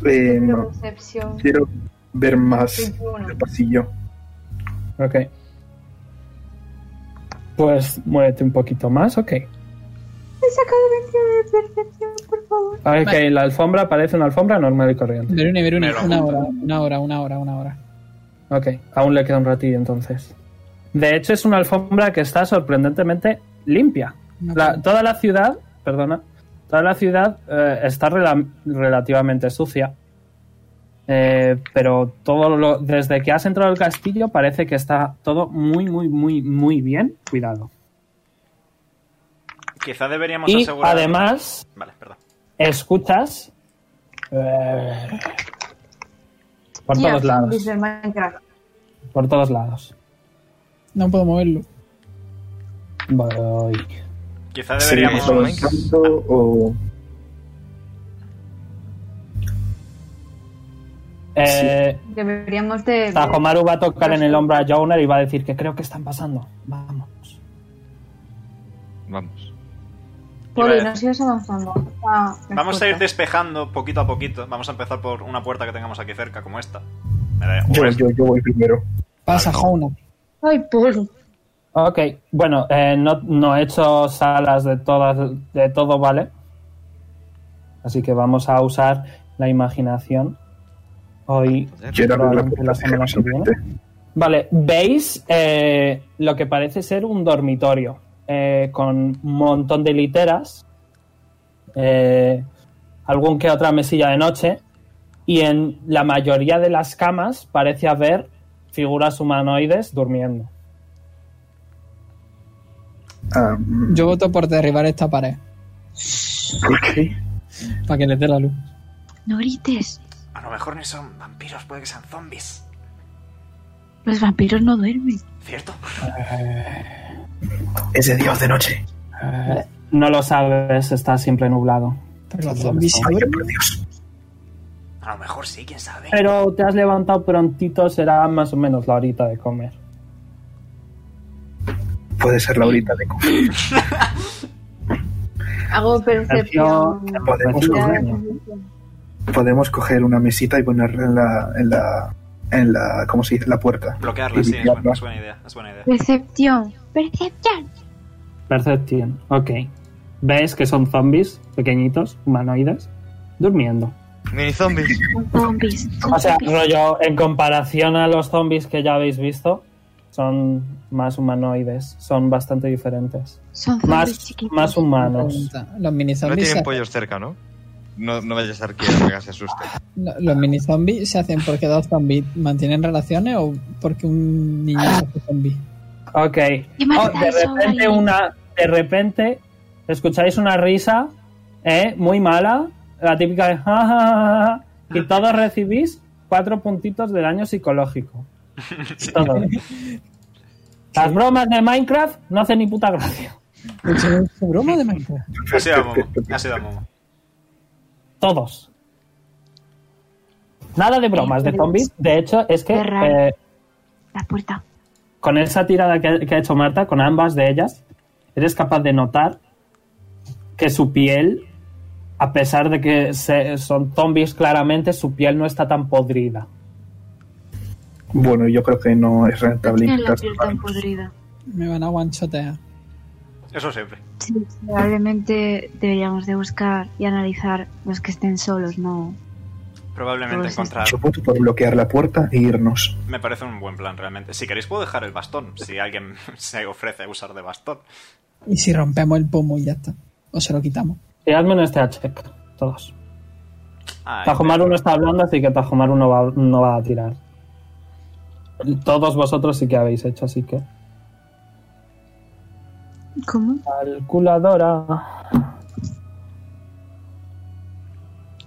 Speaker 4: Eh,
Speaker 7: Pero
Speaker 4: no,
Speaker 7: Percepción.
Speaker 4: quiero ver más
Speaker 7: 21.
Speaker 4: el pasillo.
Speaker 1: Ok. Pues muévete un poquito más, ok.
Speaker 7: He sacado 21 de percepción, por favor.
Speaker 1: Ok, la alfombra parece una alfombra normal y corriente.
Speaker 6: Veruni, Veruni,
Speaker 5: Me lo
Speaker 6: una
Speaker 5: apunto.
Speaker 6: hora, una hora, una hora, una hora.
Speaker 1: Ok, aún le queda un ratillo entonces. De hecho, es una alfombra que está sorprendentemente limpia.
Speaker 6: Una
Speaker 1: La-
Speaker 6: hora.
Speaker 1: toda la ciudad, perdona, toda la ciudad eh, está rela- relativamente sucia. Eh, pero todo lo, desde que has entrado al castillo parece que está todo muy, muy, muy, muy bien cuidado.
Speaker 5: Quizá deberíamos
Speaker 1: Y
Speaker 5: asegurar.
Speaker 1: además,
Speaker 5: Vale, perdón.
Speaker 1: Escuchas. eh, por
Speaker 7: Yeah,
Speaker 1: todos lados.
Speaker 7: dice Minecraft.
Speaker 1: Por todos lados.
Speaker 6: No puedo moverlo.
Speaker 1: Voy.
Speaker 5: Quizá
Speaker 4: ¿Seguimos
Speaker 5: deberíamos.
Speaker 4: avanzando o
Speaker 1: Eh,
Speaker 7: Deberíamos de...
Speaker 1: Tajomaru va a tocar en el hombro a Joner y va a decir que creo que están pasando. Vamos.
Speaker 8: Vamos.
Speaker 7: Poli, nos ibas avanzando. Ah, las
Speaker 5: Vamos a ir
Speaker 7: puertas.
Speaker 5: despejando poquito a poquito. Vamos a empezar por una puerta que tengamos aquí cerca, como esta. Me da- o
Speaker 4: yo,
Speaker 5: esta.
Speaker 4: yo, yo voy primero?
Speaker 1: Este
Speaker 6: Pasa, Jonah.
Speaker 7: Ay, Poli.
Speaker 1: Ok, bueno, eh, no, no he hecho salas de, todas, de todo, ¿vale? Así que vamos a usar la imaginación. Hoy
Speaker 4: Quiero abrir la
Speaker 1: Probablemente la
Speaker 4: puerta
Speaker 1: semana que viene.
Speaker 4: ligeramente.
Speaker 1: Vale, veis eh, lo que parece ser un dormitorio eh, con un montón de literas, eh, algún que otra mesilla de noche y en la mayoría de las camas parece haber figuras humanoides durmiendo.
Speaker 4: Ah, mm,
Speaker 6: Yo voto por derribar esta pared
Speaker 4: ¿Por qué?
Speaker 6: para que les dé la luz.
Speaker 9: No grites.
Speaker 5: A lo mejor ni son vampiros, puede que sean zombies.
Speaker 9: Los vampiros no duermen.
Speaker 5: ¿Cierto?
Speaker 4: Es de Dios de noche.
Speaker 1: No lo sabes, está siempre nublado.
Speaker 6: Pero los zombies se
Speaker 4: Ay,
Speaker 6: duermen.
Speaker 4: por Dios.
Speaker 5: A lo mejor sí, quién sabe.
Speaker 1: Pero te has levantado prontito, será más o menos la horita de comer.
Speaker 4: Puede ser la horita de comer.
Speaker 7: Hago percepción.
Speaker 4: Podemos
Speaker 1: Percepción.
Speaker 4: comer. podemos coger una mesita y ponerla en la, en la, en la ¿cómo se dice? La puerta.
Speaker 5: Bloquearla, sí, es
Speaker 4: Bloquearla.
Speaker 5: buena, es buena idea. Es buena idea.
Speaker 7: Percepción.
Speaker 9: Percepción.
Speaker 1: Percepción, ok. Ves que son zombies pequeñitos, humanoides, durmiendo.
Speaker 8: Mini zombies.
Speaker 9: Son zombies. Son
Speaker 1: O sea,
Speaker 9: zombies.
Speaker 1: rollo, en comparación a los zombies que ya habéis visto, son más humanoides, son bastante diferentes.
Speaker 9: Son zombies
Speaker 1: Más,
Speaker 9: chiquitos.
Speaker 1: más humanos.
Speaker 6: Pregunta, Los mini
Speaker 8: No
Speaker 6: zombies,
Speaker 8: tienen pollos cerca, ¿no? No, no vayas a ser que Vega se asuste.
Speaker 6: los mini zombies se hacen porque dos zombies mantienen relaciones o porque un niño se hace zombie.
Speaker 1: Ok.
Speaker 9: ¿Qué más
Speaker 1: Oh,
Speaker 9: da
Speaker 1: de
Speaker 9: eso,
Speaker 1: repente
Speaker 9: vale?
Speaker 1: una, de repente escucháis una risa, ¿eh? Muy mala, la típica de "Ja, ja, ja, ja",
Speaker 9: Ah.
Speaker 1: y todos recibís cuatro puntitos de daño psicológico. Todos. Las bromas de Minecraft no hacen ni puta gracia.
Speaker 6: De hecho, es una broma de Minecraft.
Speaker 5: Ha
Speaker 4: Este,
Speaker 5: sido a Momo. Ha sido a Momo.
Speaker 1: Todos. Nada de bromas de zombies. De hecho, es que
Speaker 9: Qué raro.
Speaker 1: eh,
Speaker 9: La puerta.
Speaker 1: con esa tirada que, que ha hecho Marta, con ambas de ellas, eres capaz de notar que su piel, a pesar de que se- son zombies claramente, su piel no está tan podrida.
Speaker 4: Bueno, yo creo que no es rentable
Speaker 9: Tienen la
Speaker 4: intentar
Speaker 9: piel tan
Speaker 4: salvarnos.
Speaker 9: podrida.
Speaker 6: Me van a guanchotear.
Speaker 5: Eso siempre.
Speaker 9: Sí, probablemente deberíamos de buscar y analizar los que estén solos, ¿no?
Speaker 5: Probablemente
Speaker 9: Pues sí.
Speaker 5: encontrar.
Speaker 4: Yo voto por bloquear la puerta e irnos.
Speaker 5: Me parece un buen plan, realmente. Si queréis, puedo dejar el bastón. Si alguien se ofrece a usar de bastón.
Speaker 6: Y si rompemos el pomo y ya está. O se lo quitamos.
Speaker 1: Tiradme un este check, todos.
Speaker 5: Ah,
Speaker 1: Tajomaru no está hablando, así que Tajomaru no va, no va a tirar. Todos vosotros sí que habéis hecho, así que.
Speaker 9: ¿Cómo?
Speaker 1: Calculadora.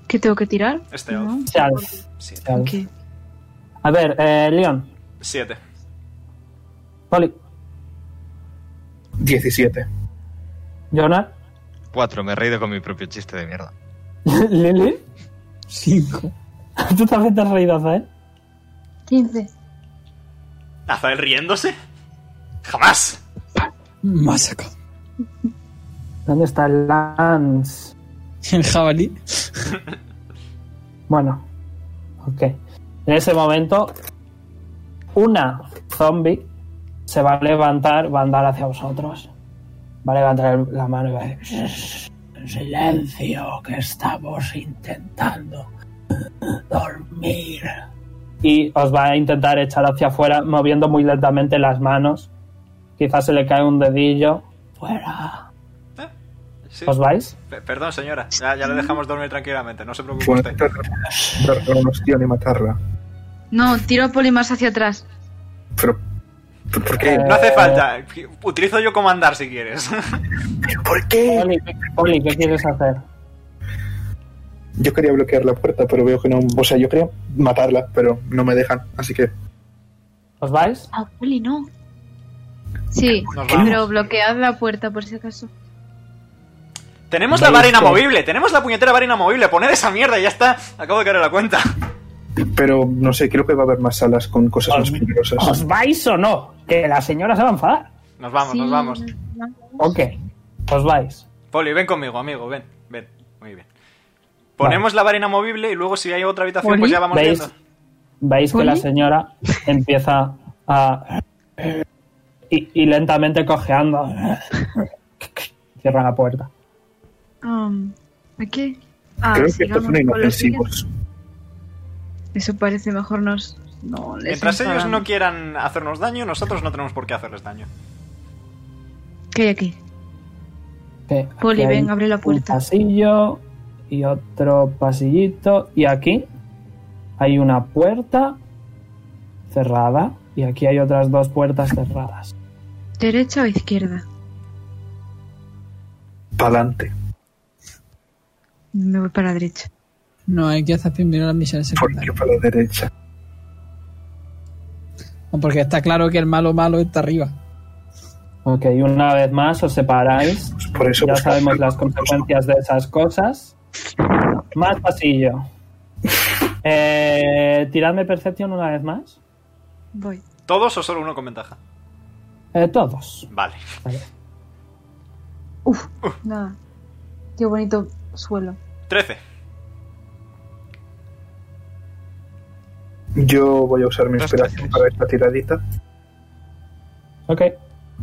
Speaker 9: ¿Qué tengo que tirar?
Speaker 5: Este
Speaker 9: No.
Speaker 1: Charles.
Speaker 5: Siete.
Speaker 1: Charles.
Speaker 9: Ok.
Speaker 1: A ver, eh, Leon,
Speaker 5: Siete.
Speaker 1: Poli,
Speaker 4: 17.
Speaker 1: Jonah,
Speaker 8: Cuatro, me he reído con mi propio chiste de mierda.
Speaker 1: Lili,
Speaker 6: Cinco.
Speaker 1: tú también te has reído, Zael.
Speaker 7: 15.
Speaker 5: ¿Azael riéndose? ¡Jamás!
Speaker 6: Masacre.
Speaker 1: ¿Dónde está Lance?
Speaker 6: El jabalí.
Speaker 1: Bueno, ok. En ese momento, una zombie se va a levantar, va a andar hacia vosotros. Va a levantar el- la mano y va a decir: "Shh, Silencio, que estamos intentando dormir. Y os va a intentar echar hacia afuera, moviendo muy lentamente las manos. Quizás se le cae un dedillo. Fuera.
Speaker 5: Sí.
Speaker 9: Pues
Speaker 1: ¿Os vais?
Speaker 5: Pe- Perdón, señora. Ya, ya le dejamos dormir tranquilamente. No se preocupe
Speaker 4: Bueno,
Speaker 5: usted.
Speaker 4: intentar dar con un hostión y matarla.
Speaker 7: No, tiro a Poli más hacia atrás.
Speaker 4: Pero, ¿por por qué?
Speaker 5: No hace falta. Utilizo yo comandar si quieres.
Speaker 4: ¿Por qué?
Speaker 1: Oli, Oli, ¿qué quieres hacer?
Speaker 4: Yo quería bloquear la puerta, pero veo que no. O sea, yo quería matarla, pero no me dejan, así que.
Speaker 1: ¿Os vais?
Speaker 9: Ah, Poli, no.
Speaker 7: Sí,
Speaker 5: Nos vamos.
Speaker 7: pero bloquead la puerta por si acaso.
Speaker 5: Tenemos la vara
Speaker 4: Veis que-
Speaker 5: inamovible, tenemos la puñetera vara inamovible. Poned esa mierda y ya está. Acabo de caer a la cuenta.
Speaker 4: Pero no sé, creo que va a haber más salas con cosas más peligrosas.
Speaker 1: ¿Os vais o no? Que la señora se va a enfadar.
Speaker 5: Nos vamos,
Speaker 7: Sí,
Speaker 5: nos vamos.
Speaker 1: Ok. Os vais.
Speaker 5: Poli, ven conmigo, amigo, ven, ven. Muy bien. Ponemos la vara inamovible y luego si hay otra habitación, pues ya vamos
Speaker 1: ¿Veis?
Speaker 5: viendo.
Speaker 1: Veis que la señora empieza a. Y, y lentamente cojeando. Cierra la puerta.
Speaker 9: Um, ¿A qué? Ah,
Speaker 4: creo que estos
Speaker 9: sigamos
Speaker 4: son
Speaker 9: con los
Speaker 4: inofensivos.
Speaker 9: vídeos. Eso parece mejor nos... No, les
Speaker 5: Mientras ellos
Speaker 9: enfadamos.
Speaker 5: no quieran hacernos daño, nosotros no tenemos por qué hacerles daño.
Speaker 9: ¿Qué hay aquí?
Speaker 1: Que aquí
Speaker 9: Poli,
Speaker 1: hay
Speaker 9: ven, abre la puerta.
Speaker 1: Un pasillo y otro pasillito. Y aquí hay una puerta cerrada. Y aquí hay otras dos puertas cerradas.
Speaker 9: ¿Derecha o izquierda?
Speaker 4: Pa'lante.
Speaker 9: Me voy para la derecha.
Speaker 6: No, hay que hacer primero las misiones
Speaker 4: Porque
Speaker 6: secundarias.
Speaker 4: para la derecha.
Speaker 6: No, Porque está claro que el malo malo está arriba.
Speaker 1: Ok, una vez más os separáis.
Speaker 4: Pues por eso
Speaker 1: Ya
Speaker 4: busco-
Speaker 1: sabemos las consecuencias de esas cosas. Más pasillo. Eh, tiradme Percepción una vez más.
Speaker 9: Voy.
Speaker 5: ¿Todos o solo uno con ventaja?
Speaker 1: Eh, todos.
Speaker 5: Vale.
Speaker 7: Nada. Qué bonito suelo.
Speaker 5: 13.
Speaker 4: Yo voy a usar mi
Speaker 8: Dos
Speaker 4: inspiración
Speaker 8: veces.
Speaker 4: para esta tiradita.
Speaker 1: Ok.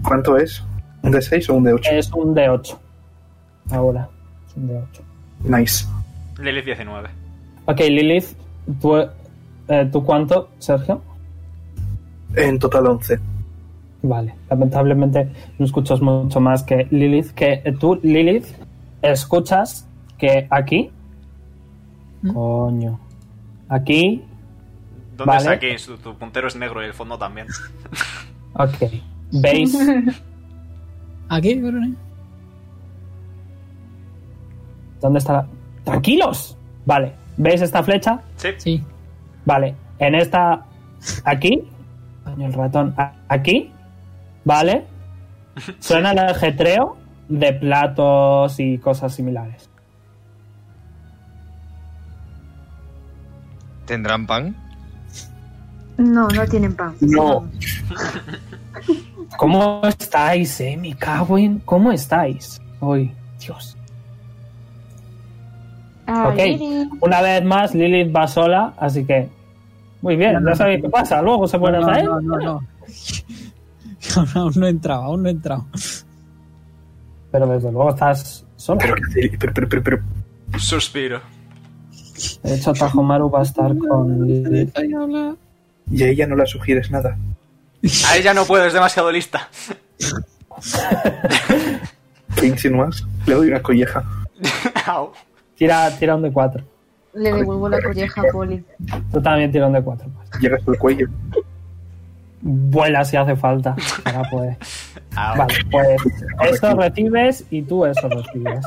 Speaker 4: ¿Cuánto es? ¿Un de 6 o un de 8?
Speaker 1: Es un D8. Ahora. Es un D8.
Speaker 4: Nice.
Speaker 5: Lilith 19.
Speaker 1: Ok, Lilith, ¿tú, eh, ¿tú cuánto, Sergio?
Speaker 4: En total 11.
Speaker 1: Vale, lamentablemente no escuchas mucho más que Lilith. Que eh, tú, Lilith, escuchas que aquí. Coño. Aquí.
Speaker 5: ¿Dónde
Speaker 1: Vale.
Speaker 5: es aquí? Su- Tu puntero es negro y el fondo también.
Speaker 1: Ok. Veis.
Speaker 6: ¿Aquí, cabrones?
Speaker 1: ¿Dónde está la.? ¡Tranquilos! Vale. ¿Veis esta flecha?
Speaker 5: Sí.
Speaker 6: Sí.
Speaker 1: Vale, en esta. Aquí. Coño, el ratón. a- Aquí. Vale. Suena el ajetreo de platos y cosas similares.
Speaker 8: ¿Tendrán pan?
Speaker 9: No, no tienen pan.
Speaker 4: No.
Speaker 1: ¿Cómo estáis, eh? Mi cago en- ¿Cómo estáis? Hoy, Dios.
Speaker 7: Ah,
Speaker 1: Ok.
Speaker 7: Lili.
Speaker 1: Una vez más, Lilith va sola, así que. Muy bien, ya sabéis qué pasa. Luego se puede
Speaker 6: no,
Speaker 1: hacer.
Speaker 6: no, no, no. Cabrón, aún no he entrado, aún no he entrado.
Speaker 1: Pero desde luego estás sola.
Speaker 4: Pero, que- pero, pero, pero, pero-
Speaker 5: Suspiro.
Speaker 1: De hecho, Tajomaru va a estar con Lilith.
Speaker 4: Y a ella no la sugieres nada.
Speaker 5: Ahí ya no puedo, es demasiado lista.
Speaker 4: ¿Qué insinúas? Le doy una colleja.
Speaker 5: Au.
Speaker 1: Tira, tira un de cuatro.
Speaker 7: Le devuelvo la colleja a Poli.
Speaker 1: Tú también tira un de cuatro. pues.
Speaker 4: Llegas al cuello.
Speaker 1: Vuela si hace falta. Ahora puede.
Speaker 5: Au.
Speaker 1: Vale, pues esto recibes y tú eso recibes.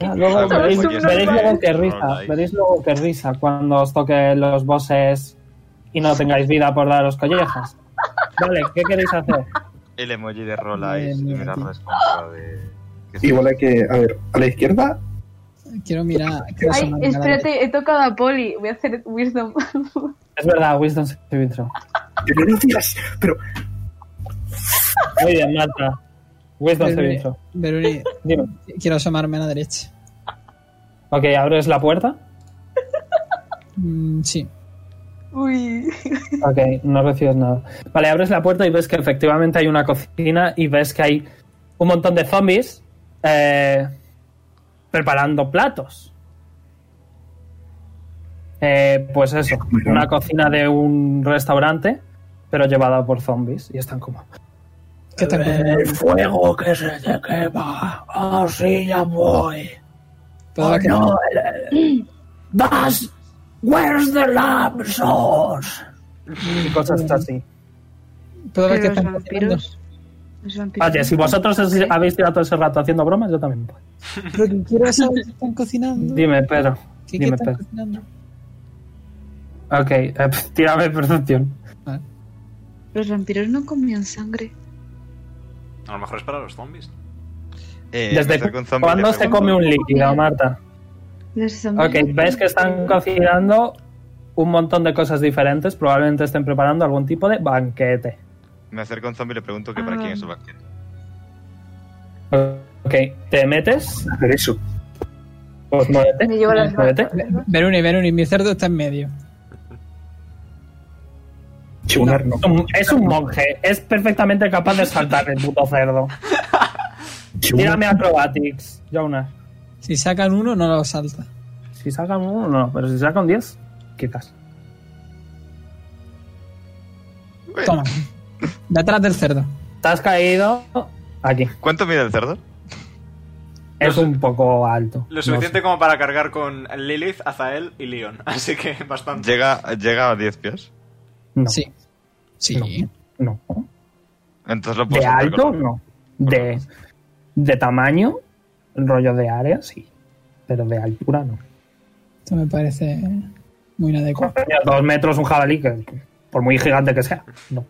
Speaker 1: Ya, Luego
Speaker 8: Somos
Speaker 1: veréis,
Speaker 8: unos
Speaker 1: veréis luego
Speaker 8: malos.
Speaker 1: que risa,
Speaker 8: Alright.
Speaker 1: veréis luego que risa cuando os toquen los bosses y no tengáis vida por daros collejas. Vale, ¿qué queréis hacer?
Speaker 8: El emoji de Rola
Speaker 6: Bien,
Speaker 8: es
Speaker 6: bien,
Speaker 8: la
Speaker 6: bien.
Speaker 8: respuesta de... que-
Speaker 4: Igual hay que. A ver, a la izquierda.
Speaker 6: Quiero mirar. quiero
Speaker 7: Ay,
Speaker 6: asomar mi cara.
Speaker 7: espérate, he tocado a Poli. Voy a hacer Wisdom.
Speaker 1: Es verdad, Winston se throw.
Speaker 4: Pero no digas. Pero.
Speaker 1: Muy bien, Marta. Winston se
Speaker 6: Veruni,
Speaker 1: throw.
Speaker 6: Veruni,
Speaker 1: Dime.
Speaker 6: quiero asomarme a la derecha.
Speaker 1: Ok, abres la puerta.
Speaker 6: Mm, sí.
Speaker 7: Uy.
Speaker 1: Ok, no recibes nada. Vale, abres la puerta y ves que efectivamente hay una cocina y ves que hay un montón de zombies eh, preparando platos. Eh, pues eso, una cocina de un restaurante, pero llevada por zombies y están como...
Speaker 6: ¿Qué están cocinando?
Speaker 1: fuego que se te quema! ¡Ah, sí, ya voy!
Speaker 6: Puedo ver que no.
Speaker 1: ¡Das! ¡Where's the lamb sauce? Y cosas así.
Speaker 6: Puedo ver
Speaker 9: Pero
Speaker 6: que
Speaker 9: los
Speaker 6: están cocinando.
Speaker 9: vampiros...
Speaker 1: Oye, si vosotros os- habéis tirado todo ese rato haciendo bromas, yo también puedo.
Speaker 6: Lo que quiero saber es que están cocinando.
Speaker 1: Dime, Pedro.
Speaker 6: ¿Qué, qué
Speaker 1: dime,
Speaker 6: están
Speaker 1: Pedro.
Speaker 6: cocinando?
Speaker 1: Ok, eh, tírame percepción.
Speaker 9: Los vampiros no comían sangre.
Speaker 5: A lo mejor es para los zombies.
Speaker 8: Eh,
Speaker 1: ¿Desde
Speaker 8: empezar con zombie,
Speaker 1: cuándo
Speaker 8: le
Speaker 1: se
Speaker 8: pregunto.
Speaker 1: come un líquido, Marta?
Speaker 9: Los zombies
Speaker 1: Ok,
Speaker 9: no
Speaker 1: ves que están
Speaker 9: comían
Speaker 1: cocinando un montón de cosas diferentes. Probablemente estén preparando algún tipo de banquete.
Speaker 8: Me acerco a un zombie y le pregunto que para
Speaker 9: Ah.
Speaker 8: quién es su banquete.
Speaker 1: Ok, te metes,
Speaker 4: Hacer eso.
Speaker 1: pues muévete.
Speaker 3: Me llevo las
Speaker 1: muévete.
Speaker 6: Veruni, Veruni, mi cerdo está en medio.
Speaker 4: Chibunar no.
Speaker 1: Es un- Es un monje, es perfectamente capaz de saltar el puto cerdo.
Speaker 4: Chibunar.
Speaker 1: Tírame acrobatics, Jonas.
Speaker 6: Si sacan uno, no lo salta.
Speaker 1: Si saca un uno, no, pero si saca un 10, quitas.
Speaker 6: Toma. Detrás del cerdo.
Speaker 1: Te has caído aquí.
Speaker 8: ¿Cuánto mide el cerdo?
Speaker 1: Es
Speaker 5: Lo su-
Speaker 1: un poco alto.
Speaker 5: Lo suficiente
Speaker 1: No
Speaker 5: como para cargar con Lilith, Azael y Leon. Así que bastante.
Speaker 8: Llega, llega a 10 pies.
Speaker 1: sé.
Speaker 6: Sí. Sí.
Speaker 1: No, no.
Speaker 8: Entonces lo puedo
Speaker 1: De
Speaker 8: saltar
Speaker 1: alto,
Speaker 8: con-
Speaker 1: no. De, de tamaño, rollo de área, sí. Pero de altura, no.
Speaker 6: Esto me parece muy inadecuado.
Speaker 1: Coño, Dos metros un jabalí, que, que por muy gigante que sea, no.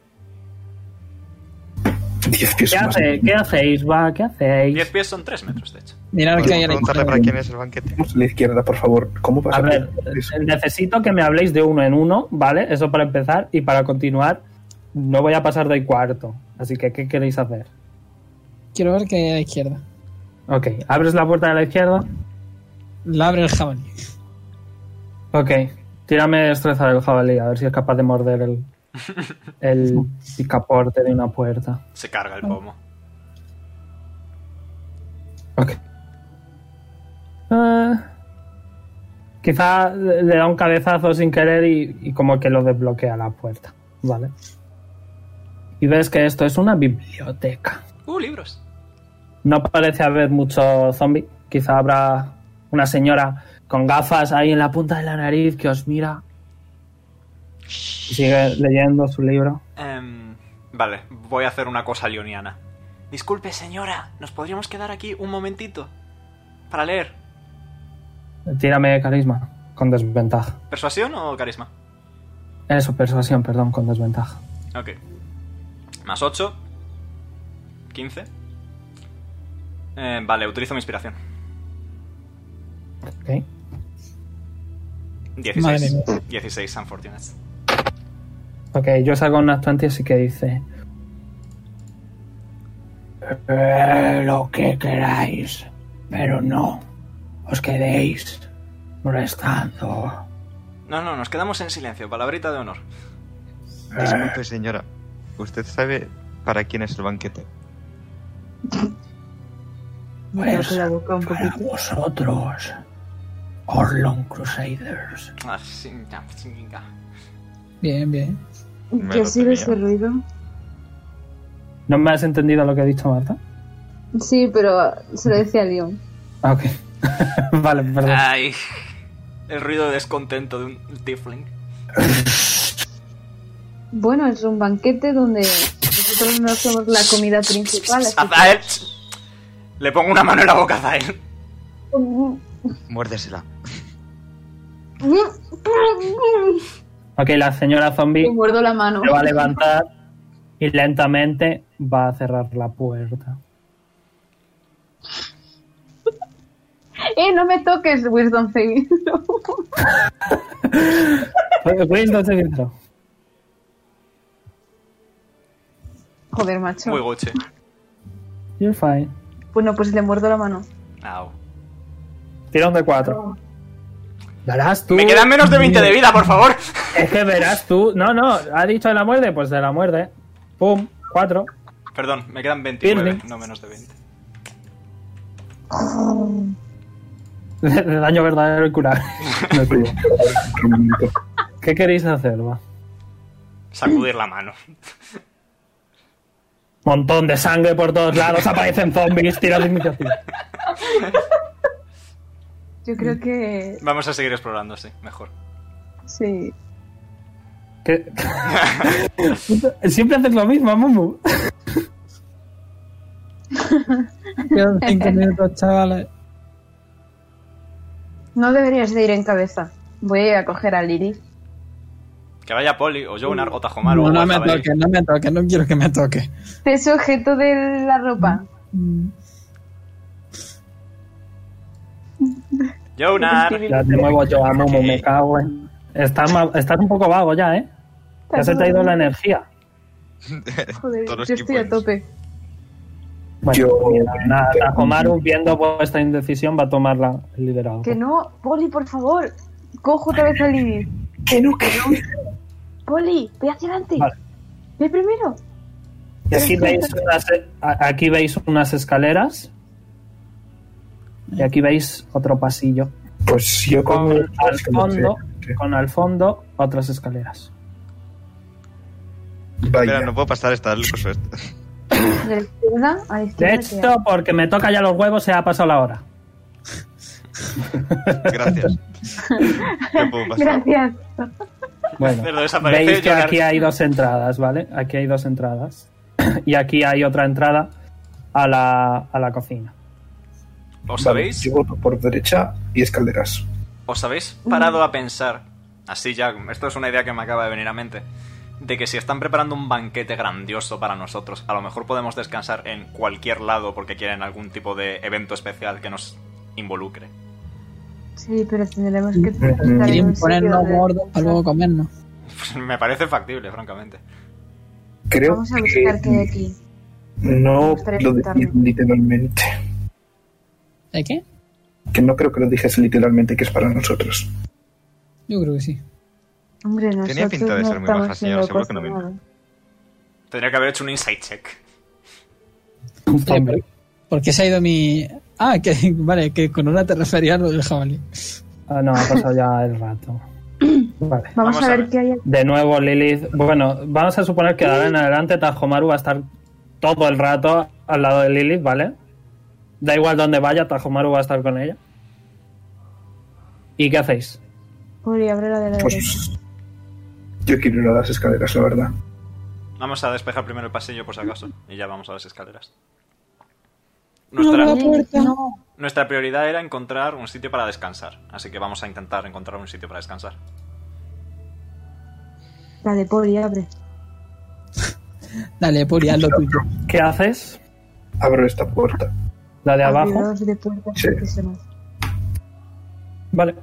Speaker 4: 10 pies
Speaker 1: ¿Qué,
Speaker 4: más.
Speaker 1: hace- qué hacéis, va? ¿Qué
Speaker 5: 10
Speaker 1: hacéis?
Speaker 5: pies son 3 metros, de hecho.
Speaker 6: Mirar que hay
Speaker 8: Pues ¿Puedo preguntarle
Speaker 6: a la izquierda.
Speaker 8: para quién es el banquete?
Speaker 4: Vamos a la izquierda, por favor. ¿Cómo vas
Speaker 1: A
Speaker 4: a,
Speaker 1: ver,
Speaker 4: preguntar eso?
Speaker 1: eh, necesito que me habléis de uno en uno, ¿vale? Eso para empezar. Y para continuar, no voy a pasar del cuarto. Así que, ¿qué queréis hacer?
Speaker 6: Quiero ver que hay a la izquierda.
Speaker 1: Ok, abres la puerta de la izquierda.
Speaker 6: La abre el jabalí.
Speaker 1: Ok, tírame destreza del jabalí, a ver si es capaz de morder el, el picaporte de una puerta.
Speaker 5: Se carga el
Speaker 1: Ah.
Speaker 5: pomo.
Speaker 1: Ok. Eh, quizá le le da un cabezazo sin querer y, y como que lo desbloquea la puerta. Vale. Y ves que esto es una biblioteca.
Speaker 5: Uh, libros.
Speaker 1: No parece haber mucho zombie. Quizá habrá una señora con gafas ahí en la punta de la nariz que os mira. Y sigue leyendo su libro.
Speaker 5: Em, vale, voy a hacer una cosa leoniana. Disculpe, señora, ¿nos podríamos quedar aquí un momentito? Para leer.
Speaker 1: Tírame carisma con desventaja.
Speaker 5: ¿Persuasión o carisma?
Speaker 1: Eso, persuasión, perdón, con desventaja.
Speaker 5: Ok. Más 8. 15. Eh, vale, utilizo mi inspiración.
Speaker 1: Ok.
Speaker 6: Madre
Speaker 5: 16. 16, unfortunate.
Speaker 1: Ok, yo saco una 20 así que dice... "Eh, lo que queráis, pero no os quedéis molestando.
Speaker 5: No, no, nos quedamos en silencio. Palabrita de honor.
Speaker 7: Ah.
Speaker 8: Disculpe, señora. ¿Usted sabe para quién es el banquete?
Speaker 9: Me
Speaker 1: Pues,
Speaker 9: toco la boca un
Speaker 1: Para
Speaker 9: poquito.
Speaker 1: vosotros, Orlon Crusaders.
Speaker 5: Ah, sí, ya, sí, ya.
Speaker 6: Bien, bien.
Speaker 8: Me
Speaker 9: ¿Qué
Speaker 8: lo
Speaker 9: ha sido
Speaker 8: temía.
Speaker 9: ese ruido?
Speaker 1: ¿No me has entendido lo que ha dicho Marta?
Speaker 3: Sí, pero se lo decía a Leon.
Speaker 1: Ah, Ok. vale, perdón.
Speaker 5: Ay. El ruido de descontento de un tiefling.
Speaker 3: Bueno, es un banquete donde nosotros no somos la comida principal. así que-
Speaker 5: Azael. Le pongo una mano en la boca a Azael.
Speaker 8: Muérdesela.
Speaker 1: Ok, la señora
Speaker 3: Me
Speaker 1: zombie
Speaker 3: muerdo la mano.
Speaker 1: se va a levantar y lentamente va a cerrar la puerta.
Speaker 3: Eh, no me toques, Wisdom Saving.
Speaker 1: Oye, Luis, no te filtro.
Speaker 3: Joder, macho.
Speaker 5: Muy goche.
Speaker 1: You're fine.
Speaker 3: Bueno, pues le muerdo la mano.
Speaker 5: Au.
Speaker 1: Tirón de 4. Darás tú.
Speaker 5: Me quedan menos de 20 de vida, por favor.
Speaker 1: Es que verás tú. No, no, ha dicho de la muerte, pues de la muerte. Pum, 4.
Speaker 5: Perdón, me quedan 29,
Speaker 1: Pierden.
Speaker 5: no menos de 20.
Speaker 1: De de daño verdadero y curar.
Speaker 4: Me cuido. Un momento.
Speaker 1: ¿Qué queréis hacer, va?
Speaker 5: Sacudir la mano.
Speaker 1: Montón de sangre por todos lados, aparecen zombies, tira de iniciativa.
Speaker 3: Yo
Speaker 8: Mm.
Speaker 3: creo que
Speaker 5: Vamos a seguir explorando, sí, mejor.
Speaker 3: sí.
Speaker 1: ¿Qué? Siempre haces lo mismo, Mumu.
Speaker 6: Quedan cinco minutos, chavales.
Speaker 7: No deberías de ir en cabeza. Voy a coger a Liri.
Speaker 5: Que vaya Poli, o Jonar, o Tajomar, o
Speaker 6: no, no me
Speaker 5: Guazabeli.
Speaker 6: toques, no me toques, no quiero que me toque.
Speaker 7: Es sujeto de la ropa.
Speaker 6: Mm.
Speaker 5: Jonar.
Speaker 1: Ya te muevo yo a Momo, me cago en. Estás, ma- estás un poco vago ya, ¿eh? Ya se te ha ido la energía.
Speaker 7: Joder,
Speaker 8: Todos los
Speaker 7: yo estoy a
Speaker 8: kipones.
Speaker 7: tope.
Speaker 1: Bueno, pues
Speaker 4: Yo-
Speaker 1: mira, nada, Tajomaru, viendo vuestra indecisión, va a tomar la, el liderazgo.
Speaker 7: Que no, Poli, por favor. Cojo otra vez a Lili.
Speaker 4: Que no, que no.
Speaker 7: Poli, ve hacia adelante.
Speaker 1: Vale.
Speaker 7: Ve primero.
Speaker 1: Y Aquí veis, unas, e, a- aquí veis unas escaleras. Y aquí veis otro pasillo.
Speaker 4: Pues yo
Speaker 1: Con
Speaker 4: como.
Speaker 1: al fondo,
Speaker 4: Sí.
Speaker 1: con al fondo otras escaleras.
Speaker 4: Vaya.
Speaker 8: Espera, no puedo pasar esta este. luz. esto.
Speaker 7: De la izquierda a la
Speaker 1: De
Speaker 7: izquierda. que
Speaker 1: hecho, porque me toca ya los huevos, se ha pasado la hora.
Speaker 8: Gracias. No puedo
Speaker 7: hay.
Speaker 8: pasar.
Speaker 7: Gracias.
Speaker 1: Bueno,
Speaker 5: Cerdo desaparece,
Speaker 1: veis que
Speaker 5: Jonar.
Speaker 1: aquí hay dos entradas, ¿vale? Aquí hay dos entradas. Y aquí hay otra entrada a la, a la cocina.
Speaker 5: ¿Os
Speaker 4: Vale,
Speaker 5: sabéis?
Speaker 4: Yo voto por derecha y escaleras.
Speaker 5: ¿Os habéis
Speaker 7: Mm.
Speaker 5: parado a pensar? Así ya, esto es una idea que me acaba de venir a mente. De que si están preparando un banquete grandioso para nosotros, a lo mejor podemos descansar en cualquier lado porque quieren algún tipo de evento especial que nos involucre.
Speaker 7: Sí, pero tendremos que
Speaker 4: Quieren
Speaker 7: estar en un
Speaker 6: Quieren
Speaker 7: sitio
Speaker 6: ponernos
Speaker 7: donde-
Speaker 6: gordos para luego comernos.
Speaker 5: Pues Me parece factible, francamente.
Speaker 4: Creo
Speaker 7: Vamos a buscar qué hay
Speaker 4: que
Speaker 7: aquí.
Speaker 4: no
Speaker 7: Espera,
Speaker 4: lo dije
Speaker 7: preguntarme.
Speaker 4: literalmente.
Speaker 6: ¿De qué?
Speaker 4: Que no creo que lo dijese literalmente que es para nosotros.
Speaker 6: Yo creo que sí.
Speaker 7: Hombre, nosotros
Speaker 8: Tenía pinta de
Speaker 7: no
Speaker 8: ser muy baja,
Speaker 7: estamos
Speaker 8: señora,
Speaker 7: haciendo
Speaker 8: seguro que no
Speaker 7: cosas
Speaker 8: vino.
Speaker 7: mal.
Speaker 5: Tendría que haber hecho un insight check.
Speaker 6: Eh, ¿por, por qué se ha ido mi...? Ah, que vale, que con una te refería a lo del jabalí.
Speaker 1: Ah, no, ha pasado ya el rato. Vale.
Speaker 7: Vamos,
Speaker 5: Vamos
Speaker 7: a
Speaker 5: a
Speaker 7: ver,
Speaker 5: ver.
Speaker 7: qué hay aquí.
Speaker 1: De nuevo, Lilith. Bueno, vamos a suponer que de ahora en adelante Tajomaru va a estar todo el rato al lado de Lilith, ¿vale? Da igual dónde vaya, Tajomaru va a estar con ella. ¿Y qué hacéis?
Speaker 7: Poli, abre la de la derecha.
Speaker 4: Pues. Yo quiero ir a las escaleras, la verdad.
Speaker 5: Vamos a despejar primero el pasillo por si acaso y ya vamos a las escaleras.
Speaker 6: No,
Speaker 5: Nuestra,
Speaker 6: no, puerta.
Speaker 5: nuestra prioridad era encontrar un sitio para descansar, así que vamos a intentar encontrar un sitio para descansar.
Speaker 7: La de Poli, abre.
Speaker 6: Dale, Puri, haz lo tuyo.
Speaker 1: ¿Qué haces?
Speaker 4: Abro esta puerta.
Speaker 1: La de
Speaker 3: Ah,
Speaker 1: abajo.
Speaker 7: Abridores de puertas
Speaker 4: Sí.
Speaker 7: artesanas.
Speaker 1: Vale.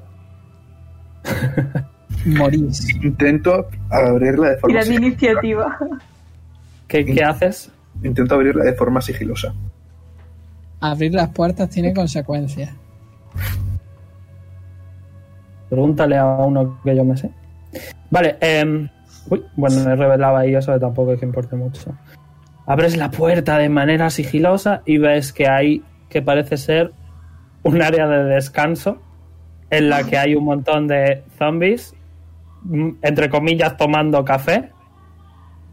Speaker 6: Morís.
Speaker 4: Intento abrirla de forma
Speaker 7: Tirad
Speaker 4: sigilosa.
Speaker 7: iniciativa.
Speaker 1: ¿Qué, qué haces?
Speaker 4: Intento abrirla de forma sigilosa.
Speaker 6: Abrir las puertas tiene consecuencias.
Speaker 1: Pregúntale a uno que yo me sé. Vale, em, uy, bueno, me revelaba ahí eso, tampoco es que importe mucho. Abres la puerta de manera sigilosa y ves que hay, que parece ser un área de descanso en la que hay un montón de zombies, mm, entre comillas, tomando café.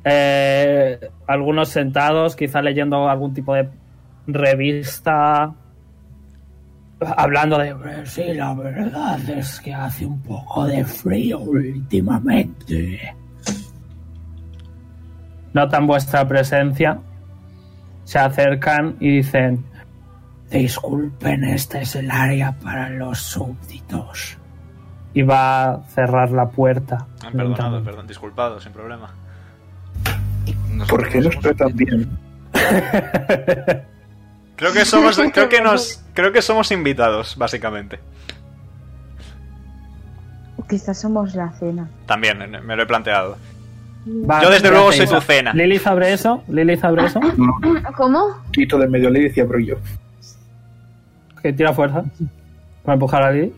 Speaker 1: Eh, algunos sentados, quizá leyendo algún tipo de revista, hablando de "Eh, sí, la verdad es que hace un poco de frío últimamente. Notan vuestra presencia, se acercan y dicen disculpen, este es el área para los súbditos. Y va a cerrar la puerta.
Speaker 5: Ah, Perdonado,
Speaker 1: lentamente.
Speaker 5: perdón, disculpado, sin problema.
Speaker 8: Nosotros
Speaker 4: ¿Por qué nos
Speaker 8: somos-
Speaker 4: tratan bien?
Speaker 5: Creo que somos, creo que nos, creo que somos invitados, básicamente.
Speaker 7: Quizás somos la cena.
Speaker 5: También eh, me lo he planteado.
Speaker 1: Va,
Speaker 5: Yo, desde
Speaker 1: ¿qué
Speaker 5: luego,
Speaker 1: hacéis?
Speaker 5: soy tu cena.
Speaker 1: Lilith abre eso, Lilith abre eso,
Speaker 7: ¿Cómo?
Speaker 4: Quito de medio Lilith y abro yo.
Speaker 1: que tira fuerza. Para empujar a Lilith.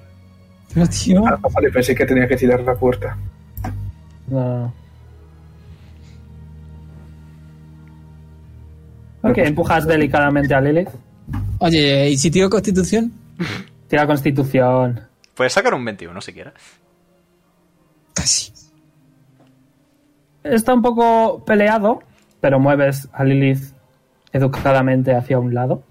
Speaker 6: Pero tío,
Speaker 4: Ah, vale, pensé que tenía que tirar la puerta.
Speaker 1: No. Ok, empujas delicadamente a Lilith.
Speaker 6: oye, ¿y si tiro constitución?
Speaker 1: Tira constitución.
Speaker 5: Puedes sacar un 21 si quieres.
Speaker 6: Casi.
Speaker 1: Está un poco peleado, pero mueves a Lilith educadamente hacia un lado.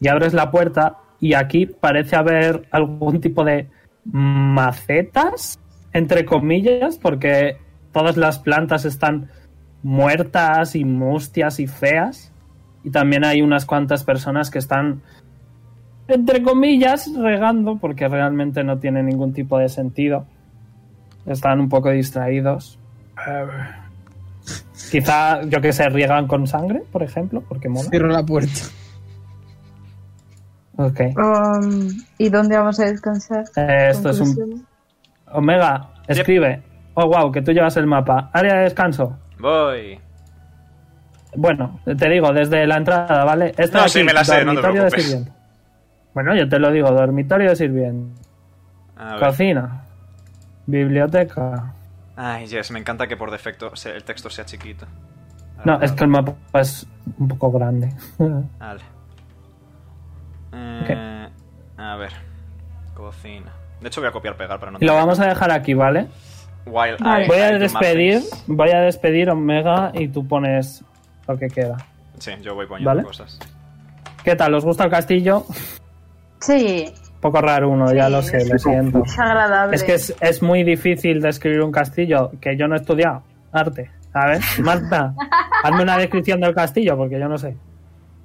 Speaker 1: Y abres la puerta y aquí parece haber algún tipo de macetas, entre comillas, porque todas las plantas están muertas y mustias y feas. Y también hay unas cuantas personas que están, entre comillas, regando, porque realmente no tiene ningún tipo de sentido. Están un poco distraídos. Quizá, yo que sé, riegan con sangre, por ejemplo, porque mola.
Speaker 6: Cierro la puerta.
Speaker 1: Ok.
Speaker 7: Um, ¿Y dónde vamos a descansar?
Speaker 1: Eh, esto es un. Omega, escribe. Oh, wow, que tú llevas el mapa. Área de descanso.
Speaker 5: Voy.
Speaker 1: Bueno, te digo, desde la entrada, ¿vale? Esto
Speaker 5: No,
Speaker 1: aquí,
Speaker 5: sí, me la sé, no te
Speaker 1: dormitorio de
Speaker 5: preocupes.
Speaker 1: sirviente. Bueno, yo te lo digo, dormitorio de sirviente.
Speaker 5: A ver. Ah,
Speaker 1: Cocina. Biblioteca.
Speaker 5: Ay, yes, me encanta que por defecto se- el texto sea chiquito. A ver,
Speaker 1: No,
Speaker 5: vale.
Speaker 1: es que el mapa es un poco grande.
Speaker 5: Vale. Eh, A ver. Cocina. De hecho, voy a copiar pegar para no.
Speaker 1: y lo vamos a dejar aquí, ¿vale?
Speaker 5: Wild
Speaker 7: Vale.
Speaker 5: Eye,
Speaker 1: Voy a
Speaker 5: I do
Speaker 1: despedir,
Speaker 5: math things.
Speaker 1: voy a despedir Omega y tú pones lo que queda.
Speaker 5: Sí, yo voy poniendo
Speaker 1: Vale.
Speaker 5: cosas.
Speaker 1: ¿Qué tal? ¿Os gusta el castillo?
Speaker 7: Sí,
Speaker 1: Poco raro uno, ya lo sé,
Speaker 7: es
Speaker 1: lo siento.
Speaker 7: es agradable.
Speaker 1: Es que es, es muy difícil describir un castillo que yo no he estudiado arte, ¿sabes? Marta, hazme una descripción del castillo porque yo no sé.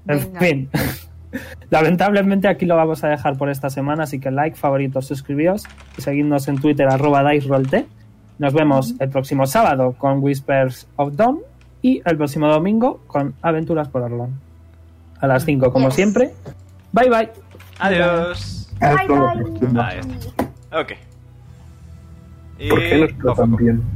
Speaker 1: En
Speaker 7: Venga.
Speaker 1: fin. Lamentablemente aquí lo vamos a dejar por esta semana, así que like, favoritos, suscribíos y seguidnos en Twitter arroba DiceRollT. Nos vemos el próximo sábado con Whispers of Dawn y el próximo domingo con Aventuras por Arlon. A las 5, como
Speaker 7: Yes.
Speaker 1: siempre. Bye bye.
Speaker 5: Adiós.
Speaker 4: Ah, Haz todo.
Speaker 5: Ahí está. Ok. Y...
Speaker 4: ¿Por qué los tratan bien?